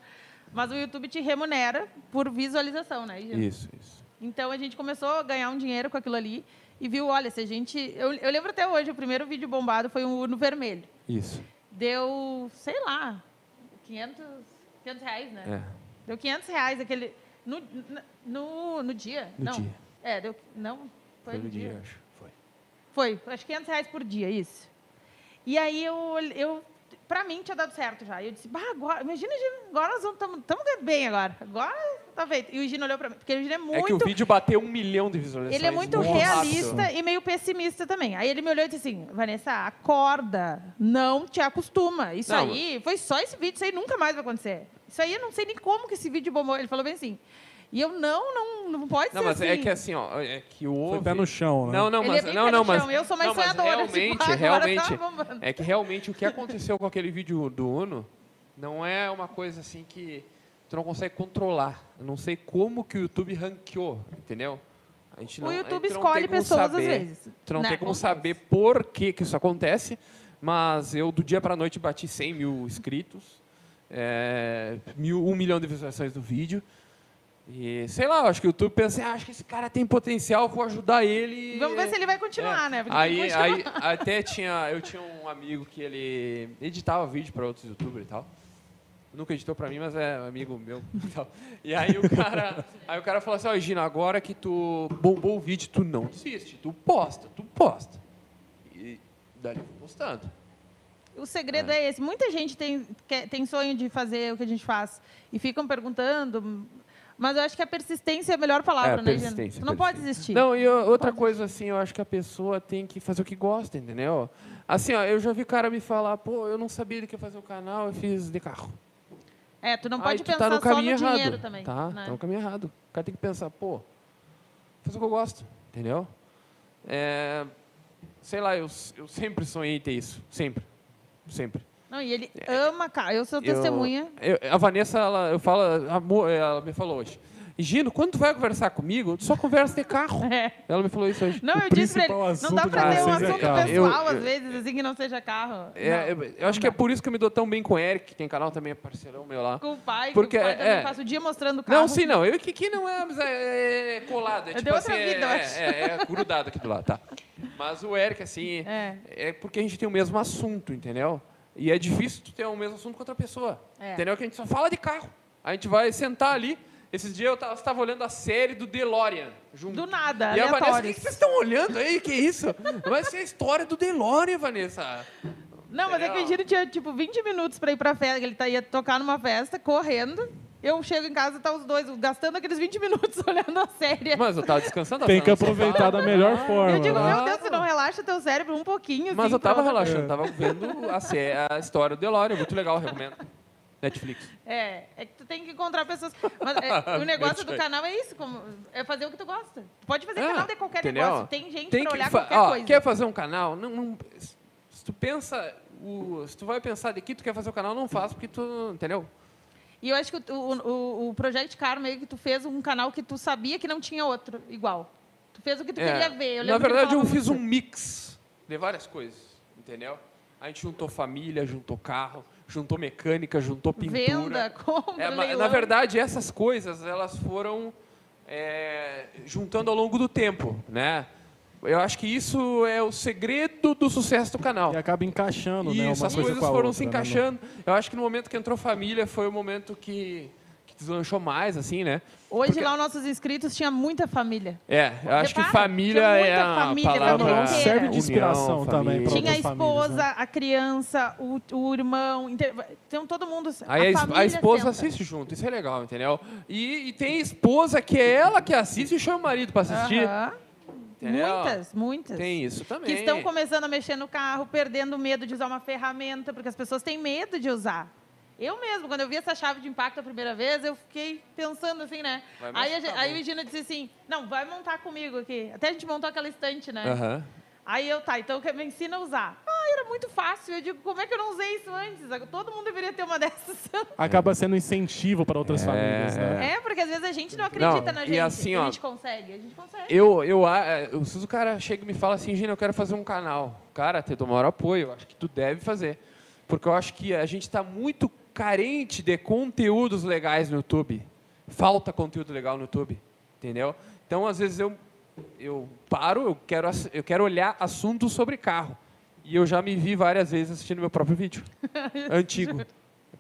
E: Mas o YouTube te remunera por visualização, né? Gil?
C: Isso, isso.
E: Então a gente começou a ganhar um dinheiro com aquilo ali e viu, olha, se a gente. Eu, eu lembro até hoje, o primeiro vídeo bombado foi um no vermelho.
C: Isso.
E: Deu, sei lá, 500, 500 reais, né?
C: É.
E: Deu 500 reais aquele. No, no, no dia?
C: No
E: não.
C: dia.
E: É, deu. Não, foi,
C: Foi
E: no
C: no
E: dia.
C: dia, acho. Foi.
E: Foi, acho que 500 reais por dia, isso. E aí eu, olhe- eu pra mim tinha dado certo já. Eu disse, bah, agora, imagina, Gino, agora nós estamos bem agora. Agora tá feito. E o Gino olhou pra mim, porque o Gino é
C: É que o
E: muito.
C: vídeo bateu um milhão de visualizações.
E: ele é muito
C: Nossa.
E: realista e meio pessimista também. Aí ele me olhou e disse assim, Vanessa, acorda, não te acostuma. Isso
C: Não,
E: aí, foi só esse vídeo, isso aí nunca mais vai acontecer. Isso aí eu não sei nem como que esse vídeo bombou. Ele falou bem assim. E eu, não, não, não pode
C: Não,
E: ser
C: mas
E: assim.
C: é que assim, ó, é que houve...
B: Foi pé no chão, né?
C: Não, não,
E: Ele
C: mas...
E: é bem
C: não,
E: pé no
C: não, mas...
E: chão, eu sou mais
C: não, mas
E: sonhadora, tipo,
C: Realmente,
E: agora tá
C: realmente...
E: bombando.
C: é que realmente o que aconteceu com aquele vídeo do Uno não é uma coisa assim que tu não consegue controlar. Eu não sei como que o YouTube ranqueou, entendeu? A gente
E: O
C: a
E: YouTube
C: gente não tem
E: escolhe
C: como
E: pessoas às
C: saber.
E: vezes.
C: Tu não
E: Né?
C: tem como
E: Acontece.
C: saber por que, que isso acontece, mas eu do dia para noite bati 100 mil inscritos, é, mil, um milhão de visualizações do vídeo. E sei lá, eu acho que o YouTube pensa, ah, acho que esse cara tem potencial, vou ajudar ele.
E: Vamos ver se ele vai continuar, né? Porque tem que
C: É. Aí,
E: continuar.
C: aí até tinha, eu tinha um amigo que ele editava vídeo para outros youtubers e tal. Nunca editou para mim, mas é amigo meu e tal. E aí o cara, aí o cara falou assim: "Ó, Gina, agora que tu bombou o vídeo, tu não desiste, tu posta, tu posta". E dali eu fui postando.
E: O segredo é, esse. Muita gente tem, quer- tem sonho de fazer o que a gente faz e ficam perguntando, mas eu acho que a persistência é a melhor palavra,
C: É,
E: né, Jana?
C: persistência,
E: Tu
C: persistência.
E: não pode desistir.
C: Não, e o- outra coisa, assim, eu acho que a pessoa tem que fazer o que gosta, entendeu? Assim, ó, eu já vi cara me falar, pô, eu não sabia do que ia fazer o canal, eu fiz de carro.
E: É, tu não
C: Aí
E: pode
C: tu
E: pensar
C: tá no
E: só no
C: caminho errado.
E: dinheiro também.
C: Tá,
E: né?
C: tá no caminho errado. O cara tem que pensar, pô, fazer o que eu gosto, entendeu? É, sei lá, eu, eu sempre sonhei em ter isso. Sempre. Sempre.
E: Não, e ele ama, cara. Eu sou
C: É. Eu-
E: testemunha.
C: eu- a Vanessa, ela, eu falo, amor, ela me falou hoje. Gino, quando tu vai conversar comigo, tu só conversa de carro.
E: *laughs* É.
C: Ela me falou isso hoje.
E: Não,
B: O
E: eu disse pra ele,
B: principal
E: não dá
B: assunto
E: pra
C: de
E: ter um
C: vocês é
E: assunto
C: carro.
E: pessoal,
C: Eu-
E: às
C: eu-
E: vezes, assim, que não seja carro.
C: É, eu, eu acho que é por isso que eu me dou tão bem com o Eric, que tem canal também, é parceirão meu lá.
E: Não. Com o pai,
C: Porque
E: com o pai também
C: é-
E: passa o dia mostrando o carro.
C: Não, sim, não. Eu e Kiki não é, amizade- é, é colado. É,
E: É de
C: tipo
E: outra
C: assim, é-
E: vida, eu
C: é,
E: acho.
C: é, é grudado aqui do lado, tá. Mas o Eric, assim,
E: É.
C: é. porque a gente tem o mesmo assunto, entendeu? E é difícil tu ter o mesmo assunto com outra pessoa.
E: É.
C: Entendeu? Que a gente só fala de carro. A gente vai sentar ali. Esses dias eu tava, você tava olhando a série do DeLorean junto.
E: Do nada,
C: E a Vanessa, o que
E: aleatórios.
C: que vocês estão olhando aí? Que isso? Vai ser a história do DeLorean, Vanessa.
E: Não, mas é que o
C: Entendeu?
E: Giro tinha, tipo, 20 minutos pra ir pra festa, que ele tá, ia tocar numa festa, correndo. Eu chego em casa e tá os dois gastando aqueles 20 minutos *laughs* olhando a série.
C: Mas eu tava descansando. eu
B: Tem
C: tava
B: que
C: no sofá.
B: aproveitar da melhor forma.
E: eu digo,
B: né?
E: meu Deus, você não relaxa teu cérebro um pouquinho.
C: Mas
E: assim,
C: eu tava
E: pra outra
C: relaxando, tava vendo a, sé- a história do DeLorean, muito legal, recomendo. Netflix.
E: coisa. É, é que tu tem que encontrar pessoas. Mas
C: *laughs*
E: é, o negócio do canal é isso, como, é fazer o que tu gosta. Tu pode fazer
C: É,
E: canal de qualquer
C: entendeu?
E: negócio. Tem gente pra
C: que
E: olhar
C: fa-
E: qualquer
C: ó,
E: coisa.
C: Quer fazer um canal? Não, não- se tu pensa, o- se tu vai pensar de que tu quer fazer o canal, não faz, porque tu, entendeu?
E: E eu acho que o, o, o Project Karma aí que tu fez um canal que tu sabia que não tinha outro igual. Tu fez o que tu
C: É,
E: queria ver. Eu
C: na
E: lembro que ele
C: verdade, eu
E: falava
C: fiz
E: muito.
C: um mix de várias coisas, entendeu? A gente juntou família, juntou carro, juntou mecânica, juntou pintura.
E: Venda, compra,
C: É, ma-
E: leilão.
C: na verdade, essas coisas elas foram é, juntando ao longo do tempo, né? Eu acho que isso é o segredo do sucesso do canal.
B: E acaba encaixando, né?
C: Isso,
B: Uma
C: as
B: coisa
C: coisas
B: com a
C: foram
B: outra,
C: se
B: né?
C: encaixando. Eu acho que no momento que entrou família foi o momento que, que deslanchou mais, assim, né?
E: Hoje
C: Porque-
E: lá os nossos inscritos tinha muita família.
C: É, eu acho que
E: Repara,
C: família
E: tinha
C: é
E: muita
C: a
E: família,
C: palavra.
E: família inteira.
B: Serve de inspiração também pra
E: Tinha a
B: outras famílias,
E: esposa,
B: né?
E: a criança, o, o irmão, inte- então todo mundo.
C: Aí a, es- a
E: família
C: esposa
E: senta.
C: assiste junto, isso é legal, entendeu? E, e tem esposa que é ela que assiste e chama o marido pra assistir.
E: Aham.
C: entendeu?
E: Muitas, muitas.
C: Tem isso
E: que
C: também.
E: estão começando a mexer no carro, perdendo o medo de usar uma ferramenta, porque as pessoas têm medo de usar. Eu mesmo, quando eu vi essa chave de impacto a primeira vez, eu fiquei pensando assim, né?
C: Vai
E: Aí, a
C: machucar
E: gen- aí
C: muito.
E: o Gino disse assim, não, vai montar comigo aqui. Até a gente montou aquela estante, né?
C: Aham.
E: Aí eu, tá, então que- me ensina a usar. Ah, era muito fácil. Eu digo, como é que eu não usei isso antes? Todo mundo deveria ter uma *laughs* dessas.
B: Acaba sendo um incentivo para outras famílias, né?
E: É, porque às vezes a gente não
C: Não,
E: acredita na
C: e
E: gente.
C: assim,
E: a
C: ó,
E: gente consegue, a gente consegue.
C: Eu, eu, a- é, eu- se o cara chega e me fala assim, Gina, eu quero fazer um canal. Cara, te dou o maior apoio, eu acho que tu deve fazer. Porque eu acho que a gente está muito carente de conteúdos legais no YouTube. Falta conteúdo legal no YouTube, entendeu? Então, às vezes, eu, eu paro, eu quero, ass- eu quero olhar assuntos sobre carro. E eu já me vi várias vezes assistindo meu próprio
E: *laughs*
C: vídeo. antigo.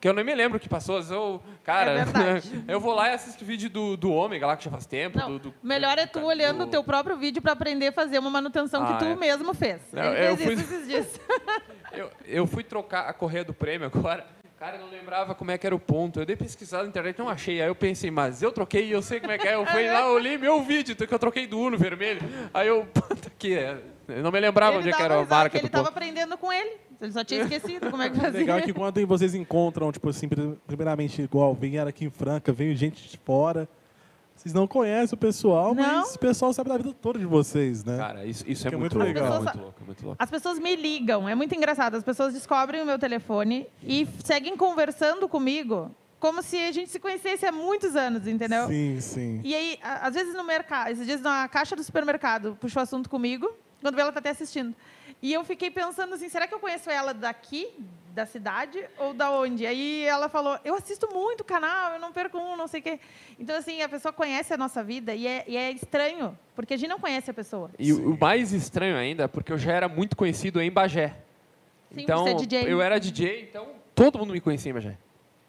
C: Que eu nem me lembro o que passou, às vezes eu... Cara,
E: É
C: *laughs*
E: verdade.
C: eu vou lá e assisto o vídeo do, do Ômega lá, que já faz tempo.
E: Não,
C: do- do-
E: melhor é tu
C: do-
E: olhando o teu próprio vídeo pra aprender a fazer uma manutenção
C: Ah,
E: que tu
C: é.
E: mesmo fez.
C: Não,
E: Ele
C: eu
E: fez
C: fui-
E: isso
C: *laughs*
E: esses dias.
C: Eu, eu fui trocar a correia do prêmio agora. Cara, eu não lembrava como é que era o ponto. Eu dei pesquisar na internet, não achei. Aí eu pensei, mas eu troquei e eu sei como é que é. Eu fui
E: *laughs*
C: lá, olhei meu vídeo, então, que eu troquei do Uno vermelho. Aí eu, *laughs* puta que é. Eu não me lembrava onde é que
E: tava-
C: era a
E: exato,
C: marca
E: ele
C: do
E: tava
C: ponto.
E: aprendendo com ele. Ele
C: *laughs*
E: só tinha esquecido como é que
B: O Legal é
E: fazia.
B: que quando vocês encontram, tipo assim, pri- primeiramente igual, vieram aqui em Franca, veio gente de fora. Vocês não conhecem o pessoal,
E: Não.
B: mas o pessoal sabe da vida toda de vocês, né?
C: Cara, isso, isso é,
B: Que é
C: muito,
B: muito
C: legal.
E: legal.
C: Muito louco, muito louco.
E: As pessoas me ligam, é muito engraçado. As pessoas descobrem o meu telefone e seguem conversando comigo como se a gente se conhecesse há muitos anos, entendeu?
B: Sim, sim.
E: E aí, a- às vezes no mercado, esses dias na caixa do supermercado, puxou assunto comigo, quando vê ela tá até assistindo. E eu fiquei pensando assim, será que eu conheço ela daqui, da cidade, ou da onde? Aí ela falou, eu assisto muito o canal, eu não perco um, não sei o quê. Então, assim, a pessoa conhece a nossa vida e é, e é estranho, porque a gente não conhece a pessoa.
C: E o o mais estranho ainda, porque eu já era muito conhecido em Bagé.
E: Sim,
C: então,
E: você é DJ.
C: eu era DJ, então todo mundo me conhecia em Bagé.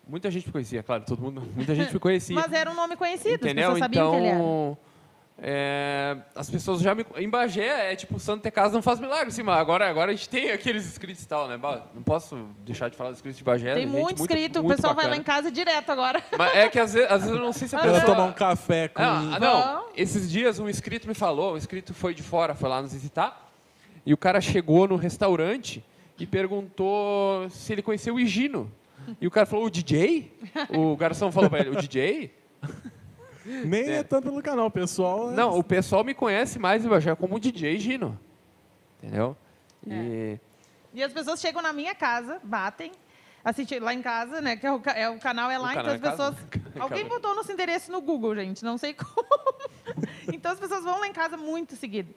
C: Muita gente me conhecia, claro, todo mundo, muita gente me conhecia.
E: *laughs* Mas era um nome conhecido, as
C: Entendeu?
E: pessoas sabiam que ele era.
C: Então, é, as pessoas já me. Em Bagé é tipo, santo ter casa não faz milagre, assim, mas agora, agora a gente tem aqueles inscritos e tal, né? Bah, Não posso deixar de falar dos inscritos de Bagé.
E: Tem
C: é, gente
E: muito inscrito, o
C: muito
E: pessoal vai
C: bacana.
E: lá em casa direto agora.
C: Mas é que às vezes, às vezes eu não sei se a
E: Ah,
B: Ela
C: pessoa.
B: tomar um café com.
C: Ah, ah, não.
E: Não.
C: Esses dias um inscrito me falou, um inscrito foi de fora, foi lá nos visitar, e o cara chegou no restaurante e perguntou se ele conhecia o Higino. E o cara falou, o DJ? O garçom falou pra ele, o DJ?
B: Nem é. tanto pelo canal, o pessoal. é-
C: Não, o pessoal me conhece mais em Bagé como DJ Gino. Entendeu?
E: É.
C: E-
E: E as pessoas chegam na minha casa, batem, assistem lá em casa, né? Que é o, ca- é, o canal é
C: O
E: lá, então
C: canal *laughs*
E: as
C: é em casa?
E: pessoas. Alguém
C: Calma.
E: botou nosso endereço no Google, gente, não sei *laughs* como. então as pessoas vão lá em casa muito seguido.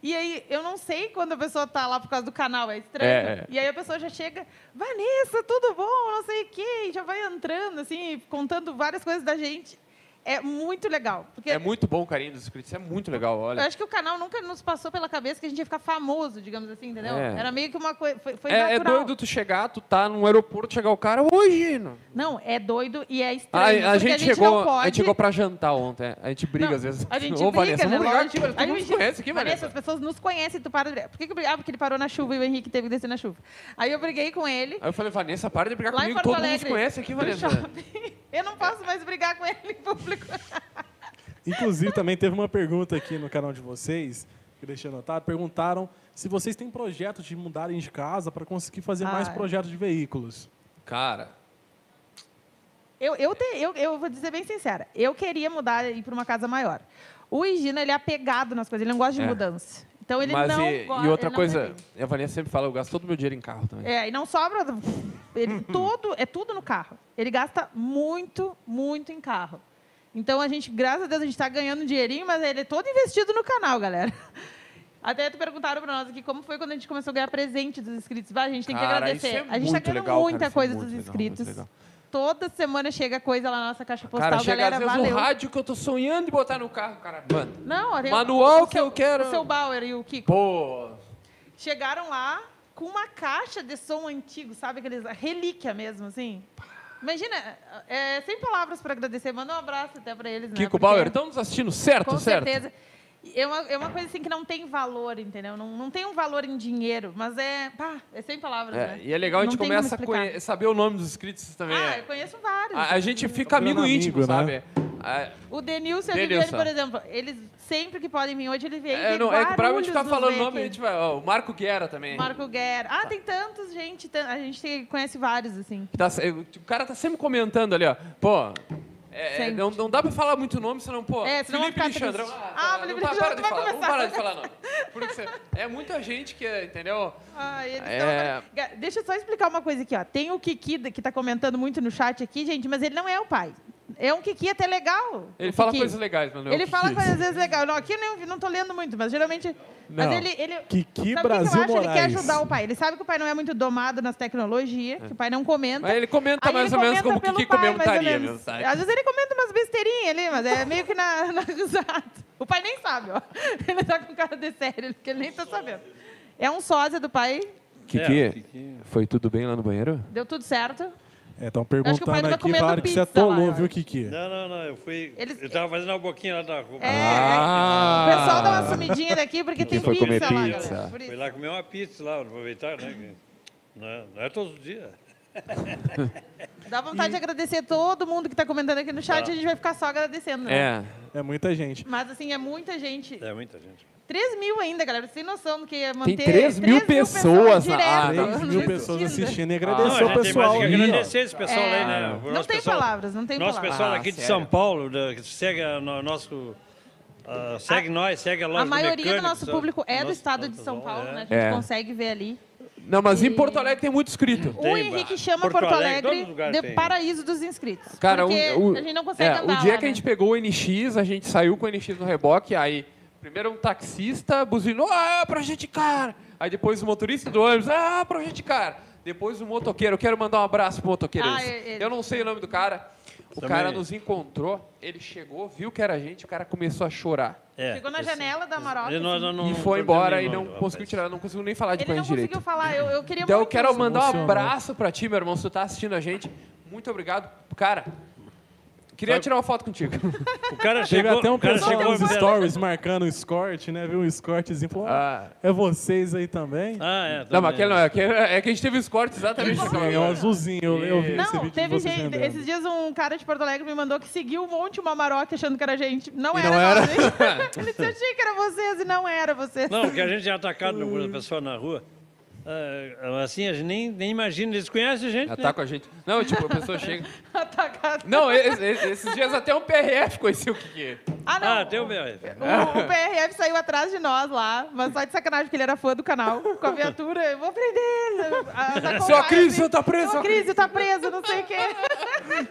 E: E aí, eu não sei quando a pessoa tá lá por causa do canal, é estranho.
C: É, é.
E: E aí a pessoa já chega, Vanessa, tudo bom? Não sei o quê, e já vai entrando, assim, contando várias coisas da gente. É muito legal. Porque
C: é muito bom o carinho dos inscritos, é muito legal,
E: eu
C: olha.
E: acho que o canal nunca nos passou pela cabeça que a gente ia ficar famoso, digamos assim, entendeu?
C: É.
E: Era meio que uma coisa. Foi, foi
C: É, é
E: natural.
C: doido tu chegar, tu tá num aeroporto, chegar o cara, oi Gino.
E: Não, é doido e é
C: Ah,
E: estranho.
C: a,
E: porque
C: gente
E: a gente
C: chegou,
E: não pode...
C: a gente chegou pra jantar ontem. A gente briga
E: Não,
C: às vezes.
E: A
C: *laughs*
E: gente
C: Ô,
E: briga,
C: Vanessa,
E: né?
C: vamos brigar
E: Lógico.
C: aqui, Vanessa.
E: Aí
C: Todo mundo
E: me
C: se
E: chama-
C: conhece aqui, Vanessa.
E: as pessoas nos conhecem, tu para... de- Por que, que eu brigava? Porque ele parou na chuva e o Henrique teve que descer na chuva. Aí eu briguei com ele,
C: Aí eu falei, Vanessa, para de brigar
E: Lá em
C: comigo,
E: Porto
C: todo mundo se
E: Alegre.
C: conhece aqui,
E: no
C: Vanessa.
E: shopping. *laughs* Eu não posso mais brigar com ele em público.
B: Inclusive, também teve uma pergunta aqui no canal de vocês, que eu deixei anotado. Perguntaram se vocês têm projetos de mudarem de casa para conseguir fazer mais
E: Ah.
B: projetos de veículos.
C: Cara,
E: Eu, eu, te- eu, eu vou dizer bem sincera. Eu queria mudar e ir para uma casa maior. O Higino, ele é apegado nas coisas, ele não gosta de
C: É.
E: mudança. Então ele
C: mas
E: não
C: e,
E: gosta.
C: e outra
E: ele não
C: coisa,
E: pretende.
C: a Vanessa sempre fala, eu gasto todo o meu dinheiro em carro também.
E: É, e não sobra.
C: *laughs*
E: Ele, todo, é tudo no carro. Ele gasta muito, muito em carro. Então a gente, graças a Deus, a gente está ganhando um dinheirinho, mas ele é todo investido no canal, galera. *laughs* Até tu perguntaram para nós aqui como foi quando a gente começou a ganhar presente dos inscritos. Vai, a gente tem que
C: Cara,
E: agradecer.
C: isso é
E: a gente está
C: muito
E: ganhando
C: legal,
E: muita
C: cara, isso é
E: coisa
C: muito
E: dos
C: legal, muito
E: inscritos.
C: legal.
E: Toda semana chega coisa lá na nossa caixa postal,
C: cara, chega
E: galera.
C: às vezes
E: valeu.
C: o rádio que eu tô sonhando de botar no carro, cara. Mano,
E: Não, olha,
C: Manual
E: o
C: que eu quero.
E: O seu Bauer e o Kiko.
C: pô,
E: chegaram lá com uma caixa de som antigo, sabe? Aqueles, a relíquia mesmo, assim. Imagina, é, sem palavras para agradecer. Manda um abraço até para eles, né?
C: Kiko
E: Porque-
C: Bauer, estamos assistindo certo,
E: Com
C: certo?
E: certeza. É uma, é uma coisa assim que não tem valor, entendeu? Não, não tem um valor em dinheiro, mas é. Pá, é sem palavras,
C: É,
E: né?
C: e é legal, a gente
E: Não tem
C: começa a
E: como explicar.
C: conhe- saber o nome dos inscritos também.
E: Ah,
C: é.
E: eu conheço vários.
C: a, a gente fica amigo,
B: Amigo,
C: íntimo,
B: né?
C: sabe? Ah,
E: O Denilson e a
C: Denilson.
E: Viviane, por exemplo, eles sempre que podem vir hoje, ele vem.
C: É,
E: tem
C: não, é que pra gente
E: Guarulhos
C: ficar
E: nos
C: falando
E: vê
C: nome, a
E: aqui.
C: gente vai. ó, o Marco Guerra também.
E: Marco Guerra. Ah, tem tantos, gente. tan- A gente tem- conhece vários, assim.
C: Tá se- o cara tá sempre comentando ali, ó. Pô, É, é,
E: Sempre.
C: não, não dá pra falar muito nome, senão, pô,
E: É, senão
C: Felipe
E: vai ficar
C: Alexandre.
E: triste.
C: Ah,
E: Ah,
C: não
E: Felipe
C: tá-
E: Alexandre
C: para de
E: vai
C: falar, Vamos
E: começar.
C: parar de falar nome. Porque você- é muita gente que, é, entendeu?
E: Ah, eles
C: É.
E: tão agora- Ga- Deixa eu só explicar uma coisa aqui, ó. Tem o Kiki da- que tá comentando muito no chat aqui, gente, mas ele não é o pai. É um Kiki até legal.
C: Ele
E: o
C: fala
E: Kiki.
C: coisas legais, mas não é o
E: Ele
C: que
E: fala
C: quis.
E: coisas às vezes legais. Não, aqui eu não, não tô lendo muito, mas geralmente. Mas
B: Não.
E: ele. ele
B: Kiki
E: sabe o que que
B: Brasil
E: eu acho? Ele quer
B: Moraes.
E: ajudar o pai. Ele sabe que o pai não é muito domado nas tecnologias, que o pai não comenta.
C: É. Mas ele comenta Tá
E: Aí
C: mais
E: ele
C: ou menos
E: comenta
C: como que
E: pelo
C: Kiki
E: pai,
C: comentaria,
E: mais ou menos.
C: meu, sabe?
E: Às vezes ele comenta umas besteirinhas ali, mas é meio que na, *laughs* na risada. O pai nem sabe, ó. *laughs* Ele tá com cara de sério, porque ele nem tá sabendo. É um sósia do pai,
D: É, Kiki.
C: foi tudo bem lá no banheiro?
E: deu tudo certo.
B: É, estão
E: que o pai
B: perguntando
E: tava
B: aqui,
E: comendo
B: falaram que você é
E: pizza lá,
B: tolou,
E: eu
B: viu,
E: acho.
B: Kiki?
D: Não, não, não. Eu fui.
E: Eles-
D: Eu estava fazendo uma boquinha lá da roupa.
E: É,
C: Ah!
E: o pessoal dá uma sumidinha daqui porque tem
C: foi
E: pizza
C: comer
E: lá,
C: pizza.
E: galera. por isso.
D: Fui lá comer uma pizza lá, aproveitar, né? que Não é, não é todos os dias.
E: Dá vontade de agradecer a todo mundo que tá comentando aqui no chat, a gente vai ficar só agradecendo. né?
C: É.
B: É muita gente.
E: Mas assim, é muita gente.
D: É muita gente.
E: 3 mil ainda, galera. Vocês têm noção do que é
C: Tem
E: manter.
C: 3 mil pessoas na- Ah,
E: direto,
C: não.
B: 3
E: no
B: mil
E: Disney.
B: pessoas assistindo e
C: é
D: Não,
B: agradecer
D: a
B: o
D: gente tem mais
B: pessoal.
D: que
B: aí, ó.
D: agradecer esse pessoal
E: É.
D: aí, né? O
E: Não
D: nosso
E: tem
D: pessoal-
E: palavras, não tem
D: Nosso
E: palavras.
D: pessoal
C: Ah,
D: aqui de
C: sério.
D: São Paulo, da- que segue a, no, nosso. ah, segue nós, segue a loja
E: A
D: do
E: maioria do
D: mecânico,
E: nosso
D: sabe?
E: público é do
D: Nosso-
E: estado de
D: nosso
E: São
D: pessoal,
E: Paulo,
D: é.
E: né? A gente
C: É.
E: consegue ver ali.
C: Não, mas em Porto Alegre tem muito escrito.
E: O
D: Tem,
E: Henrique
D: bah.
E: chama Porto,
D: Porto Alegre,
E: Alegre,
D: todo lugar
E: de
D: tem.
E: paraíso dos inscritos.
C: Cara,
E: porque
C: o, o-
E: a gente não consegue
C: é,
E: andar
C: O dia
E: lá,
C: que a
E: né?
C: gente pegou o NX, a gente saiu com o NX no reboque, aí primeiro um taxista buzinou, ah, projeticar! Aí depois o motorista do ônibus, ah, projeticar! Depois o motoqueiro, eu quero mandar um abraço pro motoqueiro.
E: Ah,
C: esse.
E: é, é.
C: Eu não sei o nome do cara. O
D: Também.
C: cara nos encontrou, ele chegou, viu que era a gente, o cara começou a chorar.
D: É.
E: Chegou na janela da Maroca.
D: E nós-
E: assim.
D: nós não-
C: e foi
D: não
C: embora e
D: terminamos,
C: não
D: rapaz.
C: conseguiu tirar, não conseguiu nem falar de
E: é Ele não
C: banho direito.
E: conseguiu falar. Eu, eu queria
C: Então eu
E: muito
C: quero
E: isso.
C: mandar um
D: né?
B: Emocionou.
C: abraço pra ti, meu irmão. Se tu tá assistindo a gente, muito obrigado. Cara, queria
D: Sabe-
C: tirar uma foto
D: *laughs*
C: contigo.
D: O cara
B: Teve
D: chegou,
B: até um
D: o cara
B: pessoal
D: chegou
B: nos stories marcando o escort, né? Viu um escortezinho e falou, ah, é vocês aí também?
D: Ah, é.
C: Não,
D: também.
C: mas aquele não, é que, é que a gente teve os cortes exatamente
E: Que
C: nesse
E: bom.
B: É
C: momento.
B: um azulzinho, eu, eu vi esse
E: Não,
B: vídeo
E: teve
B: de vocês
E: gente.
B: vendendo.
E: Esses dias um cara de Porto Alegre me mandou que seguiu um monte uma Maroca achando que era gente. Não
C: E
E: era,
C: não era.
E: nós, gente. *laughs* Ele disse, eu achei que era vocês e não era vocês. *laughs*
D: Não, porque a gente é atacado por pessoal na rua. Ah, assim, a gente nem, nem imagina, eles conhecem a gente. né?
C: Ataca a gente. Não, tipo, a pessoa chega.
E: Atacado.
C: Não, es- es- esses dias até um PRF conhecia o que
E: Ah, não.
D: Ah, tem o BRF.
C: É?
E: O, o PRF saiu atrás de nós lá, mas só de sacanagem, porque ele era fã do canal, com a viatura. Eu vou prender ele. As acompanhas,
C: Cris,
E: assim,
C: você tá preso,
E: Seu
C: seu
E: Cris, você tá preso, não sei o quê.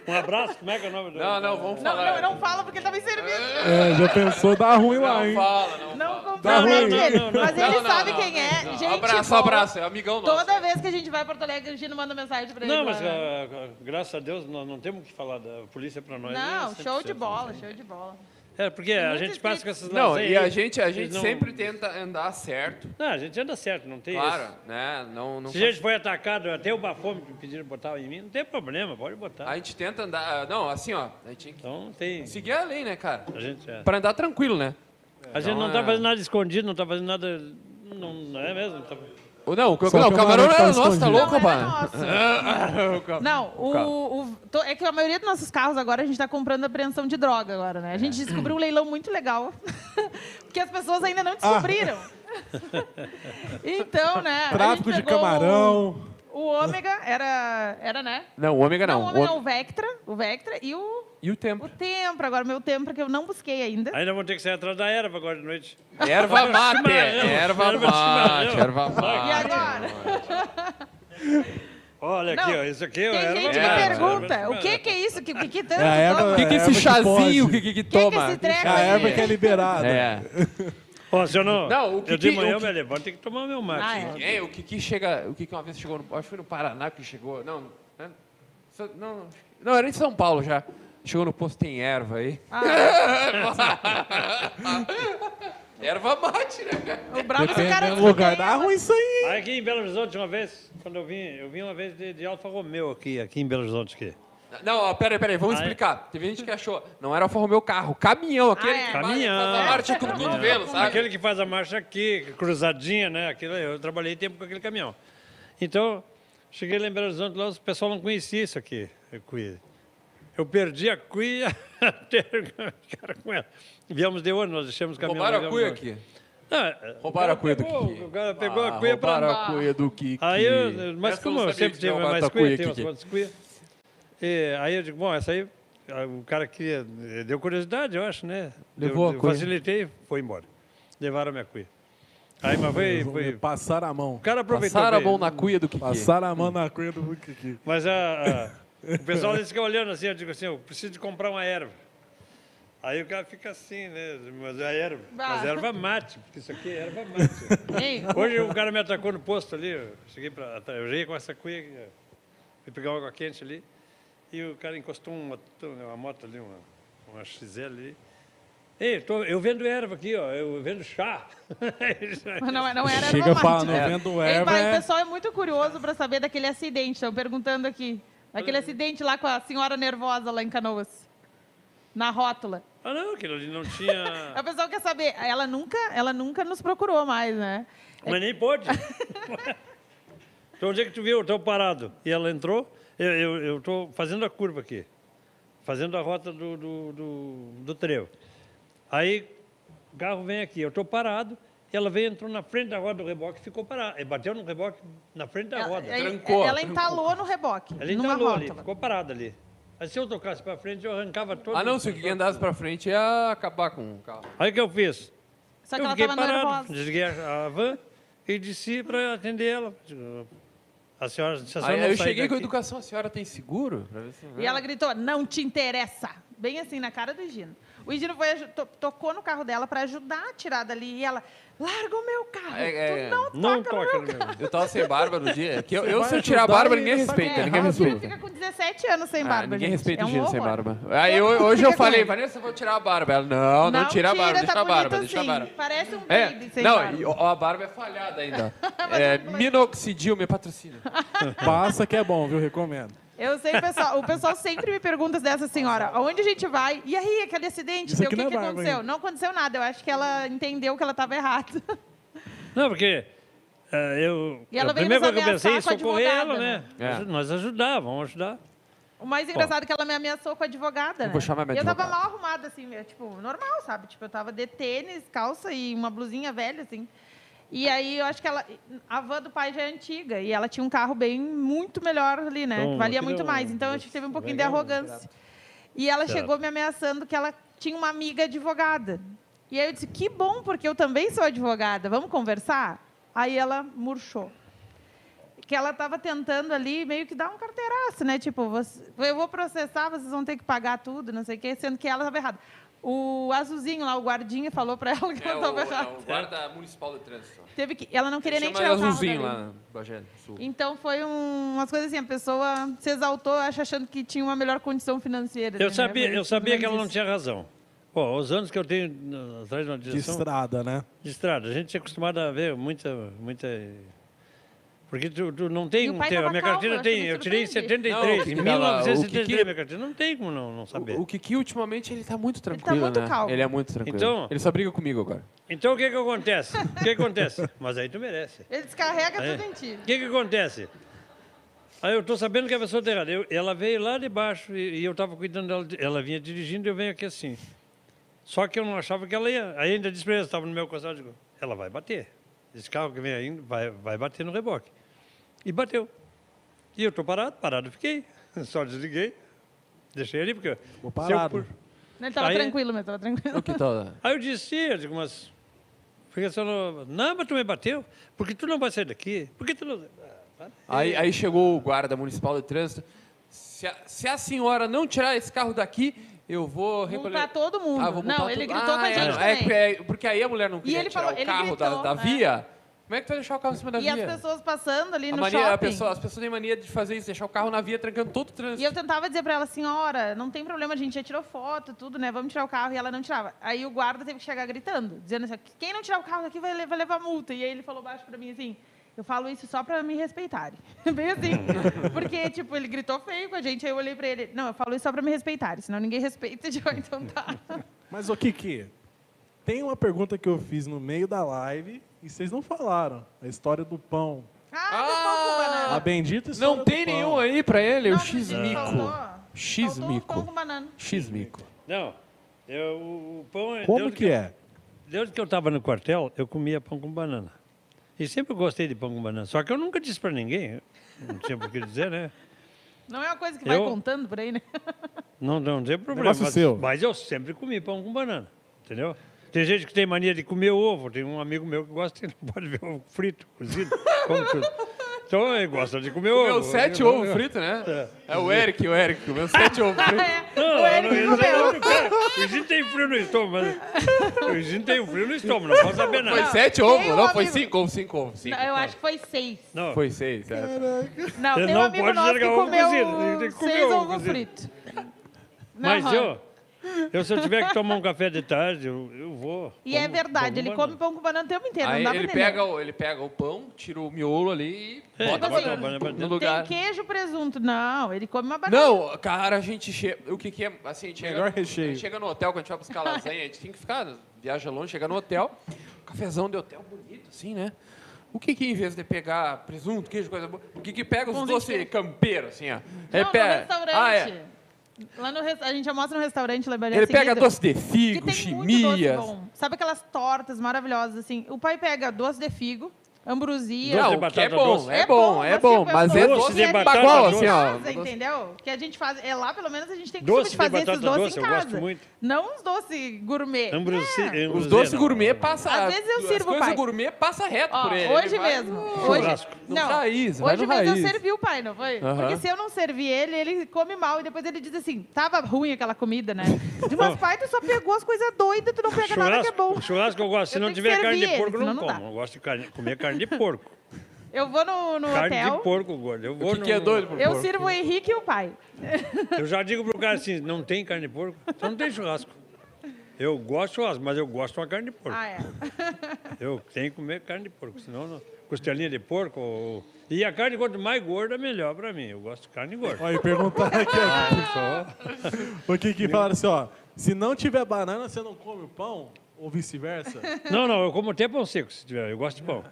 D: Um abraço, como é que é o nome do
C: Não, não, vamos
E: Não,
C: falar.
E: não, não fala, porque ele tá tava em serviço.
B: É, já pensou dar ruim lá,
C: Não
B: hein?
C: fala, É, não.
E: Não
B: Não, não,
E: comprei
D: não,
E: ele.
D: não, não.
E: Mas ele
C: Não, não,
E: sabe
C: não,
E: quem é.
C: não.
E: Gente,
C: abraço,
E: boa.
C: abraço, é amigão nosso.
E: Toda vez que a gente vai a Porto Alegre, o Gino manda mensagem pra ele.
D: Não, mas
E: lá.
D: ah, graças a Deus nós não temos o que falar da polícia para nós.
E: Não,
D: é 100%,
E: show de
D: né?
E: bola, show de bola.
D: É, porque a
E: muito
D: gente
E: difícil.
D: passa com essas
C: Não,
D: lasanhas
C: e a
D: aí,
C: gente, a
D: eles
C: gente
D: não-
C: sempre tenta andar certo,
D: Não, a gente anda certo, não tem
C: claro,
D: isso.
C: né? Não, não
D: Se a gente foi atacado, até o bafome que pediram botar em mim, não tem problema, pode botar.
C: A gente tenta andar. Não, assim, ó. A gente tem que
D: Então não tem.
C: seguir a lei, né, cara?
D: A gente, é.
C: Pra andar tranquilo, né?
D: a gente
C: Então,
D: não está
C: é.
D: fazendo nada escondido, não está fazendo nada. Não, não é mesmo? Tá-
C: Ou Não, o, ca-
B: Só
C: não,
B: que
C: o
B: o
C: camarão não
B: camarão
C: era
B: tá
C: nosso, tá
B: escondido.
C: louco,
E: Não, era
C: rapaz?
E: nosso. Não, o, o- to- é que a maioria dos nossos carros agora a gente está comprando apreensão de droga agora, né? A gente descobriu um leilão muito legal, *laughs* porque as pessoas ainda não descobriram. então, né? a
B: Tráfico
E: gente
B: de
E: pegou
B: camarão.
E: O, o ômega era, era, né?
C: Não, o ômega não.
E: o
C: o
E: ômega, é
C: ômega-
E: o Vectra, o Vectra e o,
C: E o tempo?
E: o Tempra agora, meu Tempra que eu não busquei ainda.
D: Ainda vão ter que sair atrás da erva agora de noite.
C: Erva mate,
D: chimarrão,
C: erva
D: erva
C: mate,
D: chimarrão.
C: erva
E: E
C: mate.
E: agora?
D: Olha
E: Não,
D: aqui, ó, isso aqui é
E: Tem
D: erva
E: gente
D: mate,
E: que
C: é,
D: erva
E: pergunta,
D: chimarrão.
E: o que que é isso? Que, que, que tanto
B: É a erva-
E: toma?
C: O que, que é esse
B: Erva que
C: chazinho? O
B: pode.
C: que, que, que
E: que
C: toma?
E: esse treco
B: A
E: aí?
B: erva que é liberada.
C: É.
D: Ó, se eu não.
C: Não, o que
D: eu de
C: que-
D: manhã
C: o
D: eu
C: que-
D: me levanto, tem que tomar meu mate.
E: Ah,
D: né?
E: é.
C: É, o que, que chega. O que, que uma vez chegou. No, acho que foi no Paraná que chegou. Não, né? Sa- não, não, era em São Paulo já. Chegou no posto, tem erva aí.
E: Ah.
C: *laughs* erva mate, né, cara?
E: O brabo
B: Dependendo
E: esse cara
B: do
E: descobriu
B: lugar,
E: essa.
B: dá ruim isso aí.
E: é.
D: Aí aqui em Belo Horizonte, uma vez, quando eu vim, eu vim uma vez de, de Alfa Romeo aqui, aqui em Belo Horizonte. Aqui.
C: Não, ó, peraí, peraí, vamos
D: Ah, é?
C: explicar. Teve gente que achou, não era Alfa Romeo carro, caminhão, aquele
E: Ah, é.
C: que faz-
D: Caminhão.
C: faz a marcha com o cotovelo, sabe?
D: Aquele que faz a marcha aqui, cruzadinha, né? Aquilo, eu trabalhei tempo com aquele caminhão. Então, cheguei lá em Belo Horizonte, lá o pessoal não conhecia isso aqui, a cuia. Eu perdi a cuia, *laughs* até cara com ela. Viemos de ônibus, nós deixamos o caminhão.
C: Roubaram
D: lá,
C: a
D: viemos
C: cuia
D: de
C: aqui.
D: ônibus. Ah,
C: Roubaram a
D: o
C: cuia
D: cara
C: do
D: pegou-
C: Kiki. Ah,
D: O cara pegou a cuia para
C: Roubaram a cuia do Kiki.
D: Aí eu, mas
C: Essa eu
D: como
C: não sabia
D: eu sempre
C: que
D: tive
C: tinha roubado
D: mais
C: a
D: cuia,
C: cuia,
D: tem umas
C: Kiki.
D: quantas cuia. E aí eu É, digo, bom, essa aí ah, o cara queria, eh, deu curiosidade, eu acho, né?
G: Levou
D: eu,
G: a
D: eu
G: cuia.
D: facilitei, foi embora. Levaram a minha cuia. Aí, mas foi, foi-
B: Passar a mão.
D: O cara aproveitou
C: Passaram a
D: bem.
C: mão na cuia do Kiki.
B: Passar a mão na cunha do Kiki.
D: Mas a- a- o pessoal disse que olhando assim, eu digo assim, eu preciso de comprar uma erva. Aí o cara fica assim, né? Mas a erva, mas
E: Ah.
D: erva mate, porque isso aqui é erva mate.
E: Hein?
D: Hoje o cara me atacou no posto ali, eu cheguei pra, eu cheguei com essa cuia, aqui, ó, fui pegar uma água quente ali, e o cara encostou uma, uma moto ali, uma, uma XL ali. Ei, tô- eu vendo erva aqui, ó, eu vendo chá. *laughs*
E: Mas não, não era
B: Chega
E: normal.
B: falando, vendo
E: Ei,
B: erva.
E: pai, o
B: é-
E: pessoal é muito curioso para saber daquele acidente. Estão perguntando aqui. Aquele acidente lá com a senhora nervosa lá em Canoas. Na rótula.
D: ah, não, aquilo ali não tinha...
E: O pessoal quer saber. Ela nunca, ela nunca nos procurou mais, né?
D: Mas nem pôde. então, onde é que tu viu? Eu estou parado. E ela entrou, eu- eu estou fazendo a curva aqui, fazendo a rota do, do, do, do trevo. Aí o carro vem aqui, eu estou parado, e ela veio, entrou na frente da roda do reboque e ficou parada. E Bateu no reboque na frente da roda.
E: Ela,
C: trancou,
E: ela
C: trancou.
E: entalou no reboque.
D: Ela
E: numa
D: entalou ali,
E: rótula.
D: ficou parada ali. Aí se eu tocasse para frente, eu arrancava todo
C: Ah, não, se o Kiki andasse pra frente, ia acabar com o carro.
D: Aí o que eu fiz?
E: Só que
D: eu
E: ela
D: fiquei
E: tava
D: parado,
E: nervosa.
D: desliguei a, a van e desci para atender ela. Digo, A senhora, se a senhora
C: Aí
D: É não
C: eu
D: sair
C: cheguei com a
D: daqui-
C: educação, a senhora tem seguro? Pra ver se-
E: E ela gritou: Não te interessa. Bem assim, na cara do Higino. O Higino foi, aju- to- tocou no carro dela para ajudar a tirar dali. E ela: Larga o meu carro.
C: É, é,
E: tu não,
D: Não
E: toca no
D: toca no meu.
C: Eu tava sem barba no dia. é Que eu,
B: Você
C: eu,
B: vai
C: se eu tirar a
B: ajudar
C: barba,
B: e
C: ninguém
B: ele É, sai
C: respeita.
B: errado.
C: Ninguém
E: o Gino
C: respeita.
E: É, fica com 17 anos sem barba,
C: Ah, ninguém
E: gente.
C: respeita
E: É
C: o
E: um
C: Gino sem
E: horror.
C: barba. Aí eu- hoje eu
E: Fica com
C: falei,
E: ele.
C: Vanessa, eu vou tirar a barba. Ela, não, não, tira a barba, deixa
E: tá
C: a barba,
E: bonito
C: deixa a
E: assim.
C: barba.
E: Parece um
C: É,
E: baby sem
C: não,
E: barba. Tá
C: e, ó, a barba é falhada
E: *laughs*
C: ainda.
E: Mas
C: é,
E: eu falei.
C: minoxidil, me
E: *laughs*
C: patrocina.
E: Tá
B: Passa que é bom, viu? *laughs* Recomendo.
E: Eu sei, pessoal. O pessoal sempre me pergunta dessa senhora, aonde a gente vai? E aí, aquele acidente?
B: Isso
E: Deu, O
B: aqui
E: que,
B: não é
E: que
B: barba,
E: aconteceu?
B: hein?
E: Não aconteceu nada. Eu acho que ela entendeu que ela estava errada.
D: Não, porque eh, eu.
E: E ela
D: a
E: veio
D: primeira
E: nos
D: coisa que eu pensei é
E: ameaçar com a
D: socorrer ela,
E: advogada,
D: né?
C: né?
D: Nós- Nós ajudar, vamos ajudar.
E: O mais engraçado é que ela me ameaçou com a advogada. né?
C: vou chamar minha
E: E eu tava
C: advogada.
E: mal arrumada, assim, meu, tipo, normal, sabe? Tipo, eu tava de tênis, calça e uma blusinha velha, assim. E aí eu acho que ela. A van do pai já é antiga. E ela tinha um carro bem muito melhor ali, né?
D: Então,
E: que valia
D: aquilo é
E: muito
D: um-
E: mais. Então eu acho que teve um pouquinho de
D: legal,
E: arrogância. E ela
D: Certo.
E: chegou me ameaçando que ela tinha uma amiga advogada. E aí eu disse, que bom, porque eu também sou advogada, vamos conversar? Aí ela murchou. Que ela estava tentando ali meio que dar um carteiraço, né? Tipo, você- eu vou processar, vocês vão ter que pagar tudo, não sei o quê, sendo que ela estava errada. O azulzinho lá, o guardinha, falou para ela que
C: É
E: ela
C: o,
E: estava
C: é
E: errada.
C: o guarda municipal de trânsito.
E: Teve que, ela não queria
C: Ele
E: nem
C: chama
E: tirar o carro
C: Azulzinho
E: dali.
C: lá, né? no Bagé do Sul.
E: Então foi um- umas coisas assim, a pessoa se exaltou acho, achando que tinha uma melhor condição financeira. né?
D: Eu sabia,
E: Foi
D: eu
E: mais
D: sabia
E: ou
D: que ela não
E: menos
D: tinha razão. Pô, os anos que eu tenho na- atrás de uma
B: De
D: direção
B: estrada, né?
D: de estrada, a gente é acostumado a ver muita. muita porque tu, tu não tem.
E: E o pai
D: tem- a
E: tava
D: minha
E: calmo,
D: carteira
E: eu
D: tem.
E: achei
D: Eu tirei em
E: surpreendente.
D: 73.
C: Não,
D: em
C: o que tava- o que
D: 1973,
C: que-
D: minha carteira. Não tem como não, não saber.
C: O, o Kiki, ultimamente, ele tá muito
E: tá
C: tranquilo,
E: muito
C: né?
E: calmo.
C: Ele é muito tranquilo.
D: Então-
C: ele só briga comigo
E: *laughs*
C: agora.
D: Então o que, que acontece? O que, que acontece? *laughs* Mas aí tu merece.
E: Ele descarrega
D: É.
E: tudo em ti.
D: O que, que acontece? Aí eu estou sabendo que a pessoa está errada. Eu- ela veio lá de baixo e, e eu estava cuidando dela. de- Ela vinha dirigindo e eu venho aqui assim. Só que eu não achava que ela ia. Aí ainda disse para ela, estava no meu costado, digo, ela vai bater. Esse carro que vem aí vai, vai bater no reboque. E bateu. E eu estou parado, parado fiquei. *laughs* Só desliguei. Deixei ali, porque...
B: Vou
D: se eu
B: parado.
D: pur-
E: Ele tava
D: Aí-
E: tranquilo, mas tava tranquilo.
C: O que tal?
D: Aí eu disse, eu digo, mas... Porque você não... Não, mas tu me bateu. Porque tu não vai sair daqui. Porque tu não...
C: Aí, aí chegou o guarda municipal de trânsito. Se a, se a senhora não tirar esse carro daqui, eu vou recolher.
E: Multar todo mundo.
C: Ah, vou multar
E: não, ele
C: tudo.
E: gritou com a
C: Ah, é,
E: gente
C: não, é,
E: também.
C: é, porque aí a mulher não queria
E: ele
C: tirar
E: falou-
C: o
E: ele
C: carro da,
E: gritou,
C: da
E: é.
C: via. Como é que tu vai deixar o carro em cima da
E: E
C: via?
E: as pessoas passando ali
C: A
E: no
C: mania, a
E: shopping.
C: pessoa, as pessoas têm mania de fazer isso, deixar o carro na via trancando todo o trânsito.
E: E eu tentava dizer pra ela, senhora, não tem problema, a gente já tirou foto, tudo, né? Vamos tirar o carro. E ela não tirava. Aí o guarda teve que chegar gritando, dizendo assim, quem não tirar o carro daqui vai, le- vai levar multa. E aí ele falou baixo pra mim assim, eu falo isso só pra me respeitarem. *laughs* Bem assim. Porque, tipo, ele gritou feio com a gente, aí eu olhei pra ele, não, eu falo isso só pra me respeitarem, senão ninguém respeita, *laughs* eu, então
D: *laughs*
E: tá.
B: Mas, ô Kiki, tem uma pergunta que eu fiz no meio da live e vocês não falaram. A história do pão.
E: Ah, do pão com banana.
B: A bendita história
C: Não tem
B: do pão.
C: nenhum aí pra ele,
E: Não,
C: o
E: mas faltou-
C: X-Mico.
E: faltou o pão
C: X-Mico.
E: com banana.
C: X-Mico.
D: Não, eu, o, o pão é.
B: Como
D: desde
B: que é?
D: Desde que eu estava no quartel, eu comia pão com banana. E sempre eu gostei de pão com banana. Só que eu nunca disse para ninguém. Não tinha por que dizer, né?
E: Não é uma coisa que vai
D: Eu-
E: contando por aí, né?
D: Não, não tem problema.
B: Negócio
D: Mas,
B: seu.
D: mas eu sempre comi pão com banana, entendeu? Tem gente que tem mania de comer ovo. Tem um amigo meu que gosta, *laughs* ele não pode ver ovo frito, cozido, come tudo. Então ele gosta de comer ovo.
C: Comeu sete ovos fritos, né? É o Eric, o Eric. Comeu sete ovos fritos.
E: *laughs* É,
D: Não,
E: o Eric
D: não, isso é
E: comeu.
D: outro cara. O Gino tem frio no estômago. mas- O Gino tem um frio no estômago, não posso saber
C: Foi
D: nada.
C: sete
E: tem
C: ovos,
E: um
C: não, foi
E: amigo-
C: cinco ovos, cinco ovos. Cinco.
E: Não, eu acho que foi seis.
D: Não,
C: Foi seis, é.
E: Não,
D: Você
E: tem um
D: não
E: amigo
D: pode
E: nosso que
D: largar ovo
E: comeu
D: cozido, tem que comer
E: seis
D: ovo
E: ovos
D: cozido. *laughs*
E: fritos.
D: mas
E: Aham.
D: eu, eu, se eu tiver que tomar um café de tarde, eu, eu vou.
E: E
D: como-
E: é verdade,
D: como
E: ele
D: banana.
E: come pão com banana o tempo inteiro,
C: Aí
E: não dá
C: ele
E: pra entender.
C: pega, o, ele pega o pão, tira o miolo ali e
D: É,
C: bota
E: tipo assim,
C: banana
D: banana, banana.
C: no lugar.
E: Tem queijo, presunto. Não, ele come uma banana.
C: Não, cara, a gente chega. O que, que é. Assim, a gente chega,
B: Melhor recheio.
C: a gente chega no hotel, quando a gente vai buscar lasanha, a gente tem que ficar. Viaja longe, chega no hotel, cafezão de hotel bonito, assim, né? O que que, em vez de pegar presunto, queijo, coisa boa, o que que pega os
E: Pãozinho
C: doces
E: diferente.
C: campeiros, assim, ó?
E: Não,
C: Ele
E: no
C: pega-
E: restaurante.
C: Ah, é.
E: Lá no res- A gente almoça no restaurante, lá em Bahia
C: Ele pega
E: seguido,
C: doce de
E: que
C: figo,
E: tem muito doce
C: chimias.
E: bom. Sabe aquelas tortas maravilhosas, assim? O pai pega doce de figo,
D: Doce
E: ambrosia...
D: de
C: Não, o que é
D: batata
C: bom,
D: doce.
C: é bom, é
E: mas,
C: bom,
E: tipo,
C: mas é
E: um
C: doce
D: de
E: que a
D: batata
E: gente faz
D: doce.
E: em
C: Assim,
E: Casa,
C: ó, doce-
E: entendeu? Que a gente faz... É lá, pelo menos, a gente tem costume
D: Doce
E: de
D: de
E: fazer esses
D: batata
E: doces
D: doce,
E: em
D: eu gosto
E: casa.
D: muito.
E: Não uns doces gourmet.
D: Ambrosia-
E: né?
D: ambrosia,
C: Os doces
D: não.
C: gourmet passa.
E: Às vezes eu
C: As
E: sirvo,
C: coisas
E: pai.
C: gourmet passa reto
E: Ó,
C: por ele.
E: hoje
C: ele vai-
E: mesmo. Hoje,
D: Churrasco.
C: No
E: não,
C: raiz, vai
E: hoje
C: no
E: mesmo
C: raiz.
E: eu servi o pai, não foi?
C: Aham.
E: Porque se eu não servi ele, ele come mal e depois ele diz assim: tava ruim aquela comida, né? De
D: *laughs*
E: umas pai, tu só pegou as coisas doidas, tu não pega nada que é bom.
D: Churrasco, churrasco eu gosto. Se
E: Eu
D: não
E: tenho que
D: tiver carne de
E: servir
D: porco, eu
E: ele,
D: não
E: senão não
D: como.
E: dá.
D: Eu gosto de carne- comer carne de porco.
E: Eu vou no, *laughs* no
D: Carne
E: hotel,
D: de porco, gordo. Eu vou
C: O que, que é
D: num-
C: doido pro
E: eu
C: porco?
E: sirvo o Henrique e o pai.
D: *laughs* Eu já digo pro cara assim, não tem carne de porco, então não tem churrasco. Eu gosto de churrasco, mas eu gosto de uma carne de porco.
E: Ah, é.
D: Eu tenho que comer carne de porco, senão não. costelinha de porco. ou- E a carne, quanto mais gorda, melhor pra mim. Eu gosto de carne gorda.
B: Olha, e perguntaram aqui, ó. *laughs*
D: Só-
B: O que que falaram assim, ó. Se não tiver banana, você não come o pão? Ou vice-versa?
D: Não, não, eu como até pão seco, se tiver. Eu gosto de pão.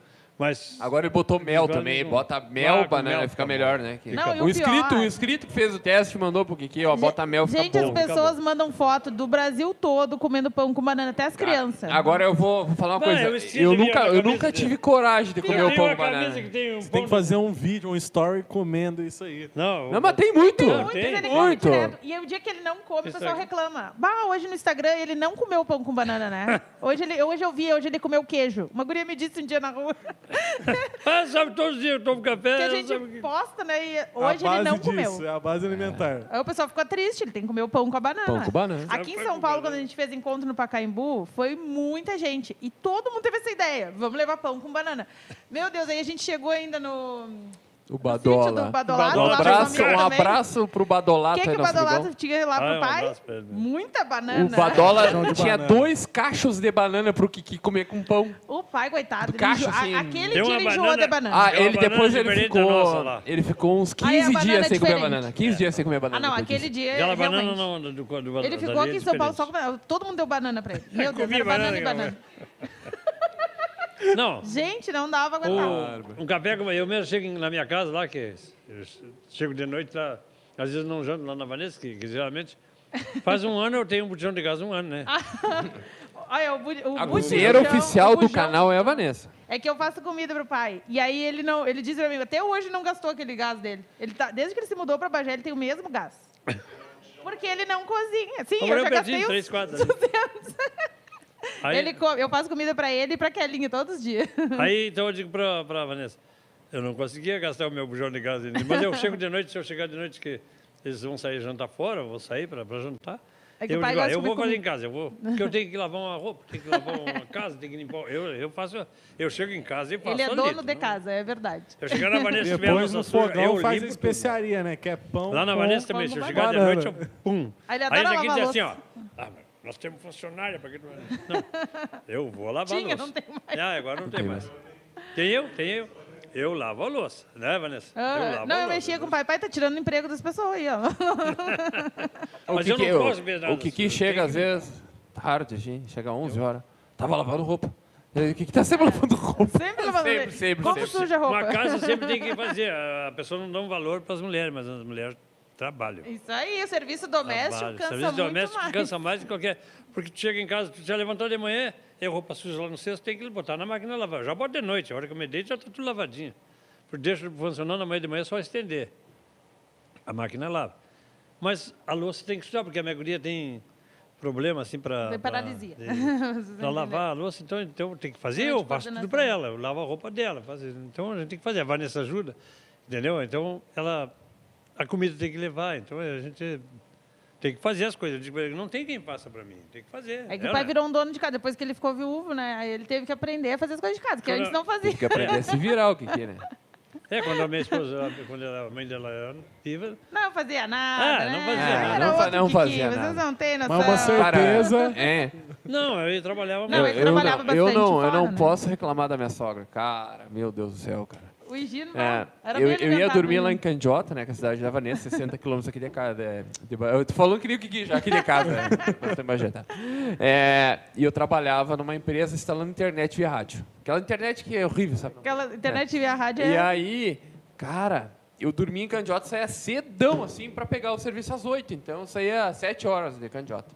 D: Mas
C: Agora ele botou mel
D: Agora
C: também,
D: ele-
C: bota mel,
D: Ah, com
C: banana,
D: mel
C: fica
D: fica bom.
C: melhor, né? que-
E: Não, e o
C: o, inscrito,
E: pior-
C: o inscrito que fez o teste mandou pro Kiki, ó, bota mel, fica
E: Gente,
C: bom.
E: as pessoas mandam foto do Brasil todo comendo pão com banana, até as crianças.
C: Ah, Agora eu vou, vou falar uma
D: Não,
C: coisa.
D: eu
C: Eu,
D: esqueci de
C: nunca,
D: virar a
C: eu
D: cabeça
C: nunca
D: dele.
C: tive coragem de comer
D: eu
C: o
D: tenho
C: pão
D: uma
C: com banana.
D: camisa que tem um
B: Você tem
D: pão...
B: que fazer um vídeo, um story comendo isso aí. É
D: Não,
C: Não, mas tem muito.
E: Tem um muito,
D: tem,
E: ele come
C: muito.
E: direto. E o dia que ele não come, o
D: Isso é.
E: pessoal
D: aí.
E: reclama. Bah, hoje no Instagram ele não comeu pão com
C: *laughs*
E: banana, né? Hoje, ele, hoje eu vi, hoje ele comeu queijo. Uma guria me disse um dia na rua *laughs*
D: Ah, sabe, todos os dias É, eu tomo café.
E: que a
D: sabe o
E: gente
D: que-
E: posta, né? E
B: A
E: hoje ele
B: base
E: não
B: disso,
E: comeu.
B: É a base alimentar.
E: Aí o pessoal ficou triste, ele tem que comer o pão com a banana.
C: Pão com banana.
E: Aqui em
D: Pão
E: São
D: com
E: Paulo,
D: banana.
E: quando a gente fez encontro no Pacaembu, foi muita gente. E todo mundo teve essa ideia. Vamos levar pão com banana. Meu Deus, aí a gente chegou ainda no.
C: O
E: sítio
C: Badola.
E: do Badolato,
C: Um
D: lá tem
C: abraço,
D: um amigo
C: um
E: também.
C: abraço pro
E: O
C: Badolato
E: que,
C: aí
E: que o
C: no
E: Badolato
C: frigão.
E: tinha lá
D: Ah,
E: pro
D: um
E: pai?
D: abraço pra ele.
E: Muita banana.
C: O Badola
B: Chão de
C: tinha
B: banana.
C: dois cachos de banana pro Kiki comer com pão.
E: O pai, coitado. ele
C: Cacho,
E: enjo- a-
C: assim,
E: Aquele
D: deu
E: dia
D: uma
E: ele enjoou
D: banana-
E: da banana.
C: Ah,
D: É uma
C: ele depois
D: banana
C: ele
D: diferente da
C: ficou,
D: nossa lá.
C: ele ficou uns
E: Aí a
C: 15
E: banana
C: dias
E: é
C: sem comer
E: diferente.
C: banana. 15 dias sem comer banana.
E: Ah, não,
C: depois
E: aquele
C: disso.
E: dia.
D: Aquela banana
E: realmente.
D: não, do, é do, do
E: Ele ficou aqui em São Paulo só com. Todo mundo deu
D: *laughs*
E: banana pra ele. Meu Deus,
D: Comia
E: era banana e
D: banana,
E: banana.
D: Não,
E: Gente, não dava pra aguentar.
D: O- um café com eu mesmo chego em- na minha casa lá, que eu chego de noite lá, às vezes não janto lá na Vanessa, que, que geralmente faz um ano eu tenho um botijão de gás, um ano, né?
E: Olha, o, bu- o
C: A
E: bujão-
C: cozinheira oficial
E: o
C: do
E: bujão-
C: canal é a Vanessa.
E: É que eu faço comida pro pai. E aí ele não, ele diz pra mim, até hoje não gastou aquele gás dele. Ele tá, desde que ele se mudou pra Bagé, ele tem o mesmo gás.
D: *coughs*
E: Porque ele não cozinha. Sim,
D: Agora
E: eu já
D: eu perdi
E: gastei os
D: um três, quatro.
E: 200.
D: *laughs* Aí,
E: Ele come- eu faço comida pra ele e pra Kelinha todos os dias.
D: aí então eu digo pra, pra Vanessa, eu não conseguia gastar o meu botijão de gás ainda,
E: *laughs*
D: mas eu chego de noite, se eu chegar de noite que eles vão sair jantar fora, eu vou sair pra, pra jantar.
E: É que o
D: eu
E: pai
D: digo, ah,
E: gosta de
D: eu vou
E: comer
D: fazer em
E: comida.
D: casa, eu vou, porque eu tenho que lavar uma roupa, tenho que lavar
E: *laughs*
D: uma casa, tenho que limpar. Eu, eu faço, eu chego em casa e faço.
E: *laughs* Ele é
D: ali,
E: dono de
D: não-
E: casa, é verdade.
D: Eu chegar na Vanessa tiver
B: Depois
D: louça
B: no
D: suja, eu
B: fogão faz a
D: limpo tudo.
B: especiaria, né? Que é pão
D: Lá na
B: com-
D: Vanessa também, se eu
E: quando
D: chegar de
B: banana.
D: noite, eu pum.
E: Aí ele
D: Aí
E: adora
D: isso aqui
E: lavar
D: diz assim, ó.
E: tá louça.
D: Ah, mas nós temos funcionária para que tu... Não, eu vou lavar a
E: Tinha,
D: louça.
E: não tem mais.
D: Ah, agora não tem mais. Tem eu, tem eu. Eu lavo a louça, né, Vanessa?
E: Ah,
D: eu lavo
E: não,
D: a
E: eu
D: louça.
E: mexia com o pai. Pai tá tirando o emprego das pessoas aí, ó. *laughs*
D: Mas
C: É, o
D: eu
C: Kiki,
D: não posso ver
C: o,
D: nada
C: o Kiki
D: sujo,
C: chega
D: tem
C: às vezes tarde, assim, chega às 11 horas. Tava lavando roupa. O Kiki tá sempre lavando roupa.
E: *laughs* Sempre levando
C: Sempre, sempre,
E: Como
C: sempre.
E: suja a roupa.
D: Uma casa sempre tem
E: *laughs*
D: que fazer. A pessoa não dá um valor para as mulheres, mas as mulheres trabalham.
E: Isso aí, o serviço doméstico
D: Trabalho.
E: cansa
D: Serviço
E: muito
D: doméstico
E: mais.
D: cansa mais do que qualquer. Porque tu chega em casa, tu já levantou de manhã, é roupa suja lá no cesto, tem que botar na máquina e lavar. Já bota de noite, a hora que eu me deito já está tudo lavadinho. Tu deixa funcionando amanhã de manhã é só estender. A máquina lava. Mas a louça tem que sujar, porque a minha guria tem problema assim para.
E: Tem paralisia. *laughs*
D: Para lavar a louça, então, então tem que fazer, eu faço tudo para ela, eu lavo a roupa dela. faço- então a gente tem que fazer, a Vanessa ajuda, entendeu? Então ela. A comida tem que levar, então a gente tem que fazer as coisas. Eu digo, pra ele, não tem quem faça para mim, tem que fazer. né?
E: É que o
D: Ela-
E: pai virou um dono de casa, depois que ele ficou viúvo, né? Aí ele teve que aprender a fazer as coisas de casa, que
D: Quando-
E: antes não fazia. *laughs*
C: Tem que aprender a se virar o que que é, né?
D: É, quando a minha esposa, a- quando ela- a mãe dela era viva,
E: Não fazia nada,
D: Ah,
E: né?
D: não fazia
E: Era
C: É,
D: nada.
C: Não fa-
E: outro
C: não
E: Kiki,
C: fazia
E: Vocês
C: nada.
E: não têm noção.
B: Mas uma certeza- Certeza.
C: É.
D: não, eu trabalhava
E: Não,
D: muito.
E: ele trabalhava
C: não, eu
E: bastante
C: não, eu
E: fora,
C: não
E: né?
C: posso reclamar da minha sogra. Cara, meu Deus do céu, cara.
E: O Higino
C: É,
E: era
C: eu,
E: bem
C: eu ia
E: alimentado,
C: dormir lá em
E: hein?
C: Candiota, né? Que é a cidade da Vanessa, 60 quilômetros aqui de casa. é, de Ba- eu tô falando que nem o Kiki, já aqui de casa. né? Mas tô imaginando. É, e eu trabalhava numa empresa instalando internet via rádio. Aquela internet que é horrível, sabe?
E: Aquela internet via rádio
C: E
E: é...
C: aí, cara, eu dormia em Candiota, saía cedão, assim, pra pegar o serviço às 8. Então, eu saía às 7 horas de Candiota.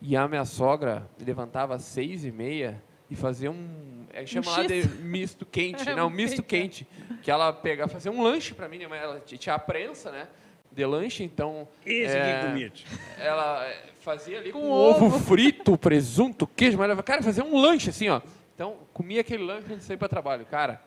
C: E a minha sogra levantava às 6 e meia e fazia um... É, chama lá de misto quente.
E: *laughs* É,
C: não,
E: um
C: misto quente. Que ela pegava, fazia um lanche pra mim. né, mas Ela t- tinha a prensa, né? De lanche, então...
D: Esse
C: é,
D: aqui comia.
C: ela eh, fazia ali com, ovo. frito, presunto, queijo, mas ela, cara, fazia um lanche assim, ó. Então, comia aquele lanche antes de sair para trabalho, cara.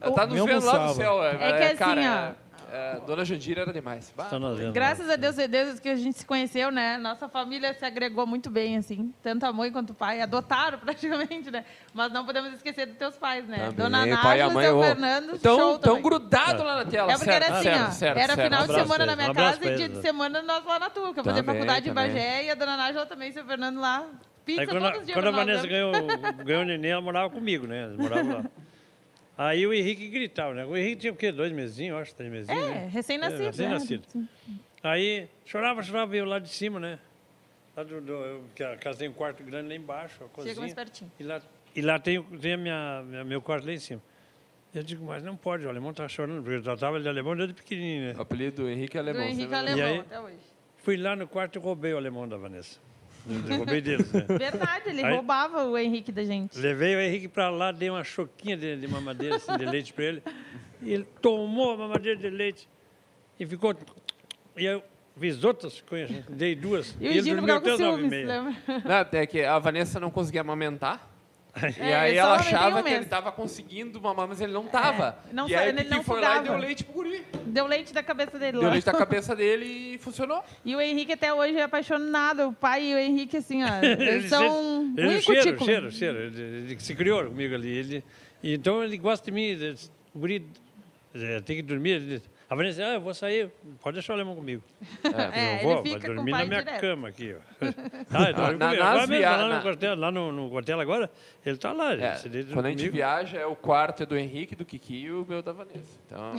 C: eh, Tá nos
B: Nem
C: vendo lá
B: almoçava.
C: do céu, é,
E: É que
C: é,
E: assim,
C: cara. é, é, dona Jandira era demais. Bah,
D: Tá nós vendo, né?
E: Graças a Deus, é Deus que a gente se conheceu, né? Nossa família se agregou muito bem, assim. Tanto a mãe quanto o pai. Adotaram *laughs* praticamente, né? Mas não podemos esquecer dos teus pais, né?
C: também,
E: Dona Nádia
C: pai Tá e
E: e
C: a
E: o
C: mãe,
E: seu
C: ô,
E: Fernando,
C: tão, tão
E: show também.
C: grudado lá na tela.
E: É porque
C: certo,
E: era assim,
C: certo,
E: ó.
C: certo,
E: era
C: certo.
E: final de
D: Abraço
E: semana
D: pra
E: na
D: eles,
E: minha
D: um abraço
E: casa e
D: pra
E: dia
D: eles,
E: de
D: né?
E: semana nós lá na tua, que eu fazia
C: Também,
E: faculdade em
C: também.
E: Bagé e a dona Nájula também, seu Fernando lá. Pizza
D: Aí É, quando,
E: todos
D: a-
E: os dias
D: quando a
E: pra
D: Vanessa
E: nós, né?
D: ganhou, ganhou o neném, ela morava comigo, né? Eles moravam
E: *laughs*
D: lá. Aí o Henrique gritava, né? O Henrique tinha o quê? Dois mesinhos, eu acho, três mesinhos,
E: É,
D: né?
E: recém-nascido.
D: É, recém-nascido.
E: né? Sim.
D: Aí chorava, chorava, veio lá de cima, né? Lá do, do, eu, que a casa tem um quarto grande lá embaixo, a cozinha.
E: Chega mais pertinho.
D: E lá, e lá tem, o- tem a minha, minha- meu quarto lá em cima. Eu digo, mas não pode, o alemão tá chorando, porque eu tratava ele de alemão desde pequenininho,
C: O
D: né?
C: apelido do Henrique é
E: Do
C: alemão.
E: Henrique
C: sempre
D: E aí?
E: Alemão até hoje.
D: Fui lá no quarto e roubei o alemão da Vanessa.
E: Uhum.
D: Eu *laughs* roubei deles, né?
E: Verdade,
D: *laughs*
E: ele
D: Aí-
E: roubava o Henrique da gente.
D: Levei o Henrique para lá, dei uma choquinha de, de mamadeira, assim, de leite para ele. E ele tomou a mamadeira de leite e ficou. E eu fiz outras coisas, dei duas.
E: E o Gino ficava com ciúmes, né? lembra? *laughs*
C: Não, até que a Vanessa não conseguia amamentar. E
E: É,
C: aí
E: ele
C: ela
E: só tem
C: achava
E: um
C: que ele
E: mês.
C: tava conseguindo mamar, mas ele não tava.
E: É, não
C: e
E: fa-
C: aí
E: ele
C: o Kiki
E: não
C: foi lá e deu
E: sugava.
C: leite pro guri.
E: Deu leite da cabeça dele
C: Deu
E: lá.
C: leite da cabeça dele e funcionou.
E: E o Henrique até hoje é apaixonado. O pai e o Henrique,
D: *laughs*
E: assim, ó.
D: Ele
E: Eles são
D: sente- ele
E: um
D: cheiro,
E: cutículo.
D: cheiro, cheiro. Ele, ele se criou comigo ali. Ele, e então ele gosta de mim. ele diz, O guri eh, tem que dormir. Ele diz, a Vanessa, ah, eu vou sair, pode deixar o alemão comigo.
E: É,
D: eu
E: ele
D: vou, vai
E: fica com
D: dormir
E: o
D: na
E: pai
D: minha
E: direto.
D: cama aqui.
E: *laughs*
D: Ó. Ah, ele dorme
C: Na-
D: comigo.
C: nas
D: Agora mesmo,
C: via-
D: lá
C: na-
D: no quartel, lá no, no quartel agora, ele está lá.
C: É,
D: ele se deita
C: quando a gente
D: comigo.
C: viaja, é o quarto é do Henrique, do Kiki e o meu da Vanessa.
E: *laughs*
C: Então,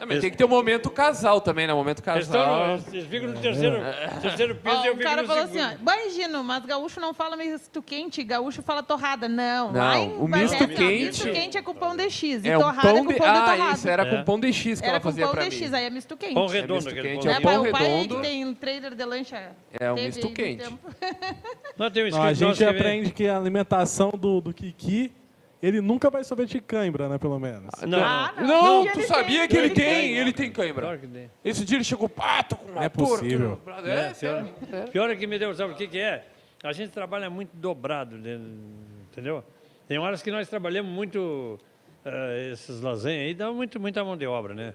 C: também tem que ter um momento casal também, né? Um momento
D: Eles, estão no-
C: casal.
D: eles ficam no terceiro,
C: É.
D: terceiro piso e
E: Ó,
D: eu
E: o
D: fico
E: cara
D: no
E: falou assim,
D: segundo.
E: ó, "Bah, Gino, mas gaúcho não fala misto quente, gaúcho fala torrada. Não,
C: Não,
E: lá em
C: o
E: Bagé,
C: misto
E: assim, ó, misto
C: quente-
E: quente é com pão de X, e
C: É um
E: torrada é
C: pão
E: com pão
C: de...
E: de
C: Ah,
E: torrada.
C: isso, era com pão de X que
E: Era
C: ela
E: com
C: fazia
E: pão
C: pra
E: de
C: mim.
E: X, aí é misto quente.
D: Pão
C: É
D: redondo
C: misto
D: aquele
C: quente,
D: pão
C: é
E: né,
C: pão
E: pai?
D: redondo.
E: o pai aí que
C: redondo.
E: tem um trailer de lancha.
C: É um
E: teve
C: misto
E: um
C: quente.
E: tempo.
D: Nós temos um
B: Não, a
D: escritório
B: gente
D: que vem-
B: aprende que a alimentação do, do Kiki, ele nunca vai saber de cãibra, né, pelo menos.
D: Não,
E: Ah,
C: Não,
E: ele
C: tu
E: tem, né?
C: sabia que ele tem, ele tem
D: Pior
C: cãibra.
D: que tem.
C: Esse dia ele chegou, pá, tô com uma
B: Não é
C: dor aqui
B: possível.
C: no braço.
D: É,
C: É,
D: pior,
C: sério.
D: pior é que me deu, sabe o que, que é? A gente trabalha muito dobrado, né, entendeu? Tem horas que nós trabalhamos muito eh, esses lasanhas aí, dá muito, muita mão de obra, né?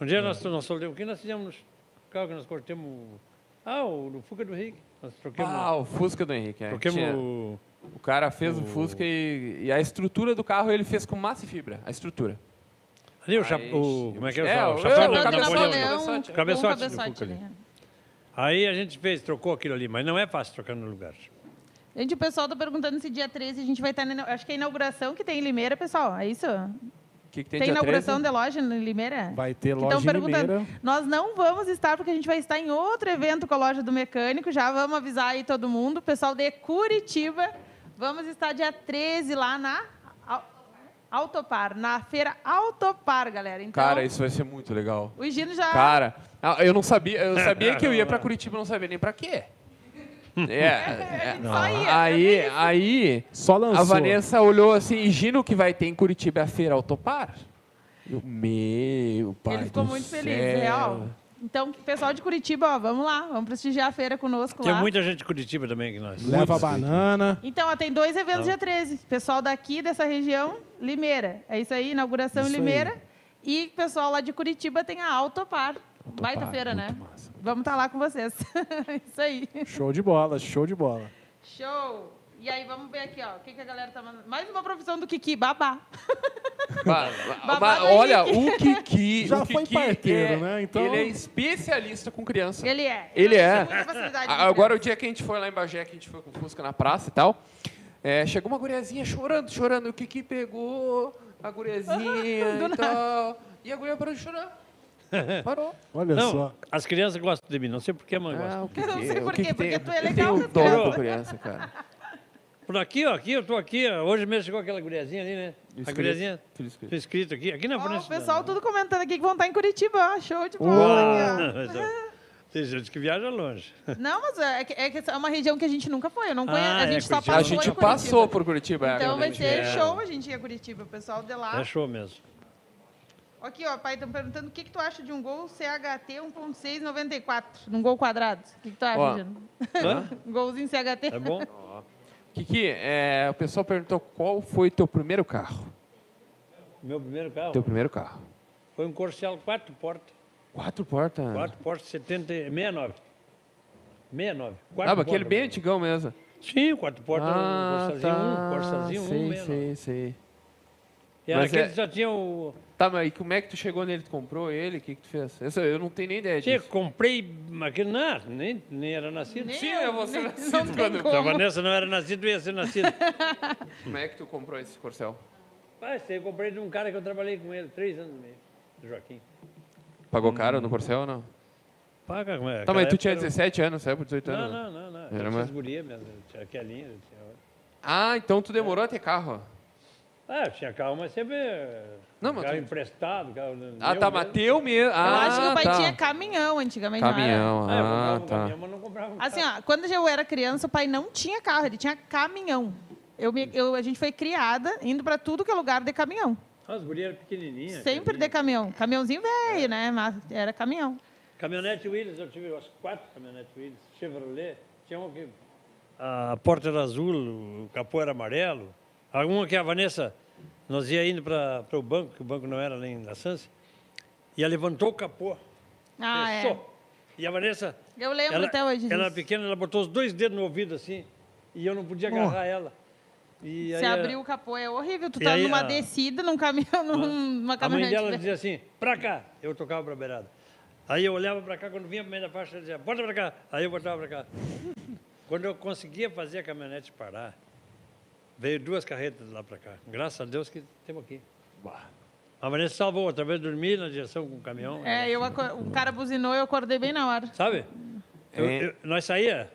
D: Um dia nós, nós soltamos, o que nós fizemos? O carro que nós cortamos, o- ah, o do Fuca do Rick, nós troquemos,
C: Ah, o Fusca do Henrique. É.
D: troquemos
C: Tinha-
D: o...
C: O cara fez o Fusca e, e a estrutura do carro ele fez com massa e fibra. A estrutura.
D: Ali o, chap,
C: Aí-
D: o... Como é que é? O,
C: É,
D: chap-
C: o-
D: o
C: é,
D: chapéu
C: o
D: do
C: cabeçote.
D: Napoleão.
E: Napoleão,
D: Cabeçote do
E: com cabeçote,
D: Fuca ali.
E: né?
D: Aí a gente fez, trocou aquilo ali, mas não é fácil trocar no lugar.
E: Gente, o pessoal tá perguntando se dia 13 a gente vai estar na... Acho que é a inauguração que tem em Limeira, pessoal. É isso?
C: O que, que tem,
E: Tem
C: dia
E: inauguração
C: 13?
E: de loja em Limeira?
B: Vai ter
E: Que
B: loja
E: Estão
B: em Limeira.
E: Então, perguntando. Nós não vamos estar, porque a gente vai estar em outro evento com a loja do mecânico. Já vamos avisar aí todo mundo. Pessoal de Curitiba, vamos estar dia 13 lá na Au- Autopar, na feira Autopar, galera. Então,
C: Cara, isso vai ser muito legal.
E: o Gino já.
C: Cara, ah, eu não sabia, eu sabia que eu ia pra Curitiba, eu não sabia nem pra quê. É, é.
E: só ia,
C: Aí, aí,
B: Só lançou.
C: a Vanessa olhou assim, e Gino que vai ter em Curitiba é a feira Autopar? Eu, meu pai
E: Ele ficou
C: do
E: muito
C: céu.
E: feliz, real. Então, pessoal de Curitiba, ó, vamos lá, vamos prestigiar a feira conosco
D: Tem
E: lá.
D: muita gente de Curitiba também que nós.
B: Leva a banana.
E: Então, ó, tem dois eventos dia 13. Pessoal daqui dessa região, Limeira. É isso aí, inauguração
B: Isso
E: em
B: aí.
E: Limeira. E pessoal lá de Curitiba tem a Autopar. Baita feira, né? *laughs* Vamos estar lá com vocês. *laughs* isso aí.
B: Show de bola, show de bola.
E: Show! E aí, vamos ver aqui, ó. O que, que a galera tá mandando? Mais uma profissão do Kiki, babá.
C: Ba- ba-
E: Babado aí,
C: olha,
E: Kiki.
C: o Kiki.
B: Já
C: o
B: foi
C: Kiki
B: parteiro,
C: é-
B: né? Então-
C: Ele é especialista com criança.
E: Ele é.
C: Ele
E: tem
C: é.
E: muita facilidade de
C: A- Agora, o
E: criança.
C: dia que a gente foi lá em Bagé, que a gente foi com o Fusca na praça e tal, é, chegou uma guriazinha chorando, chorando. O Kiki pegou a
E: *laughs*
C: guriazinha e tal. E a guria parou de chorar. Parou.
B: Olha
D: Não,
B: só.
D: as crianças gostam de mim, não sei por que,
C: Ah,
D: mas gostam.
C: o
E: Eu não sei
C: Kiki- o
E: por
C: Kiki tem-
E: quê, porque tu é
C: o Kiki
E: legal
C: Tem
E: com
C: o dom
E: criança.
C: com criança, cara.
D: Por aqui, ó, aqui, eu tô aqui, ó. Hoje mesmo chegou aquela guriazinha ali, né? A
C: Escrito,
D: guriazinha.
C: tudo escrito.
D: Tô escrito aqui, aqui na
E: Ó,
D: frente.
E: o
C: né?
E: pessoal tudo comentando aqui que vão estar em Curitiba. ó. Show de bola.
D: Uau!
E: aqui, ó.
D: *laughs* Tem gente que viaja longe.
E: Não, mas é que, é que é uma região que a gente nunca foi. Eu não
D: Ah,
E: conheço. a
D: é,
E: gente só
D: Curitiba.
E: passou
C: A
E: em
C: gente
E: Curitiba.
C: passou por Curitiba. é,
E: Então
C: quando a
E: vai
C: gente
E: ser
C: veio.
E: show a gente ir a Curitiba. O pessoal de lá.
D: É show mesmo.
E: Aqui, ó, pai, estão perguntando o que, que tu acha de um gol CHT 1.694, num gol quadrado. O que, que tu acha,
C: Ó.
E: Jano?
D: Hã?
E: *laughs* Um golzinho CHT?
D: É bom?
C: Kiki, é, o pessoal perguntou qual foi teu primeiro carro.
D: Meu primeiro carro
C: Teu primeiro carro.
D: foi um Corcel quatro portas.
C: Quatro portas.
D: Quatro portas, 70, e- 69. 69. Quatro
C: Ah, mas aquele
D: portas. né?
C: bem antigão mesmo. Ah, tá.
D: Sim, quatro portas, um Corcelzinho um, Corcelzinho um,
C: sei,
D: 69.
C: sei, sei.
D: Era
C: Mas
D: aquele
C: é-
D: que já tinha o...
C: Tá, mas e como é que tu chegou nele? Tu comprou ele? O que, que tu fez? Essa, eu não tenho nem ideia
D: Tinha,
C: disso.
D: comprei aquele... Não, nem, nem era nascido.
E: Nem-
C: Sim, eu vou ser
E: nem-
C: nascido
E: não tem
C: quando-
D: Se a
E: como.
D: Vanessa não era nascida, eu ia ser nascido.
C: Como é que tu comprou esse corcel?
D: Ah, esse aí eu comprei de um cara que eu trabalhei com ele três anos e meio, do Joaquim.
C: Pagou caro no corcel ou não?
D: Paga, como é?
C: Tá,
D: Aquela
C: mas tu tinha
E: um-
D: época era-
C: 17 anos, saiu por 18 anos. né?
D: Não, não, não, não.
C: Era
D: Era
C: uma-
D: mais... guria mesmo, tinha aquelinha. Tinha...
C: Ah, então tu demorou a ter carro.
D: Ah, eu tinha carro, mas sempre... eh,
C: Não, mas
D: Carro
C: tu-
D: emprestado, carro...
C: Ah,
D: meu
C: tá,
D: mesmo.
C: mas teu mesmo.
E: Eu
C: Ah,
E: acho que o pai
C: tá.
E: tinha É, caminhão antigamente. não era?
C: Caminhão,
D: Ah, eu comprava
C: ah,
D: um
C: tá.
D: caminhão, mas não comprava um
E: Assim,
D: carro.
E: ó, quando eu era criança, o pai não tinha carro, ele tinha caminhão. Eu me- eu- a gente foi criada indo pra tudo que é lugar de caminhão.
D: As gurias eram pequenininhas.
E: Sempre de
D: pequenininhas.
E: caminhão. Caminhãozinho velho, né? Mas era caminhão.
D: Caminhonete Willis, eu tive acho que quatro caminhonetes Willis, Chevrolet, tinha uma que a porta era azul, o capô era amarelo. Alguma que a Vanessa, nós ia indo para o banco, que o banco não era nem na Sanse, e ela levantou o capô,
E: Ah, é.
D: fechou. E a Vanessa,
E: Eu lembro
D: ela,
E: até hoje.
D: ela
E: disso.
D: pequena, ela botou os dois dedos no ouvido assim, e eu não podia agarrar ela. E aí
E: Você
D: a-
E: abriu o capô, é horrível. Tu
D: E
E: tá
D: aí,
E: numa
D: a-
E: descida num caminhão, *laughs* numa
D: A mãe
E: caminhonete. né?
D: dela
E: velha.
D: dizia assim, pra cá. Eu tocava pra beirada. Aí eu olhava pra cá, quando vinha pro meio da faixa, ela dizia, bota pra cá. Aí eu botava pra cá. quando eu conseguia fazer a caminhonete parar, veio duas carretas de lá pra cá. Graças a Deus que temos aqui. A Vanessa salvou, outra vez dormi na direção com o caminhão.
E: É, eu aco- o cara buzinou e eu acordei bem na hora.
D: Sabe? Eu-
C: É.
D: eu- nós saía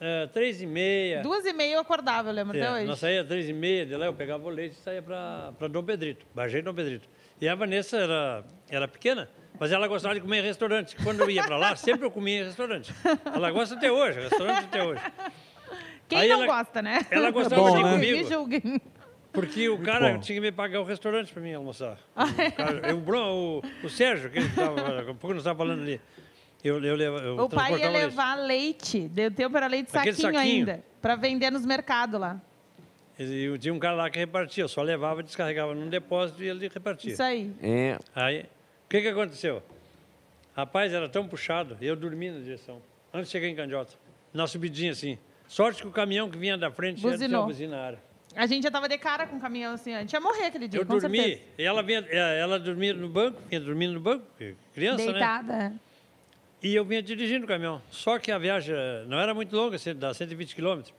D: é, três e meia.
E: Duas e meia eu acordava, eu lembro
D: É,
E: até hoje.
D: nós saía três e meia de lá, eu pegava o leite e saía para Dom Pedrito, Bagé e Dom Pedrito. E a Vanessa era, era pequena, mas ela gostava de comer em restaurante. Quando eu ia para lá, sempre eu comia em restaurante. Ela gosta até hoje, restaurante até hoje.
E: Quem
D: Aí
E: não
D: ela-
E: gosta, né? *laughs*
D: Ela gostava
B: bom,
D: de ir
B: né?
E: Me
D: comigo,
E: julguem.
D: porque o cara tinha que me pagar o restaurante para mim
E: *laughs*
D: almoçar.
E: Ah, é?
D: O, cara- eu- o Bruno- o- o Sérgio, que ele tava, daqui a pouco não estava falando ali, eu, eu, leva- eu
E: O pai ia
D: transportava leite.
E: levar leite, deu tempo era leite
D: um Aquele
E: saquinho,
D: saquinho.
E: ainda, pra vender nos mercados lá.
D: E eu tinha um cara lá que repartia, eu só levava, descarregava num depósito e ele repartia.
E: Isso aí.
C: É.
D: Aí, o que, que aconteceu? Rapaz, era tão puxado, eu dormi na direção, antes de chegar em Candiota, na subidinha assim. Sorte que o caminhão que vinha da frente antes
E: Buzinou.
D: eu buzina na área.
E: A gente já tava de cara com o caminhão assim, ó. a gente ia morrer aquele dia,
D: Eu
E: com
D: dormi,
E: certeza.
D: e ela, vinha, eh, ela dormia no banco, vinha dormindo no banco, porque criança, né?
E: Deitada. é.
D: E eu vinha dirigindo o caminhão. Só que a viagem eh, não era muito longa, cento- dá 120 quilômetros.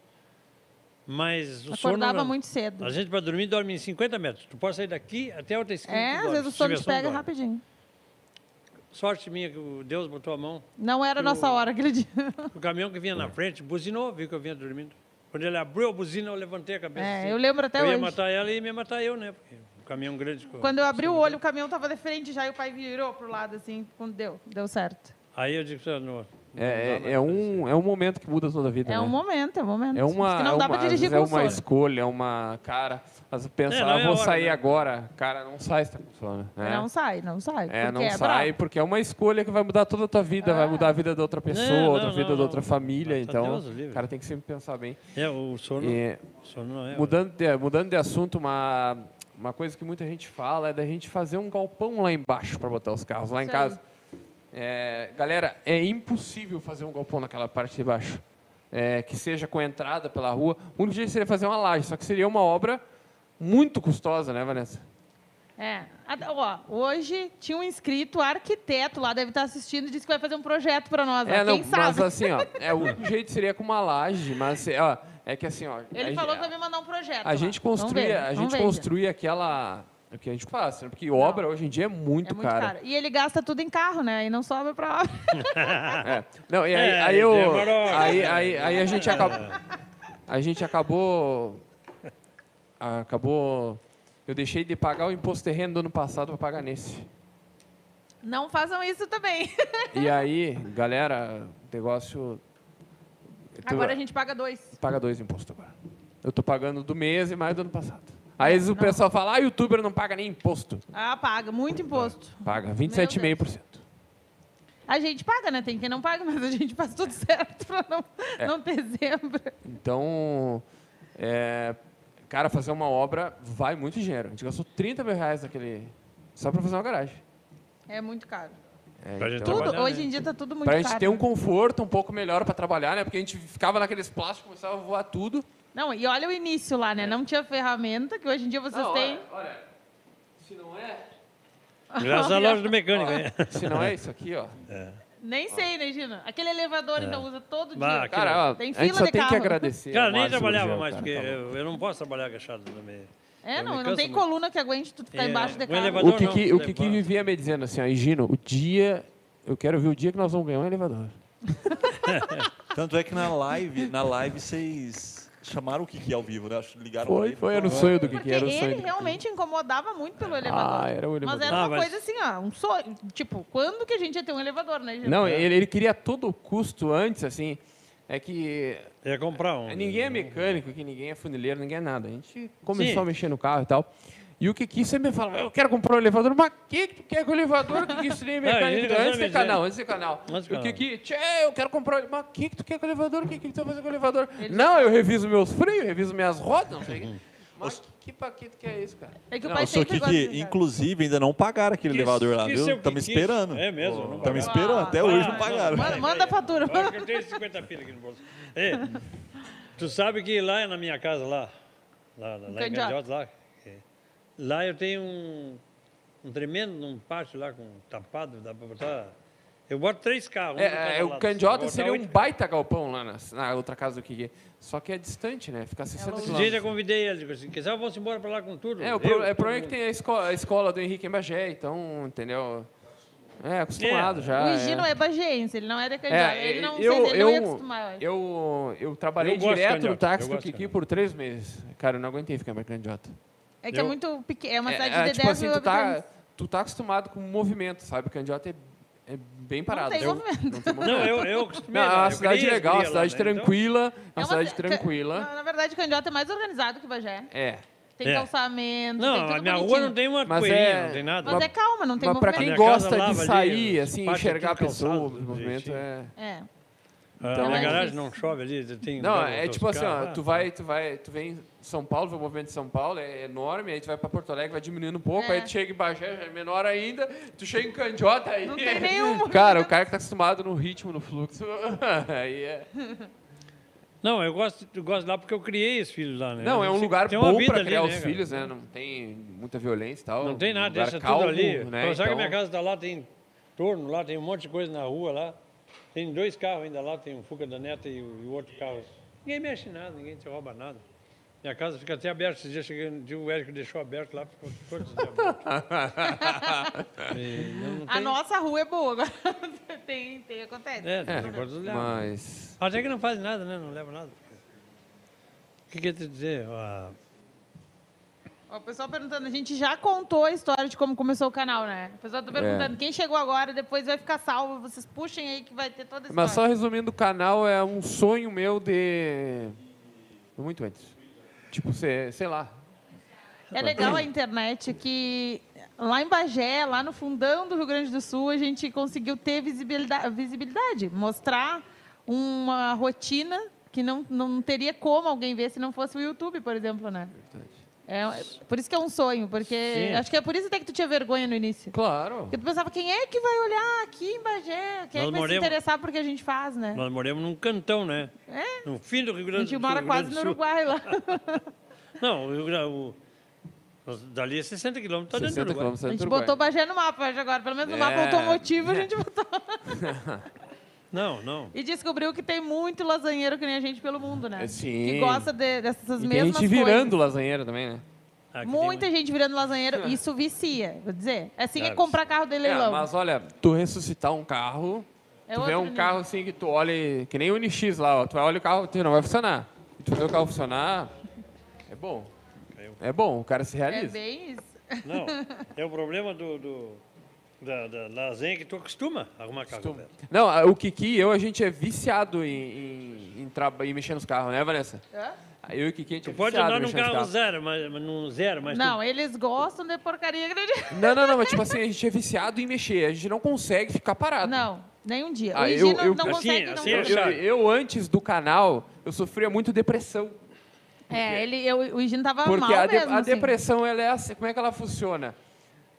D: Mas o sono...
E: Acordava
D: era-
E: muito cedo.
D: A gente, para dormir, dorme em 50 metros. Tu pode sair daqui até a outra esquina.
E: É,
D: tu
E: às
D: dorme.
E: vezes o
D: Se
E: sono
D: tiver
E: te pega
D: dorme.
E: rapidinho.
D: Sorte minha que o Deus botou a mão
E: Não era a nossa hora aquele
D: *laughs*
E: dia.
D: O caminhão que vinha
C: É.
D: na frente buzinou, viu que eu vinha dormindo. Quando ele abriu a buzina, eu levantei a cabeça.
E: É,
D: assim.
E: eu lembro até
D: eu ia
E: hoje.
D: matar ela e ia me matar eu, né? Porque o caminhão grande. co-
E: Quando eu abri o olho, o caminhão tava de frente já e o pai virou pro lado assim, quando deu, deu certo.
D: Aí eu disse, ah, não,
C: É, é, é um, é um momento que muda toda a vida.
E: É
C: né?
E: um momento, é um momento.
C: É uma,
E: que não
C: é
E: dá
C: uma,
E: pra dirigir
C: às vezes é
E: com
C: uma
E: sono.
C: escolha, é uma cara. Mas pensar,
D: É, não é
C: "Ah, vou
D: hora,
C: sair
D: né?
C: agora. Cara, não sai se tá com sono. Né?
E: Não sai, não sai.
C: É,
E: porque
C: não
E: é
C: sai,
E: brabo.
C: porque é uma escolha que vai mudar toda a tua vida, vai mudar a vida da outra pessoa,
D: Ah. Não,
C: da
D: não,
C: vida
D: não,
C: da
D: não.
C: outra família.
D: Tá
C: então,
D: Deus livre.
C: o cara tem que sempre pensar bem.
D: É, o sono,
C: E,
D: o sono não é.
C: mudando, de, mudando de assunto, uma, uma coisa que muita gente fala é da gente fazer um galpão lá embaixo para botar os carros lá em
E: Isso aí.
C: casa. É, galera, é impossível fazer um galpão naquela parte de baixo. É, que seja com entrada pela rua. Um dia seria fazer uma laje, só que seria uma obra muito custosa, né, Vanessa?
E: É. Ah, Ó, hoje tinha um inscrito, arquiteto lá, deve estar assistindo, e disse que vai fazer um projeto pra nós. ó,
C: É, não,
E: Quem sabe?
C: mas assim, ó, é, o jeito seria com uma laje, mas ó, é que assim, ó.
E: Ele
C: a
E: falou
C: ge-
E: que vai me mandar um projeto.
C: a
E: lá.
C: gente
E: Vamos ver,
C: construía, a
E: vamos
C: gente
E: ver.
C: construía aquela o que a gente faz, né? porque obra hoje em dia é muito,
E: É muito
C: cara.
E: caro. E ele gasta tudo em carro, né? E não sobra pra obra. *laughs*
C: É. Não, e aí,
D: É,
C: aí eu
D: demorou.
C: aí, aí, aí a gente acabou a gente acabou acabou eu deixei de pagar o imposto de terreno do ano passado para pagar nesse.
E: Não façam isso também.
C: E aí, galera, o negócio tu-
E: Agora a gente paga dois.
C: paga dois impostos agora. Eu tô pagando do mês e mais do ano passado.
E: É,
C: Aí o pessoal fala, ah, youtuber não paga nem imposto.
E: Ah, paga. Muito imposto.
C: Paga 27,5%.
E: A gente paga, né? Tem quem não paga, *laughs* mas a gente faz tudo certo pra não,
C: É.
E: não ter zebra.
C: Então, é, cara, fazer uma obra vai muito dinheiro. A gente gastou 30 mil reais naquele. Só pra fazer uma garagem.
E: É muito caro.
C: É,
D: Pra gente
E: Tudo,
D: Trabalhar,
E: hoje
D: né?
E: em dia tá tudo muito
C: pra
E: caro.
C: gente ter um conforto um pouco melhor pra trabalhar, né? Porque a gente ficava naqueles plásticos, começava a voar tudo.
E: Não, e olha o início lá,
C: É.
E: né? Não tinha ferramenta, que hoje em dia vocês
C: Não,
E: têm.
D: é.
C: Ah, olha, olha, se não é.
D: um- Graças à loja né?
C: *laughs*
D: do mecânico, hein?
C: Se não é isso aqui, ó.
E: Nem sei, né, Gina? Aquele elevador,
C: É.
E: então, usa todo
D: Bah,
E: dia.
D: aqui-
C: Cara, ó,
E: Tem
C: a gente
E: fila
C: só
E: de
C: tem que
E: carro.
C: agradecer.
D: Cara,
C: ao
D: nem
C: Márcio
D: trabalhava
C: Gurgel,
D: mais,
C: É, cara,
D: porque
C: tá louco.
D: eu, eu não posso trabalhar agachado também.
E: É,
D: Eu me
E: não, não
D: canso
E: tem
D: muito.
E: coluna que aguente tu ficar
D: É,
E: embaixo de
D: o
E: carro.
D: elevador-
C: O
D: Elevador
C: que,
D: não,
C: que- o que, que
D: elevador.
C: vivia me dizendo assim, ó, "E, Gino, o dia. Eu quero ver o dia que nós vamos ganhar um elevador.
F: Tanto é que na live, na live vocês chamaram o Kiki ao vivo, né? Acho que
D: um
F: ligaram pra
C: Foi,
F: ele.
C: foi, era o
F: Não,
C: sonho do que
E: Porque
C: que era o sonho.
E: ele
C: do Kiki.
E: realmente incomodava muito pelo elevador.
C: Ah, era o elevador.
E: Mas era
D: Ah,
E: uma
D: mas-
E: coisa assim, ó, um sonho. Tipo, quando que a gente ia ter um elevador, né, Gina?
C: Não, ele, ele queria a todo custo antes, assim. É que
D: Ia comprar um.
C: ninguém é mecânico, que ninguém é funileiro, ninguém é nada. A gente começou
D: Sim.
C: a mexer no carro e tal. E o Kiki sempre fala, eu quero comprar um elevador. Mas o que que tu quer com o elevador? O que que isso nem é
D: *laughs* Não, ele
C: mecânico?
D: tá
C: antes do
D: dizendo.
C: canal, antes do canal.
D: Antes do
C: o
D: canal.
C: Kiki, tchê, eu quero comprar... um ele- Mas o que que tu quer com o elevador? O que que tu tá fazendo com o elevador? Não, eu reviso meus freios, reviso minhas rodas, não
D: *laughs*
C: sei o quê. Mas que paquete que é isso, cara?
E: É que o
C: Não,
E: pai
F: Eu sou
E: sempre gosta de
F: Kiki, inclusive, ainda não pagaram aquele elevador lá, viu? Estamos esperando.
D: É mesmo? não
F: Estamos
D: pagava.
F: esperando, até hoje
D: Ah,
F: não pagaram.
E: Manda, manda a fatura.
D: Olha que eu tenho 50 pila aqui no bolso. Ei, tu sabe que lá é na minha casa, lá, lá, lá, lá em
E: Candiota.
D: Candiota, lá, é, lá eu tenho um, um tremendo, um pátio lá com tapado, dá pra botar... Eu boto três carros. um de cada
C: É, é, o
D: lado.
C: Candiota
D: Botar
C: seria um
D: oito
C: baita galpão lá na, na outra casa do Kiki. Só que é distante, né? Fica 60
D: Esses dias eu
C: quilômetros.
D: convidei ele, digo assim, quer saber, vamos embora pra lá com tudo.
C: É, o pro, é, o problema é que tem a escola, a escola do Henrique em Bagé, então, entendeu? É, acostumado
D: É.
C: já.
E: O Gino é bagiense, ele não é de candidato.
C: É,
E: ele não,
C: eu,
E: sei se ele
C: eu,
E: não ia acostumar. acho.
C: eu, eu trabalhei
D: Eu gosto de
C: direto no
D: Candiota, eu
C: táxi do
D: gosto de
C: Kiki por três meses. Cara, eu não aguentei ficar mais candidato.
E: é que é
D: eu-
E: muito pequena, é uma cidade
C: é,
E: de 10
C: tipo assim,
E: mil
C: tu tá,
E: habitantes.
C: tu tá acostumado com o movimento, sabe? O Candiota é, é bem parado.
E: tem
C: Eu-
E: movimento.
C: Não tem
D: Não,
C: movimento.
D: eu, eu acostumei
C: Não, é
D: lá,
C: uma
D: eu
C: cidade
D: criei as
C: legal, uma
D: crias lá,
C: cidade
D: né, então-
C: tranquila. É
E: É
C: uma
E: uma
C: cidade
E: ci- ca-
C: tranquila.
E: Na, na verdade, Candiota é mais organizado que Bagé.
C: É.
E: Tem
D: É.
E: calçamento, tem
D: Não,
E: tudo
D: a minha rua
E: é bonitinho.
D: não tem uma
C: Mas
D: poeirinha,
C: é-
D: não tem nada.
E: Mas é calma, não tem
C: Mas pra
E: movimento.
C: quem
D: A minha casa
C: gosta de
D: lava ali,
C: sair,
D: os
C: assim,
D: pátios
C: enxergar a
D: tudo
C: pessoa,
D: calçado,
C: o
D: tudo
C: movimento
D: direitinho.
C: é...
E: É.
D: Ah,
C: Então,
D: na
C: é
D: garagem
E: difícil.
D: não chove ali, tu tem...
C: Não,
D: joga
C: é
D: os
C: tipo assim, ó,
D: carros,
C: tu
D: ah,
C: vai, tu vai, tu vem em São Paulo, vê o movimento de São Paulo é enorme, aí tu vai pra Porto Alegre, vai diminuindo um pouco,
E: É.
C: aí tu chega em Bagé, já é menor ainda, tu chega em Candiota aí.
E: Não tem nenhum
C: *laughs* Cara, o cara que tá acostumado no ritmo, no fluxo, *laughs* aí é.
D: Não, eu gosto, eu gosto lá porque eu criei esses filhos lá, né?
C: Não, é um
D: Tem-
C: lugar
D: tem uma
C: bom
D: vida
C: pra
D: ali,
C: criar
D: né,
C: os
D: cara?
C: filhos, né? Não tem muita violência e tal.
D: Não tem nada,
C: um lugar
D: deixa
C: calmo,
D: tudo ali.
C: Né?
D: Então, sabe que a
C: Então,
D: minha casa tá lá, tem torno lá, tem um monte de coisa na rua lá. Tem dois carros ainda lá, tem o Fuca da Neta e o, e o outro carro. Ninguém mexe em nada, ninguém te rouba nada. Minha casa fica até aberta. Esses dias cheguei, um dia o Érico deixou aberto lá, ficou todos
C: *laughs*
D: abertos. E não- não
E: A
D: tem-
E: nossa rua é boa. agora *laughs* tem, tem, acontece.
D: É, tem
C: É,
D: negócio de olhar.
C: mas.
D: Até que não faz nada, né? Não leva nada. O que que eu ia te dizer? Ah,
E: Ó, o pessoal perguntando, a gente já contou a história de como começou o canal, né? O pessoal
C: É.
E: tá perguntando, quem chegou agora, depois vai ficar salvo, vocês puxem aí que vai ter toda a história.
C: Mas só resumindo, o canal é um sonho meu de. Muito antes. Tipo, sei, sei lá.
D: Tá
E: É legal a internet que lá em Bagé, lá no fundão do Rio Grande do Sul, a gente conseguiu ter visibilidade, visibilidade mostrar uma rotina que não, não teria como alguém ver se não fosse o YouTube, por exemplo, né? É, por isso que é um sonho, porque
D: Sim.
E: acho que é por isso até que tu tinha vergonha no início.
C: Claro.
E: Porque tu pensava, quem é que vai olhar aqui em Bagé? Quem
D: Nós
E: é que vai se
D: moremos-
E: interessar por que a gente faz, né?
D: Nós moramos num cantão, né?
E: É.
D: No fim do Rio
E: A
D: Grande do Sul.
E: gente mora
D: Rio
E: quase
D: Grande do
E: no
D: Sul.
E: Uruguai lá.
D: Não, o Rio Grande o- nós- Dali é 60 quilômetros, está dentro do
C: 60
D: Uruguai.
C: quilômetros tá
E: A
C: dentro do
E: gente
C: Uruguai.
E: botou Bagé no mapa acho, agora. Pelo menos no
C: É.
E: mapa automotivo a gente botou.
D: Não, não.
E: E descobriu que tem muito lasanheiro que nem a gente pelo mundo, né?
C: É, sim.
E: Que gosta de- dessas
C: E tem
E: mesmas
C: gente virando
E: coisas.
C: lasanheira também, né?
D: Aqui tem
E: Muita
D: muito.
E: gente
C: *laughs*
E: virando lasanheiro. Isso vicia, vou dizer. É assim que é
D: Claro.
E: comprar carro de
C: É,
E: leilão.
C: mas olha, tu ressuscitar um carro,
E: É
C: tu vê
E: outro
C: um
E: nível.
C: carro assim que tu olha, que nem o NX lá, ó, tu olha o carro, tu não vai funcionar. E tu vê o carro funcionar, é bom. É bom, o cara se
E: É
C: realiza.
E: bem isso. *laughs*
D: Não, é o problema do, do- da, da lasanha que tu acostuma a arrumar carro. velho.
C: Não, a- o Kiki e eu, a gente é viciado em, em, em, traba- em mexer nos carros, né, Vanessa?
E: Hã?
C: Eu e o Kiki, a gente
D: Tu
C: é
D: pode
C: viciado
D: andar
C: em
D: num
C: mexer nos
D: carro
C: carros.
D: zero, mas, mas num zero, mas
E: Não, eles gostam de porcaria
C: *laughs*
E: grande.
C: Não, não, não, mas tipo assim, a gente é viciado em mexer, a gente não consegue ficar parado.
E: Não, nem um dia.
C: Ah,
E: o
C: eu-
E: Egino
C: eu-
E: não
D: assim,
E: consegue,
D: assim,
E: não
C: Eu, eu- eu, antes do canal, eu sofria muito depressão.
E: É, ele, eu, o Egino tava
C: Porque
E: mal
C: a, de-
E: mesmo.
C: a
E: assim.
C: depressão, ela é assim, como é que ela funciona?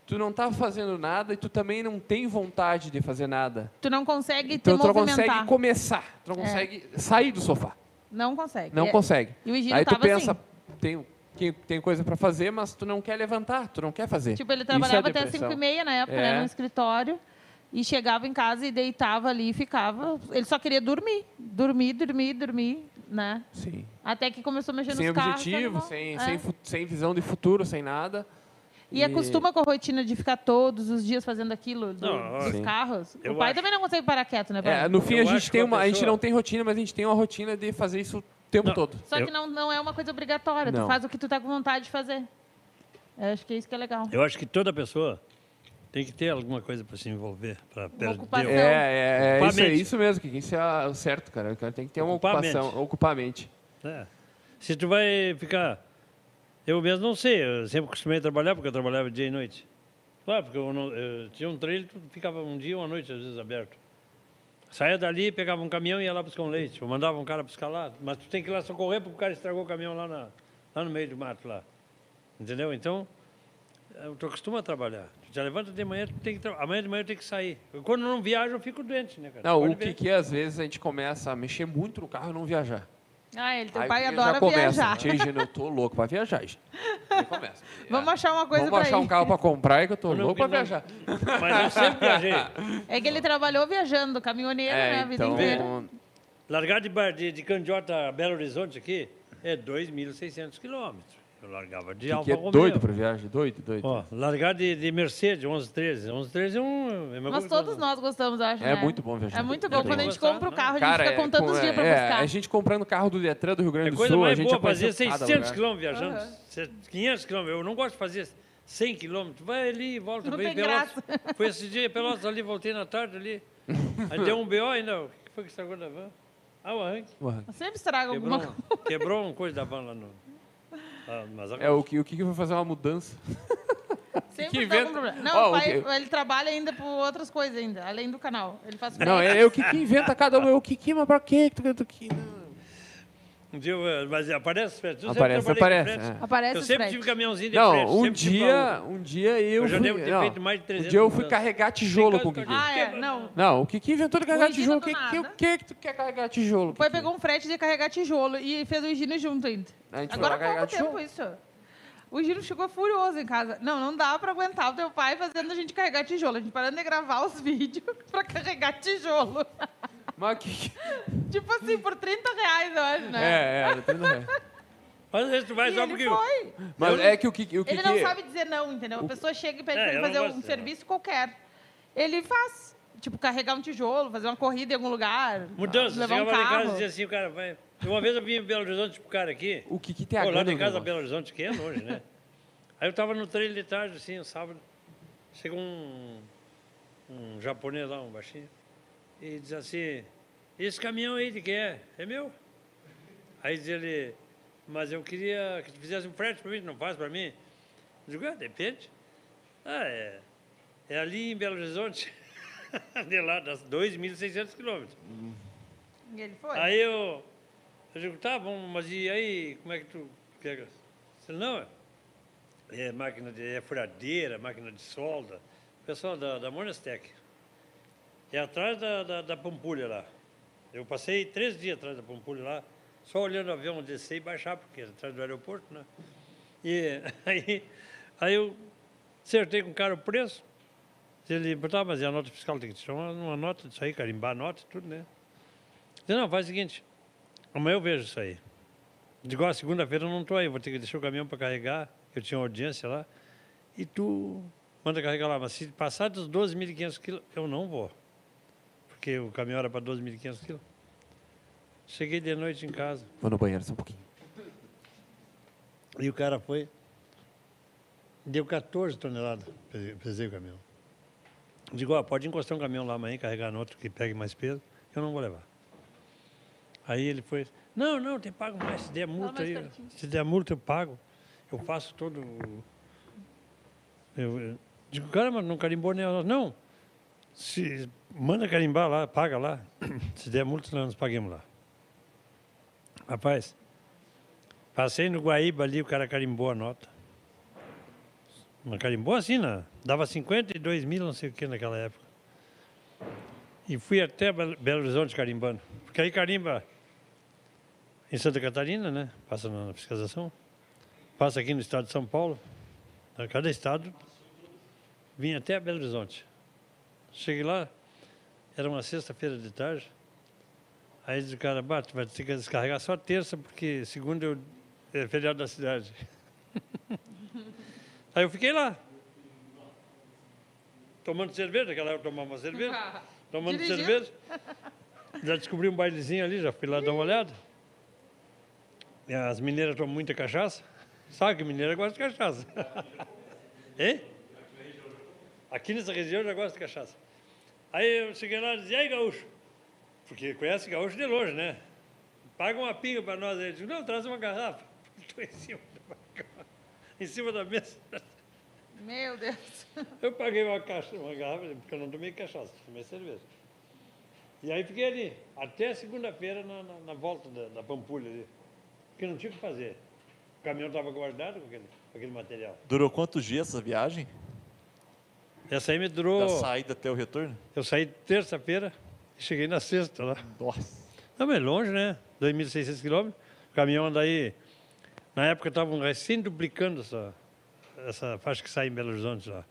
C: Tu não tá fazendo nada e tu também não tem vontade de fazer nada.
E: Tu não consegue
C: Então
E: te
C: tu não
E: movimentar.
C: consegue começar, tu não consegue sair do sofá.
E: Não consegue.
C: Não
E: É,
C: consegue.
E: E o Egino
C: Aí tu
E: tava
C: pensa,
E: assim.
C: tem, que- tem coisa pra fazer, mas tu não quer levantar, tu não quer fazer.
E: Tipo, ele
C: Isso é
E: trabalhava até
C: depressão.
E: 5 e meia na época,
C: É.
E: né, no escritório. E chegava em casa e deitava ali e ficava. Ele só queria dormir. Dormir, dormir, dormir, né?
C: Sim.
E: Até que começou a mexer
C: Sem
E: nos carros.
C: objetivo,
E: animal.
C: sem,
E: É.
C: sem, fu- sem visão de futuro, sem nada.
E: E acostuma com a rotina de ficar todos os dias fazendo aquilo do-
D: Não,
E: dos
C: sim.
E: carros.
D: Eu
E: o pai
D: acho-
E: também não consegue parar quieto, né, pai?
C: É, no fim
D: Eu
C: a gente
D: acho que
C: tem
D: a
C: uma, a gente
D: pessoa-
C: não tem rotina, mas a gente tem uma rotina de fazer isso o tempo
D: Não.
C: todo.
E: Só
D: eu-
E: que não, não é uma coisa obrigatória. Tu
C: Não.
E: faz o que tu tá com vontade de fazer. Eu acho que é isso que é legal.
D: tu- eu acho que toda pessoa tem que ter alguma coisa para se envolver, para
E: ocupação.
D: perder.
C: É, é, é
D: Ocupar a
C: isso, é
D: mente.
C: isso mesmo, que isso é o certo, cara. O cara tem que ter uma
D: Ocupar a
C: ocupação,
D: mente.
C: ocupar a mente.
D: É. Se tu vai ficar. Eu mesmo não sei, eu sempre costumei trabalhar, porque eu trabalhava dia e noite. Claro, porque eu, não- eu tinha um trailer, tu ficava um dia e uma noite, às vezes, aberto. Saía dali, pegava um caminhão e ia lá buscar um leite. Eu mandava um cara buscar lá, mas tu tem que ir lá socorrer porque o cara estragou o caminhão lá, na- lá no meio do mato lá. Entendeu? Então, eu tô acostumado a trabalhar. Tu já levanta de manhã, tu tem que tra... amanhã de manhã eu tenho que sair. Eu, quando não viajo, eu fico doente, né, cara?
C: Não,
D: Pode
C: o que,
D: ver.
C: que é, às vezes a gente começa a mexer muito no carro e não viajar.
E: Ah, ele, teu
C: Aí
E: pai
C: já
E: adora
C: começa,
E: viajar.
C: "Tia Gina, eu tô louco pra viajar.
E: *laughs*
C: Gina." Aí começa.
E: Vamos
C: É.
E: achar uma coisa
C: Vamos
E: pra
C: achar
E: ir.
C: um carro pra comprar e que eu tô
D: não
C: louco pra
D: vi, não.
C: viajar.
D: Mas eu sempre
C: *laughs*
D: viajei.
E: É que ele trabalhou viajando, caminhoneiro, né,
C: É,
E: a vida
C: então,
E: inteira.
D: Largar de, Bar- de, de Candiota a Belo Horizonte aqui é 2.600 quilômetros. Eu largava de
C: que
D: Alfa
C: é
D: Romeo.
C: doido pra viagem, doido, doido.
D: Ó, largar de, de Mercedes, 1113. 1113 é um... É uma
E: Mas
D: coisa-
E: todos nós gostamos, eu acho.
C: É
E: né?
C: muito bom viajar.
E: É muito
D: Eu
E: bom. Quando a gente
D: gosto.
E: compra o carro, a gente
C: Cara,
E: fica contando
C: com-
E: os dias pra
C: é,
E: buscar.
C: A gente comprando carro do Detran do Rio Grande
D: É
C: do
D: coisa
C: Sul, a
D: mais
C: gente
D: boa
C: já conheceu
D: fazer
C: cada
D: 600
C: lugar.
D: quilômetros viajando.
E: Aham.
D: Se- 500 quilômetros. Eu não gosto de fazer 100 quilômetros. Vai ali e volta.
E: Não
D: Veio
E: tem
D: Pelotas.
C: *laughs*
E: graça.
D: Foi esse dia, Pelotas ali, voltei na tarde
E: *laughs*
D: ali. Aí deu um BO ainda. O que foi que estragou da van? Ah, o arranque.
C: Porra.
E: Sempre estraga
D: Quebrou,
E: alguma
D: um-
E: coisa.
D: quebrou uma coisa da van lá no... Ah, mas
C: É, o que, o que que vai fazer uma mudança?
E: Sempre
C: que
E: dá algum
C: inventa-
E: problema. Não,
C: Ó,
E: o
C: o
E: pai,
C: que-
E: ele trabalha ainda por outras coisas ainda, além do canal. Ele faz
C: Não, é, é o que que inventa cada um. É o que que, mas pra quê? que tu- tu- que- não.
D: Um dia, eu- mas aparece os fretes. Eu
C: Aparece,
D: sempre trabalhei
C: aparece,
D: com frete.
C: é.
E: Aparece
D: Eu
E: os
D: sempre
E: fretes.
D: tive caminhãozinho de frete.
C: Não, um
D: sempre tive
C: dia,
D: baú.
C: um dia eu,
D: Eu já
C: fui-
D: devo ter
C: não,
D: feito mais de 300
C: Um dia eu fui
D: mudanças.
C: carregar tijolo
D: Tem
C: com o
D: caso
C: Kiki.
D: que eu-
E: Ah, é, não.
C: Não, o Kiki inventou de carregar
E: O Egino
C: tijolo. O
E: do
C: que, que,
E: nada.
C: o que que tu quer carregar tijolo?
E: O pai
C: Kiki?
E: pegou um frete de carregar tijolo e fez o Egino junto ainda.
C: A gente foi
E: Agora
C: lá
E: há
C: carregar
E: pouco tempo
C: tijolo.
E: isso. O Giro chegou furioso em casa. Não, não dá pra aguentar o teu pai fazendo a gente carregar tijolo. A gente parando de gravar os *laughs* vídeos pra carregar tijolo.
C: Mas o que que-
E: tipo assim, por 30 reais, eu acho, né?
C: É, é, não tem nada.
D: Mas às vezes tu vai
E: E
D: só um
E: ele
D: porque...
E: foi.
C: Mas é que o Kiki... O
E: Ele
C: Kiki
E: não sabe dizer não, entendeu? A pessoa chega e pede
D: É,
E: pra ele
D: eu não
E: fazer um
D: gosto, né?
E: serviço qualquer. Ele faz. Tipo, carregar um tijolo, fazer uma corrida em algum lugar.
D: Mudança.
E: levar um
D: chegava lá em casa e
E: carro.
D: dizia assim, o cara vai... Uma vez eu vim em Belo Horizonte pro cara aqui.
C: o Kiki tem a
D: Pô, lá
C: grana
D: de
C: do
D: casa a
C: negócio.
D: Belo Horizonte, que é longe, né? Aí eu estava no treino de tarde, assim, um sábado. Chegou um, um japonês lá, um baixinho, e diz assim, esse caminhão aí de quem é? É meu? Aí diz ele, mas eu queria que tu fizesse um frete para mim, tu não faz para mim? Eu digo, ah, depende. Ah, é, é ali em Belo Horizonte, *laughs* de lá, das 2.600 quilômetros.
E: E ele foi.
D: Aí eu, eu digo, tá bom, mas e aí, como é que tu pega? Ele, não, é- é máquina de é furadeira, máquina de solda. Pessoal da, da Monastec. É atrás da, da, da Pampulha lá. Eu passei três dias atrás da Pampulha lá, só olhando o avião descer e baixar, porque era atrás do aeroporto, né? E *laughs* aí, aí eu acertei com o cara o preço. Ele, tá, mas e a nota fiscal tem que tirar uma, uma nota disso aí, carimbar a nota, tudo, né? Ele, não, faz o seguinte, amanhã eu vejo isso aí. Digo, ah, segunda-feira eu não estou aí, vou ter que deixar o caminhão para carregar, que eu tinha uma audiência lá, e tu manda carregar lá. Mas se passar dos 12.500 quilos, eu não vou, porque o caminhão era para 12.500 quilos. Cheguei de noite em casa,
F: Vou no banheiro só um pouquinho.
D: e o cara foi, deu 14 toneladas, pe- pesei o caminhão. Digo, ó, pode encostar um caminhão lá amanhã e carregar no outro que pegue mais peso, eu não vou levar. Aí ele foi, não, não, tem pago mais, se der multa
E: mais
D: aí,
E: pertinho.
D: se der multa eu pago, eu faço todo o... Eu, eu- digo, cara, mas não carimbou nem a nota." Não, se, manda carimbar lá, paga lá, *clears throat* se der multa nós paguemos lá. Rapaz, Passei no Guaíba ali, o cara carimbou a nota. Mas carimbou assim, né? Dava 52 mil, não sei o que naquela época. E fui até Bel- Belo Horizonte carimbando. Porque aí carimba em Santa Catarina, né? Passa na na fiscalização. Passa aqui no estado de São Paulo. A cada estado. Vim até Belo Horizonte. Cheguei lá, era uma sexta-feira de tarde. Aí diz o cara, bah, tu vai ter que descarregar só terça, porque segunda eu, é feriado da cidade. *laughs* Aí eu fiquei lá. Tomando cerveja, naquela época eu tomava uma cerveja. Tomando
E: Dirigindo.
D: cerveja. Já descobri um bailezinho ali, já fui lá dar uma olhada. E As mineiras tomam muita cachaça. Sabe que mineira gosta de cachaça. *laughs* Hein? Aqui nessa região eu já gosto de cachaça. Aí eu cheguei lá e disse, e aí, gaúcho? Porque conhece gaúcho de longe, né? Paga uma pinga para nós aí. Eu digo, não, traz uma garrafa. *laughs* Estou em cima da garrafa, em cima da mesa.
E: Meu Deus. *laughs*
D: Eu paguei uma, caixa, uma garrafa, porque eu não tomei cachaça, tomei cerveja. E aí fiquei ali, até segunda-feira, na, na- na volta da, da Pampulha ali. Porque não tinha o que fazer. O caminhão estava guardado com aquele, com aquele material.
F: Durou quantos dias essa viagem?
D: Essa aí me durou.
F: Da saída até o retorno?
D: Eu saí terça-feira e cheguei na sexta lá.
F: Nossa.
D: Não, mas é longe, né? 2.600 quilômetros. O caminhão anda aí. Na época estavam recém duplicando essa, essa faixa que sai em Belo Horizonte lá.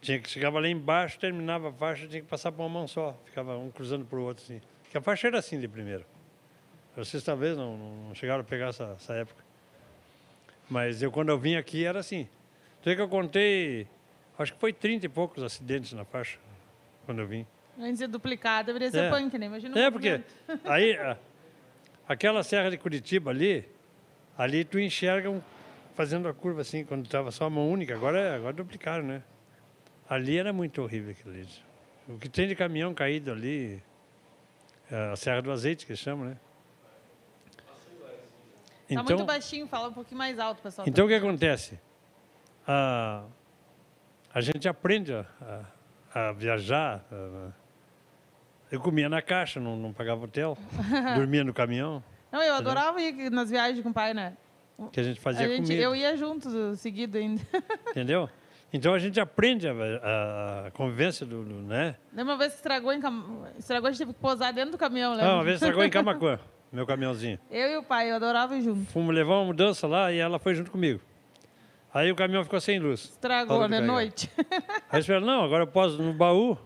D: Tinha que chegava lá embaixo, terminava a faixa, tinha que passar por uma mão só. Ficava um cruzando para o outro assim. Porque a faixa era assim de primeiro. Vocês talvez não, não chegaram a pegar essa, essa época. Mas eu, quando eu vim aqui, era assim. Então é que eu contei, acho que foi 30 e poucos acidentes na faixa, quando eu vim.
E: Antes de duplicar, deveria ser
D: É.
E: punk, né? Imagina um
D: É, porque
E: movimento.
D: aí, a- aquela serra de Curitiba ali, ali tu enxerga um- fazendo a curva assim, quando estava só uma única, agora, é- agora duplicaram, né? Ali era muito horrível aquilo ali. O que tem de caminhão caído ali, é a Serra do Azeite que chamam, né?
E: Tá muito baixinho, fala um pouquinho mais alto, pessoal.
D: Então o que acontece? A, a gente aprende a, a- a viajar. a- eu comia na caixa, não, não pagava
E: *laughs*
D: hotel, dormia no caminhão,
E: Não, eu adorava ir nas viagens com o pai, né?
D: que a gente
E: A
D: Uhum. fazia
E: gente,
D: comida,
E: eu ia junto, seguido ainda. *laughs*
D: entendeu? Então a gente aprende a, a- a convivência do, do- né?
E: Lembra uma vez que estragou, em Cam... estragou, a gente teve que posar dentro do caminhão, né?
D: Ah, uma vez estragou
E: *laughs*
D: em Camacuã, meu caminhãozinho.
E: Eu e o pai, eu adorava ir junto.
D: Fomos levar uma mudança lá e ela foi junto comigo. Aí o caminhão ficou sem luz.
E: Estragou,
D: Falou que
E: né?
D: pega.
E: Noite. *laughs*
D: Aí eu falei, não, agora eu poso no baú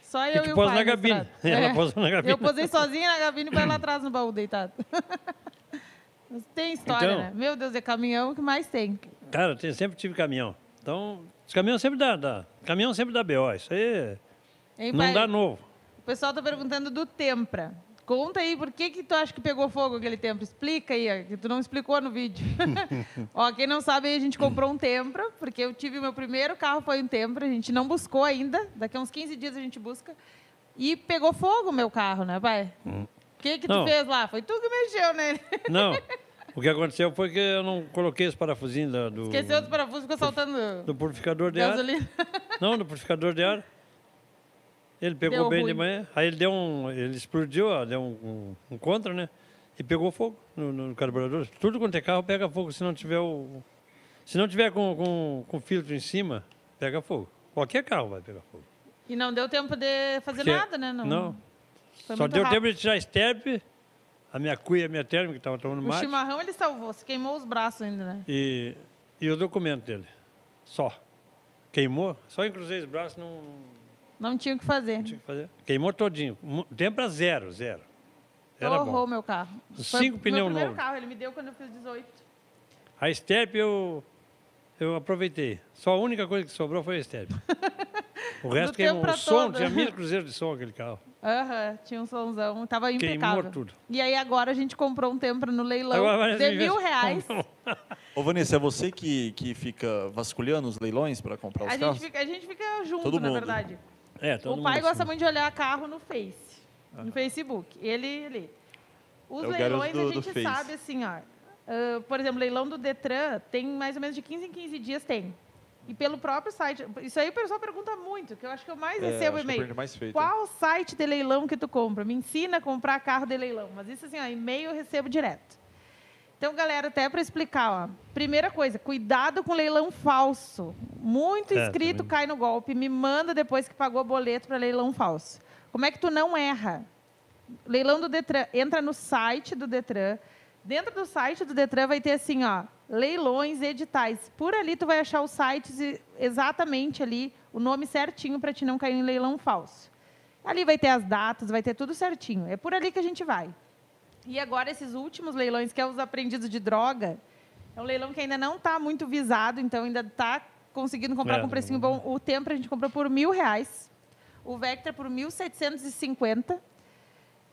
E: Só
D: e
E: eu e
D: tu
E: o
D: posa
E: pai.
D: na
E: na
D: gabine.
E: estrada.
D: *laughs* Ela
E: É.
D: posa na gabine.
E: Eu posei sozinha na gabine
D: *laughs*
E: e vai lá atrás no baú deitado. Mas Tem história,
D: Então-
E: né? Meu Deus, é caminhão que mais tem.
D: Cara, eu tenho- sempre tive caminhão. Então, os caminhões sempre dá, dá. Caminhão sempre dá BO. Isso aí
E: Hein,
D: não
E: pai?
D: dá novo.
E: O pessoal tá perguntando do Tempra. Conta aí, por que que tu acha que pegou fogo aquele tempo? Explica aí, ó, que tu não explicou
D: *laughs*
E: no vídeo. ó, quem não sabe, aí a gente comprou um Tempra, porque eu tive o meu primeiro carro, foi um Tempra, a gente não buscou ainda, daqui a uns 15 dias a gente busca. E pegou fogo o meu carro, né, pai? O que que tu
D: Hum. Não.
E: fez lá? Foi tu que mexeu né? nele.
D: Não, o que aconteceu foi que eu não coloquei esse parafusinho da- do,
E: Esqueceu dos parafusos, ficou
D: do
E: saltando
D: purificador de ar.
E: gasolina.
D: Não, no purificador de ar. Ele pegou
E: Deu
D: bem de
E: ruim.
D: manhã, aí ele deu um. Ele explodiu, ó, deu um, um- um contra, né? E pegou fogo no, no carburador. Tudo quanto é carro pega fogo se não tiver o. Se não tiver com, com, com filtro em cima, pega fogo. Qualquer carro vai pegar fogo.
E: E não deu tempo de fazer
D: Porque-
E: nada, né? Não.
D: Não.
E: Foi
D: Só
E: muito
D: deu
E: rápido.
D: tempo de tirar a estepe, a minha cuia, a minha térmica, que estava tomando
E: O
D: mate,
E: chimarrão ele salvou, se queimou os braços ainda, né?
D: e, e o documento dele. Só. Queimou, só encruzei os braços, não,
E: Não tinha o que fazer.
D: tinha o que fazer. Queimou todinho. Mu- Tempra zero, zero. Era
E: Torrou
D: bom.
E: meu carro.
D: Os
E: Foi
D: cinco
E: o
D: pneus
E: meu primeiro
D: novos.
E: carro, ele me deu quando eu fiz 18.
D: A estepe eu, eu aproveitei. Só a única coisa que sobrou foi a
E: *laughs*
D: estepe. O resto
E: Do
D: queimou.
E: tempo
D: O
E: pra
D: som,
E: todo.
D: tinha
E: *laughs*
D: mil cruzeiros de som aquele carro.
E: Aham, tinha um somzão, tava
D: Queimou
E: impecável.
D: tudo.
E: E aí agora a gente comprou um Tempra no leilão
D: Agora
E: de
D: parece que
E: mil reais.
F: Ô, Vanessa, é você que, que fica vasculhando os leilões para
D: um
F: comprar os
E: A
F: carros?
E: gente, fica, a gente fica junto,
F: Todo
E: na
F: mundo.
E: verdade.
D: É, todo
E: o pai
D: mundo
E: gosta
D: assim.
E: muito de olhar carro no Face, no Facebook. Ele, ele. Os
F: É o garoto
E: leilões
F: do-
E: a
F: do
E: gente
F: Face.
E: sabe assim, ó. ah, por exemplo, leilão do Detran tem mais ou menos de 15 em 15 dias tem. E pelo próprio site. Isso aí o pessoal pergunta muito, que eu acho que eu mais
F: É, acho
E: recebo
F: que eu
E: e-mail.
F: perdi mais feito.
E: Qual site de leilão que tu compra? Me ensina a comprar carro de leilão. Mas isso assim, ó, e-mail eu recebo direto. Então, galera, até para explicar, ó. Primeira coisa, cuidado com leilão falso. Muito
D: É,
E: inscrito
D: também.
E: cai no golpe, me manda depois que pagou boleto para leilão falso. Como é que tu não erra? Leilão do Detran, entra no site do Detran. Dentro do site do Detran vai ter assim, ó, leilões, editais. Por ali tu vai achar os sites e- exatamente ali, o nome certinho para te não cair em leilão falso. Ali vai ter as datas, vai ter tudo certinho. É por ali que a gente vai. E agora esses últimos leilões, que é os apreendidos de droga, é um leilão que ainda não está muito visado, então ainda está conseguindo comprar
D: É,
E: com um precinho bom. O Tempra a gente comprou por mil reais, o Vectra por 1.750.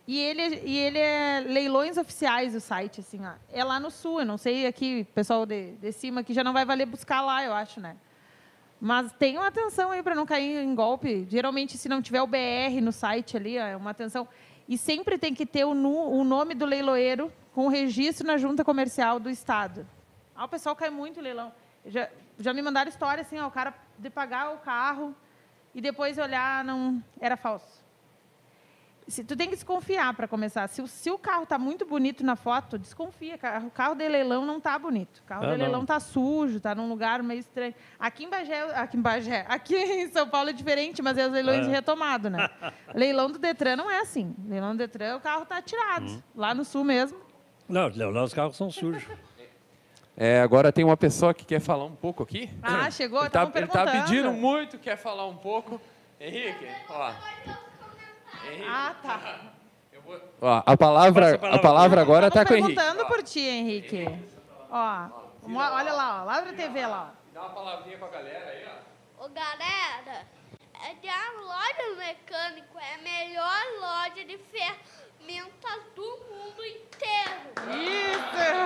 E: E ele, e ele é leilões oficiais o site, assim, ó. É lá no sul, eu não sei aqui, pessoal de, de cima que já não vai valer buscar lá, eu acho, né? Mas tenham atenção aí para não cair em golpe. Geralmente, se não tiver o BR no site ali, ó, é uma atenção. E sempre tem que ter o, nu- o nome do leiloeiro com o registro na junta comercial do Estado. Ah, o pessoal cai muito em leilão. Já, já me mandaram história assim, ó, o cara de pagar o carro e depois olhar, não era falso. Se, tu tem que desconfiar para começar. Se, o- se o carro está muito bonito na foto, desconfia. Ca- O carro de leilão não está bonito. O carro
D: Ah,
E: de leilão
D: não.
E: tá sujo, tá num lugar meio estranho. Aqui em Bagé, aqui em Bagé, aqui *laughs* em São Paulo é diferente, mas é os leilões
D: É.
E: de retomado,
C: *laughs*
E: né? Leilão do Detran não é assim. Leilão do Detran, o carro tá tirado.
C: Uhum.
E: Lá no sul mesmo.
D: Não, Léo, lá os carros são
E: *laughs*
D: sujos.
C: É, agora tem uma pessoa que quer falar um pouco aqui.
E: Ah, chegou,
C: Ele tá,
E: tavam
C: ele tá
E: perguntando.
C: pedindo muito, quer falar um pouco. Henrique, ó. Henrique,
E: Ah, tá.
C: eu vou- Ó, a palavra,
D: Passa a palavra.
C: a palavra agora
E: Tavam
C: tá com o Henrique.
E: perguntando por ti, Henrique. Ó, mo- olha lá, ó. Lá pra TV lá, ó.
C: Dá uma palavrinha pra galera aí, ó.
G: Ô galera, é de a loja do mecânico é a melhor loja de ferramentas do mundo inteiro,
E: Isso!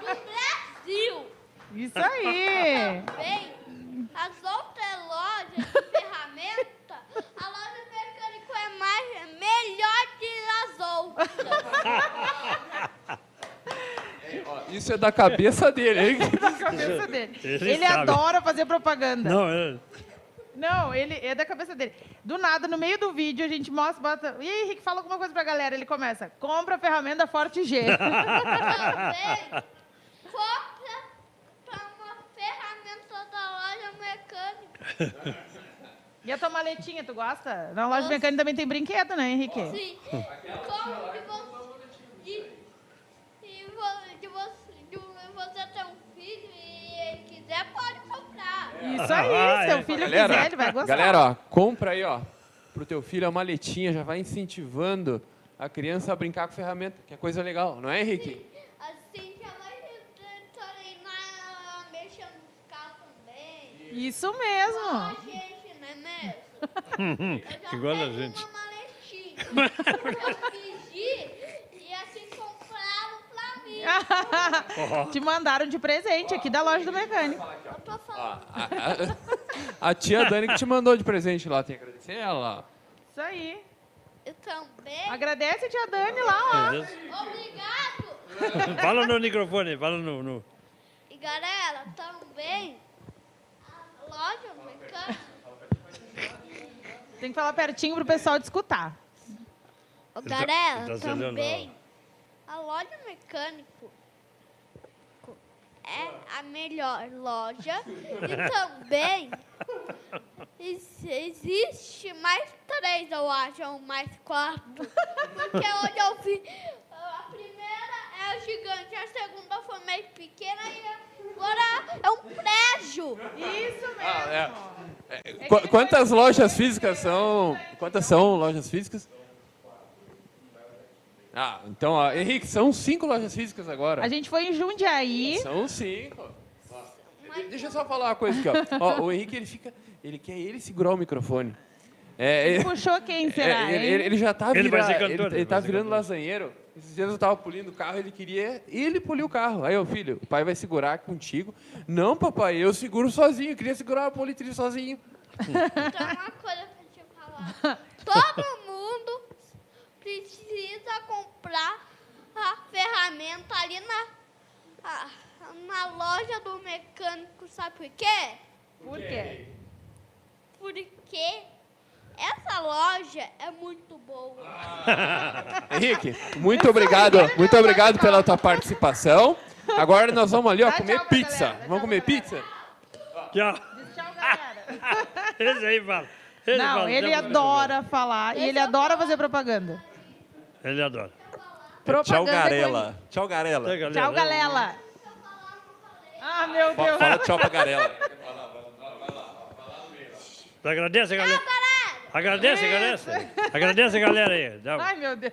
G: do Brasil.
E: Isso aí!
G: Bem, as outras lojas de ferramenta, a loja do mecânico é mais é melhor que as outras.
C: Ó, Isso é da cabeça dele, hein?
E: é Da cabeça dele.
D: Ele
E: Ele
D: sabe.
E: adora fazer propaganda.
D: Não, é,
E: Não, ele é da cabeça dele. Do nada, no meio do vídeo, a gente mostra, bota. E aí, Henrique, fala alguma coisa pra galera. Ele começa, compra a ferramenta
D: *laughs*
E: Forte G.
G: Também, compra pra uma ferramenta da loja mecânica.
E: e a tua maletinha, tu gosta? Na loja de mecânica também tem brinquedo, né, Henrique?
G: Sim. Como de você. De, de, vo- de você, de você ter um filho e ele quiser, pode comprar.
E: Isso aí,
D: Ah,
E: seu
D: é.
E: filho quiser,
C: Galera,
E: ele vai gostar.
C: galera, ó, compra aí, ó, pro teu filho a maletinha, já vai incentivando a criança a brincar com ferramenta, que é coisa legal, não é, Henrique?
G: Assim já vai treinar mexendo nos carros também.
E: Isso
G: Igual a
E: mesmo.
G: gente, não é mesmo? Eu já
D: Igual a
G: tenho
D: gente.
G: Uma maletinha. é Eu pedi e assim compraram pra
E: *laughs*
G: mim.
E: Te mandaram de presente aqui da loja do mecânico.
G: Eu tô falando.
C: A, a- a tia Dani que te mandou de presente lá, tem que agradecer ela.
E: Isso aí.
G: Eu também.
E: Agradece a tia Dani lá, ó.
G: Obrigado.
D: é, Fala no microfone, fala no. no-
G: E galera, também a loja mecânica.
E: Tem que falar pertinho pro pessoal te escutar.
G: Ô,
D: tá-
G: galera,
D: ele tá zelando,
G: também a loja mecânico é a melhor loja e também ex- existe mais três, eu acho, ou mais quatro. Porque hoje eu vi a primeira é o gigante, a segunda foi meio pequena e agora é um prédio.
E: Isso mesmo.
C: É, Qu- quantas lojas físicas são? Quantas são lojas físicas? Ah, então, ó, Henrique, são cinco lojas físicas agora.
E: A gente foi em Jundiaí.
C: São cinco. Ó, de- Deixa eu só falar uma coisa aqui, ó. Ó, o Henrique, ele fica. Ele quer ele segurar o microfone. É, ele-
E: Puxou quem será,
C: é, ele, ele-
E: hein?
C: ele já tá
D: Ele vai
C: virando.
D: ser
C: Ele,
D: cantor,
C: ele
D: ele
C: tá
D: vai ser
C: virando
D: cantor.
C: lasanheiro. Esses dias eu tava polindo o carro, ele queria. Ele poliu o carro. Aí, ô filho, o pai vai segurar contigo. Não, papai, eu seguro sozinho. Eu queria segurar a politriz sozinho.
G: Então, uma coisa pra te falar. Todo mundo precisa comprar a ferramenta ali na, a- na loja do mecânico, sabe por quê?
E: Por quê?
G: Porque essa loja é muito boa.
C: Henrique, muito obrigado. Muito obrigado pela tua participação. Agora nós vamos ali, ó,
E: Dá
C: comer
E: tchau pra
C: pizza.
E: galera, dá
C: vamos
E: tchau
C: comer
E: pra galera.
C: pizza?
D: Tchau.
E: Tchau, galera.
D: Esse aí fala. Ele
E: Não,
D: fala,
E: ele
D: já-
E: adora falar e ele adora fazer propaganda.
D: Ele adora.
F: Tchau,
E: Propaganda é
F: Garela. Tchau, Garela.
D: Tá, galera?
E: com- Tchau, galera. Ah, meu
F: Fa-
E: Deus.
F: Fala tchau pra Garela.
D: Agradece, galera. Agradece, agradece. Agradece, galera aí. Dá- um-
E: Ai, meu Deus.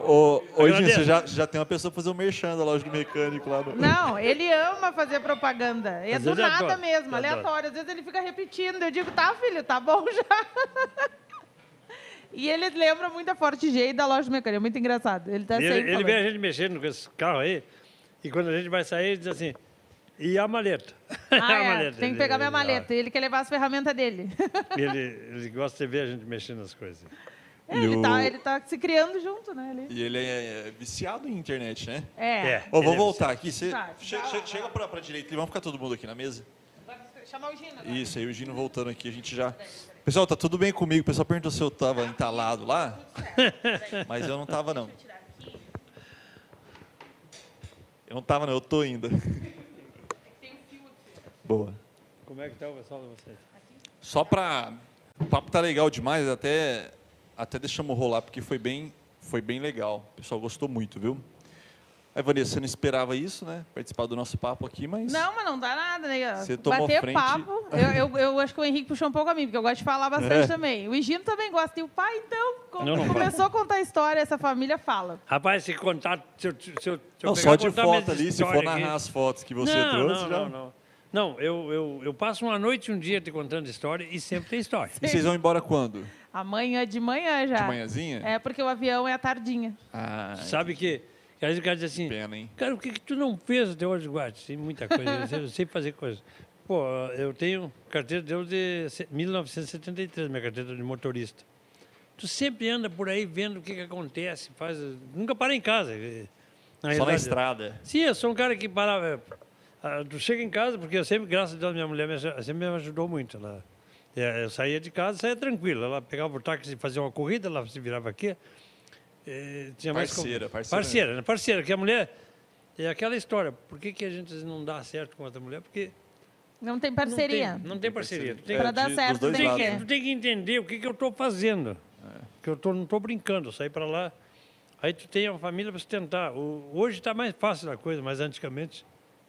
F: Ô, ô
D: Agradeço.
F: Edinho, você já, já tem uma pessoa pra fazer um merchan da loja do mecânico lá no...
E: Não, ele ama fazer propaganda. É
D: Às
E: do
D: vezes
E: nada
D: adora,
E: mesmo,
D: adora.
E: aleatório. Às vezes ele fica repetindo. Eu digo, tá, filho, tá bom já. *laughs* E ele lembra muito a Forte G e da loja mecânica. É muito engraçado. Ele tá
D: Ele,
E: sempre.
D: ele
E: falando.
D: vê a gente mexendo com esse carro aí, e quando a gente vai sair, ele diz assim, e a maleta? *laughs*
E: Ah,
D: A
E: é,
D: maleta.
E: Tem
D: Ele-
E: que pegar minha
D: ele-
E: maleta. Ele quer levar as ferramentas dele. *laughs*
D: Ele, *laughs* ele gosta de ver a gente mexendo nas coisas.
E: É, ele,
F: o-
E: tá, ele tá se criando junto, né? Ele...
F: E ele é, é viciado em internet, né?
E: É.
F: Ô,
D: ele
F: vamos
D: é-
F: voltar aqui. Você
E: Tá.
F: che- che- chega pra, pra direita ali, vamos ficar todo mundo aqui na mesa.
E: Chamar o Gino.
F: Isso, aí o Gino voltando aqui, a gente já... Pessoal, tá tudo bem comigo? O pessoal perguntou se eu tava entalado lá, mas eu não tava, não. Eu não tava, não. Eu tô ainda. Boa.
D: Como é que tá o pessoal de vocês?
F: Só pra... O papo tá legal demais, até, até deixamos rolar, porque foi bem, foi bem legal. O pessoal gostou muito, viu? Aí, Vanessa, você não esperava isso, né? Participar do nosso papo aqui, mas...
E: Não, mas não dá nada, né?
F: Você tomou
E: Bater
F: frente.
E: papo. Eu, eu, eu acho que o Henrique puxou um pouco a mim, porque eu gosto de falar
F: É.
E: bastante também. O Higino também gosta. E o pai, então, co-
D: Não, não
E: começou a contar história, essa família fala.
D: Rapaz, se contar, se eu, se eu, se eu
F: Não,
D: pegar,
F: só de
D: contar minhas
F: foto ali, se for
D: histórias
F: narrar
D: aqui-
F: as fotos que você
D: não,
F: trouxe,
D: não,
F: já...
D: não, não. Não, eu, eu, eu passo uma noite e um dia te contando história e sempre tem história.
F: E vocês vão embora quando?
E: Amanhã de manhã já.
F: De manhãzinha?
E: É, porque o avião é à tardinha.
F: Ah,
D: Sabe que, que às vezes o cara diz assim,
F: pena, hein?
D: Cara, o que, que tu não fez até hoje, Guarda? Tem muita coisa, eu sei, eu sei fazer coisa. Pô, eu tenho carteira deu de se- 1973, minha carteira de motorista. Tu sempre anda por aí vendo o que, que acontece, faz, nunca para em casa. eh,
F: Só na
D: realidade.
F: estrada.
D: Sim, eu sou um cara que parava. ah, Tu chega em casa, porque eu sempre, graças a Deus, minha mulher me, aju- sempre me ajudou muito. Ela, eh, eu saía de casa, saía tranquila. Ela pegava o táxi e fazia uma corrida, ela se virava aqui. Eh, tinha mais como-
F: Parceira, parceira.
D: Parceira, né? parceira, que a mulher. É aquela história. Por que, que a gente às vezes, não dá certo com outra mulher? Porque.
E: Não tem
D: não
E: parceria.
D: tem- Não tem parceria. Tu tem,
E: Pra
F: É,
E: dar
F: de- dos
E: certo,
F: dois
E: tem
D: tem
F: lados,
E: que.
D: que, tu tem que entender o que, que eu estou fazendo. Que eu tô, não estou brincando, eu saí para lá. Aí tu tem uma família para sustentar. O- hoje está mais fácil a coisa, mas antigamente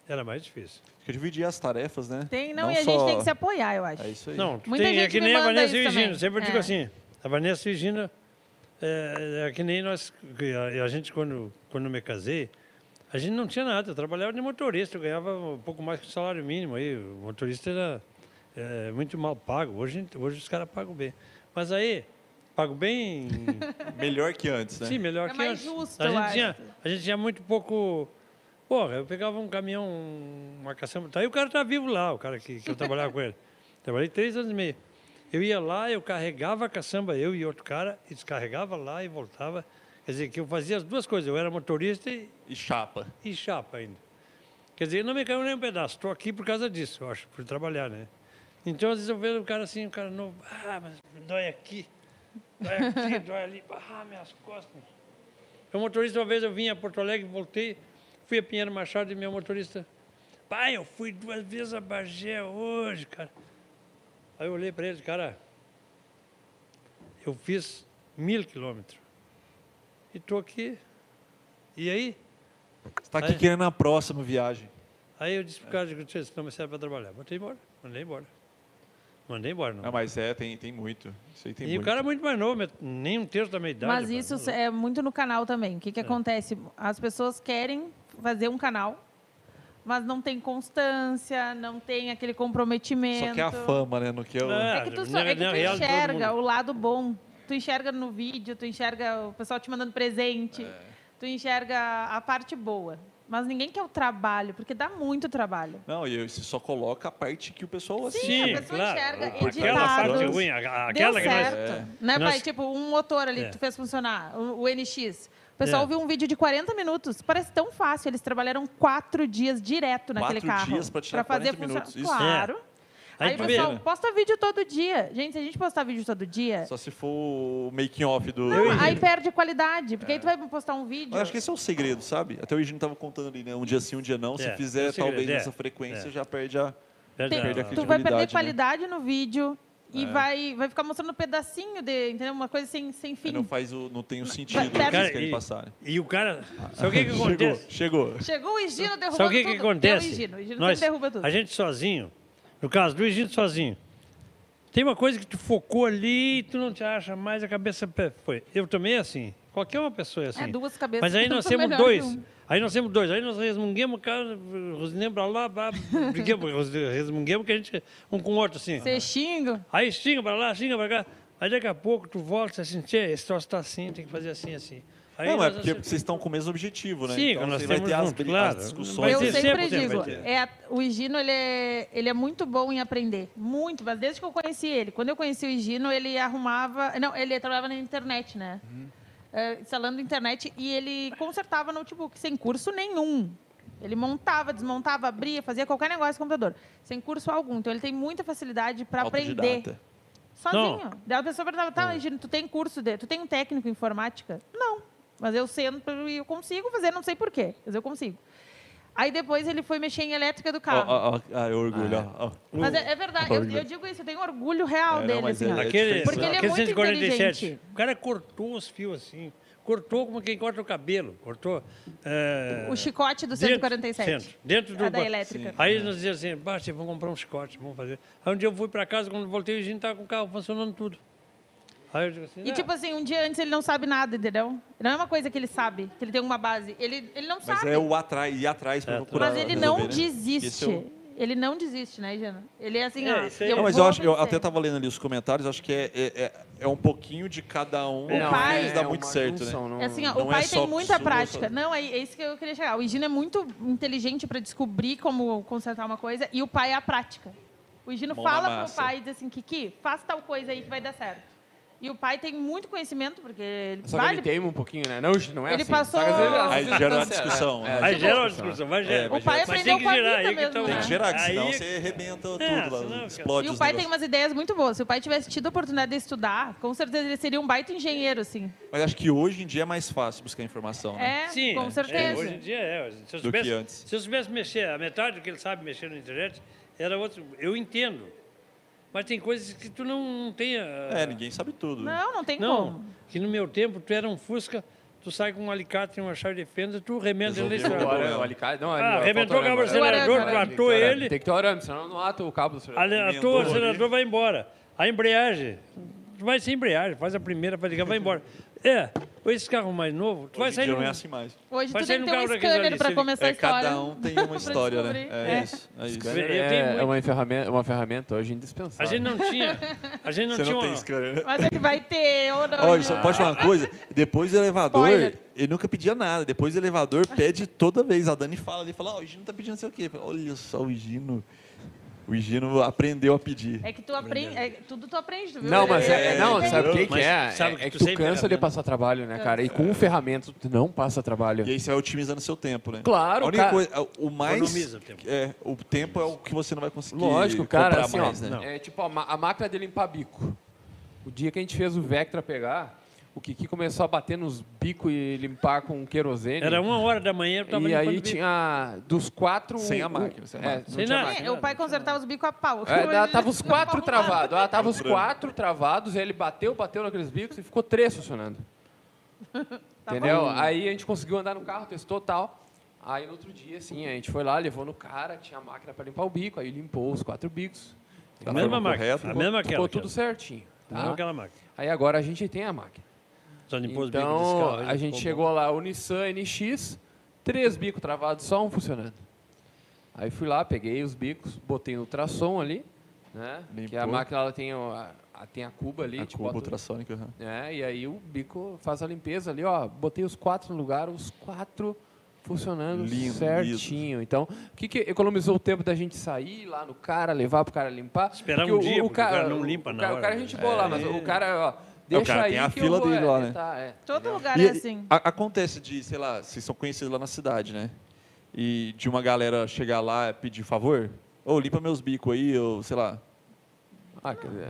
D: era mais difícil.
F: Tem que dividir as tarefas, né?
E: Tem, não, e a gente tem que se apoiar, eu acho.
F: É isso aí.
D: Não, tu
E: Muita
D: tem, é
E: gente
D: que
E: me
D: nem a
E: manda
D: Vanessa e o
E: isso
D: Higino.
E: também.
D: Sempre digo
E: É.
D: assim, a Vanessa e o Higino, é, é que nem nós, que a, a gente quando, quando me casei, a gente não tinha nada, eu trabalhava de motorista, eu ganhava um pouco mais que o salário mínimo aí, o motorista era é, muito mal pago, hoje, hoje os caras pagam bem. Mas aí, Pago bem.
F: Melhor que antes, né?
D: Sim, melhor
E: É
D: que
E: mais
D: antes.
E: justo,
D: a
E: eu
D: gente
E: acho.
D: tinha, A gente tinha muito pouco. Porra, eu pegava um caminhão, uma caçamba. Tá, e o cara tá vivo lá, o cara que, que eu trabalhava com
E: *laughs*
D: ele. Trabalhei três anos e meio. Eu ia lá, eu carregava a caçamba, eu e outro cara, e descarregava lá e voltava. Quer dizer, que eu fazia as duas coisas. Eu era motorista e,
F: E chapa.
D: e chapa ainda. Quer dizer, não me caiu nem um pedaço. Estou aqui por causa disso, eu acho, por trabalhar, né? Então, às vezes eu vejo o cara assim, o cara novo, ah, mas dói aqui, dói aqui,
F: *laughs*
D: dói ali, ah, minhas costas. Meu motorista, uma vez eu vim a Porto Alegre, voltei, fui a Pinheiro Machado e meu motorista, pai, eu fui duas vezes a Bagé hoje, cara. Aí eu olhei para ele, cara, eu fiz mil quilômetros e estou aqui. E aí?
F: Você tá aqui
D: Aí-
F: querendo a próxima viagem.
D: Aí eu disse pro cara, digo, "Tchê, isso não me serve para trabalhar. Botei embora, mandei embora. Mandei embora, não.
F: Ah, mas é, tem, tem muito. Isso aí tem
D: e
F: muito.
D: o cara é muito mais novo, met- nem um terço da minha idade.
E: Mas
D: cara.
E: isso é muito no canal também. O
F: É.
E: que, que acontece? As pessoas querem fazer um canal, mas não tem constância, não tem aquele comprometimento.
F: Só que é a fama, né? No que eu...
D: É.
E: É que tu, só,
D: Na-
E: é que
D: na
E: tu
D: real, todo
E: enxerga
D: mundo.
E: o lado bom. Tu enxerga no vídeo, tu enxerga o pessoal te mandando presente,
D: É.
E: tu enxerga a parte boa. Mas ninguém quer o trabalho, porque dá muito trabalho.
F: Não, e você só coloca a parte que o pessoal assiste.
E: Sim,
D: Sim,
E: a pessoa
D: claro.
E: enxerga
D: Aquela parte
E: editados.
D: ruim, a-
E: Deu
D: aquela que nós...
E: certo, né,
D: Nós-
E: pai? Tipo, um motor ali
D: É.
E: que tu fez funcionar, o, o NX. O pessoal
D: É.
E: viu um vídeo de 40 minutos. Parece tão fácil. Eles trabalharam quatro dias direto naquele
F: Quatro
E: carro.
F: dias pra tirar 40
E: funcionar.
F: minutos, isso.
E: Claro.
D: É. Aí
E: Aí,
D: tu
E: o
D: vê,
E: pessoal,
D: né?
E: posta vídeo todo dia. Gente, se a gente postar vídeo todo dia,
F: Só se for o making-off do...
E: aí perde qualidade. Porque aí
D: É.
E: tu vai postar um vídeo.
F: Eu acho que esse é o segredo, sabe? Até o Egino tava contando ali, né? Um dia sim, um dia não.
D: É,
F: Se
D: é
F: fizer,
D: o segredo,
F: talvez,
D: é.
F: nessa frequência,
D: É.
F: já perde a...
D: Perde
E: Tem-
F: perde a
D: a-
E: tu vai
F: credibilidade, né? É.
E: perder qualidade no vídeo e vai, vai ficar mostrando um pedacinho de, entendeu? Uma coisa sem, sem
F: Não
E: fim.
F: faz o... Não tem o sentido que
E: perde-
F: eles
D: Cara,
F: querem
D: e-
F: passar. né?
D: E o cara... Sabe o que que acontece?
F: Chegou.
E: Chegou o Higino, derrubou tudo.
D: Sabe o que que
E: Deu
D: acontece?
E: O Higino, o Higino
D: Nós-
E: sempre derruba tudo.
D: A gente sozinho, no caso do Egito sozinho, tem uma coisa que tu focou ali e tu não te acha mais, a cabeça pe- foi. Eu também é assim. Qualquer uma pessoa é assim.
E: É, duas cabeças
D: Mas aí nós
E: são
D: temos
E: *laughs* melhor
D: dois.
E: que um. uma.
D: Aí nós temos dois. Aí nós resmunguemos, cara, resmunguemos pra lá, blá, briguemos, resmunguemos que a gente, um com o outro, assim.
E: Você xinga.
D: Aí xinga pra lá, xinga pra cá. Aí daqui a pouco tu volta e diz assim, tchê, esse troço tá assim, tem que fazer assim, assim. Aí
F: Não, é
D: nós assim,
F: porque
D: acertamos.
F: vocês estão com o mesmo objetivo, né?
D: Sim,
F: então,
D: nós
F: você vai
D: temos
F: ter as,
D: junto,
F: bri-
D: claro.
F: as
D: Vai
F: discussões.
E: Eu
D: ter
E: sempre
D: sempre,
E: digo,
D: vai ter.
E: é, a- o Higino, ele é, ele é muito bom em aprender. Muito, mas desde que eu conheci ele. Quando eu conheci o Higino, ele arrumava... Não, ele trabalhava na internet, né?
D: Uhum.
E: É, instalando internet e ele consertava notebook sem curso nenhum. Ele montava, desmontava, abria, fazia qualquer negócio de computador. Sem curso algum. Então, ele tem muita facilidade para aprender.
F: Autodidata.
E: Sozinho. Daí a pessoa perguntava,
F: É.
E: tá, Regina, tu tem curso, de... tu tem um técnico em informática? Não. Mas eu sento e eu consigo fazer, não sei porquê, mas eu consigo. Aí depois ele foi mexer em elétrica do
F: Ó,
E: carro.
F: ó, ó, ah, eu orgulho, ó, ó.
E: Mas é, é verdade, eu, eu digo isso, eu tenho orgulho real
F: É, não,
E: dele.
F: mas
E: assim, ó.
F: é-
D: Aquele,
E: Porque ele é
D: aquele
E: muito
D: 147.
E: inteligente.
D: O cara cortou os fios assim. Cortou como quem corta o cabelo. Cortou. é,
E: O chicote do
D: dentro-
E: 147.
D: centro, dentro do.
E: Ah, da
D: ba-
E: elétrica.
D: Sim. Aí nós dizíamos assim: basta, vamos comprar um chicote, vamos fazer. Aí um dia eu fui para casa, quando voltei, a gente estava com o carro funcionando tudo. Aí eu digo assim:
E: E tipo assim, um dia antes ele não sabe nada, entendeu? Não é uma coisa que ele sabe, que ele tem uma base. Ele, ele não
F: Mas
E: sabe.
F: é o atrás, ir atrás
D: É,
F: pra procurar.
E: Mas ele
F: resolver,
E: não
F: né?
E: desiste.
F: Esse é o-
E: Ele não desiste, né, Jana? Ele é assim,
D: É,
E: ó.
D: isso aí.
F: Não, mas
E: vou
F: eu, acho, eu
E: vencer.
F: até estava lendo ali os comentários, acho que é, é, é- é um pouquinho de cada um,
E: O
C: é,
E: pai-
F: mas dá muito certo, né?
E: É assim, ó,
F: Não
E: o
F: é
E: pai
F: só
E: tem muita
F: psico-
E: prática. Não, é, é isso que eu queria chegar. O Higino é muito inteligente para descobrir como consertar uma coisa e o pai é a prática. O Higino
F: Mão na
E: fala pro
F: massa.
E: pai e diz assim, Kiki, faz tal coisa aí que vai dar certo. E o pai tem muito conhecimento, porque ele
C: Só que
E: vai-
C: ele teima um pouquinho, né? Não, não é
E: Ele
C: assim.
E: passou-
C: Só que às vezes- às
F: Aí
C: vezes
F: gera uma
C: tá certo,
F: discussão,
C: é.
F: né?
D: aí
C: Tipo,
D: gera uma discussão, vai gerar.
E: O pai
D: mas tem
E: aprendeu
D: que
E: com a
D: gerar,
E: vida
D: aí que tá
E: mesmo,
D: o-
E: né?
F: é Tem que gerar, que
D: Aí-
F: senão você arrebenta tudo
D: É,
F: lá,
D: senão-
F: explode
E: E o
F: os
E: pai tem
F: negócios.
E: umas ideias muito boas. Se o pai tivesse tido a oportunidade de estudar, com certeza ele seria um baita engenheiro, assim.
F: Mas acho que hoje em dia é mais fácil buscar informação, né?
E: É,
D: Sim,
E: com
D: é,
E: certeza.
D: hoje em dia é. Se eu,
F: Do que
D: soubesse,
F: antes.
D: se eu soubesse mexer, a metade do que ele sabe mexer na internet era outro. Eu entendo. Mas tem coisas que tu não, não tem. a-
F: É, ninguém sabe tudo. né?
E: Não, não tem
D: Não,
E: como.
D: que no meu tempo tu era um Fusca, tu sai com um alicate e uma chave de fenda, tu remenda ele
F: Resolveu.
D: na
C: Agora, o alicate. Não,
D: Ah,
C: é-
D: arrebentou
C: faltou
D: o
C: arame.
D: cabo
E: é
D: acelerador,
C: Arame, tem que ter
D: atou
C: arame.
D: ele.
C: Tem que ter arame, senão não ata o cabo do acelerador.
D: A tua acelerador vai embora. A embreagem, tu vai sem embreagem, faz a primeira, faz ligar, vai embora. É, ou esse carro mais novo, tu vai
F: Hoje em
D: sair.
F: dia não
D: num-
F: é assim mais.
E: Hoje
D: Vai
E: tu
D: sair
E: tem
D: um
E: que ter um
D: carro daqueles
E: scanner
D: ali,
E: para
D: você-
E: começar a
F: É,
E: história.
F: cada um tem
E: *laughs*
F: uma
E: pra
F: história, né?
E: descobrir.
F: É,
E: É.
F: isso. É isso.
D: Eu
C: É,
D: tenho
C: é
D: muito.
C: uma ferramenta, uma ferramenta hoje indispensável.
D: A gente não tinha. A gente não
F: Você
D: tinha
F: não tem
D: uma.
F: scanner, né?
E: Mas é que vai
F: *laughs*
E: ter. Ou não,
F: Olha, só pode falar uma coisa? Depois do elevador,
E: Spoiler.
F: ele nunca pedia nada. Depois do elevador, pede toda vez. A Dani fala ali, fala, ó, o Gino tá pedindo não sei o quê. Olha só, o Gino... O Gino aprendeu a pedir.
E: É que tu aprende. é que tudo tu aprende, tu viu?
C: Não, mas é,
F: É,
C: não,
F: é,
C: sabe o que, que
D: mas
C: é?
D: sabe
C: é
D: que
C: que
D: tu
C: tu
D: sempre
C: cansa de
D: ferramenta.
C: passar trabalho, né, cara? E com ferramenta tu não passa trabalho.
F: E aí você vai otimizando seu tempo, né?
C: Claro,
F: A única
C: cara.
F: coisa- o mais...
D: Economiza o tempo.
F: É, o tempo é o que você não vai conseguir
C: Lógico,
F: comprar
C: cara, assim,
F: mais,
C: ó,
F: né?
C: é tipo a, ma- a máquina de limpar bico. O dia que a gente fez o Vectra pegar, o Kiki começou a bater nos bicos e limpar com querosene.
D: Era uma hora da manhã, eu tava
C: E
D: limpando
C: aí
D: o bico.
C: tinha dos quatro...
F: Sem a
C: um-
F: máquina, sem a
C: é,
F: máquina.
C: não
D: Sem
C: tinha
D: nada.
C: máquina.
E: É, o pai consertava os bicos a pau.
C: É, ela tava os quatro
E: travado.
C: travados. Ela tava os quatro travados, aí ele bateu, bateu naqueles bicos e ficou três
D: *laughs*
C: funcionando.
D: Tá
C: Entendeu? Aí a gente conseguiu andar no carro, testou tal. Aí no outro dia, assim, a gente foi lá, levou no cara, tinha a máquina para limpar o bico, aí limpou os quatro bicos.
D: A mesma
F: forma
D: máquina.
F: correta,
D: A mesma aquela.
C: Ficou tudo
D: aquela.
C: certinho.
D: A mesma
C: Tá?
D: aquela máquina.
C: Aí agora a gente tem a máquina.
D: Só limpou os bicos desse
C: Então
D: carro.
F: né?
D: aí
C: a gente
D: ficou
C: chegou lá, o Nissan NX, três bicos travados, só um funcionando. Aí fui lá, peguei os bicos, botei no ultrassom ali, né? Que a
F: Limpou.
C: máquina ela tem o- a, a- tem a cuba ali,
F: A
C: te
F: cuba
C: bota-
F: ultrassônica. Tipo, aham.
C: né? E aí o bico faz a limpeza ali, ó. Botei os quatro no lugar, os quatro funcionando
F: Lindo,
C: certinho. Então, o que, que economizou o tempo da gente sair lá no cara, levar pro cara limpar?
D: Esperar
C: Porque
D: um dia, porque o cara não limpa
C: o
D: na
C: cara, O
D: hora,
C: cara é
D: né?
C: gente boa lá, mas o cara, ó,
F: É,
C: deixa
F: o cara
C: aí
F: tem a
C: que
F: fila
C: eu vou,
F: dele
C: é,
F: lá, né?
C: tentar, é.
E: Todo lugar
F: E-
E: é assim.
F: a- acontece de, sei lá, vocês são conhecidos lá na cidade, né? E de uma galera chegar lá e pedir favor. Ô, limpa meus bicos aí, ou sei lá.
C: Ah, quer dizer,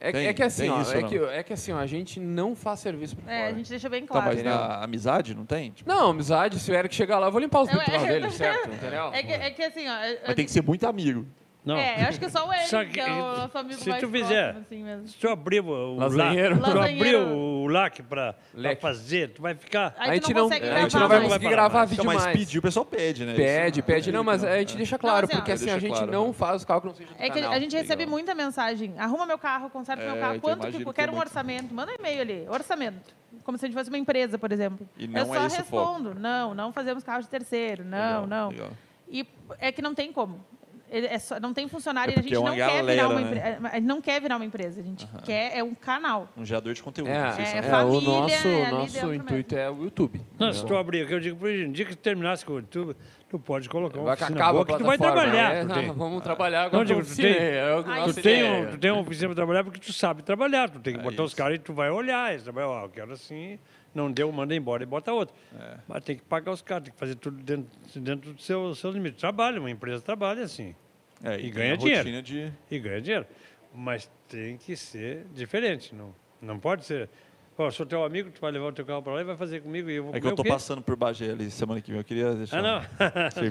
C: é,
F: Tem-
C: é que assim,
F: tem
C: ó,
F: isso
C: é
F: ou
C: que, é que assim, ó, a gente não faz serviço pra
E: É,
C: fora.
E: a gente deixa bem
F: Tá,
E: claro.
F: mas na amizade não tem? Tipo,
C: Não, amizade, se o Eric chegar lá, eu vou limpar os
E: Eu-
C: bicos do carro
E: é-
C: dele, certo? Entendeu?
E: É que, é que assim, ó. eu-
F: mas tem que ser muito amigo.
D: Não.
E: É, eu acho que só o
D: Só
E: Eric,
D: que-
E: que é o nosso amigo
D: se
E: mais
D: tu fizer-
E: próximo, assim mesmo.
D: Se tu abrir o, o lac,
C: Lasanheiro.
D: se tu abrir
E: Lasanheiro.
D: o lac pra, pra
C: Leque.
D: fazer, tu vai ficar.
E: Aí tu não consegue
C: a gente
E: gravar
C: não vai
E: mais.
C: conseguir
D: Não vai
C: gravar
D: parar mais.
C: vídeo
F: Então, mas
C: mais.
F: pedir, o pessoal pede, né?
C: Pede,
F: Isso-
C: pede. Não, mas a gente deixa claro,
E: Não, assim, ó.
C: porque assim, a
F: Deixa
C: gente
F: claro,
C: não
F: né?
C: faz os cálculos que não seja do
E: É que
C: canal.
E: a gente recebe
F: legal.
E: muita mensagem. Arruma meu carro, conserta meu
F: É,
E: carro.
F: então
E: Quanto que
F: imagino que
E: quero
F: tem
E: um
F: muito.
E: orçamento? Manda um e-mail ali. Orçamento. Como se a gente fosse uma empresa, por exemplo.
F: E não
E: eu
F: é
E: só
F: esse o foco.
E: respondo. Não, não fazemos carro de terceiro. Não,
F: Legal,
E: não.
F: legal.
E: E é que não tem como. Ele- é só- não tem funcionário e
F: É
E: a
F: porque
E: gente
F: é uma
E: não quer virar
F: galera,
E: uma
F: né?
E: empresa. A gente não quer virar uma empresa. A gente quer é um canal.
F: Um gerador de conteúdo.
C: É,
F: não sei se
E: É,
F: é.
E: família,
C: o nosso,
E: é ali
C: nosso
E: dentro
C: intuito é o YouTube.
D: Não, se tu abrir, que eu digo pro Egino, dia que tu terminasse com o YouTube, tu pode colocar uma
C: Vai que
D: oficina
C: acaba
D: boa
C: a
D: que tu
C: plataforma.
D: vai trabalhar.
C: né?
D: tu
C: Não,
D: tem.
C: vamos trabalhar agora.
D: Não, digo,
C: com
D: tu
C: oficina,
D: tem-
C: é o nosso
D: Tu tem,
C: ideia.
D: um, tu tem uma oficina pra trabalhar porque tu sabe trabalhar. Tu tem
F: É
D: que botar os caras e tu vai olhar. E tu vai, ó, eu quero assim, não deu, manda embora e bota outro.
F: É.
D: Mas tem que pagar os caras, tem que fazer tudo dentro, dentro do seu, seu limite. Trabalha, uma empresa trabalha assim.
F: É,
D: E
F: tem
D: ganha
F: a
D: dinheiro.
F: rotina de-
D: e ganha dinheiro. Mas tem que ser diferente, não, não pode ser. Ó, eu sou teu amigo, tu vai levar o teu carro para lá e vai fazer comigo e eu vou
F: É que
D: comer
F: eu tô
D: o quê?
F: passando por Bagé ali semana que vem. Eu queria deixar. um-
D: Ah,
F: *laughs*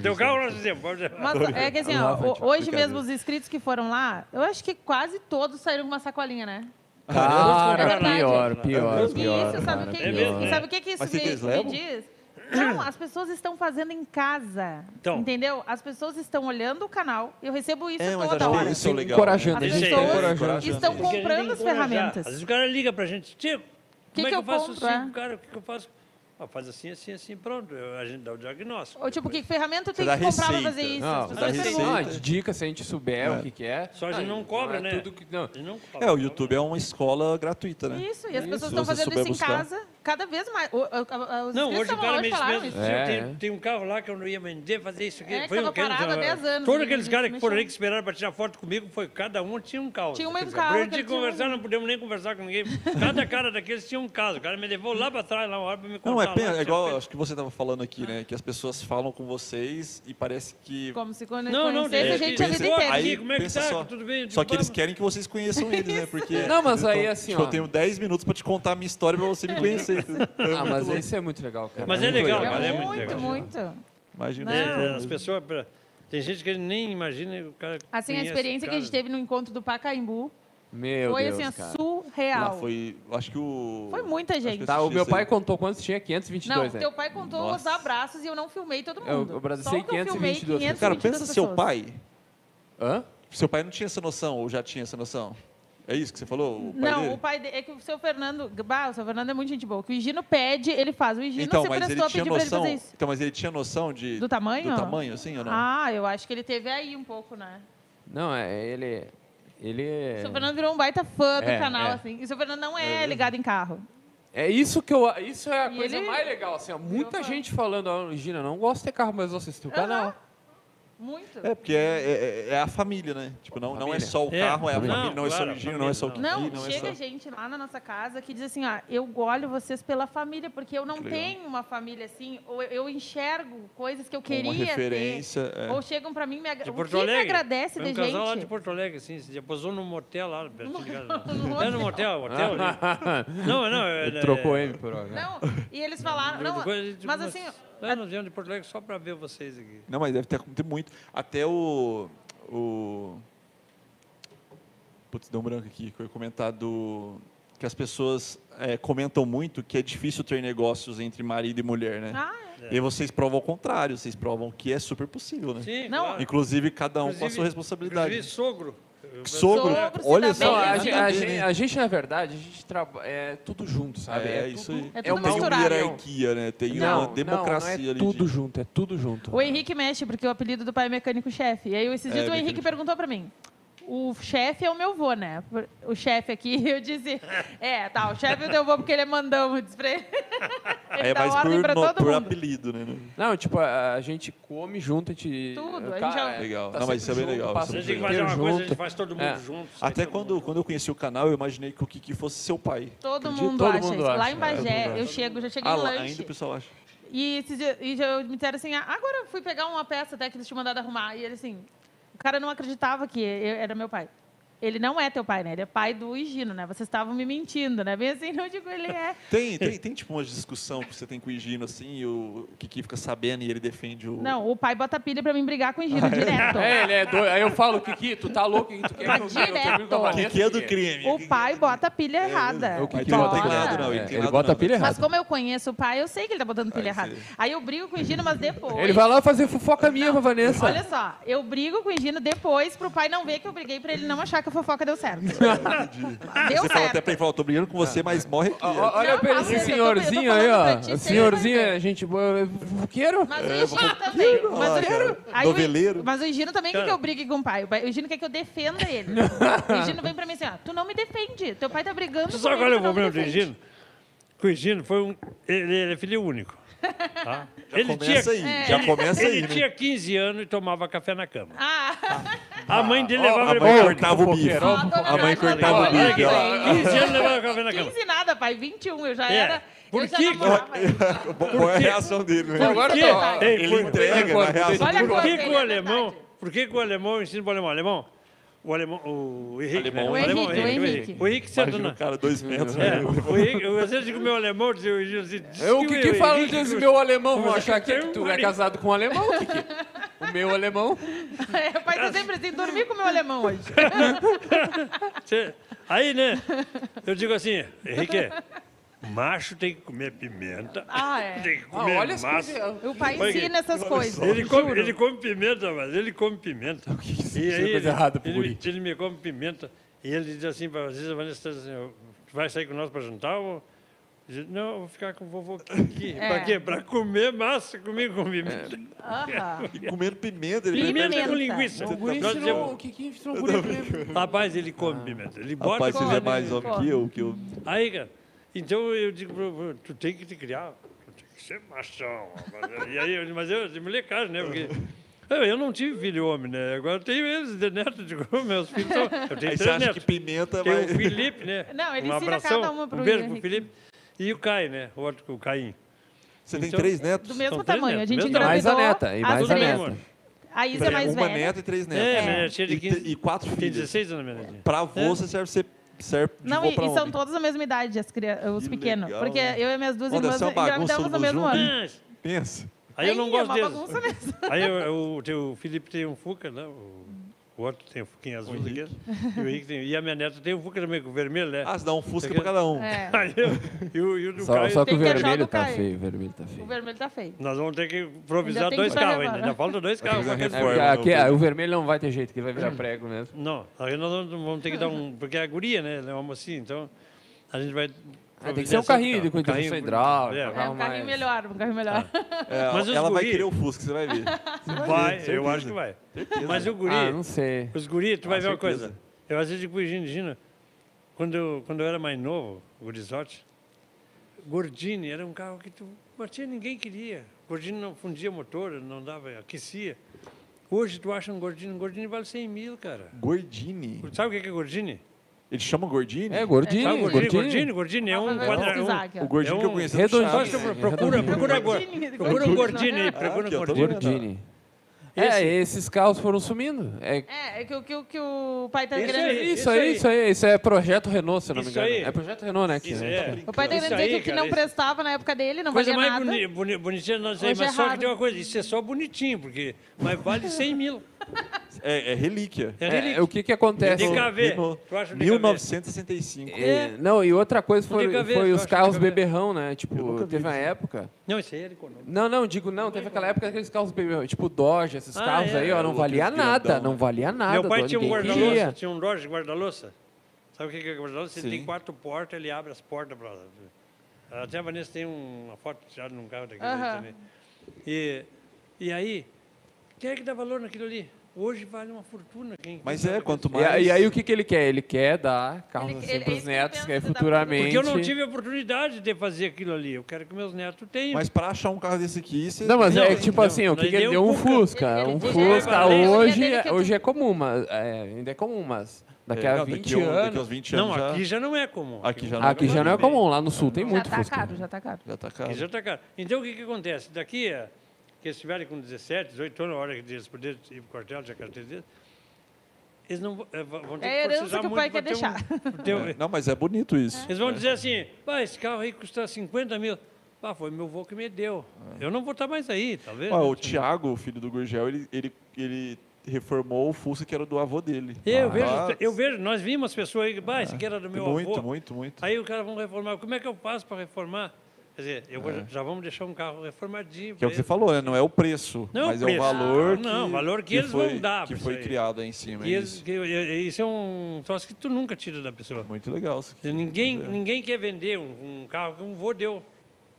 D: não. teu carro nós fizemos. pode levar.
E: Mas é que assim, ó, ho- hoje mesmo os inscritos que foram lá, eu acho que quase todos saíram com uma sacolinha, né?
C: Cara,
E: Verdade.
C: pior, pior,
E: E
C: pior.
E: isso, sabe o
C: cara,
E: que,
D: é
C: pior.
D: mesmo,
E: isso, sabe o que, que isso
F: né? Mas tem que
E: me,
F: eles
E: me
F: levam?
E: diz? Não, as pessoas estão fazendo em casa.
D: Então.
E: Entendeu? As pessoas estão olhando o canal. Eu recebo isso
F: É, mas
E: toda
F: acho que
E: hora.
F: isso é o legal.
C: Encorajando,
E: As
C: a gente
D: Deixa
E: pessoas
D: aí,
C: tá encorajando.
F: encorajando.
E: estão
D: Porque a gente tem
E: comprando
D: que
E: as
D: planejar.
E: ferramentas.
D: Às vezes o cara liga pra gente, tipo, como é
E: que
D: que eu,
E: eu
D: faço
E: compro,
D: assim,
E: é?
D: cara? O que, que eu faço? Ah, faz assim, assim, assim, pronto. A gente dá o diagnóstico.
E: Ou tipo, que
D: depois.
E: ferramenta eu tenho
F: dá
E: que comprar para
F: receita.
E: fazer isso? tipo,
C: Não,
E: as
C: dá
E: pessoas
F: receita.
E: perguntam.
C: não, dica se a gente souber o que, que é.
D: Só a gente não cobra,
C: é
D: né?
C: tudo que- não.
D: Ele não cobra.
F: É, o YouTube é uma escola gratuita, né?
E: É Isso, e as pessoas
F: Se
E: estão
F: você
E: fazendo isso
F: souber
E: em
F: buscar.
E: casa cada vez mais. O- o- a- Os
D: Não,
E: inscritos
D: hoje o
E: estavam
D: cara
E: lá
D: me
E: hoje
D: disse
E: falaram
D: mesmo,
E: isso.
C: É,
D: tem,
C: é.
D: tem um carro lá que eu não ia vender, fazer isso aqui.
E: É, que
D: foi
E: tava
D: um carro-
E: parado há 10 anos,
D: Todos
E: ele
D: aqueles
E: me-
D: caras que
E: me
D: foram aí
E: chamou.
D: que esperaram para tirar foto comigo, foi cada um tinha um carro.
E: Tinha um mesmo
D: Aqueles
E: carro,
D: caras.
E: que
D: Aprendi
E: tinha um-
D: conversar, não podemos nem conversar com ninguém. Cada cara daqueles tinha um caso. O cara me levou lá para trás, lá uma hora, para me contar.
F: Não, é,
D: lá,
F: pena- é
D: tinha um
F: igual,
D: feito-
F: acho que você estava falando aqui, né? Que as pessoas falam com vocês e parece que...
E: Como se quando
D: Não, não,
E: conhecesse é a
D: deixa-
E: gente a
D: deixa-
E: vida
D: Aí-
E: inteira.
D: Aqui, como é que
F: pensa
D: tá?
F: Só,
D: Tudo bem? Eu digo,
F: só que eles
D: vamos.
F: querem que vocês conheçam eles, né? Porque...
E: *laughs*
C: Não, mas
F: eles
C: aí,
F: tão-
C: assim,
F: tipo,
C: ó.
F: Eu tenho 10 minutos pra te contar a minha história pra você me
E: *laughs*
F: conhecer.
C: Ah, mas isso é muito legal, cara.
D: Mas é
C: muito
D: legal,
E: É
D: mas é muito
E: muito,
D: legal.
E: muito.
F: Imagina. né?
E: Não.
D: É, as pessoas. pra- Tem gente que nem imagina o cara.
E: Assim, a
D: conhece o
E: experiência que a
D: cara.
E: gente teve no encontro do Pacaembu
C: Meu
E: foi,
C: Deus,
E: assim, ó,
C: cara.
F: Lá
E: surreal. foi...
F: Ah, foi, acho que o...
E: muita gente.
F: que
C: Tá, o meu
F: Isso aí.
C: pai contou quantos tinha?
E: Não,
C: 522, né?
E: teu pai contou os
C: Nossa.
E: abraços e eu não filmei todo
F: É,
C: Eu-
E: mundo.
C: eu abracei
E: Só o que eu filmei
C: 522
E: 522
F: Cara, pensa
E: pessoas.
F: seu pai.
C: Hã?
F: Seu pai não tinha essa noção, ou já tinha essa noção? É isso que você falou? O pai
E: Não,
F: dele?
E: o pai dele. É que o seu Fernando. Bah, o seu Fernando é muito gente boa. O que o Higino pede, ele faz. O Higino
F: Então,
E: se
F: mas ele
E: prestou a
F: tinha
E: pedir pra ele
F: noção.
E: fazer isso.
F: Então, mas ele tinha noção de
E: Do tamanho?
F: do tamanho, assim ou não?
E: Ah, eu acho que ele teve aí um pouco, né?
C: Não, é, ele. Ele
E: O
C: é.
E: seu Fernando virou um baita fã do
C: É,
E: canal,
C: é.
E: assim. E o seu Fernando não é ligado em carro.
C: É isso que eu. Isso é a
E: E
C: coisa
E: ele-
C: mais legal, assim. Ó, muita
E: Virou fã.
C: gente falando, ó, Gina, não gosto de ter carro, mas eu assisti o canal.
E: Muito.
F: É, porque é, é- é a família, né? Tipo, não, não é só o
D: É,
F: carro, é a
D: não,
F: família, não é só
D: claro,
F: o
D: a
F: Gino, não é só o
D: família,
E: Não,
F: Gui, é
E: chega
F: só-
E: gente lá na nossa casa que diz assim, ah, eu olho vocês pela família, porque eu não
F: legal.
E: tenho uma família assim, ou eu, eu enxergo coisas que eu
F: uma
E: queria
F: referência,
E: ter.
F: é.
E: Ou chegam pra mim, me agra...
D: De
E: o que
D: Porto
E: me
D: Alegre.
E: agradece
D: Foi
E: de
D: um casal lá de
E: *laughs* gente?
D: Porto Alegre, assim, se deposou num motel lá, pertinho de casa.
E: *laughs* Num
D: Não, é era num motel, hotel
E: Ah.
D: ali.
C: *laughs*
D: Não, é, não. Ele
C: Trocou M por hora. né?
E: Não, e eles
D: é
E: falaram, não, mas assim,
D: Nós nos viemos de Porto Alegre só para ver vocês aqui.
F: Não, mas deve ter acontecido muito. Até o. o... Putz, deu um branco aqui, que eu ia comentar do. Que as pessoas é, comentam muito que é difícil ter negócios entre marido e mulher, né?
E: ah,
F: E aí vocês provam o contrário, vocês provam que é super possível, né?
D: Sim,
E: Não,
D: claro.
F: Inclusive, cada um com a
D: Inclusive-
F: sua responsabilidade.
D: Inclusive, sogro. É.
E: Sogro se
F: Sogro,
E: dá
F: olha
C: Não,
F: só. é
E: bem,
C: a,
E: né?
C: gente,
E: Bem,
C: a, gente, a gente, na verdade, a gente trabalha. É tudo junto, sabe?
F: É,
C: tudo-
F: isso aí.
E: É
F: Tem
E: tudo
F: uma
E: misturado.
F: hierarquia, né? Tem
C: Não,
F: uma democracia
C: não, não é
F: ali.
C: Tudo
F: de-
C: junto, é tudo junto.
E: o Henrique mexe, porque o apelido do pai é mecânico-chefe. E aí, esses dias, o
F: mecânico.
E: Henrique perguntou pra mim, o chefe é o meu vô, né? Por- O chefe aqui, *laughs* eu disse, é, tá, o chefe é o teu vô, porque ele é mandão, eu disse pra ele. ele
F: É,
E: dá
F: mas
E: ordem pra
F: por, no-
E: todo
F: por
E: mundo.
F: apelido, né? né?
C: Não, tipo, a, a gente come junto, a gente.
E: Tudo, a
C: Tá-
E: gente é-
F: Legal.
C: tá
F: Não, mas isso é
C: sempre
F: bem
C: junto,
F: legal,
C: passa
D: A
F: isso é
C: o dia
D: gente tem que fazer
F: bem legal.
D: uma
C: inteiro
D: coisa, a
C: junto.
D: gente faz todo mundo
C: É.
D: junto. sai
F: Até
D: todo
F: quando,
D: mundo.
F: quando eu conheci o canal, eu imaginei que o Kiki fosse seu pai.
E: Todo
F: Acredita?
E: mundo
C: Todo
E: acha
C: mundo
E: isso.
C: acha,
E: Lá em
C: é,
E: Bagé,
C: todo mundo
E: eu chego, já cheguei
F: Ah,
E: em
F: lá,
E: lanche.
F: ainda o pessoal acha.
E: E, esses dias, e já me disseram assim, ah, agora eu fui pegar uma peça até que eles tinham mandado arrumar. E ele assim, o cara não acreditava que eu- era meu pai. Ele não é teu pai, né? Ele é pai do Higino, né? Vocês estavam me mentindo, né? Bem assim, *laughs* não digo, ele é.
D: *laughs*
F: Tem, tem, tem tipo uma discussão que você tem com o Higino, assim, e o Kiki fica sabendo e ele defende o...
E: Não, o pai bota pilha pra mim brigar com o
D: *laughs*
E: Higino, direto.
C: É, ele é doido. Aí eu falo, Kiki, tu tá louco, Kiki, tu quer que eu brigue? Eu
E: Direto.
C: termino com a Vanessa,
F: Kiki é do
C: Kiki.
F: crime.
E: O pai bota pilha errada.
F: É, o Kiki
E: Bota.
F: não tem lado, não. Ele,
C: É,
F: tem
C: ele
F: lado
C: bota
F: não,
C: a pilha
E: Mas
C: errada.
E: como eu conheço o pai, eu sei que ele tá botando pilha
F: Aí
E: errada.
F: você-
E: Aí eu brigo com o Higino, mas depois...
D: assim,
C: Ele vai lá fazer fofoca minha pra Vanessa.
E: Olha só, eu brigo com o Gino depois pro pai não ver que eu briguei pra ele não achar que a fofoca deu
F: *laughs*
E: certo. deu
F: Você fala até
E: certo.
F: pra ele, fala, tô brigando com você, mas morre aqui.
C: Ó, ó, Olha
E: Não,
C: pra ele,
E: mas eu
C: esse
E: tô- eu tô
C: senhorzinho
E: falando
C: aí,
E: pra
C: ó.
E: ti,
C: O
E: você
C: senhorzinho
E: vai ver.
C: é gente boa. é Fofoqueiro?
E: Mas
F: É,
E: o Gino também. Mas o
F: cara.
E: Gino, aí o-
F: Noveleiro.
E: mas o Gino também quer que eu brigue com o pai. O pai- O Gino quer que eu defenda
D: *laughs*
E: ele. O Gino vem pra mim assim, ó, tu não me defende. Teu pai tá brigando
D: Tu sabe
E: comigo,
D: qual é o
E: tu não me
D: problema do
E: defende."
D: Higino? Que o Higino foi um. Ele, ele é filho
E: *laughs*
D: único. tá? Ele
F: começa
D: tinha,
F: aí, já
D: ele-
F: começa aí,
D: Ele
F: né?
D: tinha 15 anos e tomava café na cama.
E: Ah,
D: A mãe dele levava
F: A
D: ele
F: mãe
D: pra
F: cortava o bife.
E: ó, dona
F: A mãe
E: Maria
F: cortava o
E: Antônia,
F: bife, ó.
E: olha aí.
D: 15 anos levava café na cama.
E: 15 nada, pai. 21, eu já
D: É.
E: era...
D: Por
E: eu já
D: que-
E: namorava.
F: Qual é a reação dele, né?
C: Agora
D: Que-
C: tá.
D: Ei,
F: Ele
D: por-
F: entrega, na reação
E: Olha
D: Por
E: quanto
D: que,
E: ele
D: que
E: é
D: o alemão?
E: verdade.
D: Por que, que o alemão ensina para o alemão? Alemão? O alemão, o Henrique. né?
F: Alemão. O
E: Henrique, o
D: O
E: Henrique.
D: O Henrique senta
F: Imagina
D: na.
F: o cara, dois metros.
D: É,
F: né?
D: o Henrique, você diz que o meu alemão dizia o Henrique, assim, diz
C: Eu, É, o que que fala
D: Henrique-
C: desse meu alemão? Vão achar que
D: Tem um
C: tu é
D: marido.
C: casado com um alemão, Kiki? O meu alemão?
E: O pai tá sempre assim, dormi com o meu alemão hoje.
D: Cê- Aí, né? Eu digo assim, Henrique, macho tem que comer pimenta,
E: Ah, é.
D: tem que
C: Ah,
D: comer
C: olha as
D: massa.
C: coisas.
E: O pai
D: Olha aqui,
E: ensina essas coisas.
D: Ele come, ele come pimenta, mas ele come pimenta. E
C: é
D: aí,
C: coisa errada pro
D: ele,
C: guri.
D: ele, ele me come pimenta. E ele diz assim para vocês, a Vanessa diz assim, "Ó, tu vai sair com nós para jantar? Ou... Eu digo, Não, eu vou ficar com o vovô aqui.
E: É.
D: Para quê? Para comer massa comigo com pimenta.
E: Aham.
F: E comendo pimenta. Ele
D: Pimenta,
E: Pimenta.
D: com linguiça.
C: O guri
D: Nós
C: ensinou,
D: dizemos,
C: o Kiki ensinou o guri. pra-
D: Rapaz, ele
E: Ah.
D: come pimenta. Ele bota
F: Rapaz, vocês é
E: Come,
F: mais homem
E: come.
F: que eu, que eu...
D: Aí, cara, então eu digo, pro- pro- tu tem que te criar, tu tem que ser machão. rapaz. E aí, eu digo, mas eu, eu molecagem, né?
F: *laughs*
D: Porque eu, eu não tive filho homem, né? Agora eu tenho eles de neto, eu digo, meus filhos são. Eu tenho
F: Aí
D: três
F: você acha
D: netos.
F: que pimenta
D: Tem
F: vai...
D: o Felipe, né?
E: Não, ele
D: um
E: ensina
D: abração,
E: cada uma pro
D: Um beijo pro
E: Henrique.
D: Felipe. E o Caio, né? O outro, o Caim.
F: Você tem
D: Então-
F: três netos?
E: Do mesmo
D: São três
E: tamanho. A
D: netos,
E: gente
D: mesmo
E: engravidou
D: tamanho.
C: Mais a neta, e mais a
E: as
D: Todo
E: três.
C: neta.
D: mundo.
E: A Isa é mais
F: uma
E: velha.
F: neta e três netos.
D: É, né? Tinha de
F: E,
D: 15.
F: e quatro
D: Tem
F: filhos.
D: 16 anos, minha netinha.
F: Pra
C: É.
F: você serve ser... Serve de
E: Não,
F: vô
E: e,
F: pra
E: e são
F: homem.
E: todos da mesma idade, as cria- os
F: Que
E: pequenos.
F: legal,
E: porque
F: né?
E: eu e minhas duas
F: Olha,
E: irmãs
F: essa é uma bagunça
E: engravidamos no
F: todo
E: mesmo
F: junto.
E: ano.
D: Mas,
F: Pensa.
D: Aí eu não
E: Ih,
D: gosto
E: é uma
D: deles.
E: bagunça mesmo.
D: Aí eu, eu, o teu Felipe tem um Fuca, né? O o outro tem o Fuquinha azul aqui, e o Henrique tem, e a minha neta tem o Fuca também, com o vermelho, né?
F: Ah, você dá um Fusca pra cada um.
E: É, *laughs*
D: Aí eu- e, o, e o do
C: Só,
E: Caio-
C: só que
E: Tem
C: o
E: que achar o
C: vermelho
E: do
C: tá
E: Caio.
C: feio, o vermelho tá feio.
E: o vermelho tá feio.
D: Nós vamos ter que improvisar
E: Ainda tem
D: dois
E: que
D: carros
E: levar,
D: ainda.
E: né?
D: Ainda faltam dois carros.
F: fazer uma
D: pra
C: É,
D: ter-
C: porque
F: Forma,
C: aqui,
F: não,
C: ah, o vermelho não vai ter jeito, que vai
D: É.
C: virar prego mesmo.
D: Não, aí nós vamos- vamos ter que dar um. Porque é a guria, né? Ela é uma mocinha, então a gente vai.
C: Ah, tem que ser um
D: providenciar
C: carrinho
D: esse
C: de
D: carro.
C: contenção
D: Carrinho-
C: hidráulica.
D: É.
E: É, um
C: mais-
E: carrinho melhor, um carrinho melhor.
D: *laughs*
F: É,
D: Mas os
F: ela vai
D: guri-
F: querer o Fusca, você
C: *laughs*
F: vai ver.
D: Vai,
F: certeza.
D: eu acho que vai. Mas o guri,
C: Ah, não sei.
D: os guri, tu vai
F: Ah,
D: ver uma
F: certeza.
D: coisa. Eu às vezes digo, Gina, Gina, quando eu, quando eu era mais novo, gurizote, Gordini era um carro que tu. Mas tinha ninguém queria. Gordini não fundia motor, não dava, aquecia. Hoje tu acha um Gordini, um Gordini vale 100 mil, cara.
F: Gordini.
D: Sabe o que que é Gordini?
F: Ele chama Gordini?
C: É, gordinho,
D: Sabe o Gordini? Gordini,
C: gordinho.
D: Gordini é
E: Vai
D: um
E: pesquisar
D: quadrado.
E: aqui, ó.
F: O Gordini
D: É
F: que eu
D: um
F: conheço é do
C: né? redondinho.
F: Chaves.
D: Procura, procura, procura agora.
E: Gordini,
D: Procura um
E: Gordini.
D: Gordini aí, procura
F: aqui,
D: um
F: ó, tô
D: Gordini.
C: Gordini.
D: Esse-
C: É, esses carros foram sumindo. É,
E: É, é que, o- que, o- que o pai tá
D: Esse é
E: querendo
D: aí.
E: dizer.
C: isso aí, isso aí, isso é projeto Renault, se eu não me
D: Isso
C: engano.
D: aí.
C: É projeto Renault, né? Aqui,
D: Isso
C: né?
D: é.
E: O pai tá
D: Isso
E: querendo
D: aí,
E: dizer que o que
D: cara,
E: não
D: isso-
E: prestava na época dele, não
D: Coisa
E: valia
D: mais
E: nada.
D: boni, boni, bonitinha, não sei,
E: Hoje
D: mas
E: é
D: só que
E: raro.
D: tem uma coisa, isso é só bonitinho, porque mas vale 100 mil.
F: É, é relíquia.
D: É,
C: É,
D: relíquia.
C: o que que acontece?
D: De DKV.
F: Renault.
D: Tu acha o DKV?
F: 1965.
C: É, não, e outra coisa foi,
D: Tem que haver,
C: foi
D: eu
C: os
D: acho que
C: carros
D: tem que haver.
C: beberrão, né? Tipo, teve uma época.
D: Não, isso aí é era econômico.
C: Não, não, digo não, teve aquela época que aqueles carros beberrão, tipo Dodge, esses
D: Ah,
C: carros
D: é,
C: aí, ó, não
F: outros
C: valia
F: grandão,
C: nada,
F: né?
C: não valia nada.
D: Meu pai
C: Dodge,
D: tinha um
C: ninguém
D: guarda-louça,
C: queria.
D: tinha um Dodge guarda-louça. Sabe o que que é guarda-louça? Ele
F: Sim.
D: tem quatro portas, ele abre as portas para Até a Vanessa tem um- uma foto tirada num carro daquele
E: Aham.
D: também. E, e aí, quem é que dá valor naquilo ali? Hoje vale uma fortuna. Quem
F: Mas
D: quem
F: é,
D: sabe
F: quanto
C: E,
F: mais...
C: aí- e aí o que, que ele quer? Ele quer dar carros
E: Ele-
C: assim
E: ele- é
C: pros
E: isso que eu
C: netos,
E: penso,
C: que aí
E: dar pra-
C: futuramente.
D: Porque eu não tive a oportunidade de fazer aquilo ali. Eu quero que meus netos tenham.
F: Mas pra achar um carro desse aqui, você...
C: Não, mas
D: Não,
C: é tipo
D: não.
C: assim, o que,
D: Ele
C: que ele
D: deu
C: deu? Um
D: um
C: Fusca.
E: Ele-
C: Um
E: ele
D: deu
C: Fusca
D: um Fusca.
C: hoje,
E: Ele deu-
C: hoje é comum, mas é, ainda é comum, mas daqui
F: É,
C: a
F: não,
C: 20
F: daqui a um- daqui
C: anos.
F: aos 20 anos
D: Não,
F: já...
D: aqui já não é comum.
F: Aqui já não
C: Aqui já não é comum, lá no sul tem
E: Já
C: muito
E: tá
C: Fusca.
E: caro, já tá caro.
F: Já tá caro.
D: Aqui já está caro. Então o que, que acontece? Daqui a que eles estiverem com 17, 18 anos, a hora que eles poderem ir para o quartel, já carteira deles, eles não vão- eh, vão vão ter
E: É a
D: que
E: herança
D: precisar
E: que o
D: muito
E: pai quer
D: pra ter *laughs* um- pra ter um-
F: É, Não, mas é bonito isso.
D: Eles vão dizer assim, pá, esse carro aí custa 50 mil. Pá, foi meu vô que me deu. Eu não vou estar mais aí, tá talvez.
F: Ó, É. o Thiago, o filho do Gurgel, ele, ele, ele reformou o Fusca que era do avô dele.
D: É, Eu,
F: Ah,
D: vejo,
F: nossa.
D: eu vejo, nós vimos pessoas aí, bah, esse aqui era do meu
F: É. muito,
D: avô.
F: muito, muito.
D: Aí o cara vão reformar. Como é que eu faço para reformar? Quer dizer, eu vou- já vamos deixar um carro reformadinho.
F: É. Que é
D: pra
F: o que você
D: ele.
F: falou, né? Não é o preço,
D: Não é o
F: mas é
D: preço.
F: o valor que,
D: Não, o valor que eles
F: foi,
D: vão dar
F: que
D: pra
F: foi
D: isso aí.
F: criado aí em cima.
D: E
F: é
D: eles-
F: isso.
D: que- e- e- isso é um troço que tu nunca tira da pessoa.
F: Muito legal isso aqui.
D: Ninguém, ninguém quer vender um, um carro que um vô deu.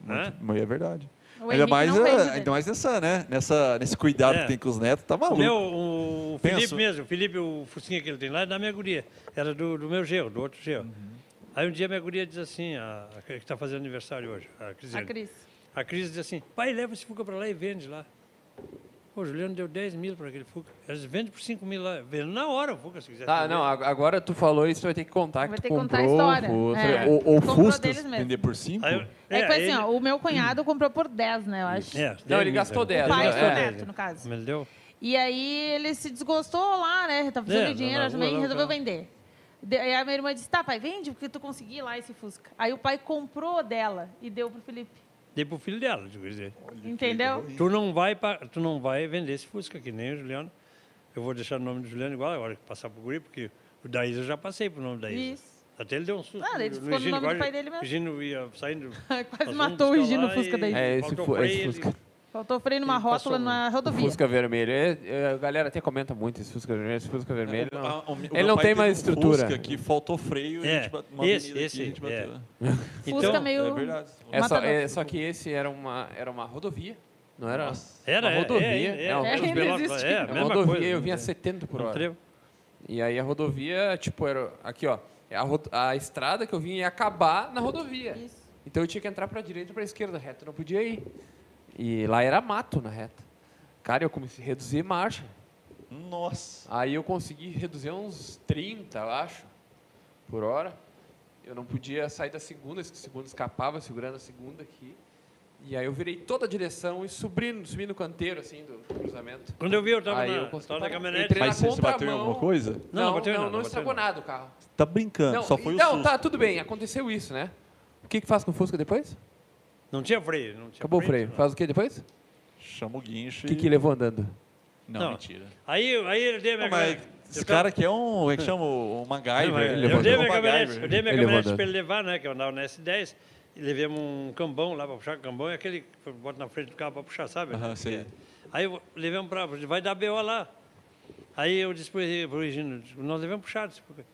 D: Né?
F: Muito- mas é verdade.
E: O
F: ainda
E: Henrique
F: mais,
E: não
F: ah,
E: vende,
F: ainda mais nessa, né? Nessa, nesse cuidado
D: É.
F: que tem com os netos, tá
D: O
F: maluco.
D: meu, o Felipe
F: Penso.
D: mesmo, o Felipe, o Fusquinha que ele tem lá, é da minha guria. Era do, do meu gelo, do outro
F: Uhum.
D: gelo. Aí um dia minha guria diz assim, a, a que está fazendo aniversário hoje, a
E: A
D: Crisiane.
E: Cris.
D: A Cris diz assim, pai, leva esse Fuca para lá e vende lá. O Juliano deu 10 mil para aquele Fuca. Eles vendem por 5 mil lá. Vende na hora o Fuca, se quiser.
F: Ah,
C: Tá,
D: vender.
C: não, ag- agora tu falou isso, tu vai ter que contar
E: Vai
C: que tu
E: ter que contar a
C: comprou o
E: história.
C: Fusca.
E: É.
C: Ou-
F: Ou, ou
E: Comprou
F: Fuscas,
E: deles mesmo.
F: vender por 5.
D: Aí eu-
E: É, que foi assim,
D: ele-
E: ó, o meu cunhado comprou por 10, né, eu acho.
D: é,
C: Não,
D: 10
C: ele
D: mil,
C: gastou
D: né?
C: 10.
E: O pai
C: né?
E: do
C: É.
E: neto, no caso.
D: Ele deu...
E: E aí ele se desgostou lá, né? Tá
D: É,
E: precisando
D: na-
E: de dinheiro
D: na
E: também
D: rua
E: e
D: lá,
E: resolveu
D: tá.
E: vender. De- aí a minha irmã disse, tá, pai, vende, porque tu conseguiu lá esse Fusca. Aí o pai comprou dela e deu pro Felipe.
D: Dei pro filho dela, digo, quer dizer.
E: Entendeu?
D: Tu não vai, pa- tu não vai vender esse Fusca, que nem o Juliano. Eu vou deixar o nome do Juliano igual agora que passar pro guri, porque o da Isa eu já passei pro nome da Isa.
E: Isso.
D: Até ele deu um susto.
E: Ah, ele ficou no
D: Higino,
E: nome do
D: agora
E: pai dele mesmo.
D: O Gino ia
E: *laughs*
D: saindo. um
E: Quase matou o Higino o Fusca da Isa.
C: É, esse fu- esse Fusca.
E: Faltou freio numa
D: Ele
E: rótula,
D: passou-
E: numa rodovia.
C: Fusca vermelho. É, é, a galera até comenta muito esse Fusca vermelho. Esse Fusca vermelho. não.
F: Ah, o meu- o
C: Ele
F: meu
C: não
F: pai
C: tem
F: teve
C: mais
F: um
C: estrutura.
F: Fusca que faltou freio e
D: É,
F: a gente bateu uma
D: esse,
F: avenida
D: esse,
F: aqui, a gente
D: é. *laughs*
F: bateu.
E: Fusca
D: Então,
E: meio...
F: É verdade.
C: É só,
E: matador.
C: é, só que esse era uma, era uma rodovia. Não era?
D: Era,
C: uma
D: é,
C: rodovia. um
D: é, é,
C: uma
E: é,
C: rodovia.
E: ainda existe.
D: É, a
C: É uma
D: mesma
C: rodovia,
D: coisa.
C: eu vinha a 70 por
D: Um
C: hora.
D: trevo.
C: E aí a rodovia, tipo, era. Aqui, ó. é A, ro- a estrada que eu vinha ia acabar na rodovia.
E: Isso.
C: Então eu tinha que entrar pra direita e pra esquerda. Reta não podia ir. E lá era mato na reta. Cara, eu comecei a reduzir marcha.
F: Nossa.
C: Aí eu consegui reduzir uns 30, eu acho, por hora. Eu não podia sair da segunda, a segunda escapava, segurando a segunda aqui. E aí eu virei toda a direção e subindo, subindo o canteiro, assim, do cruzamento.
D: Quando eu vi, eu tava
C: Aí
D: na,
C: eu consegui
D: tava na
C: parar.
D: caminhonete.
C: Entrei na
F: Mas você, você bateu em
C: contramão.
F: alguma coisa?
D: Não,
C: Não, não,
D: bateu
C: não,
D: não, bateu
C: estragou
D: não.
C: nada o carro.
F: Tá brincando,
C: Não,
F: só foi o
C: então,
F: susto.
C: tá, tudo bem, aconteceu isso, né? O que, que faz com o Fusca depois?
D: Não tinha né? freio. Não tinha
C: Acabou o freio.
D: não.
C: Faz o que depois?
F: Chama o guincho
C: O que,
F: e...
C: que levou andando?
F: Não,
D: Não.
F: mentira.
D: Aí, aí ele deu a minha
F: Não, mas
D: cara.
A: Esse cara aqui é um. Como é que chama? Um MacGyver.
F: é,
D: Não,
A: ele
D: eu,
A: levantou
D: dei
A: um
D: minha caminhonete,
A: MacGyver.
D: eu dei minha
H: Ele
D: caminhonete
H: rodando.
D: para ele levar, né? Que eu andava na S10 e levemos um cambão lá para puxar o cambão. É aquele que bota na frente do carro para puxar, sabe? É.
F: Aham, sei. É
D: Aí eu- levamos para... Vai dar BO lá. Aí eu disse para o Regino, nós levamos puxado. disse, "Porque-"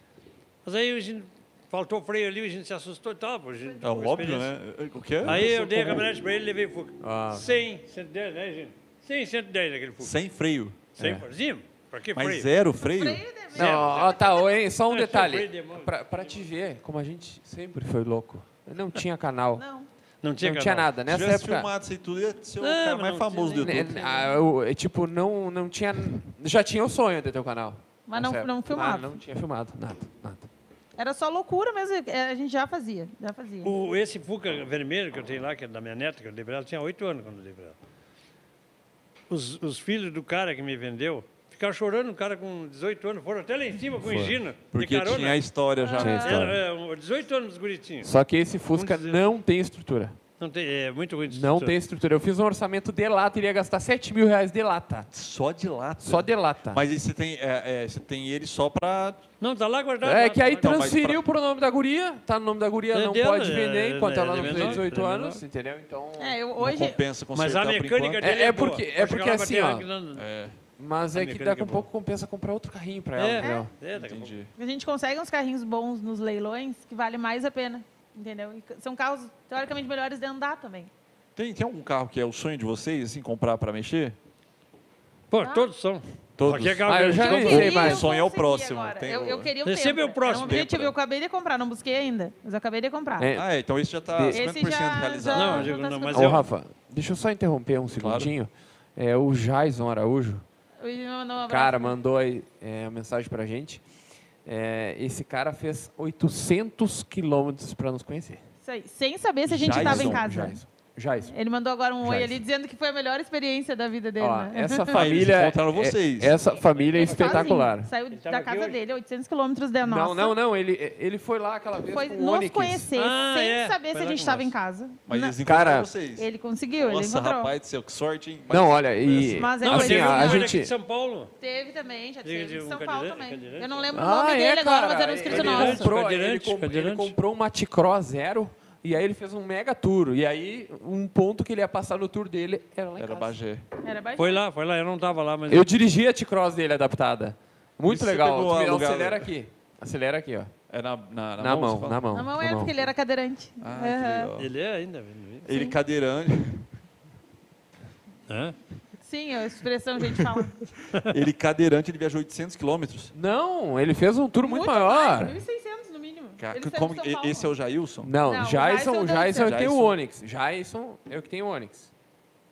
D: Mas aí o Regino, faltou freio ali, o Regino se assustou e tal. pô, o Regino,
F: É
D: com
F: óbvio,
D: experiência.
F: né? Ah. O que é?
D: Aí eu dei a caminhonete para ele e levei fuga. 100, 110, né, Regino? 100, 110 aquele fuga.
F: Sem freio.
D: 100 porzinho? Para que
F: É. Mas é um
D: freio?
F: zero freio?
C: Não, ó, tá, ó, hein,
D: *laughs*
C: só um
D: Foi
C: detalhe.
D: demônio.
C: Pra, pra te ver, como a gente sempre foi louco, não tinha canal. Não,
D: Não tinha,
C: tinha
D: canal.
C: nada.
F: Se
C: Nessa
F: tivesse
C: época.
F: filmado isso aí tudo, ia ser o
D: Não,
F: cara
D: mas
F: mais
D: não
F: famoso do
C: né,
F: YouTube.
C: ah, eu, é, tipo, não, não tinha. Já tinha o sonho de ter o canal.
E: Mas não-
C: nessa
D: Tá
C: época.
E: não filmava.
C: Ah, não tinha filmado, nada, nada.
E: Era só loucura mesmo. é, A gente já fazia. Já fazia.
D: O, esse Fuca vermelho que eu tenho lá, que é da minha neta, que eu dei pra ela, tinha oito anos quando eu dei pra ela. Os, os filhos do cara que me vendeu ficaram chorando, um cara com 18 anos, foram até lá em cima com o Gina, de
F: Porque
D: carona.
F: tinha a história já.
C: Tinha história.
D: Era, é, um- 18 anos, guritinho.
C: Só que esse Fusca não tem estrutura.
D: Não tem, é muito ruim de
C: Não
D: estrutura.
C: tem estrutura. Eu fiz um orçamento de lata, iria gastar 7 mil reais de lata.
F: Só de lata.
C: Só de lata.
F: Mas aí você tem, é, é, você tem ele só pra.
D: Não, tá lá guardado.
C: É
D: lá,
C: que aí
D: tá guardado.
F: mas
C: transferiu pro nome da guria, tá no nome da guria,
D: É
C: não
D: dela,
C: pode
D: é,
C: vender enquanto
D: é,
C: ela
D: é
C: não fizer
D: menor,
C: 18
D: é
C: anos,
D: menor.
C: entendeu? Então.
E: É, eu,
F: Não
E: hoje.
F: compensa
D: Mas
F: consertar
D: a mecânica
F: por
D: dele
C: É-
D: é,
C: é
D: boa.
C: porque- é
D: Pode
C: porque
D: chegar lá,
C: assim,
D: bater
C: ó.
D: aqui na-
F: enquanto. É,
C: Mas
D: A
C: é que
D: mecânica
C: daqui a
D: é boa.
C: pouco compensa comprar outro carrinho pra ela, entendeu?
D: É, é, daqui a pouco.
F: entendi.
E: A gente consegue uns carrinhos bons nos leilões que vale mais a pena. Entendeu? E c- são carros teoricamente melhores de andar também.
F: Tem, tem algum carro que é o sonho de vocês, assim, comprar pra mexer?
D: Pô, todos são.
F: Todos.
D: Aqui é carro
C: Ah, eu
D: grande,
C: já
D: todos
C: nem
D: são.
C: sei.
E: E
C: mais.
E: eu
F: Sonho é o
E: consegui
F: próximo,
E: agora.
F: tem
E: Eu,
F: o-
E: eu queria o
D: Receba
E: Tempra.
D: o próximo.
E: É um objetivo,
F: Tempra.
E: eu acabei de comprar, não busquei ainda. Mas eu acabei de comprar.
C: É,
F: Ah, é, então esse já tá
C: De-
F: 50%
E: Esse já- já-
F: realizado.
D: Não, eu
E: já
D: digo,
E: tá
D: não,
E: se
D: mas
E: preparando.
C: Ô,
D: eu-
C: Rafa, deixa eu só interromper um segundinho. É, o Jason Araújo,
E: Ele me mandou um abraço.
C: cara, mandou aí é, a mensagem pra gente. É, esse cara fez 800 quilômetros pra nos conhecer.
E: Isso aí, Sem saber se a gente
F: Jason,
E: estava em casa.
C: Jason. Jason.
E: Ele mandou agora um oi
C: Jason.
E: ali dizendo que foi a melhor experiência da vida dele.
C: Ó,
E: né?
C: essa
E: *laughs*
F: Ah,
C: família.
F: eles encontraram vocês.
C: é- essa família é
E: Ele sozinho.
C: espetacular.
E: Saiu
D: tava
E: da
D: aqui
E: casa
D: hoje?
E: dele, 800 quilômetros da nossa.
C: Não, não, não. Ele, ele foi lá aquela vez
E: Foi
C: com o
E: nos
C: Onix.
E: conhecer,
D: Ah,
E: sem
D: é.
E: saber
D: Foi
E: se a
D: lá
E: gente
D: com
E: estava
D: nós.
E: em casa.
F: Mas
E: Na-
F: eles encontraram
C: Cara,
F: vocês.
E: Ele conseguiu, ele
F: Nossa,
E: encontrou.
F: rapaz do céu, que sorte, hein?
C: Não, olha, e
E: Mas é
D: Não,
E: coisa
C: assim,
D: teve
E: de
C: a, a
D: um
E: verdade.
D: gente... de
C: gente
D: São Paulo.
E: Teve também, já
D: Diga,
E: teve
D: diga,
E: em
D: um
E: São Paulo
D: cadeirante,
E: também.
D: cadeirante.
E: Eu não lembro o
C: Ah,
E: nome
C: é,
E: dele
C: cara,
E: agora, mas era um
C: ele
E: inscrito
D: cadeirante,
E: nosso.
C: comprou, ele,
D: cadeirante,
C: com- ele
D: cadeirante.
C: comprou uma T-Cross Zero e aí ele fez um mega tour. E aí, um ponto que ele ia passar no tour dele era lá em
F: Era
C: casa.
F: Bagé.
E: Era baixo.
D: Foi lá, foi lá. Eu não tava lá, mas...
C: Eu dirigi a T-Cross dele adaptada. Muito
F: Isso você
C: legal.
F: pegou
C: Tu-
F: alugado.
C: Acelera aqui. Acelera aqui, ó.
F: É na, na, na,
C: Na
F: você
C: mão,
F: fala?
C: na mão.
E: Na mão é era porque ele era cadeirante.
F: Ah,
E: Aham.
F: que legal.
D: Ele é ainda. velho.
F: Ele cadeirante,
D: Hã?
E: Sim, a expressão,
C: *laughs*
E: gente, fala.
F: ele cadeirante, ele viajou 800 quilômetros.
C: Não, ele fez um tour muito,
E: mais,
C: maior.
E: 1.600 no mínimo.
F: Cara,
E: Ele saiu de
F: como-
E: São
F: e-
E: Paulo.
F: esse é o Jailson?
C: Não,
E: Não, o um Jason
C: Jason,
E: deu
C: Jason é o que tem o
F: certo.
C: Onix. Jason é o que tem o Onix.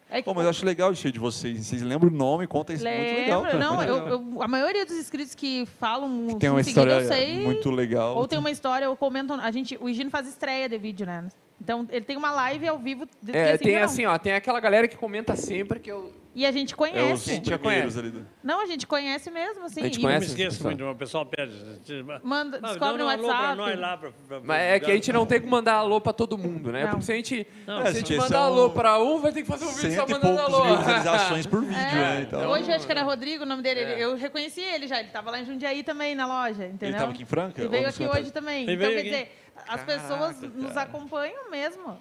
E: É que-
F: Pô, mas eu acho legal isso aí de vocês. Vocês lembram o nome, conta isso. Muito legal.
E: Lembra?
F: cara.
E: Não,
F: Muito
E: eu-
F: legal.
E: eu- a maioria dos inscritos que falam
F: Tem uma
E: em seguida,
F: história
E: eu sei,
F: muito legal.
E: ou tem uma história, ou comentam. A gente, o Higino faz estreia de vídeo, né? Então, ele tem uma live ao vivo. de- que,
C: É,
E: assim,
C: tem
E: não.
C: assim, ó, tem aquela galera que comenta sempre que eu.
E: E a gente
F: É os
E: conhece.
C: Já
F: primeiros ali. do-
E: Não, a gente conhece mesmo, assim.
C: A gente
E: e
C: conhece.
D: Eu
C: Então.
D: me
C: Essas
D: esqueço
C: pessoas.
D: muito, o pessoal pede. gente, mas-
E: Manda,
D: Ah,
E: descobre
D: dá
E: no
D: um alô pra
E: WhatsApp.
D: nós lá pra- pra-
C: Mas é que a gente não tem que mandar alô pra todo mundo, né?
E: Não.
C: Porque se a gente,
D: Não,
C: se a
F: esse
C: gente
F: aqui
C: mandar
F: são
C: alô pra um, vai ter que fazer um vídeo só
F: Cento e
C: mandando
F: poucos
C: alô.
F: mil visualizações por vídeo,
E: *laughs* É,
F: né? Então,
E: hoje eu acho que era Rodrigo o nome dele.
D: É.
E: ele- Eu reconheci ele já. Ele estava lá em Jundiaí também, na loja, entendeu?
F: ele tava aqui em Franca?
E: E
F: ou tá
E: veio
F: no
E: aqui
F: Santa?
E: hoje também.
D: Ele
E: Então,
D: veio
E: quer
D: aqui.
E: dizer, as pessoas nos acompanham mesmo.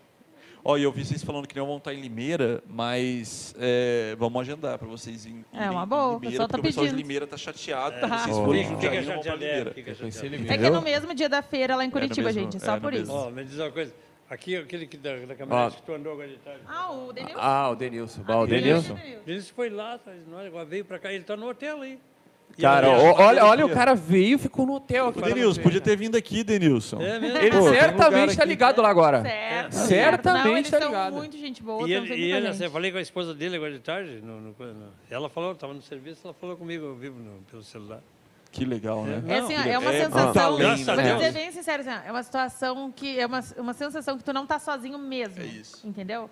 F: Ó, e eu vi vocês falando que não vão estar em Limeira, mas é, vamos agendar pra vocês em,
E: É, uma
F: em
E: boa, o
F: Limeira,
E: pessoal tá
F: porque o pessoal de
E: pedindo.
F: Limeira tá
D: É,
F: chateado.
E: Tá.
F: Vocês
D: Fica-
F: foram em
C: um
D: Fica
F: Jundiaí, não vão pra
D: chateado,
F: Limeira.
D: fica
C: *laughs* Conheci
D: chateado.
C: ele
E: É
C: mesmo.
E: que é no mesmo dia da feira lá em
F: no
E: Curitiba,
F: mesmo,
E: gente.
F: é,
E: Só
F: no
E: por
F: mesmo.
E: isso.
D: Ó, me diz uma coisa. Aqui, aquele que da, da caminhonete
C: Ó.
D: que tu andou agora de tarde.
E: Ah, o Denilson.
C: Ah, o Denilson. Bah, o
E: Denilson.
C: Denilson.
D: tá? Ele foi lá, atrás de nós, agora veio pra cá, ele tá no hotel aí. E
C: Cara,
D: eu-
C: ó, olha, olha, o cara veio e ficou no hotel.
F: Ô,
C: aqui.
F: Denilson, podia ter vindo aqui, Denilson.
D: É
C: Ele
D: mesmo.
F: Pô, tem um lugar
C: certamente tá
F: aqui.
C: ligado lá agora.
E: Certo.
C: Certamente
E: certo. Não, eles
C: tá
E: são
C: ligado.
E: muito gente boa.
D: É. E ele,
E: estão sempre
D: e ele,
E: com a
D: é assim,
E: gente.
D: eu falei com a esposa dele agora de tarde. No, no- no- ela falou, estava no serviço, ela falou comigo ao vivo no- pelo celular.
F: Que legal, né?
E: É, assim, ó, é uma
F: É,
E: sensação.
F: muito além,
E: Vou
D: né?
E: te ser bem sincero, assim, ó, é uma situação que. É uma, uma sensação que tu não tá sozinho mesmo. É isso. Entendeu?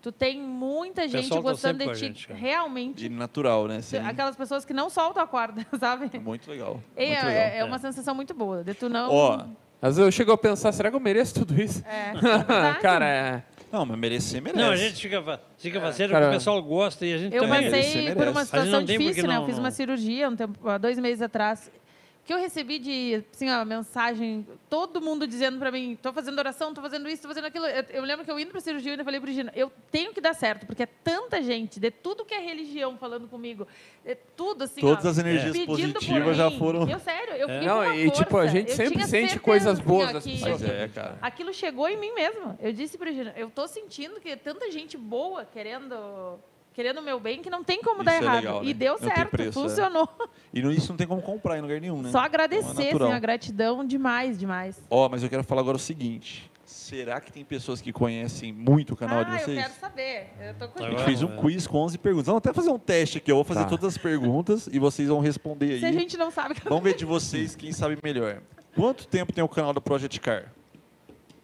E: Tu tem muita gente
D: pessoal tá
E: gostando
D: sempre
E: de
D: com
E: ti.
D: a gente, cara.
E: Realmente.
F: De natural, né? Sim.
E: Aquelas pessoas que não soltam a corda, *laughs* sabe?
F: Muito legal.
E: É, é-
F: muito legal.
E: é uma sensação muito boa. De tu não.
F: Ó,
C: Às vezes eu chego a pensar, será que eu mereço tudo isso?
E: É, verdade.
C: Cara, é.
F: Não, mas merecer, merece.
D: Não, a gente fica, fa- fica fazendo
H: cara,
D: o pessoal gosta e a gente
E: Eu
D: também.
F: merece,
E: passei
F: merece.
E: por uma
D: A gente
E: situação
D: não tem porque
E: difícil, né?
D: não-
E: Eu fiz uma cirurgia um tempo- há dois meses atrás. O que eu recebi de assim, ó, mensagem, todo mundo dizendo pra mim, tô fazendo oração, tô fazendo isso, tô fazendo aquilo. Eu, eu lembro que eu indo pra cirurgia, eu ainda falei pra Gina, eu tenho que dar certo, porque é tanta gente, de tudo que é religião falando comigo. É tudo assim,
F: Todas
D: tá
E: ó,
F: as energias
E: pedindo por
F: positivas
E: mim.
F: já foram-
E: Eu, sério, eu fiquei
C: Não,
E: com uma
C: e, tipo,
E: força.
C: a gente
E: Eu
C: sempre
E: tinha
C: sente
E: certeza,
C: coisas
E: assim, ó,
C: boas das
E: que-
C: pessoas.
F: Mas é, cara.
E: Aquilo chegou em mim mesmo. Eu disse pra Gina, eu tô sentindo que é tanta gente boa querendo querendo o meu bem que não tem como
F: Isso
E: dar
F: é
E: errado.
F: legal, né?
E: E deu
F: Não tem
E: certo,
F: preço, é.
E: funcionou.
F: E não- isso não tem como comprar em lugar nenhum, né?
E: Só
F: Então é
E: agradecer,
F: natural.
E: assim, a gratidão demais, demais.
F: Ó, mas eu quero falar agora o seguinte. Será que tem pessoas que conhecem muito o canal de
E: ah, eu
F: vocês?
E: quero saber. Eu tô
F: A
C: Tá
E: curiosa.
F: gente fez um quiz com 11 perguntas. Vamos até fazer um teste aqui. Eu vou fazer
H: Tá.
F: todas as perguntas e vocês vão responder aí.
E: Se a gente não sabe...
F: Vamos ver de vocês quem sabe melhor. Quanto tempo tem o canal do Project Car?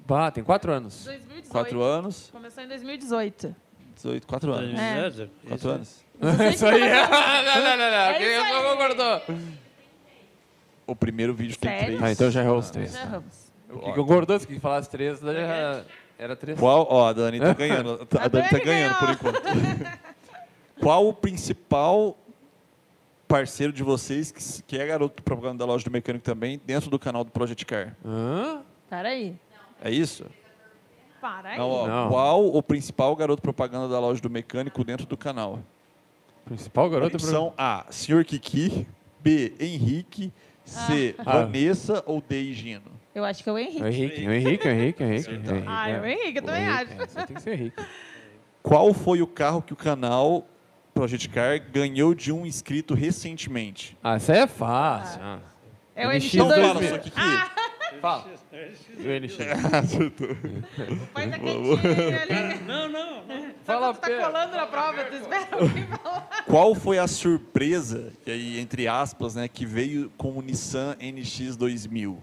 C: Bah, tem quatro anos. *laughs*
E: 2018.
F: Quatro anos?
E: Começou em 2018.
F: 18, quatro anos.
E: É.
D: Isso,
F: Quatro anos.
E: *laughs*
C: Isso aí. não, *laughs* não, não, não.
E: É
C: Quem
E: isso
C: não
E: aí.
C: concordou?
F: O primeiro vídeo tem
E: Sério?
F: três.
C: Ah, então já errou os três.
E: Né, Ramos?
C: O que concordou? Se que falasse três,
E: Uhum.
C: daí já era três.
F: Qual, ó, a Dani tá ganhando. A, Dani tá
E: É? Dani
F: ganhando por
E: ganhou.
F: enquanto. Qual o principal parceiro de vocês, que, s- que é garoto propaganda da loja do mecânico também, dentro do canal do Project Car?
C: Hã?
E: Peraí.
F: É isso?
E: Para
C: É
E: aí.
F: Não, ó,
C: Não.
F: Qual o principal garoto propaganda da loja do mecânico dentro do canal?
C: Principal garoto
F: Opção A, Sr. Kiki. B, Henrique. C,
C: Ah.
F: Vanessa ou D, Gino?
E: Eu acho que é o Henrique.
C: O Henrique, o Henrique, é o Henrique, o Henrique. o Henrique.
E: Ah, é
F: né?
E: o Henrique, eu também acho.
C: É, só tem que ser Henrique.
F: Qual foi o carro que o canal Project Car ganhou de um inscrito recentemente?
C: Ah, isso aí é fácil. Ah.
E: É o
C: NX
E: NX
F: Então
C: dois
F: fala,
C: mil.
F: Sr. Kiki.
E: Ah,
C: Fala. E o NX.
F: *laughs*
E: Faz a quentinha ali.
D: Não, não, não.
E: Sabe
C: Fala,
E: quando tu tá
C: Pedro.
E: colando na prova, tu
F: *laughs*
E: espera alguém falar.
F: Qual foi a surpresa, e aí, entre aspas, né, que veio com o Nissan NX 2000?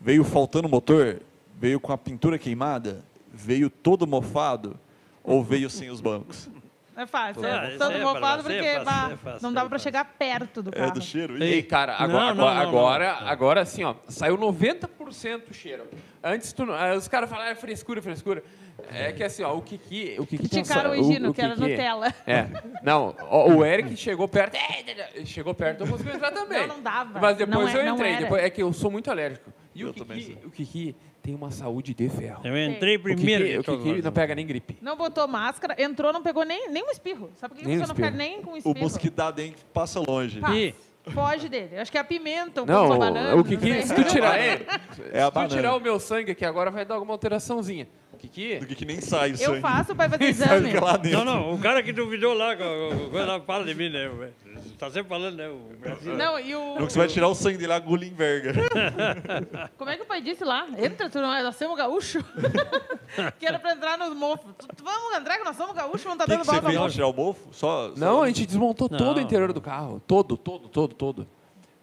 F: Veio faltando motor? Veio com a pintura queimada? Veio todo mofado? Ou veio sem os bancos?
E: É fácil.
D: Ah,
E: É,
D: isso
E: todo
D: aí é
E: mofado
D: fácil,
E: porque
D: é fácil,
E: bah,
D: é fácil,
E: não
D: é
E: dava pra
D: fácil.
E: cheiro. chegar perto do
F: É
E: carro. né?
F: do cheiro?
C: Ei, cara, agora,
D: Não, não, Tá.
C: agora,
D: não, não.
C: agora, agora assim, ó, saiu 90% o cheiro. Antes tu, não- ah, os caras falaram "Ah, é frescura, frescura. É que assim, ó, o Kiki, o Kiki tem um
E: Criticaram o
C: sa-
E: Egino, que era
C: Kiki-
E: Nutella.
C: É. Não, ó, o Eric chegou perto, "É, é, é", ele chegou perto, eu consegui entrar também.
E: Não, não dava.
C: Mas depois
E: Não é-
C: eu
E: não
C: entrei,
E: era.
C: depois, é que eu sou muito alérgico. E
F: Eu
C: o
F: também
C: Kiki, o Kiki tem uma saúde de ferro.
D: Eu entrei
C: O Kiki-
D: É primeiro.
C: o
D: que todo
C: Kiki
D: mundo.
C: não pega nem gripe.
E: Não botou máscara, entrou, não pegou nem, nem um espirro. Sabe por que que a
C: Nem um
E: pessoa não fica
C: espirro.
E: nem com um
F: O
E: espirro?
F: mosquito da dengue passa longe.
E: Pá,
D: E-
E: Foge dele. Eu acho que é a pimenta, o
C: Não,
E: pão com banana, né?
C: o
E: não
C: Kiki,
E: sei.
C: se tu tirar ele,
F: É a
C: se tu tirar
F: banana.
C: o meu sangue aqui agora, vai dar alguma alteraçãozinha. O Kiki,
F: Do que, que nem sai o sangue.
E: Eu faço pra
F: *laughs*
E: fazer
F: Sai o
E: exame.
F: que é lá
D: Não,
F: dentro.
D: não, o cara que duvidou lá, o- o- o- lá fala de mim, né? o- Tá sempre falando, né? O Brasil.
E: Não, e o.
F: Você vai tirar o sangue dele, a agulha enverga.
E: Como é que o pai disse lá? Entra, tu não é, nós somos
F: *laughs*
E: gaúcho. que era pra entrar nos mofos. Tu- tu- Vamos entrar que nós somos gaúcho, não tá
F: O que, que
E: dando
F: você
E: bola pra
F: fez pra
E: nós.
F: tirar o mofo? Só, só-
C: Não, a gente desmontou
D: Não.
C: todo o interior do carro. Todo, todo, todo, todo.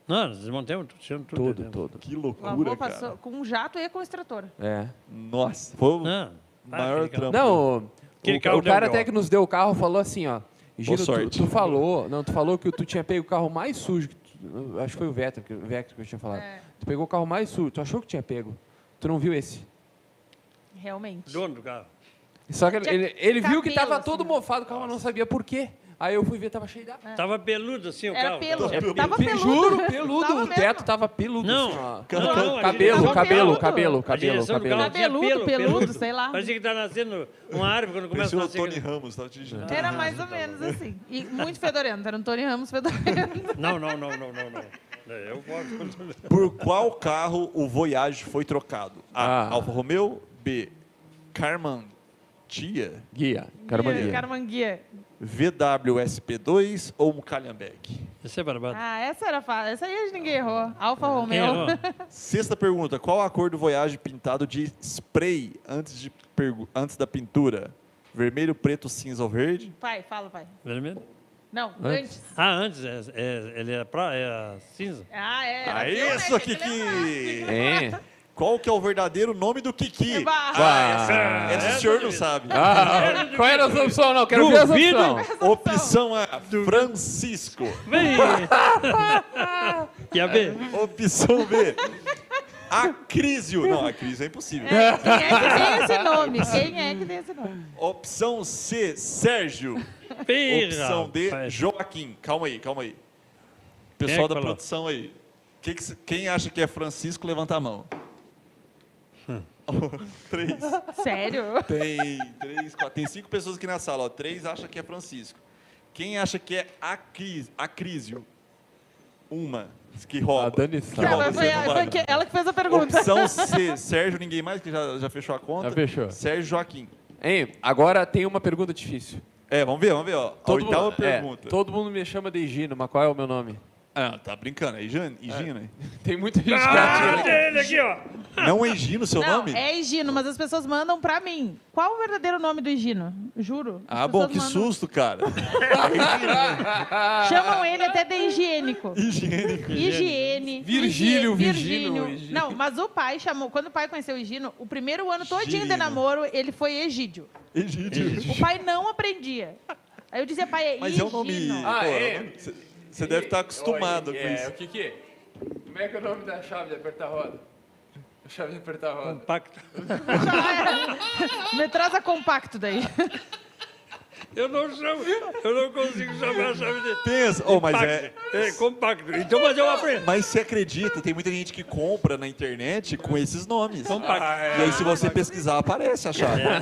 D: Não, nós desmontamos tudo, tiramos tudo.
C: Todo,
D: né?
C: todo.
F: Que
E: Lavou,
F: loucura, cara.
E: passou com um jato e com um extrator.
C: É.
F: Nossa, foi o
D: Não.
F: maior
D: aquele
F: trampo.
C: Não, o,
D: Aquele
C: o-
D: carro é
C: o cara
D: deu
C: até
D: B.O.
C: que nos deu o carro falou assim, ó. Giro, tu,
F: sorte.
C: tu falou, não, tu falou que tu tinha pego o carro mais sujo. que tu- acho que foi o Vectra, que, o Vectra que eu tinha falado.
E: É.
C: Tu pegou o carro mais sujo, tu achou que tinha pego. Tu não viu esse.
E: Realmente.
D: Dono do carro.
C: Só que ele,
E: Tinha
C: ele, ele viu que
E: cabelo,
C: tava
E: assim,
C: todo
E: né?
C: mofado, o carro mas não sabia por quê. Aí eu fui ver, tava cheio da...
D: Tava peludo assim o
E: Era
D: carro.
E: pelo.
D: Tava-
E: Tava peludo.
C: Juro, peludo.
E: Tava
C: o
E: mesmo.
C: teto tava peludo.
D: Não,
C: assim, ó.
D: não, não, a
C: cabelo,
D: direção-
E: Tava
C: cabelo,
E: peludo.
C: cabelo,
D: a
C: cabelo,
D: direção do
C: cabelo.
D: carro tinha
E: Cabeludo,
D: pelo,
E: peludo, sei lá.
D: Parecia que tá nascendo uma árvore quando começa
F: Parecia
D: a
F: o
D: nascer.
F: Tony Ramos, tava dirigindo.
E: Era mais ou menos assim. E muito fedorento. Era um Tony Ramos fedorento.
D: Não, não, não, não, não, não. Eu posso.
F: Por qual carro o Voyage foi trocado? A.
C: Ah.
F: Alfa Romeo. B. Carman Tia.
C: Guia,
E: Ih,
C: carmanguia.
E: Carmanguia.
F: VW SP2 ou um Calhambeck?
D: Isso é barbado. é
E: Ah, essa era fácil. Essa aí ninguém errou. Alfa Romeo.
D: Ah, errou?
F: Sexta pergunta. Qual a cor do Voyage pintado de spray antes, de pergu- antes da pintura? Vermelho, preto, cinza ou verde?
E: Pai, fala, pai.
D: Vermelho?
E: Não, antes.
D: Ah, antes, é, é- ele é, pra, é cinza.
E: Ah, é. era
F: Ah,
E: aquilo, né?
F: isso,
E: Tem que
F: Kiki!
E: lembrar.
C: Hein?
F: Qual que é o verdadeiro nome do Kiki?
E: Bah,
D: é
F: Essa o senhor não sabe.
C: Ah, qual era a opção? Não, quero ver as
D: Duvido.
C: opções.
F: Opção A, Francisco.
D: Vem! e a B?
F: Opção B, A Crisio. Não, a Crisio é impossível.
E: É, quem é que tem esse nome? Quem é que tem esse nome?
F: Opção C, Sérgio. Opção D, Joaquim. Calma aí, calma aí. Pessoal
D: é que
F: da
D: falou?
F: produção aí. Que que cê- quem acha que é Francisco, levanta a mão.
H: Hum.
F: *laughs* Oh, três.
E: Sério?
F: Tem três, quatro. Tem cinco pessoas aqui na sala. Ó. Três acham que é Francisco. Quem acha que é Acris, Acrísio? Uma. Que
H: A
F: rouba.
H: Ah, Dani
F: Que
D: Tá
H: sabe.
E: Não,
F: rouba
E: mas
F: esse
E: foi, a- foi
F: trabalho.
E: que- ela que fez a pergunta. *laughs*
F: Opção C, Sérgio, ninguém mais, que já, já fechou a conta.
H: Já fechou.
F: Sérgio Joaquim.
H: Hein, agora tem uma pergunta difícil.
F: É, vamos ver, vamos ver. Ó. A oitava
H: mundo, é,
F: pergunta.
H: todo mundo me chama de Gino, mas qual é o meu nome?
F: Ah, não, tá brincando. É Higino? Higino?
H: Tem muita gente que
D: Ah,
H: atira.
D: tem ele aqui, ó.
F: *laughs* Não é Higino o seu
E: Não,
F: nome?
E: é Higino, mas as pessoas mandam pra mim. Qual o verdadeiro nome do Higino? Juro. As
F: Ah, bom,
E: pessoas
F: que
E: mandam-
F: susto, cara. *laughs*
E: Chamam ele até de higiênico.
F: Higiênico.
E: Higiene.
H: Virgílio,
E: higie-
H: Virgínio, Higino.
E: Não, mas o pai chamou. Quando o pai conheceu o Higino, o primeiro ano todinho de
F: Higino.
E: namoro, ele foi Egídio.
F: Egídio.
E: O pai não aprendia. Aí eu dizia, pai, é
F: Mas é
E: Higino. *laughs*
F: um nome.
H: Ah,
F: pô,
H: é?
F: é um nome- Você você deve estar acostumado
H: Olha,
F: com
H: É,
F: isso.
H: o que que é? Como é que é o nome da chave de apertar roda? A chave de apertar roda.
D: Pacto.
E: Me traz a compacto daí.
D: Eu não chamo, eu não consigo chamar a chave de
F: Pensa. Oh, mas é.
D: pacto. É compacto. Então, mas eu aprendo.
F: Mas você acredita, tem muita gente que compra na internet com esses nomes.
E: Então,
D: Compacto.
F: E aí, se você pesquisar, aparece a chave.
E: É.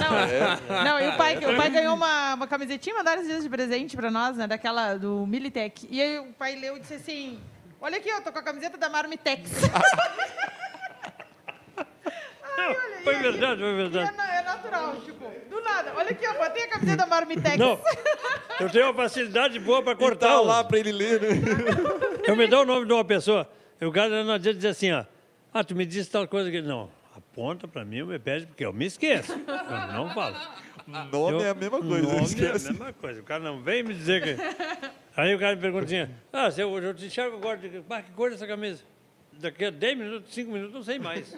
E: Não, não e o pai, o pai ganhou uma, uma camisetinha, mandaram esses dias de presente pra nós, né? Daquela do Militech. E aí o pai leu e disse assim: Olha aqui, eu tô com a camiseta da Marmitex. *laughs*
D: Foi verdade, foi
E: é,
D: verdade.
E: na- é natural, tipo, do nada. Olha aqui, eu botei a camiseta da Marmitex.
D: Não, eu tenho uma facilidade boa para cortar.
E: então.
F: Cortar
D: os-
F: tá lá pra ele ler, né?
D: Eu me dou o nome de uma pessoa, eu cara não adianta dizer assim, ó. Ah, tu me disse tal coisa que ele não. Aponta pra mim, me pede, porque eu me esqueço. Eu não falo.
E: Ah,
F: *laughs* Nome
D: Eu-
F: é a mesma coisa.
D: Nome
F: esquece.
D: é a mesma coisa. O cara não vem me dizer que. Aí o cara me pergunta assim: Ah, se eu, eu te enxergo agora, eu digo, "Bah, que cor é essa camisa? Daqui a 10 minutos, 5 minutos, não sei mais.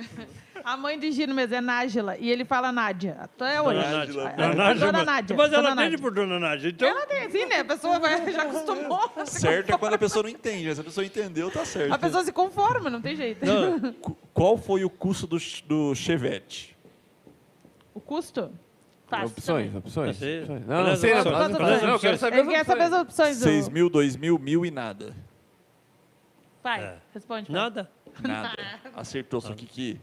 E: A mãe do Gino mesmo é Nájila. E ele fala Nádia. Até hoje.
F: Nájila.
E: A- a-
D: Dona
E: a
D: Nádia,
E: Dona
D: mas-
E: Nádia.
D: Mas ela
E: Dona
D: atende
E: Nádia.
D: por Dona Nádia. Então,
E: Ela tem assim, né? A pessoa vai- *laughs* já acostumou.
F: Certo é quando a pessoa não entende. né? Se a pessoa entendeu, tá certo.
E: A pessoa se conforma, não tem jeito.
D: não,
F: Qu- Qual foi o custo do, ch- do Chevette?
E: O custo? Fácil.
H: Opções, opções.
D: Você-
H: opções.
D: Olha
H: Não, não
D: as
H: sei, não,
D: opções,
H: não, não,
E: olha as
H: não, eu quero
D: opções.
H: saber
E: Ele
H: as
E: quer saber as
H: opções.
E: opções. do-
F: 6 mil, 2 mil, mil e nada.
E: Pai,
D: É.
E: responde. pai.
D: nada.
F: Nada. *laughs* Acertou, só que que...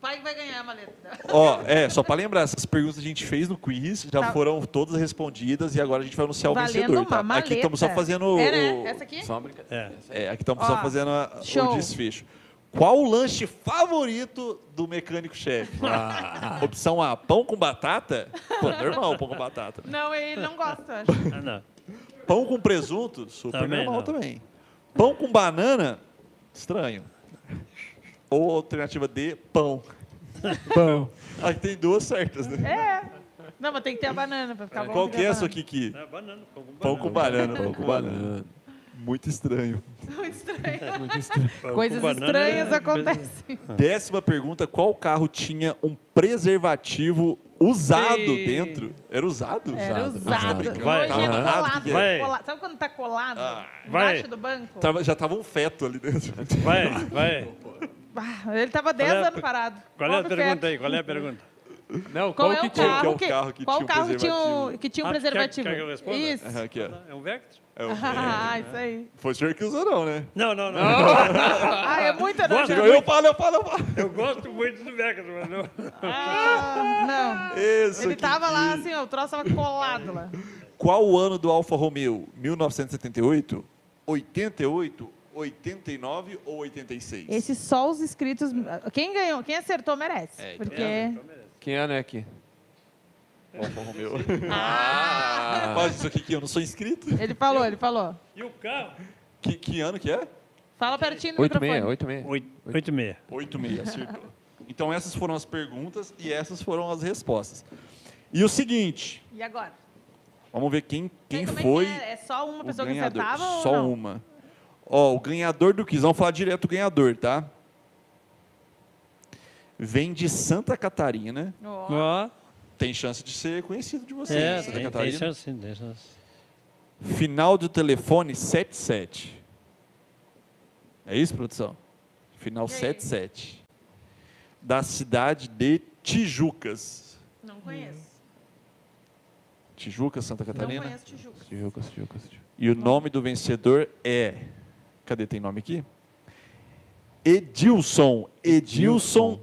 E: Pai que vai ganhar a maleta.
F: Ó, é, só pra lembrar, essas perguntas que a gente fez no quiz já
E: Tá.
F: foram todas respondidas e agora a gente vai anunciar o
E: Valendo
F: vencedor,
E: uma
F: tá?
E: maleta.
F: Aqui estamos só fazendo o...
E: É, né? Essa aqui?
H: Só um uma brincadeira.
D: É.
F: é, aqui estamos
E: Ó,
F: só fazendo a-
E: show.
F: o desfecho. Qual o lanche favorito do mecânico-chefe? Opção A, pão com batata? Pô, normal, pão com batata. né?
E: Não, ele não gosta, acho.
D: Ah, não.
F: Pão com presunto? Super
D: Também não.
F: normal também. Pão com banana? Estranho. Ou alternativa D, pão.
H: Pão.
F: Aqui tem duas certas, né?
E: É. Não, mas tem que ter a banana pra ficar bom.
F: Qual
E: tem
F: que é
E: a
F: a sua,
E: banana.
F: Kiki?
D: É banana, pão com
F: Pão
D: banana.
F: com banana. Pão com banana. Muito estranho.
E: Muito estranho.
D: Pão com
E: Coisas
D: banana
E: estranhas
D: é-
E: acontecem.
F: Décima pergunta: qual carro tinha um preservativo usado
D: Sim.
F: dentro? Era usado?
E: Era usado. Hoje
D: Vai.
E: é colado.
D: Vai.
E: colado. Tá. Sabe quando tá colado?
D: Vai.
E: Embaixo do banco?
F: Tava- já tava um feto ali dentro.
D: Vai, vai.
E: Ah, ele tava 10
D: Qual é a
E: anos
D: per-
E: parado.
D: Qual é a
E: Pobre
D: pergunta
E: feto.
D: aí? Qual é a pergunta?
H: Não,
E: Qual,
H: qual,
E: é
H: que
E: o
H: tinha?
E: carro
F: Qual que é o carro que
E: qual
F: tinha um
E: carro tinha um,
F: preservativo?
E: que tinha um
D: Ah, quer-
E: preservativo?
D: quer que eu responda?
E: Isso.
F: Aham, *laughs* Aqui, ó.
D: É um Vectra?
F: É *laughs* o-
E: *laughs* Ah, isso aí.
F: Foi o senhor que usou, não, *laughs* né?
D: Não, não, não.
E: Ah, é muita
D: Gosta
E: nojo.
D: de-
F: Eu falo, eu falo, eu falo.
D: Eu gosto muito do Vectra, mas não.
E: Ah, não.
F: Isso
E: Ele
F: que-
E: tava lá assim, ó, o troço tava colado lá.
F: Qual o ano do Alfa Romeo? 1978, 88, 89 ou 86?
E: Esse só os inscritos. Quem ganhou, quem acertou merece.
F: É, então.
E: porque.
H: Que ano é aqui?
F: Alfa Romeo.
E: é
F: Faz Ah. isso aqui que eu não sou inscrito.
E: Ele falou, ele falou.
D: E o carro?
F: Que, que ano que é?
E: Fala pertinho do
H: 86,
E: microfone.
H: 86.
D: 8,6.
F: 86, acertou. *laughs* Então essas foram as perguntas e essas foram as respostas. E o seguinte,
E: E agora?
F: vamos ver quem, quem
E: Aí, como é
F: foi
E: que É? é só uma
F: o
E: pessoa que
F: ganhador.
E: acertava ou
F: Só um.
E: não?
F: uma. Ó, o ganhador do quiz, vamos falar direto do ganhador, tá? Vem de Santa Catarina. né?
E: Ó,
D: Ó,
F: Tem chance de ser conhecido de vocês,
D: é,
F: Santa
D: tem, tem
F: Catarina.
D: chance, sim, tem chance.
F: Final do telefone 77. É isso, produção? Final
E: E aí?
F: 77. da cidade de Tijucas.
E: Não conheço.
D: Hum.
F: Tijucas, Santa
E: Não
F: Catarina?
E: conheço Tijuca.
F: Tijucas, Tijucas, Tijucas. E o nome do vencedor é. Cadê? Tem nome aqui? Edilson. Edilson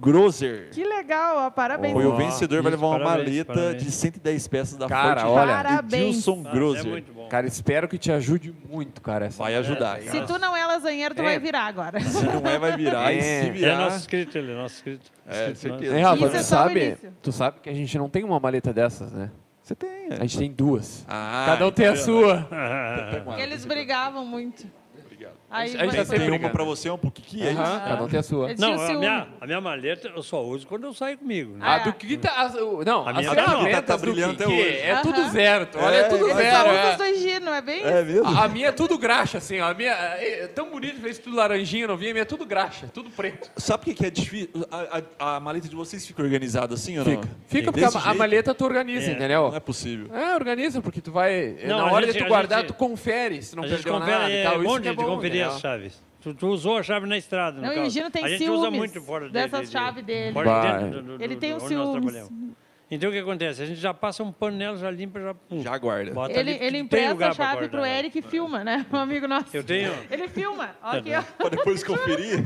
F: Grozer.
E: Que legal, ó. Parabéns.
F: Foi o vencedor, vai levar uma
D: Parabéns,
F: maleta
D: parabéns.
F: de 110 peças da
C: Cara,
F: Ford.
C: olha.
E: Parabéns.
F: Edilson
D: Ah, é
F: Grozer.
D: muito bom.
C: Cara, espero que te ajude muito, cara. essa-
F: Vai ajudar. cara.
E: Se tu não é lasanheiro, tu
C: É.
E: vai virar agora.
F: Se não é, vai virar. E se
C: É.
D: Ele é
F: virar...
D: nosso inscrito, ele é nosso inscrito.
F: É,
D: Inscrito nosso.
F: certeza.
C: Hein, Rafa,
E: Isso
C: tu
E: é só o
C: sabe,
E: início.
C: tu sabe que a gente não tem uma maleta dessas, né?
F: Você tem. é.
C: A gente tem duas.
F: Ah,
C: Cada um tem a sua.
D: é,
F: pega uma.
E: Porque eles brigavam muito. Obrigado. Aí,
C: A gente tá
E: mas-
C: sempre
F: Tem uma
C: brigando.
F: pra você, um pro Kiki, é isso?
C: Aham, Cada um tem a sua.
E: eles
D: Não, é
E: tinham
D: a
E: ciúme.
D: minha, a minha maleta eu só uso quando eu saio comigo. Né?
E: Ah,
C: A do que tá. as- o- não,
D: A
C: as
D: minha tá-
C: ferramentas
F: tá
C: do
F: brilhando
C: que-
F: até
C: que
F: hoje.
C: É tudo
E: Aham.
C: zero. tu Olha,
F: É,
C: é tudo
E: Eles
C: zero.
E: só
C: é.
E: usam dois dias, não é bem?
F: É mesmo?
C: A minha é tudo graxa, assim. ó. A minha é é tão bonita, fez tudo laranjinha, novinha. A minha é tudo graxa, tudo preto.
F: Sabe o que que é difícil? A, a- a maleta de vocês fica organizada assim ou não?
C: Fica, fica porque
F: Desse
C: a, a
F: jeito?
C: maleta tu organiza,
D: É.
F: Não
C: entendeu?
F: é possível.
C: É, organiza, porque tu vai.
D: Não,
C: na
D: a
C: hora
D: gente-
C: de
D: a
C: tu guardar,
D: gente-
C: tu confere se não
D: a gente
C: perdeu
D: confere
C: nada e tal.
D: é, um
C: Isso
D: monte
C: que é
D: de
C: bom,
D: conferir as
C: entendeu?
D: chaves. Tu, tu usou a chave na estrada, no
E: Não, e o
D: caso.
E: Gino tem
D: a gente usa
E: ciúmes
D: muito fora de-
E: dessa
D: de- de-
E: chave dele.
D: Fora de
C: Vai.
D: dentro do, do,
E: Ele
D: do,
E: tem um
D: onde nós
E: ciúmes.
D: trabalhamos. Então o que acontece? A gente já passa um pano nela, já limpa, já... pum,
F: Já guarda.
D: bota
E: Ele,
D: ali, porque
E: ele
D: tem lugar
E: empresta
D: pra
E: a chave pro
D: guardar.
E: Eric e filma, né? Um amigo nosso.
D: Eu tenho,
E: Ele
D: *laughs*
E: filma. Ó, aqui, ó.
F: Pra depois conferir.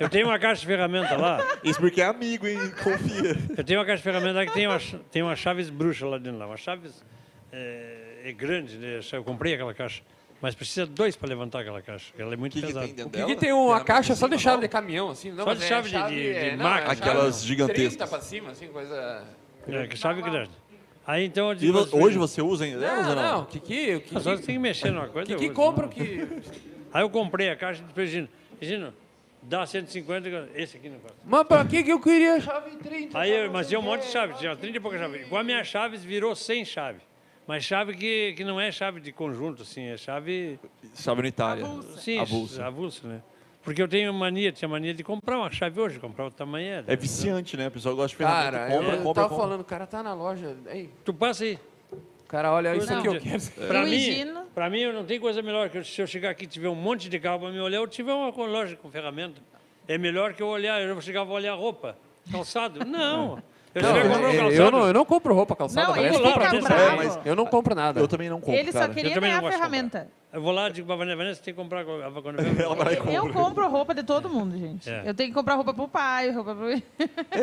D: eu tenho uma caixa de ferramenta lá.
F: *laughs* Isso porque é amigo, hein? Confia.
D: Eu tenho uma caixa de ferramenta lá que tem uma, ch- tem uma chaves bruxa lá dentro. Lá. Uma chaves é, é grande, né? eu comprei aquela caixa. Mas precisa dois para levantar aquela caixa. Ela é muito
F: O que, que
D: pesada.
F: tem dentro
C: O
F: dela?
C: que tem uma
F: Ferramenta
C: caixa só
F: assim,
C: de chave de
F: normal?
C: caminhão, assim. Não,
D: Só
C: mas
D: de
C: é
D: chave de- de- de
C: é, não, é
D: máquina.
C: chave,
F: Aquelas
C: 30
F: gigantescas.
C: pra cima, assim, coisa...
D: É, chave grande. Aí então eu
F: E
D: digo
F: vo-
D: assim,
F: hoje você usa ainda delas
C: Não,
F: ou não?
C: não, o que que... O que,
D: Mas só tem que mexer numa coisa.
C: que,
D: eu
C: que
D: uso,
C: compra o
D: né?
C: que...
D: Aí eu comprei a caixa e depois Gino, Gino, dá 150, esse aqui não gosta.
C: Mas pra que que eu queria a chave 30?
D: Aí eu, mas tinha um monte de chave, tinha 30 e poucas chaves. Igual a minha chave virou 100 chave. Mas chave que, que não é chave de conjunto, assim, é chave
F: Chave unitária.
C: Tá
D: Sim,
F: Avulso.
D: avulso. né? Porque eu tenho mania, tinha mania de comprar uma chave hoje, comprar o tamanho era.
F: É viciante, né? O pessoal gosta de ferramenta.
C: Cara,
F: compra,
C: eu
F: compra,
C: tava
F: compra.
C: falando, o cara tá na loja, ei,
D: Tu passa aí.
C: o cara olha isso
D: Não.
C: aqui, eu quero...
D: Pra
E: O
D: mim,
E: Higino.
D: pra mim, eu não tem coisa melhor que se eu chegar aqui e tiver um monte de carro pra me olhar, eu tiver uma co- loja com ferramenta. É melhor que eu olhar, eu vou chegar e vou olhar roupa,
E: *laughs*
D: calçado. Não. Eu
C: Não, é,
D: chegar e comprar um
C: eu,
D: calçado.
C: eu não, eu não compro roupa calçada,
E: Não,
C: mas
E: ele
C: eu compro
D: lá,
E: fica
D: mas-
C: calçada.
D: é,
E: bravo.
C: Eu não compro nada.
F: Eu também não compro,
E: Ele só
F: cara.
E: queria
D: também não
E: ganhar a
D: gosto de
E: ferramenta.
D: Eu vou lá e digo pra Vanessa, Vanessa, tem que comprar co- a- quando eu
F: Ela vai e compra.
E: Eu compro roupa de todo mundo, gente.
D: É.
E: Eu tenho que comprar roupa pro pai, roupa pro...
F: É,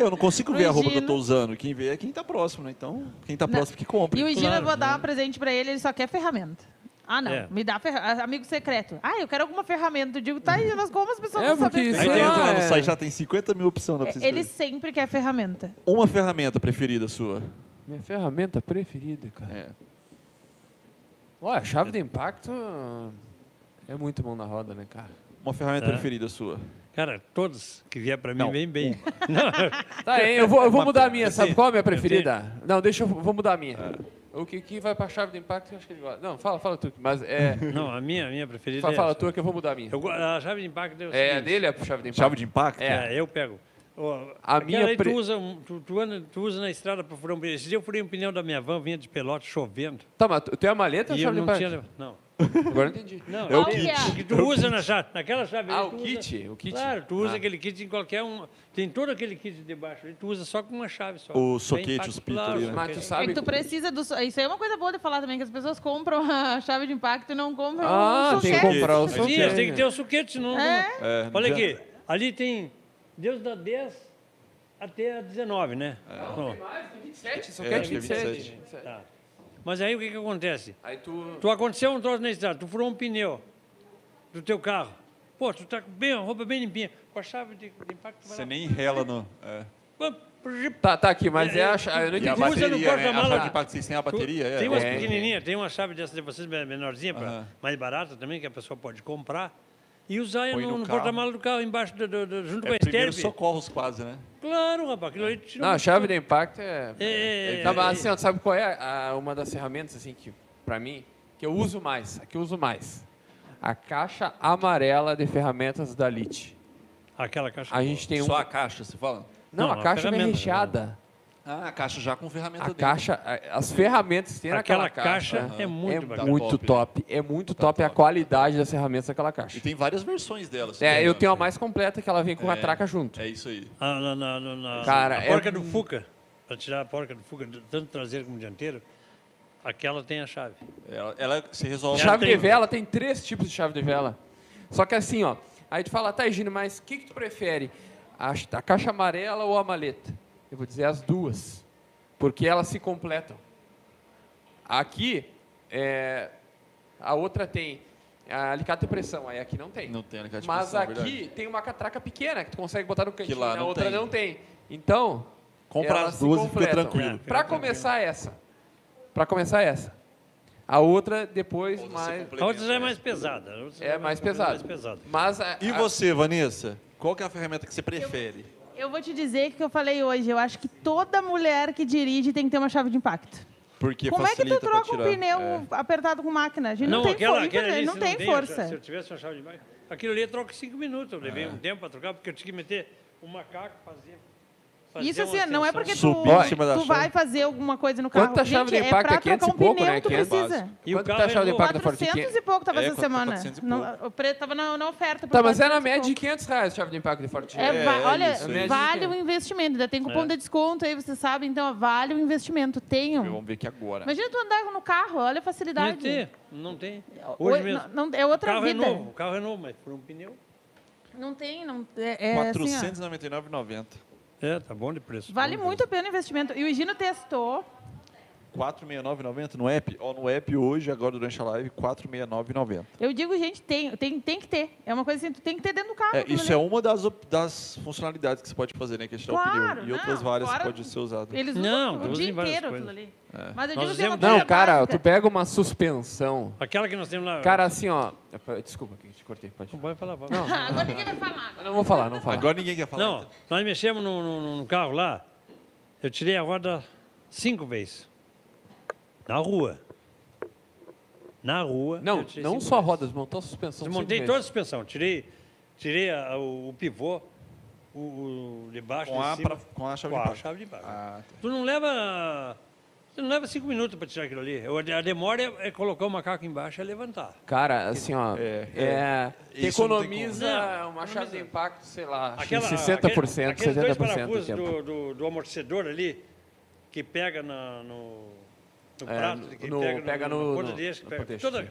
F: eu não consigo ver a roupa que eu tô
E: Imagino.
F: usando. Quem vê é quem tá próximo, né? Então, quem tá
E: Não.
F: próximo que compra.
E: E o Gino, eu
D: Claro,
E: vou dar um presente pra ele, ele só quer ferramenta. Ah, não.
D: É.
E: Me dá ferramenta. Amigo secreto. Ah, eu quero alguma ferramenta. Eu digo, tá aí, mas como as pessoas
C: É,
E: não
C: porque
E: sabem?
C: isso
F: Aí
C: aí
F: dentro lá no
C: é-
F: site já tem 50 mil opções. dá pra você
E: Ele
F: escolher.
E: sempre quer ferramenta.
F: Uma ferramenta preferida sua. É,
C: Minha ferramenta preferida, cara. Olha, a chave de impacto é muito mão na roda, né, cara?
F: Uma ferramenta preferida sua.
D: Cara, todos que vier pra mim,
F: Não.
D: vem bem.
C: Tá, hein? Eu vou, eu vou
F: Uma
C: mudar a
F: pena.
C: minha. Sabe qual é a minha preferida? Não, deixa eu... Vou mudar a minha. O que, que vai pra chave de impacto, eu acho que ele gosta. Não, fala, fala tu. Mas é...
D: Não, a minha, a minha preferida
C: Fala,
D: é
C: fala
D: essa.
C: tu que eu vou mudar a minha.
D: Eu, go- a chave de impacto o
C: É, a
D: seguinte.
C: dele é a chave de impacto.
F: Chave de impacto?
C: É.
D: É, eu pego. Ó,
C: A
D: aquela
C: minha
D: aí
C: pre-
D: tu, usa, um- tu, tu anda- tu usa na estrada para furar um pneu. Esse dia eu furei um pneu da minha van, vinha de pelote, chovendo.
C: Tá, mas tu tem a maleta ou a
D: e eu
C: chave de
D: não
C: impacto?
D: tinha. lev- Não,
C: Agora eu entendi.
D: não.
E: É o
D: eu-
E: kit.
D: que tu usa na chave, naquela chave.
C: Ah,
D: ali,
C: o
D: tu
C: kit,
D: usa-
C: o kit.
D: Claro, tu usa
C: Ah.
D: aquele kit em qualquer um. Tem todo aquele kit debaixo. E tu usa só com uma chave só.
F: O
D: Tem
F: soquete,
D: impacto,
F: os pitos
D: claro,
F: ali, né?
D: o
C: Mas tu
D: soquete.
E: É que
C: sabe...
E: tu precisa do. so- Isso aí é uma coisa boa de falar também, que as pessoas compram a *laughs* chave de impacto e não compram
C: Ah,
E: o
C: tem que
E: soquete.
C: comprar o
D: Sim,
C: soquete.
D: tem que ter o soquete, senão.
E: É.
F: É,
D: Olha
F: já-
D: aqui, ali tem Deus da 10 até a 19, né?
C: Ah,
D: Bom,
C: Sete, só
F: É,
C: quer
F: acho que é
C: 27.
F: 27.
D: tá. Mas aí o que, que acontece?
C: Aí tu...
D: Tu aconteceu um troço na estrada, tu furou um pneu do teu carro. Pô, tu tá com bem, a roupa bem limpinha, com a chave de, de impacto. tu vai
F: Você
D: lá.
F: nem rela, não. É.
D: Pum, prrr,
C: Tá, tá aqui, mas é a chave... Eu não
D: E a
C: entendi.
D: Usa no porta-mala.
F: né? A chave de impacto, vocês têm a
D: tu-
F: bateria? É.
D: Tem umas
C: É, é.
D: pequenininhas, tem uma chave dessa de vocês me- menorzinha, pra-
F: Aham.
D: mais barata também, que a pessoa pode comprar. E usar
F: Põe
D: no,
F: no
D: no
F: carro.
D: porta-malas do carro, embaixo, do, do- do- junto com a
F: É primeiro
D: esterpe.
F: socorros quase, né?
D: Claro, rapaz, aquilo ali tira
C: Não,
D: um-
C: a chave de impacto é.
D: É, é,
C: tá, mas
D: é.
C: assim, ó, sabe qual é a- uma das ferramentas, assim, que, pra mim, que eu uso mais, a que eu uso mais? A caixa amarela de ferramentas da Lite.
D: Aquela caixa. é
C: A gente tem um.
F: Só a caixa, você fala?
C: Não,
D: Não,
C: a
D: a
C: caixa vem
D: ferramenta, né?
C: recheada.
F: Ah, a caixa já com ferramenta
C: A
F: dentro.
C: caixa, a- as ferramentas que tem
D: Aquela
C: naquela caixa.
D: caixa é muito
C: é
D: bacana.
C: muito
F: né?
C: top. É muito top a qualidade das ferramentas daquela
F: E
C: caixa.
F: tem várias versões dela. se
C: É,
F: não
C: eu
F: me
C: tenho a
F: engano.
C: mais completa que ela vem com a traca junto.
F: É isso aí.
D: Ah, na, na, na, na-
C: Cara,
D: a
C: é
D: porca do
C: um-
D: Fuca, para tirar a porca do Fuca, tanto traseiro como dianteiro, aquela tem a chave.
F: Ela, ela se resolve.
D: Já-
C: Chave de
D: tem-
C: vela, tem três tipos de chave de vela. Só que assim, ó. Aí tu fala, tá, Gino, mas o que, que tu prefere? A, ch- a caixa amarela ou a maleta? Eu vou dizer as duas. Porque elas se completam. Aqui, é, a outra tem a alicate e pressão, aí aqui não tem.
F: Não tem alicate e
C: Mas
F: pressão, é
C: aqui tem uma catraca pequena que tu consegue botar no cantinho,
F: lá
C: na
F: não
C: outra
F: tem.
C: não tem. Então,
F: Compra
C: elas
F: as
C: se
F: duas e fica
C: completam.
F: tranquilo.
D: É.
C: Pra começar essa. Pra começar essa. A outra depois
F: Outra se
C: mais
F: complementa.
D: A outra já é mais pesada. a outra já
C: é mais
D: completamente
C: pesado.
D: mais pesada.
C: Mas a-
F: E
C: É. a-
F: você, Vanessa? Qual que é a ferramenta que você prefere?
E: Eu vou te dizer o que eu falei hoje. Eu acho que toda mulher que dirige tem que ter uma chave de impacto.
F: Porque
E: Como é que tu
F: facilita pra
E: troca um
F: tirar.
E: pneu
F: É.
E: apertado com máquina? A gente não, tem, for-
D: ali,
E: não
D: se
E: tem
D: a
E: força.
D: chave- Se eu tivesse uma chave de máquina, aquilo ali troca cinco minutos. Eu levei um tempo para trocar, porque eu tinha que meter o macaco, fazer. fazer
E: Isso assim,
D: uma
E: não é
D: ascensão.
E: porque tu,
F: Subir em cima da
E: tu
F: chave.
E: vai fazer alguma coisa no carro.
C: Quanta chave
E: Gente,
C: de
E: é
C: impacto
E: pra
C: é 500
E: trocar um
C: e pouco,
E: pneu,
C: né?
E: tu
C: 500
D: E
E: precisa.
D: o
C: Quanto
D: carro
C: tá a chave
D: é
C: de
D: novo.
C: impacto? da Ford
E: 400
C: Tiquet.
E: e pouco tava
F: É,
E: essa
F: quatro-
E: semana.
F: 400 e
E: Não,
F: pouco.
E: o preço tava na, na oferta. por
C: Tá, mas é na
E: 400 e
C: média de
E: pouco.
C: 500 reais a chave de impacto de Forte.
E: É, va-
F: é
E: olha,
F: isso
C: aí.
E: vale o investimento. Ainda tem cupom
D: É.
E: de desconto aí, você sabe. Então, ó, vale o investimento. Tenham.
F: Vamos ver aqui agora.
E: Imagina tu andar no carro, olha a
D: Não
E: facilidade.
D: tem, não tem.
E: Oi,
D: é Hoje mesmo.
E: não- não- é
D: o
E: outra
D: carro
E: vida.
D: é novo, o carro é novo, mas por um pneu.
E: Não tem, não. É, é assim, ó.
F: 499,90.
D: É, tá bom de preço.
E: Vale muito a pena o investimento. E o Gino testou.
F: 469,90 no app? Ó, no app hoje, agora durante a live, 469,90.
E: Eu digo, gente, tem, tem, tem que ter. É uma coisa assim, tu tem que ter dentro do carro.
F: É,
E: aquilo
F: isso
E: ali.
F: é uma das, op- das funcionalidades que você pode fazer, né? Que é tirar o
E: Claro,
F: pneu. E outras
E: não,
F: várias
E: fora-
F: que pode ser usado.
E: Eles usam
D: Não,
E: o
D: usam
E: dia
D: em várias
E: inteiro
D: coisas.
E: aquilo ali. Mas eu
D: Nós
E: digo assim, é uma
D: usamos-
E: coisa
C: Não, cara,
E: básica.
C: tu pega uma suspensão.
D: Aquela que nós temos lá.
C: Cara, assim, ó. Desculpa, que te cortei. Pode.
D: Não pode falar, pode. Não,
E: *laughs* Agora ninguém vai falar.
C: Eu não vou falar, não vou falar.
F: Agora ninguém quer falar.
D: Tá. não nós mexemos no, no- no carro lá. Eu tirei a roda cinco vezes. Na rua. Na rua. eu
C: Não,
D: tirei
C: não
D: cinco
C: só
D: vezes.
C: rodas, montou a suspensão.
D: Desmontei
C: cinco
D: toda a
C: vezes.
D: suspensão. Tirei, tirei a- a- o, o pivô, o, o de baixo,
F: Com
D: de
F: a
D: cima,
F: pra- com a chave
D: com
F: de
D: a
F: baixo.
D: chave de baixo.
F: Ah,
D: Tu não leva. Tu não leva cinco minutos para tirar aquilo ali. Eu- A demora é, é colocar o macaco embaixo e levantar.
C: Cara, assim, ó. É,
F: tem
C: economiza
D: como. Não,
C: uma chave de impacto, sei lá, acho que
D: Aquela-
C: 60%,
D: aquele- aqueles dois
C: 70% do
D: parafusos
C: é tempo.
D: do, do, do amortecedor ali, que pega na- no, no
C: É,
D: prato,
C: no-
D: que
C: no-
D: pega,
C: pega
D: no,
C: no-
D: ponto
C: no-
D: desse,
C: no
D: pega
C: poteixo,
D: toda,
C: sim.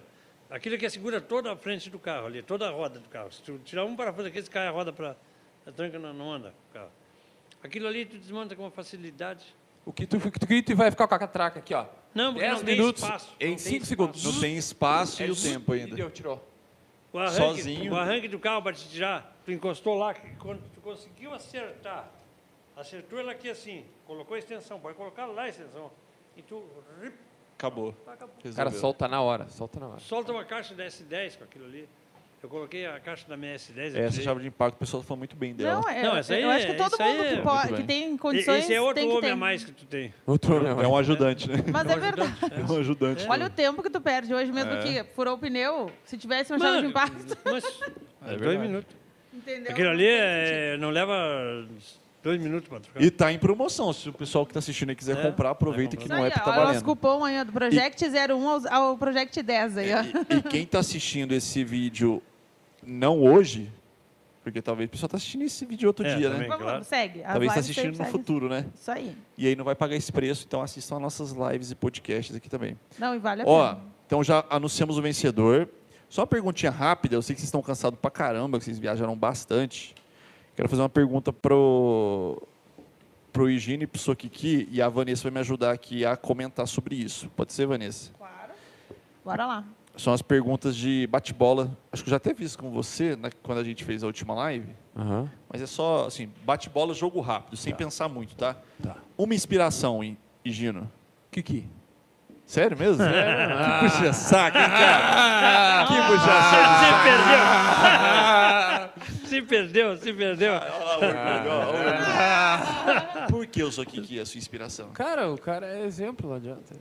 D: aquilo que segura toda a frente do carro ali, toda a roda do carro. Se tu tirar um parafuso aqui, cai a roda para... A tranca não, não anda o carro. Aquilo ali tu desmonta com uma facilidade.
C: O que tu, o que tu vai ficar com a catraca aqui, ó.
D: Não, porque
C: 10
D: não tem
C: minutos
D: espaço, não
C: em
D: tem
C: 5
D: espaço.
C: segundos.
F: não tem espaço e o tempo
C: E
F: ainda.
C: deu, tirou.
D: O arranque,
F: Sozinho.
D: o arranque do carro para te tirar, tu encostou lá, que quando tu conseguiu acertar, acertou ela aqui assim, colocou a extensão, pode colocar lá a extensão, e tu rip,
F: Acabou.
D: acabou.
C: O cara
F: Resolveu.
C: solta na hora, solta na hora.
D: solta uma caixa da S10 com aquilo ali. Eu coloquei a caixa da minha S10 aqui.
F: É, Essa chave de impacto, o pessoal fala muito bem dela.
E: Não, é,
D: Não, essa aí
E: eu acho
D: é-
E: que todo
D: isso aí
E: mundo que,
D: é-
E: po-
F: Muito bem.
E: que tem
D: E-
E: condições
D: Esse é outro
E: tem que
D: homem
E: ter.
D: a mais que tu tem.
C: Outro problema.
F: É um ajudante, né?
E: Mas é verdade.
F: É um ajudante.
E: Olha o tempo que tu perde hoje mesmo
F: É.
E: que furou o pneu. Se tivesse uma chave de
D: Mano,
E: impacto,
D: *laughs* Mas dois minutos.
E: *laughs* entendeu?
D: Aquilo ali é- não leva dois minutos para trocar.
F: E tá em promoção. Se o pessoal que tá assistindo aí quiser
D: É.
F: comprar, aproveita que
E: Isso
F: no
E: aí,
F: app
E: ó,
F: tá
E: o nosso
F: valendo.
E: cupom aí ó, do Project 01 ao, ao Project 10 aí, ó.
F: E, e quem tá assistindo esse vídeo não hoje, porque talvez o pessoal tá assistindo esse vídeo outro
D: É,
F: dia,
D: também.
F: né?
E: Vamos lá,
D: *laughs* claro.
E: segue. As
F: Talvez
E: lives
F: tá assistindo
E: sempre
F: no
E: segue.
F: futuro, né?
E: Isso aí.
F: E aí não vai pagar esse preço, então assistam as nossas lives e podcasts aqui também.
E: Não, e vale a
F: Ó,
E: pena.
F: então já anunciamos o vencedor. Só uma perguntinha rápida, eu sei que vocês estão cansados pra caramba, que vocês viajaram bastante. Quero fazer uma pergunta pro pro Higine, pro Sokiki, e a Vanessa vai me ajudar aqui a comentar sobre isso. Pode ser, Vanessa?
E: Bora lá.
F: São as perguntas de bate-bola. Acho que eu já até fiz com você né, quando a gente fez a última live.
C: Aham.
F: Mas é só, assim, bate-bola, jogo rápido, sem pensar muito, tá? Uma inspiração, Hi- Higino.
C: Kiki.
F: Sério mesmo?
C: Ah.
F: Que puxa saco, hein, cara? Que puxa saco.
D: Se perdeu! *laughs* se perdeu, se perdeu.
F: É. Por que eu sou Kiki, a sua inspiração?
C: Cara, o cara é exemplo, não adianta.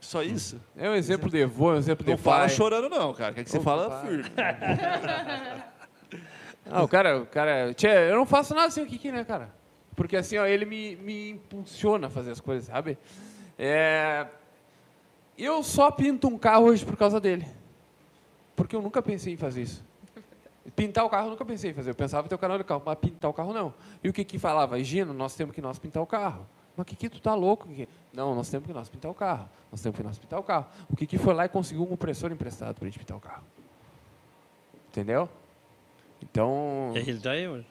F: Só isso?
C: É um exemplo de avô, é um exemplo de
F: Não fala
C: pai.
F: chorando, não, cara. Quer que você
C: Ô,
F: fala
C: papai.
F: firme.
C: Ah, o cara, o cara... Tchê, eu não faço nada sem o Kiki, né, cara? Porque assim, ó, ele me, me impulsiona a fazer as coisas, sabe? É, Eu só pinto um carro hoje por causa dele. Porque eu nunca pensei em fazer isso. Pintar o carro eu nunca pensei em fazer. Eu pensava em ter o canal do carro, mas pintar o carro não. E o que que falava? Gino, nós temos que nós pintar o carro. Mas que tu tá louco? Kiki? Não, nós temos que nós pintar o carro. Nós temos que nós pintar o carro. O que foi lá e conseguiu um compressor emprestado pra gente pintar o carro. Entendeu? Então.
D: É, Ele tá aí, mano.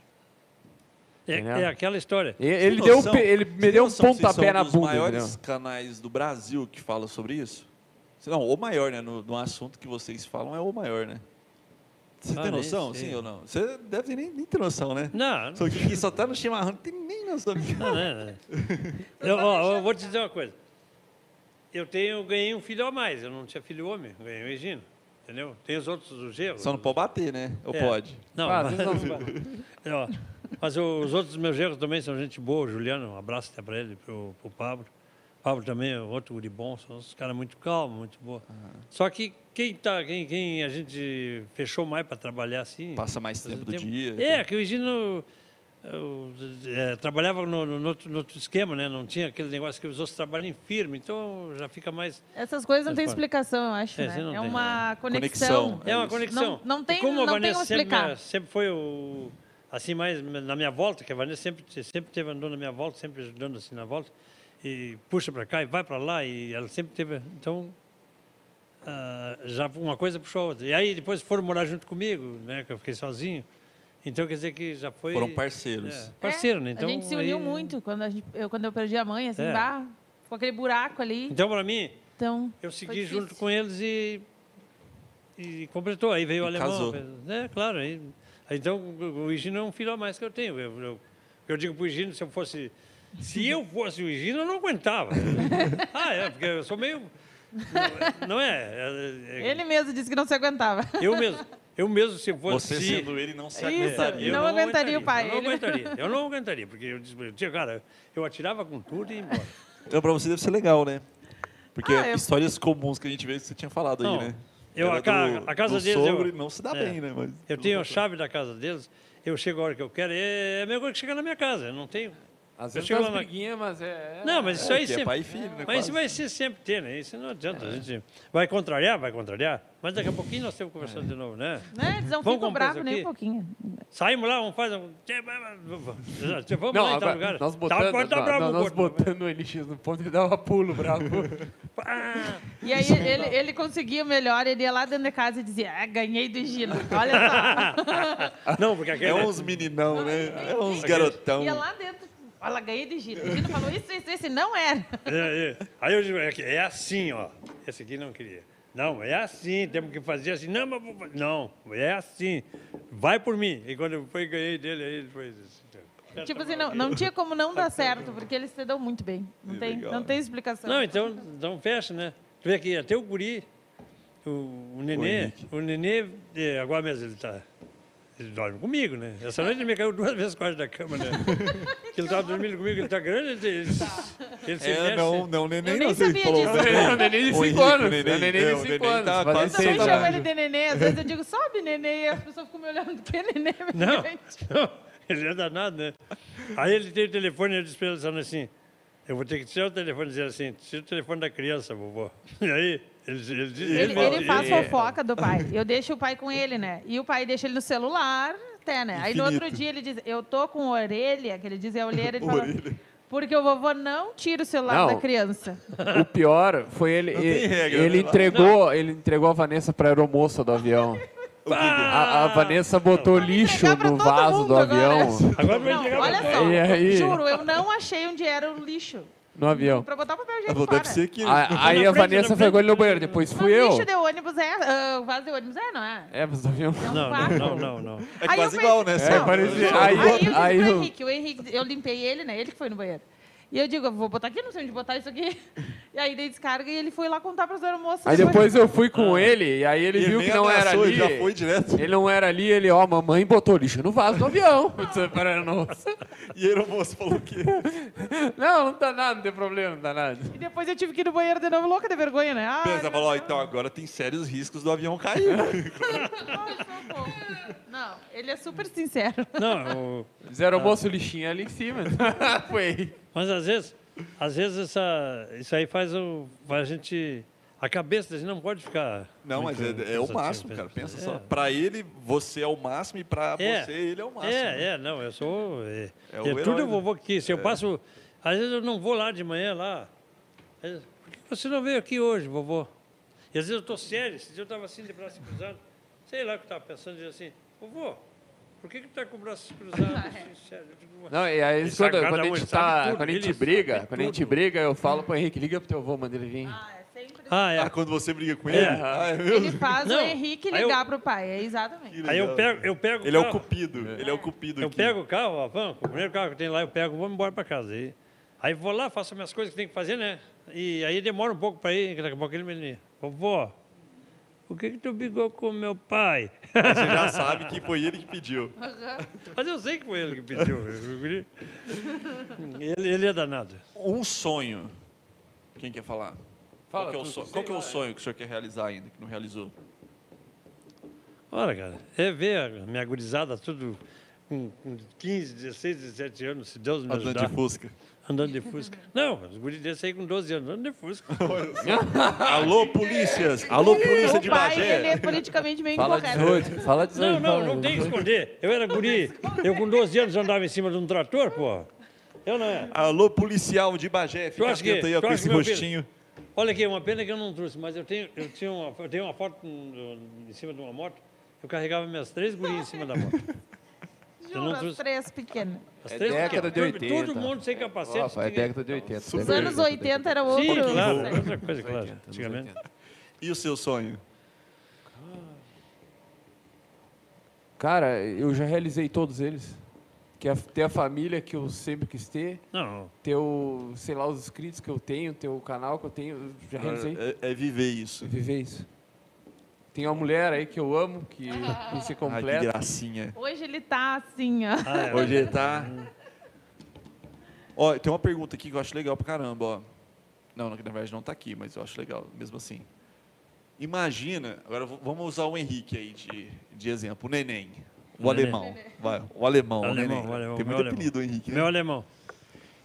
D: É,
C: Entendeu?
D: é aquela história.
C: e- Ele,
F: Tem
C: deu, um
F: noção?
C: pe- ele me
F: Tem
C: deu um
F: noção que vocês
C: pontapé
F: são
C: na
F: um dos
C: bunda.
F: maiores
C: entendeu?
F: canais do Brasil que falam sobre isso? Não, o maior, né? No, no assunto que vocês falam é o maior, né? Você
D: Ah,
F: tem
D: nem
F: noção?
D: sei.
F: Sim ou não? Você deve nem, nem ter noção, né?
D: Não,
F: Só que quem só tá no chimarrão não tem nem noção.
D: não, não, não. Eu, ó, eu vou te dizer uma coisa. Eu tenho, ganhei um filho a mais. Eu não tinha filho homem. eu Ganhei o Egino. Entendeu? Tem os outros, os erros.
F: Só não pode bater, né? Ou
D: É.
F: pode?
D: Não,
C: Ah, às
D: mas-
C: vezes não-
D: Ó, mas o- os outros meus erros também são gente boa, o Juliano, um abraço até para ele, para o Pablo. Pablo também é outro guri bom, são uns caras muito calmos, muito boa. Só que quem, tá, quem, quem a gente fechou mais para trabalhar assim.
F: Passa mais
D: fazer
F: tempo do
D: tempo-
F: dia.
D: É, que o Egino eu, é, trabalhava no, no- no outro, no outro esquema, né? Não tinha aquele negócio que os outros trabalham em firme, então já fica mais.
E: Essas coisas não
D: Mas
E: tem
D: pode.
E: explicação, eu acho,
D: É,
E: né?
D: você não
E: é
D: tem,
E: uma
F: Conexão.
E: conexão.
D: É uma
F: isso.
D: conexão.
E: Não- não tem-
D: e como a
E: não tem
D: Vanessa
E: como
D: sempre,
E: explicar.
D: sempre foi o assim mais na minha volta, que a Vanessa sempre sempre teve andando na minha volta, sempre ajudando assim na volta e puxa para cá e vai para lá e ela sempre teve então ah, já uma coisa puxou a outra. E aí depois foram morar junto comigo, né, que eu fiquei sozinho. Então quer dizer que já foi
F: Foram parceiros.
D: é, parceiro, né? Então
E: a gente se uniu
D: aí-
E: muito quando, a gente- eu, quando eu perdi a mãe, assim,
D: É.
E: bah, ficou aquele buraco ali.
D: Então para mim
E: Então,
D: eu
E: Foi
D: segui
E: difícil.
D: junto com eles e, e completou. Aí veio o
F: E
D: alemão.
F: casou.
D: fez- É, claro. Aí, aí então o o Higino é um filho a mais que eu tenho. Eu, eu, eu digo para o Higino, se eu fosse. Se eu fosse o Higino, eu não
E: *laughs*
D: aguentava. ah, é, porque eu sou meio. Não é? é- é-
E: ele mesmo disse que não se
D: *laughs*
E: aguentava.
D: Eu mesmo. Eu mesmo, se fosse.
F: Você sendo ele não se
D: É
E: Isso.
F: aguentaria.
E: não aguentaria o pai.
D: Eu não aguentaria. Eu não aguentaria, porque eu disse, eu tinha, cara, eu atirava com tudo e ia embora.
F: Então pra você deve ser legal, né? Porque
E: Ah, eu-
F: histórias comuns que a gente vê que você tinha falado
D: é. Não,
F: aí, né?
D: eu-
F: Era
D: a ca- a casa
F: do
D: deles, eu-
F: sogro e não se dá
D: é.
F: bem, né? Mas,
D: Eu tenho a chave da casa deles, eu chego a hora que eu quero, é é a mesma coisa que chegar na minha casa, eu não tenho.
C: Às
D: Eu
C: vezes
D: chego
C: tem
D: lá
C: umas
D: na-
C: briguinhas, mas é.
D: Não, mas isso aí
F: que é
D: sempre.
F: pai e filho, né?
D: mas
F: quase. É.
D: isso vai ser sempre ter, né? Isso não adianta. A gente vai contrariar, vai contrariar, mas daqui a pouquinho nós estamos conversando de novo, né?
E: Né? Eles não
D: Vamos
E: ficam
D: comprar
E: bravos
D: isso
E: nem
D: aqui?
E: um pouquinho.
D: Saímos lá, vamos fazer um. Vamos
C: Não,
D: lá em tal
C: agora,
D: lugar.
C: nós
D: tá,
C: botando,
D: pode tá
C: nó-
D: bravo,
C: nós
D: gordo.
C: botando o LX no ponto e dava pulo bravo.
D: Ah,
E: E aí ele, ele conseguia o melhor, ele ia lá dentro da casa e dizia, ah, ganhei do Gino,
D: *laughs*
E: olha
D: Não, porque aquele.
F: *laughs* É uns meninão, né? É uns
E: só.
D: Então-
F: garotão.
E: ia lá dentro, olha, ganhei do Gino. O Gino falou isso, isso, isso, e
D: *laughs*
E: não era.
D: É, é. Aí eu digo, é, que- é assim, ó. Esse aqui não queria. Não, é assim, temos que fazer assim. Não, mas vou fa- não, é assim. Vai por mim. E quando eu fui, ganhei dele, aí ele fez isso.
E: Tipo
D: tá
E: assim, não, não tinha como não dar certo, porque eles se dão muito bem. Não tem,
F: legal.
E: não tem explicação.
D: Não, então, então fecha, né? Tu vê aqui, até o guri, o, o nenê,
F: Henrique.
D: o nenê, é, agora mesmo ele tá. Ele dorme comigo, né? Essa noite ele me caiu duas vezes quase da cama,
F: *laughs*
D: né? Porque ele tava dormindo comigo, ele tá grande, ele, ele, ele se mexe.
F: É, não, não, assim, neném
E: Eu
F: não
E: nem
F: sei
E: sabia
F: falou.
E: disso.
C: É o neném de
F: O
C: 5
F: Henrique,
C: anos.
F: o
C: O
F: neném,
C: neném
F: é, o
C: de
F: neném
C: 5
F: tá
C: anos. fazer
E: Eu
F: quase
E: também
C: seis
F: sentado.
E: chamo
C: anos.
E: ele de nenê, às vezes
D: *laughs*
E: eu digo, sobe nenê, e as pessoas ficam me olhando, que nenê, meu *laughs*
D: Não,
E: grande.
D: não, *laughs* ele é danado, né? Aí ele tem o telefone e eu disse pra ele falando assim, eu vou ter que tirar o telefone e dizer assim, tira o telefone da criança, vovô. *laughs* E aí, ele, ele, diz- ele,
E: Ele,
D: fala-
E: ele faz
D: ele-
E: fofoca do pai. Eu deixo o pai com ele, né? E o pai deixa ele no celular, até, né? Aí no outro dia ele diz, eu tô com orelha, que ele diz é olheira,
F: *laughs*
E: ele fala, porque o vovô não tira o
C: Não.
E: celular da criança.
C: O pior foi ele. Ele,
F: regra,
C: ele
F: né?
C: entregou, ele entregou a Vanessa pra aeromoça do avião. A, a Vanessa botou
E: Vou me
C: lixo
E: entregar pra
C: no
E: todo
C: vaso
E: mundo
C: do avião.
E: agora.
D: Agora vai
E: Não,
D: chegar
E: olha
D: pra-
E: só,
C: E aí?
E: juro, eu não achei onde era o lixo.
C: No avião.
E: Pra botar o papel higiênico
F: Falou,
E: fora.
F: Deve ser que...
C: A- aí
D: na
C: a
D: frente, na
C: Vanessa pegou
D: frente.
C: ele no banheiro, depois
E: Mas
C: fui eu.
E: lixo de ônibus é, ah, o vaso de ônibus é, não é?
C: É, mas do avião.
E: É um
D: Não,
E: vácuo.
D: não, não, não, não.
F: É
E: Aí eu
F: quase
E: pensei-
F: igual, né?
E: Não,
F: Só-
C: parecia-
F: só-
C: aí-
E: Aí eu disse pro
C: aí eu-
E: Henrique, o Henrique, eu limpei ele, né? Ele que foi no banheiro. E eu digo, eu vou botar aqui, *laughs* não sei onde botar isso aqui. E aí dei descarga e ele foi lá contar pras aeromoças.
H: Aí
D: é
E: que
H: depois eu fui
D: Ah.
H: com ele, e aí ele,
F: E
H: viu
F: nem
H: que não era
F: ameaçou,
H: ali.
F: ele Já foi direto.
H: Ele não era ali, ele, ó, mamãe botou lixo no vaso do
D: *laughs*
H: avião. Eu disse, "Pera, nossa.
F: E aí o moço falou que
H: Não, não tá nada, não tem problema, não tá nada.
E: E depois eu tive que ir no banheiro de novo, louca de vergonha, né? Ah,
F: pensa, falou, ó, então agora tem sérios riscos do avião cair.
E: Não, ele é super sincero.
D: Não, o-
H: Fizeram almoço lixinho ali em
D: *laughs*
H: cima. Foi.
D: mas às vezes, às vezes essa, isso aí faz, o, faz a gente. A cabeça da gente não pode ficar.
F: Não, mas
D: muito
F: é, é o
D: pensativa,
F: máximo, cara.
D: pensativa.
F: Pensa só. Pra ele, você é o máximo e pra
D: É.
F: você, ele é o máximo.
D: É, é, não, eu sou. É,
F: É
D: é
F: o herói É.
D: tudo eu
F: do-
D: vou vou aqui. Se eu passo. Às vezes eu não vou lá de manhã lá. Às vezes, Por que você não veio aqui hoje, vovô? E às vezes eu estou sério, esses dias eu estava assim de braço cruzado. Sei lá o que eu estava pensando, dizia assim, vovô, por que que tu está com o braço cruzado assim, sério? Eu digo,
H: Não, e aí
D: Isso,
H: quando,
D: cada
H: quando a
D: um
H: gente
D: sabe
H: tá.
D: tudo,
H: quando a gente
D: ele
H: briga,
D: sabe
H: quando a gente
D: tudo.
H: briga, eu falo pro Henrique, liga pro teu avô, manda ele vir.
E: Ah, é sempre.
D: Ah,
F: Ah,
D: é.
F: quando você briga com
D: É.
F: ele, ah, é mesmo?
E: Ele faz
D: Não,
E: o Henrique
D: aí eu-
E: ligar pro pai, é exatamente.
D: Aí eu pego, eu pego
F: Ele é o
D: carro.
F: cupido. Ele é o cupido
D: Eu
F: aqui.
D: pego o carro, a van, o primeiro carro que tem lá, eu pego, vou embora para casa. Aí, aí vou lá, faço minhas coisas que tem que fazer, né? E aí demora um pouco para ir, que daqui a pouco ele me liga. Vovó, por que que tu brigou com meu pai?
F: Você já sabe que foi ele que pediu.
D: Mas eu sei que foi ele que pediu. *laughs* eu guri. Ele, ele é danado.
F: Um sonho. Quem quer falar?
H: Fala,
F: qual que é o
H: tu,
F: sonho,
H: tu
F: qual
H: sei
F: que é o
H: lá.
F: sonho que o senhor quer realizar ainda, que não realizou?
D: Olha, cara, é ver a minha gurizada tudo com, com 15, 16, 17 anos, se Deus me
F: Andando
D: ajudar,
F: de Fusca.
D: andando de Fusca. Não, os guris desse aí com 12 anos, andando de Fusca.
F: *laughs* Alô, polícias! Alô, polícia de
E: o pai, ele
F: Bagé!
E: é politicamente meio
H: Fala
E: incorreto.
H: 18, fala 18.
D: Não, não,
H: fala
D: não tem que
H: 18.
D: esconder. Eu era guri. Eu com 12 anos andava em cima de um trator, porra. Eu não é.
F: Alô, policial de Bagé! Fica
D: acha que-
F: atento aí ó,
D: tu
F: com
D: acha
F: esse
D: que meu filho-
F: rostinho.
D: Olha aqui, uma pena que eu não trouxe, mas eu tenho, eu tinha uma, eu tenho uma foto hum, em cima de uma moto. Eu carregava minhas três gurias em cima da moto. Eu não
E: Juro, as
D: trouxe-
E: três pequenas.
D: As
H: É
D: três
H: década
D: pequenas.
H: de
D: Todo- Todo
H: 80.
D: mundo sem capacete.
H: Nossa, é
D: sem-
H: década de 80.
E: Os anos 80 era outro.
D: Sim, claro. É
E: né?
D: Outra coisa, claro. Antigamente.
F: E o seu sonho?
H: Cara, eu já realizei todos eles. Que é ter a família que eu sempre quis ter,
D: Não,
H: ter o, sei lá, os inscritos que eu tenho, ter o canal que eu tenho, eu já realizei.
F: É, é viver isso.
H: Viver isso. Tem uma mulher aí que eu amo, que, que se
F: Ai, que
H: completa.
F: gracinha.
E: Hoje ele tá assim, ó.
D: ah, é.
F: Hoje ele tá. Ó, tem uma pergunta aqui que eu acho legal pra caramba, ó. Não, na verdade não tá aqui, mas eu acho legal, mesmo assim. Imagina, agora v- vamos usar o Henrique aí de, de exemplo, o neném. O
D: O Neném.
F: alemão. Vai, o alemão, o
D: Alemão,
F: neném.
D: o alemão,
F: tem
D: meu
F: muito
D: alemão.
F: apelido o Henrique. né?
D: Meu alemão.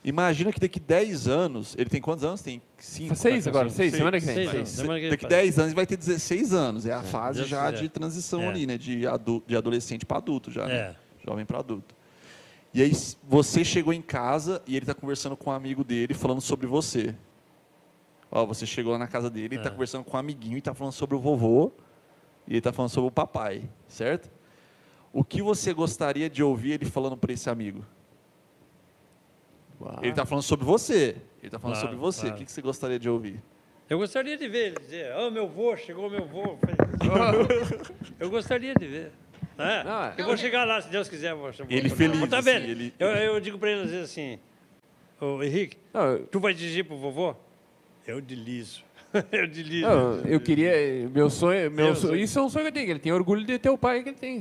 F: Imagina que daqui 10 anos, ele tem quantos anos? Tem 5.
H: Seis agora, seis, semana que vem.
D: Seis anos. Semana que vem
F: Daqui
D: passa.
F: 10 anos ele vai ter 16 anos. É a fase
D: Deus
F: já
D: quiser.
F: de transição
D: É.
F: ali, né? De, adu- de adolescente pra adulto já. né?
D: É.
F: jovem para adulto. E aí s- você chegou em casa e ele está conversando com um amigo dele falando sobre você. Ó, você chegou lá na casa dele e está
D: É.
F: conversando com um amiguinho e está falando sobre o vovô e ele está falando sobre o papai, certo? O que você gostaria de ouvir ele falando para esse amigo?
H: Uau.
F: Ele está falando sobre você. Ele está falando
D: Claro,
F: sobre você.
D: claro.
F: O que que você gostaria de ouvir?
D: Eu gostaria de ver ele dizer, ó, meu vô, chegou meu vô. Eu gostaria de ver. né?
H: Não, é.
D: Eu vou chegar lá, se Deus quiser. eu Vou, vou,
F: Ele
D: vou-
F: feliz,
D: vou tá
F: assim,
D: vendo.
F: ele-
D: Eu, eu digo para ele às vezes assim, ô Henrique,
H: Não, eu-
D: tu vai dirigir pro vovô? Eu dilizo. *laughs* eu dilizo.
H: Não, eu queria. Meu sonho. Meu
D: Eu
H: sonho-
D: sou-
H: isso é um sonho que eu tenho. que Ele tem orgulho de ter o pai que ele tem.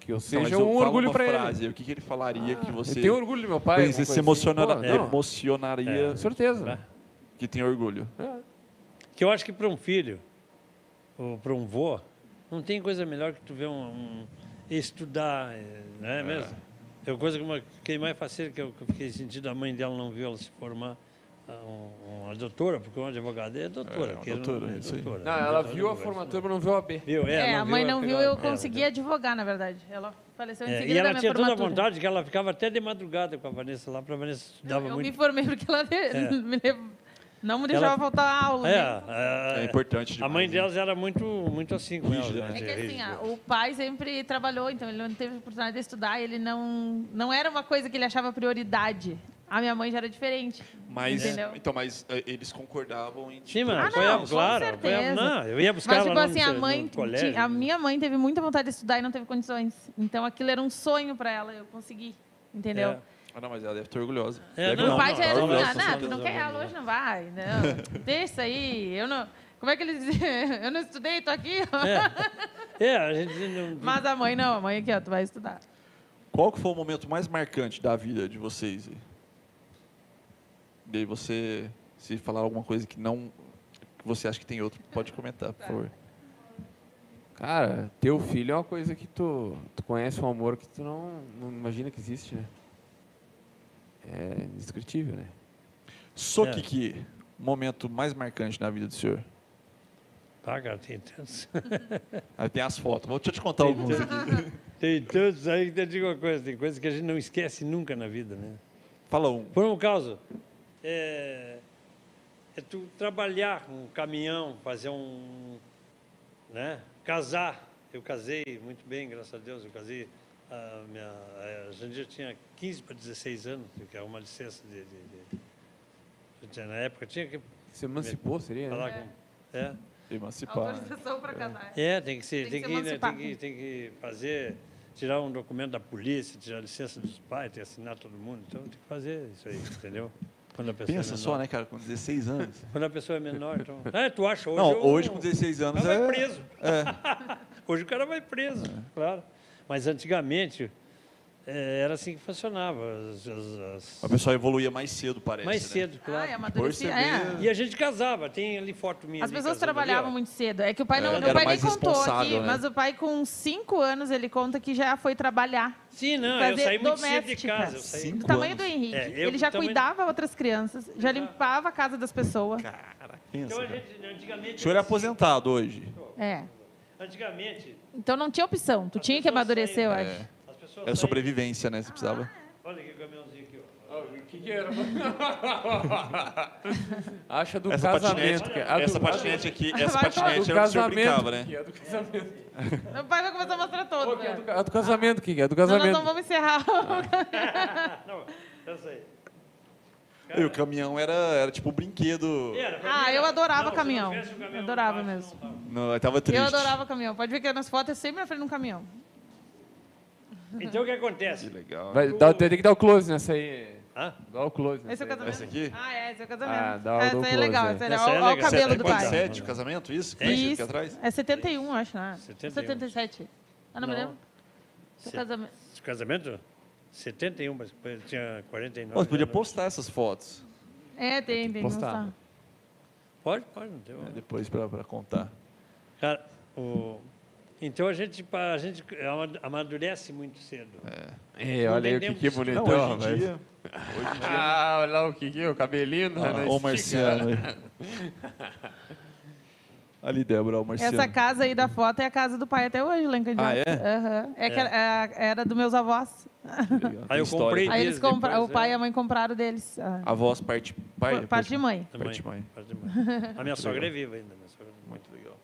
H: Que eu
F: Não, mas
H: seja
F: eu
H: um
F: falo
H: orgulho
F: uma
H: pra ele. Ah,
F: frase, O que, que ele falaria que você.
H: Eu tenho orgulho do meu pai.
F: Você
H: alguma
F: se
H: coisa assim.
F: emocionara-
H: Pô, não,
F: emocionaria
D: É.
H: Com certeza.
F: que tem orgulho.
D: Que eu acho que para um filho, ou para um vô, não tem coisa melhor que tu ver um, um- estudar, eh, não é mesmo? É uma coisa que uma, que mais faceira que eu, que eu fiquei sentindo, a mãe dela não viu ela se formar, ah, um- uma doutora, porque uma advogada é doutora.
F: É, uma
D: queira ou
F: doutora,
D: não,
F: é isso aí.
D: doutora.
H: Não, ela
D: Doutora
H: viu a
D: não vai.
H: formatura, mas não viu a B.
D: Viu,
E: É, a mãe não viu, eu
D: pegada.
E: consegui advogar, na verdade. Ela faleceu em
D: então. É,
E: seguida
D: e ela
E: da minha
D: tinha toda a
E: formatura.
D: vontade que ela ficava até de madrugada com a Vanessa lá, para a Vanessa
E: Não,
D: estudava
E: eu me
D: muito. É.
E: formei porque ela de- *laughs* me lev- não me deixava
D: Ela-
E: faltar a aula.
D: É,
E: né?
D: a- a-
F: É importante.
D: a mãe
F: demais, né?
D: delas era muito, muito assim com ela.
F: Rígida,
D: né?
E: É que assim,
D: Rígida.
E: ah, o pai sempre trabalhou, então ele não teve oportunidade de estudar, ele não. Não era uma coisa que ele achava prioridade. A minha mãe já era diferente.
F: Mas,
E: Entendeu?
F: então, mas eh, eles concordavam em.
D: Sim, mas
E: Ah, não,
D: apoiava,
E: com
D: claro.
E: certeza.
D: apoiava- não, eu ia buscar
E: Mas,
D: ela
E: tipo
D: lá
E: assim,
D: no,
E: a
D: no
E: mãe.
D: colégio.
E: tinha- a minha mãe teve muita vontade de estudar e não teve condições. Então aquilo era um sonho pra ela, eu consegui. Entendeu?
D: É.
F: Ah, não, mas ela deve estar orgulhosa.
D: É,
F: Deve
D: não,
E: o pai já era
F: ela
E: assim,
F: deve
E: ah,
F: estar
E: não, tu não quer ela hoje, não vai. Não, deixa aí, eu não... Como é que eles diziam? Eu não estudei, tô aqui.
D: É, a gente
E: *laughs*
D: não.
E: Mas a mãe não, a mãe aqui, ó, tu vai estudar.
F: Qual que foi o momento mais marcante da vida de vocês? E aí você, se falar alguma coisa que não, que você acha que tem outro, pode comentar, por favor.
C: Cara, teu filho é uma coisa que tu, tu conhece um amor que tu não, não imagina que existe, né? É indescritível, né?
F: Só
D: É.
F: que que momento mais marcante na vida do senhor?
D: Tá, cara, tem tantos.
F: Aí tem as fotos. Vou deixa eu te contar alguns aqui.
D: Tem tantos aí que eu digo uma coisa, tem coisas que a gente não esquece nunca na vida, né?
F: Fala um.
D: Por um caso, é, é tu trabalhar com um caminhão, fazer um, né? Casar. Eu casei muito bem, graças a Deus, eu casei. A minha a Jandir tinha 15 para 16 anos, que é uma licença de... de, de- eu tinha- na época tinha que
C: Se emancipou, seria? Né?
D: falar com... É.
F: Emancipar. né?
E: Autorização pra casar.
D: É, tem que ser, tem,
E: Tem que
D: que,
E: se
D: né,
E: emancipar.
D: tem que- tem que fazer, tirar um documento da polícia, tirar a licença dos pais, tem que assinar todo mundo. Então tem que fazer isso aí, entendeu? Quando a pessoa é
F: Pensa
D: menor.
F: só, né, cara, com 16 anos.
D: Quando a pessoa é menor,
F: *laughs*
D: então. É, tu acha hoje?
F: Não,
D: eu-
F: hoje com
D: o
F: 16
D: cara
F: anos
D: vai
F: é...
D: preso. *laughs* hoje o cara vai preso, claro. Mas antigamente eh, era assim que funcionava. as- as- as-
F: A pessoa evoluía mais cedo, parece.
D: mais
F: né?
D: cedo,
E: Ah, é
D: claro.
E: amadureci. É.
D: E a gente casava, tem ali foto minha.
E: As
D: ali
E: pessoas
D: casando ali,
E: trabalhavam
D: ó.
E: muito cedo. É que o pai não,
F: É,
E: meu
F: era
E: pai nem
F: mais
E: contou aqui,
F: responsável, né?
E: mas o pai com cinco anos ele conta que já foi trabalhar.
D: Sim, não, eu
E: fazer
D: saí muito cedo de
E: doméstica.
D: casa. Eu saí
E: Do
F: Cinco
E: tamanho
F: anos.
E: do Henrique,
D: É, eu
E: ele já
D: do tamanho-
E: cuidava outras crianças, já limpava a casa das pessoas.
F: Pensa,
D: Então, a
F: cara.
D: gente, antigamente,
F: O senhor é aposentado hoje.
E: É.
D: antigamente,
E: Então não tinha opção, tu tinha que
D: pessoas
E: amadurecer, eu
D: saem-
E: acho.
D: as pessoas.
F: Era
D: saíam-
F: sobrevivência, né? Você precisava.
D: Olha que caminhãozinho aqui, ó.
C: O que, que era? *laughs* Acha do
F: Essa
C: casamento.
F: patinete,
C: cara. A do-
F: essa
C: a
F: patinete aqui, essa
E: Vai falar.
F: patinete
C: do
F: era o que o senhor
C: casamento.
F: brincava, né?
C: que é do casamento.
E: Meu pai vai começar a mostrar
C: Ô,
E: todas.
C: que é do
E: Né?
C: ca- a do casamento, que é do
E: Não, nós
C: casamento.
E: não vamos encerrar.
D: Não, essa aí.
F: E o caminhão era, era tipo um brinquedo.
D: Era, pra
E: Ah,
D: mim, né?
E: eu
D: era-
E: adorava
D: não, se
E: caminhão.
D: não tivesse o caminhão
E: Adorava
D: embaixo,
E: mesmo.
D: não tava.
F: Não, eu tava triste.
E: Eu adorava caminhão. Pode ver que nas fotos é sempre na frente de um caminhão.
D: Então o que acontece?
F: Legal.
C: Vai, dá- tem que dar o close nessa aí.
D: Hã?
C: Dá o close nessa
E: Esse é o
C: aí.
E: casamento?
F: Essa aqui?
E: Ah, é, esse é o
C: Ah,
E: casamento.
C: dá o-
E: Ah,
C: dá o
E: essa aí é
C: close,
E: legal,
C: né?
E: essa é legal.
D: Essa é
E: Olha o
D: legal.
E: cabelo do pai.
F: 47, o casamento, isso? Que
E: Isso.
F: aqui atrás?
E: É 71, acho, né?
D: 71.
E: 77. Ah, não, me
D: Não.
E: lembro. Seu
D: Se-
E: casamento.
D: Esse Casamento? 71, mas ele tinha 49.
F: Pô, você podia
D: né?
F: postar essas fotos
E: É, tem, tem que
C: postar.
E: mostrar.
D: Pode, pode, não tem.
F: né, depois pra, pra contar.
D: Cara, o- Então a gente, pa- a gente ama- amadurece muito cedo.
C: Ei, É, olha aí o que, que
D: Entendemos.
C: bonitão, rapaz. *laughs* Ah, olha lá o que, que o cabelinho. né, na
F: Ah, o
C: estica.
F: Marciano. aí. *laughs* Ali, Débora, o Marciano.
E: Essa casa aí da foto é a casa do pai até hoje, lá em Candiota.
F: Ah, é?
E: Aham. É que era, era dos meus avós.
F: Legal, tem
D: eu
F: história.
D: comprei-
E: Aí
D: Eles
E: eles compraram,
D: depois,
E: o pai
D: é.
E: e a mãe compraram deles. Ah.
F: A voz parte pai?
E: Por parte de mãe.
D: Também,
F: Parte mãe.
D: parte de mãe. A minha sogra é viva ainda. Minha sogra.
F: Muito legal.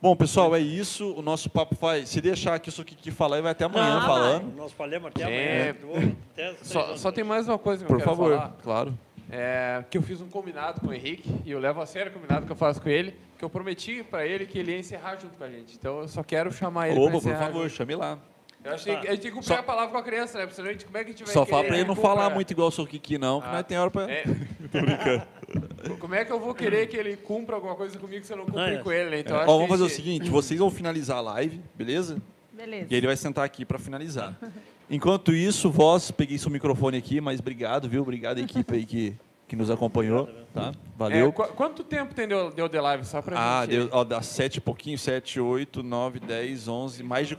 F: Bom, pessoal, é isso. O nosso papo faz. Se deixar aqui isso aqui que falar, vai até amanhã
E: Ah,
F: falando.
D: Nós falamos até
C: É.
D: amanhã. do outro, até às três
C: Só,
D: da
C: só tem
D: noite.
C: mais uma coisa que eu
F: Por
C: quero
F: favor,
C: falar.
F: claro.
C: É, que eu fiz um combinado com o Henrique, e eu levo a sério o combinado que eu faço com ele, que eu prometi pra ele que ele ia encerrar junto com a gente. Então eu só quero chamar ele pra
F: Oba, por
C: encerrar.
F: favor, chame lá.
C: Eu achei que a gente tem que cumprir a palavra com a criança, né? Porque senão a gente, como é que a gente vai
F: Só fala pra
C: querer
F: ele não
C: comprar?
F: falar muito igual o seu Kiki, não, que
C: Ah.
F: nós tem hora pra.
C: É.
F: *laughs*
C: *laughs* Como é que eu vou querer que ele cumpra alguma coisa comigo se eu não cumprir
D: Ah, é.
C: com ele, né? Então,
F: Ó,
C: acho
F: vamos
C: que a
F: fazer o
C: gente-
F: seguinte: vocês vão finalizar a live, beleza?
E: Beleza.
F: E ele vai sentar aqui para finalizar. Enquanto isso, vós, peguei seu microfone aqui, mas obrigado, viu? Obrigado, equipe aí que, que nos acompanhou, tá?
C: É,
F: Valeu.
C: qu- quanto tempo tem deu, deu de live só pra
F: Ah,
C: gente?
F: deu, ó, dá sete e pouquinho, sete, oito, nove, dez, onze, mais de...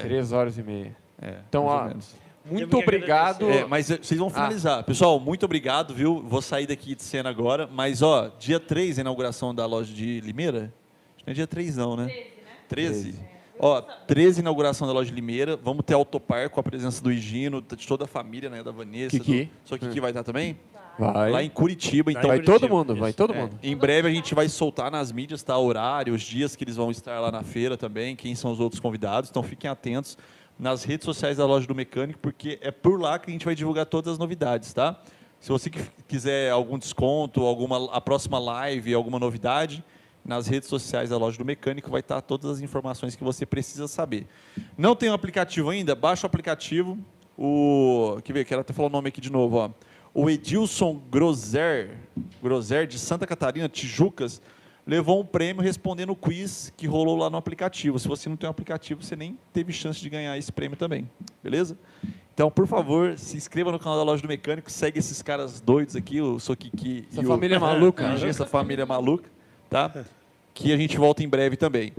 C: Três horas e meia.
F: É,
C: Então,
F: mais ou
C: ó,
F: menos.
C: Muito
D: Temos que
C: obrigado.
F: É, mas eh, vocês vão finalizar. Pessoal, muito obrigado, viu? Vou sair daqui de cena agora. Mas, ó, dia 3, a inauguração da loja de Limeira. Acho que não é dia 3, não, né? 13, né? 13. Ó, 13, inauguração da loja de Limeira. Vamos ter autopar com a presença do Higino, de toda a família, né? Da Vanessa.
C: Kiki.
F: Do... Só que Kiki vai estar também? Lá
C: Vai.
F: em Curitiba, então.
C: Vai
D: em
C: todo
D: Curitiba,
C: mundo,
D: isso.
C: vai todo
F: É,
C: mundo.
F: em breve a gente vai soltar nas mídias, tá? O horário, os dias que eles vão estar lá na feira também, quem são os outros convidados. Então fiquem atentos nas redes sociais da loja do mecânico, porque é por lá que a gente vai divulgar todas as novidades, tá? Se você que- quiser algum desconto, alguma a próxima live, alguma novidade, nas redes sociais da loja do mecânico vai estar um todas as informações que você precisa saber. Não tem o aplicativo ainda? Baixa o aplicativo. O O. Quer ver? Quero até falar o nome aqui de novo, ó. O Edilson Groser, Groser de Santa Catarina, Tijucas, levou um prêmio respondendo o quiz que rolou lá no aplicativo. Se você não tem um aplicativo, você nem teve chance de ganhar esse prêmio também, beleza? Então, por favor, se inscreva no canal da Loja do Mecânico, segue esses caras doidos aqui, o Sokiki
C: Essa
F: e
C: família é
F: *laughs* o...
C: maluca. né?
F: Maluca, essa família é maluca, tá? Que a gente volta em breve também.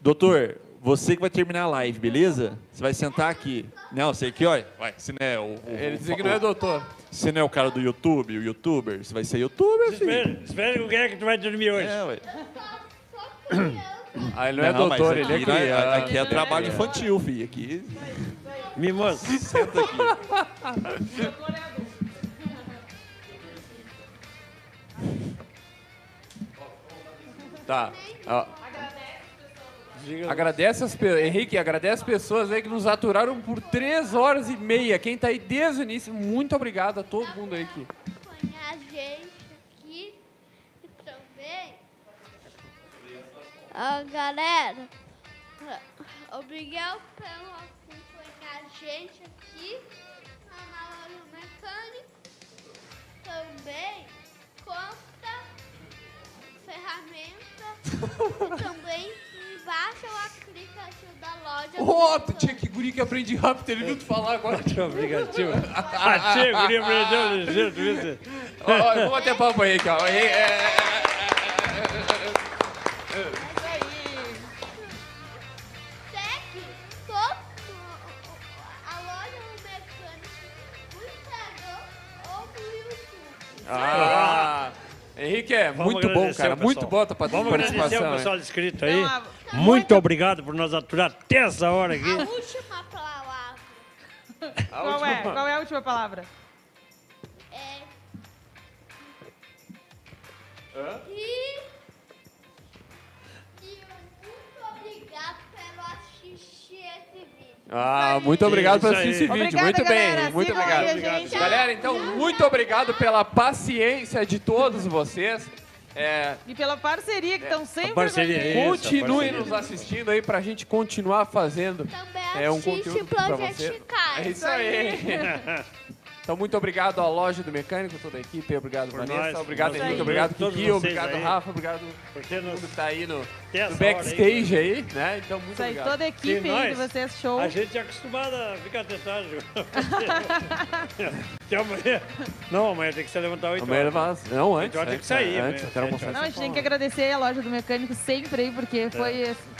F: Doutor, você que vai terminar a live, beleza? Você vai sentar aqui. Não, você aqui, olha. Vai, se não é o, o-
C: Ele
F: o-
C: dizia que não é doutor.
F: você não é o cara do YouTube, o youtuber, você vai ser youtuber, filho.
D: Espera, espera que o que é que tu vai dormir hoje.
F: É, ué.
C: Ah, ele não, é
F: mas
C: doutor, ele é
F: aqui, não
C: criança.
F: aqui é trabalho infantil, filho. Aqui,
D: Mimoso.
F: senta aqui.
C: Tá. Ó,
D: Diga-
C: Agradece as pessoas. Henrique, agradece as pessoas aí que nos aturaram por três horas e meia. Quem tá aí desde o início, muito obrigado a todo mundo aí que.
G: acompanhar a gente aqui Então, e também. Ah, galera, ah, obrigado por um acompanhar a gente aqui na Loja Mecânico. Também conta ferramenta e também embaixo é o aplicativo da loja.
C: Ô, tu tinha que guri que aprende rápido, ele viu tu falar agora.
D: Obrigativo. Achei, Ah, queria aprender um o ligeiro, tu viste?
C: Ó, ó, vamos até palma aí, cara. Ó, Henrique, é, é, é.
G: Segue todo a loja do mecânico no Instagram ou no YouTube.
C: Ah, Henrique, é
D: Vamos
C: muito bom,
D: agradecer
C: cara.
D: ao pessoal.
C: Muito boa tua pat-
D: Vamos agradecer ao
C: participação.
D: pessoal
C: hein?
D: inscrito aí.
E: Então,
D: Muito, obrigado por nos aturar até essa hora
G: A
D: aqui.
G: última palavra
E: Qual é? Qual é a última palavra?
G: é. E. E muito obrigado pelo assistir esse vídeo.
C: Ah, muito obrigado por
D: Isso aí.
C: assistir esse vídeo.
E: Obrigada,
C: Muito bem,
E: galera.
C: Henrique. Muito
E: Sigam
C: obrigado.
E: aí a gente.
C: Galera, então, muito obrigado pela paciência de todos vocês. É,
E: E pela parceria que estão sempre.
D: A parceria
E: com a gente.
D: aí.
C: continue
D: parceria.
C: nos assistindo aí pra gente continuar fazendo.
G: Também
C: É um
G: assiste
C: conteúdo pra você.
G: Project né?
C: É
G: Cars.
C: isso aí. então, muito obrigado à loja do mecânico, toda a equipe. Obrigado,
D: Por
C: Vanessa.
D: nós,
C: obrigado,
D: por
C: Henrique.
D: nós,
C: Obrigado,
D: por todos
C: Kiki.
D: vocês
C: Obrigado,
D: aí.
C: Rafa. Obrigado
D: Por ter
C: todo
D: nos
C: mundo que tá aí no,
D: até essa
C: no
D: hora aí.
C: backstage aí, né? Então, muito
E: Isso tá aí,
C: obrigado.
E: toda a equipe
D: E
E: aí de
D: nós?
E: vocês, show.
D: A gente é acostumado a ficar até *laughs* tarde. Até amanhã. Não, amanhã tem que se levantar 8
C: Amanhã
D: horas.
C: vai- Não, antes.
D: Então tem que
C: antes,
D: sair,
C: Antes,
D: né?
C: eu quero
D: Sete
C: mostrar.
E: Não, a gente tem que agradecer a loja do mecânico sempre aí,
C: É.
E: porque foi esse-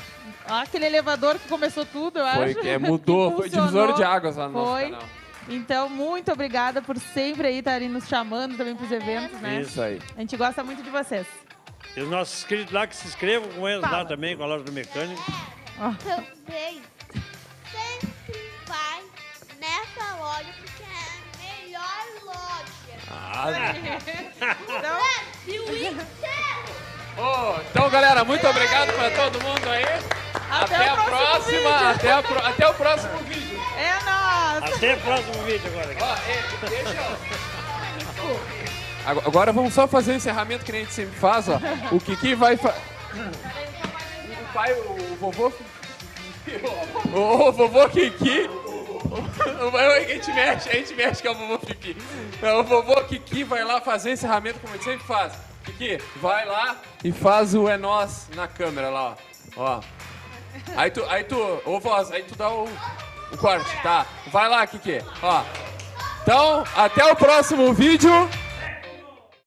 E: Ah, aquele elevador que começou tudo, eu
C: Foi,
E: acho.
C: que É, mudou,
E: *laughs* que
C: foi
E: impulsionou.
C: divisor de águas lá no nosso
E: Foi.
C: canal.
E: Então, muito obrigada por sempre aí estarem nos chamando também para os eventos, né?
C: Isso aí.
E: A gente gosta muito de vocês.
D: E os nossos inscritos lá que se inscrevam com eles lá
E: Fala.
D: também, com a loja do mecânico.
G: também sempre vai nessa loja porque é a melhor loja do
E: *laughs* Então,
G: Brasil inteiro.
C: Ô, então, galera, muito obrigado pra todo mundo aí. Até,
E: até, o
C: a
E: próximo
C: próxima.
E: vídeo.
C: Até, a pro- até o próximo vídeo.
E: É nóis!
D: Até o próximo vídeo agora.
C: Ó, é, deixa eu... Agora- Agora vamos só fazer o encerramento que nem a gente sempre faz, ó. O Kiki vai fa... O pai, o vovô... O vovô Kiki... A gente mexe, a gente mexe que é o vovô Kiki. Então, O vovô Kiki vai lá fazer o encerramento como a gente sempre faz. Kiki, vai lá e faz o É Nós na câmera lá, ó. Ó. Aí tu, aí tu, ô voz, aí tu dá o, o corte, tá? Vai lá, Kiki, ó. Então, até o próximo vídeo.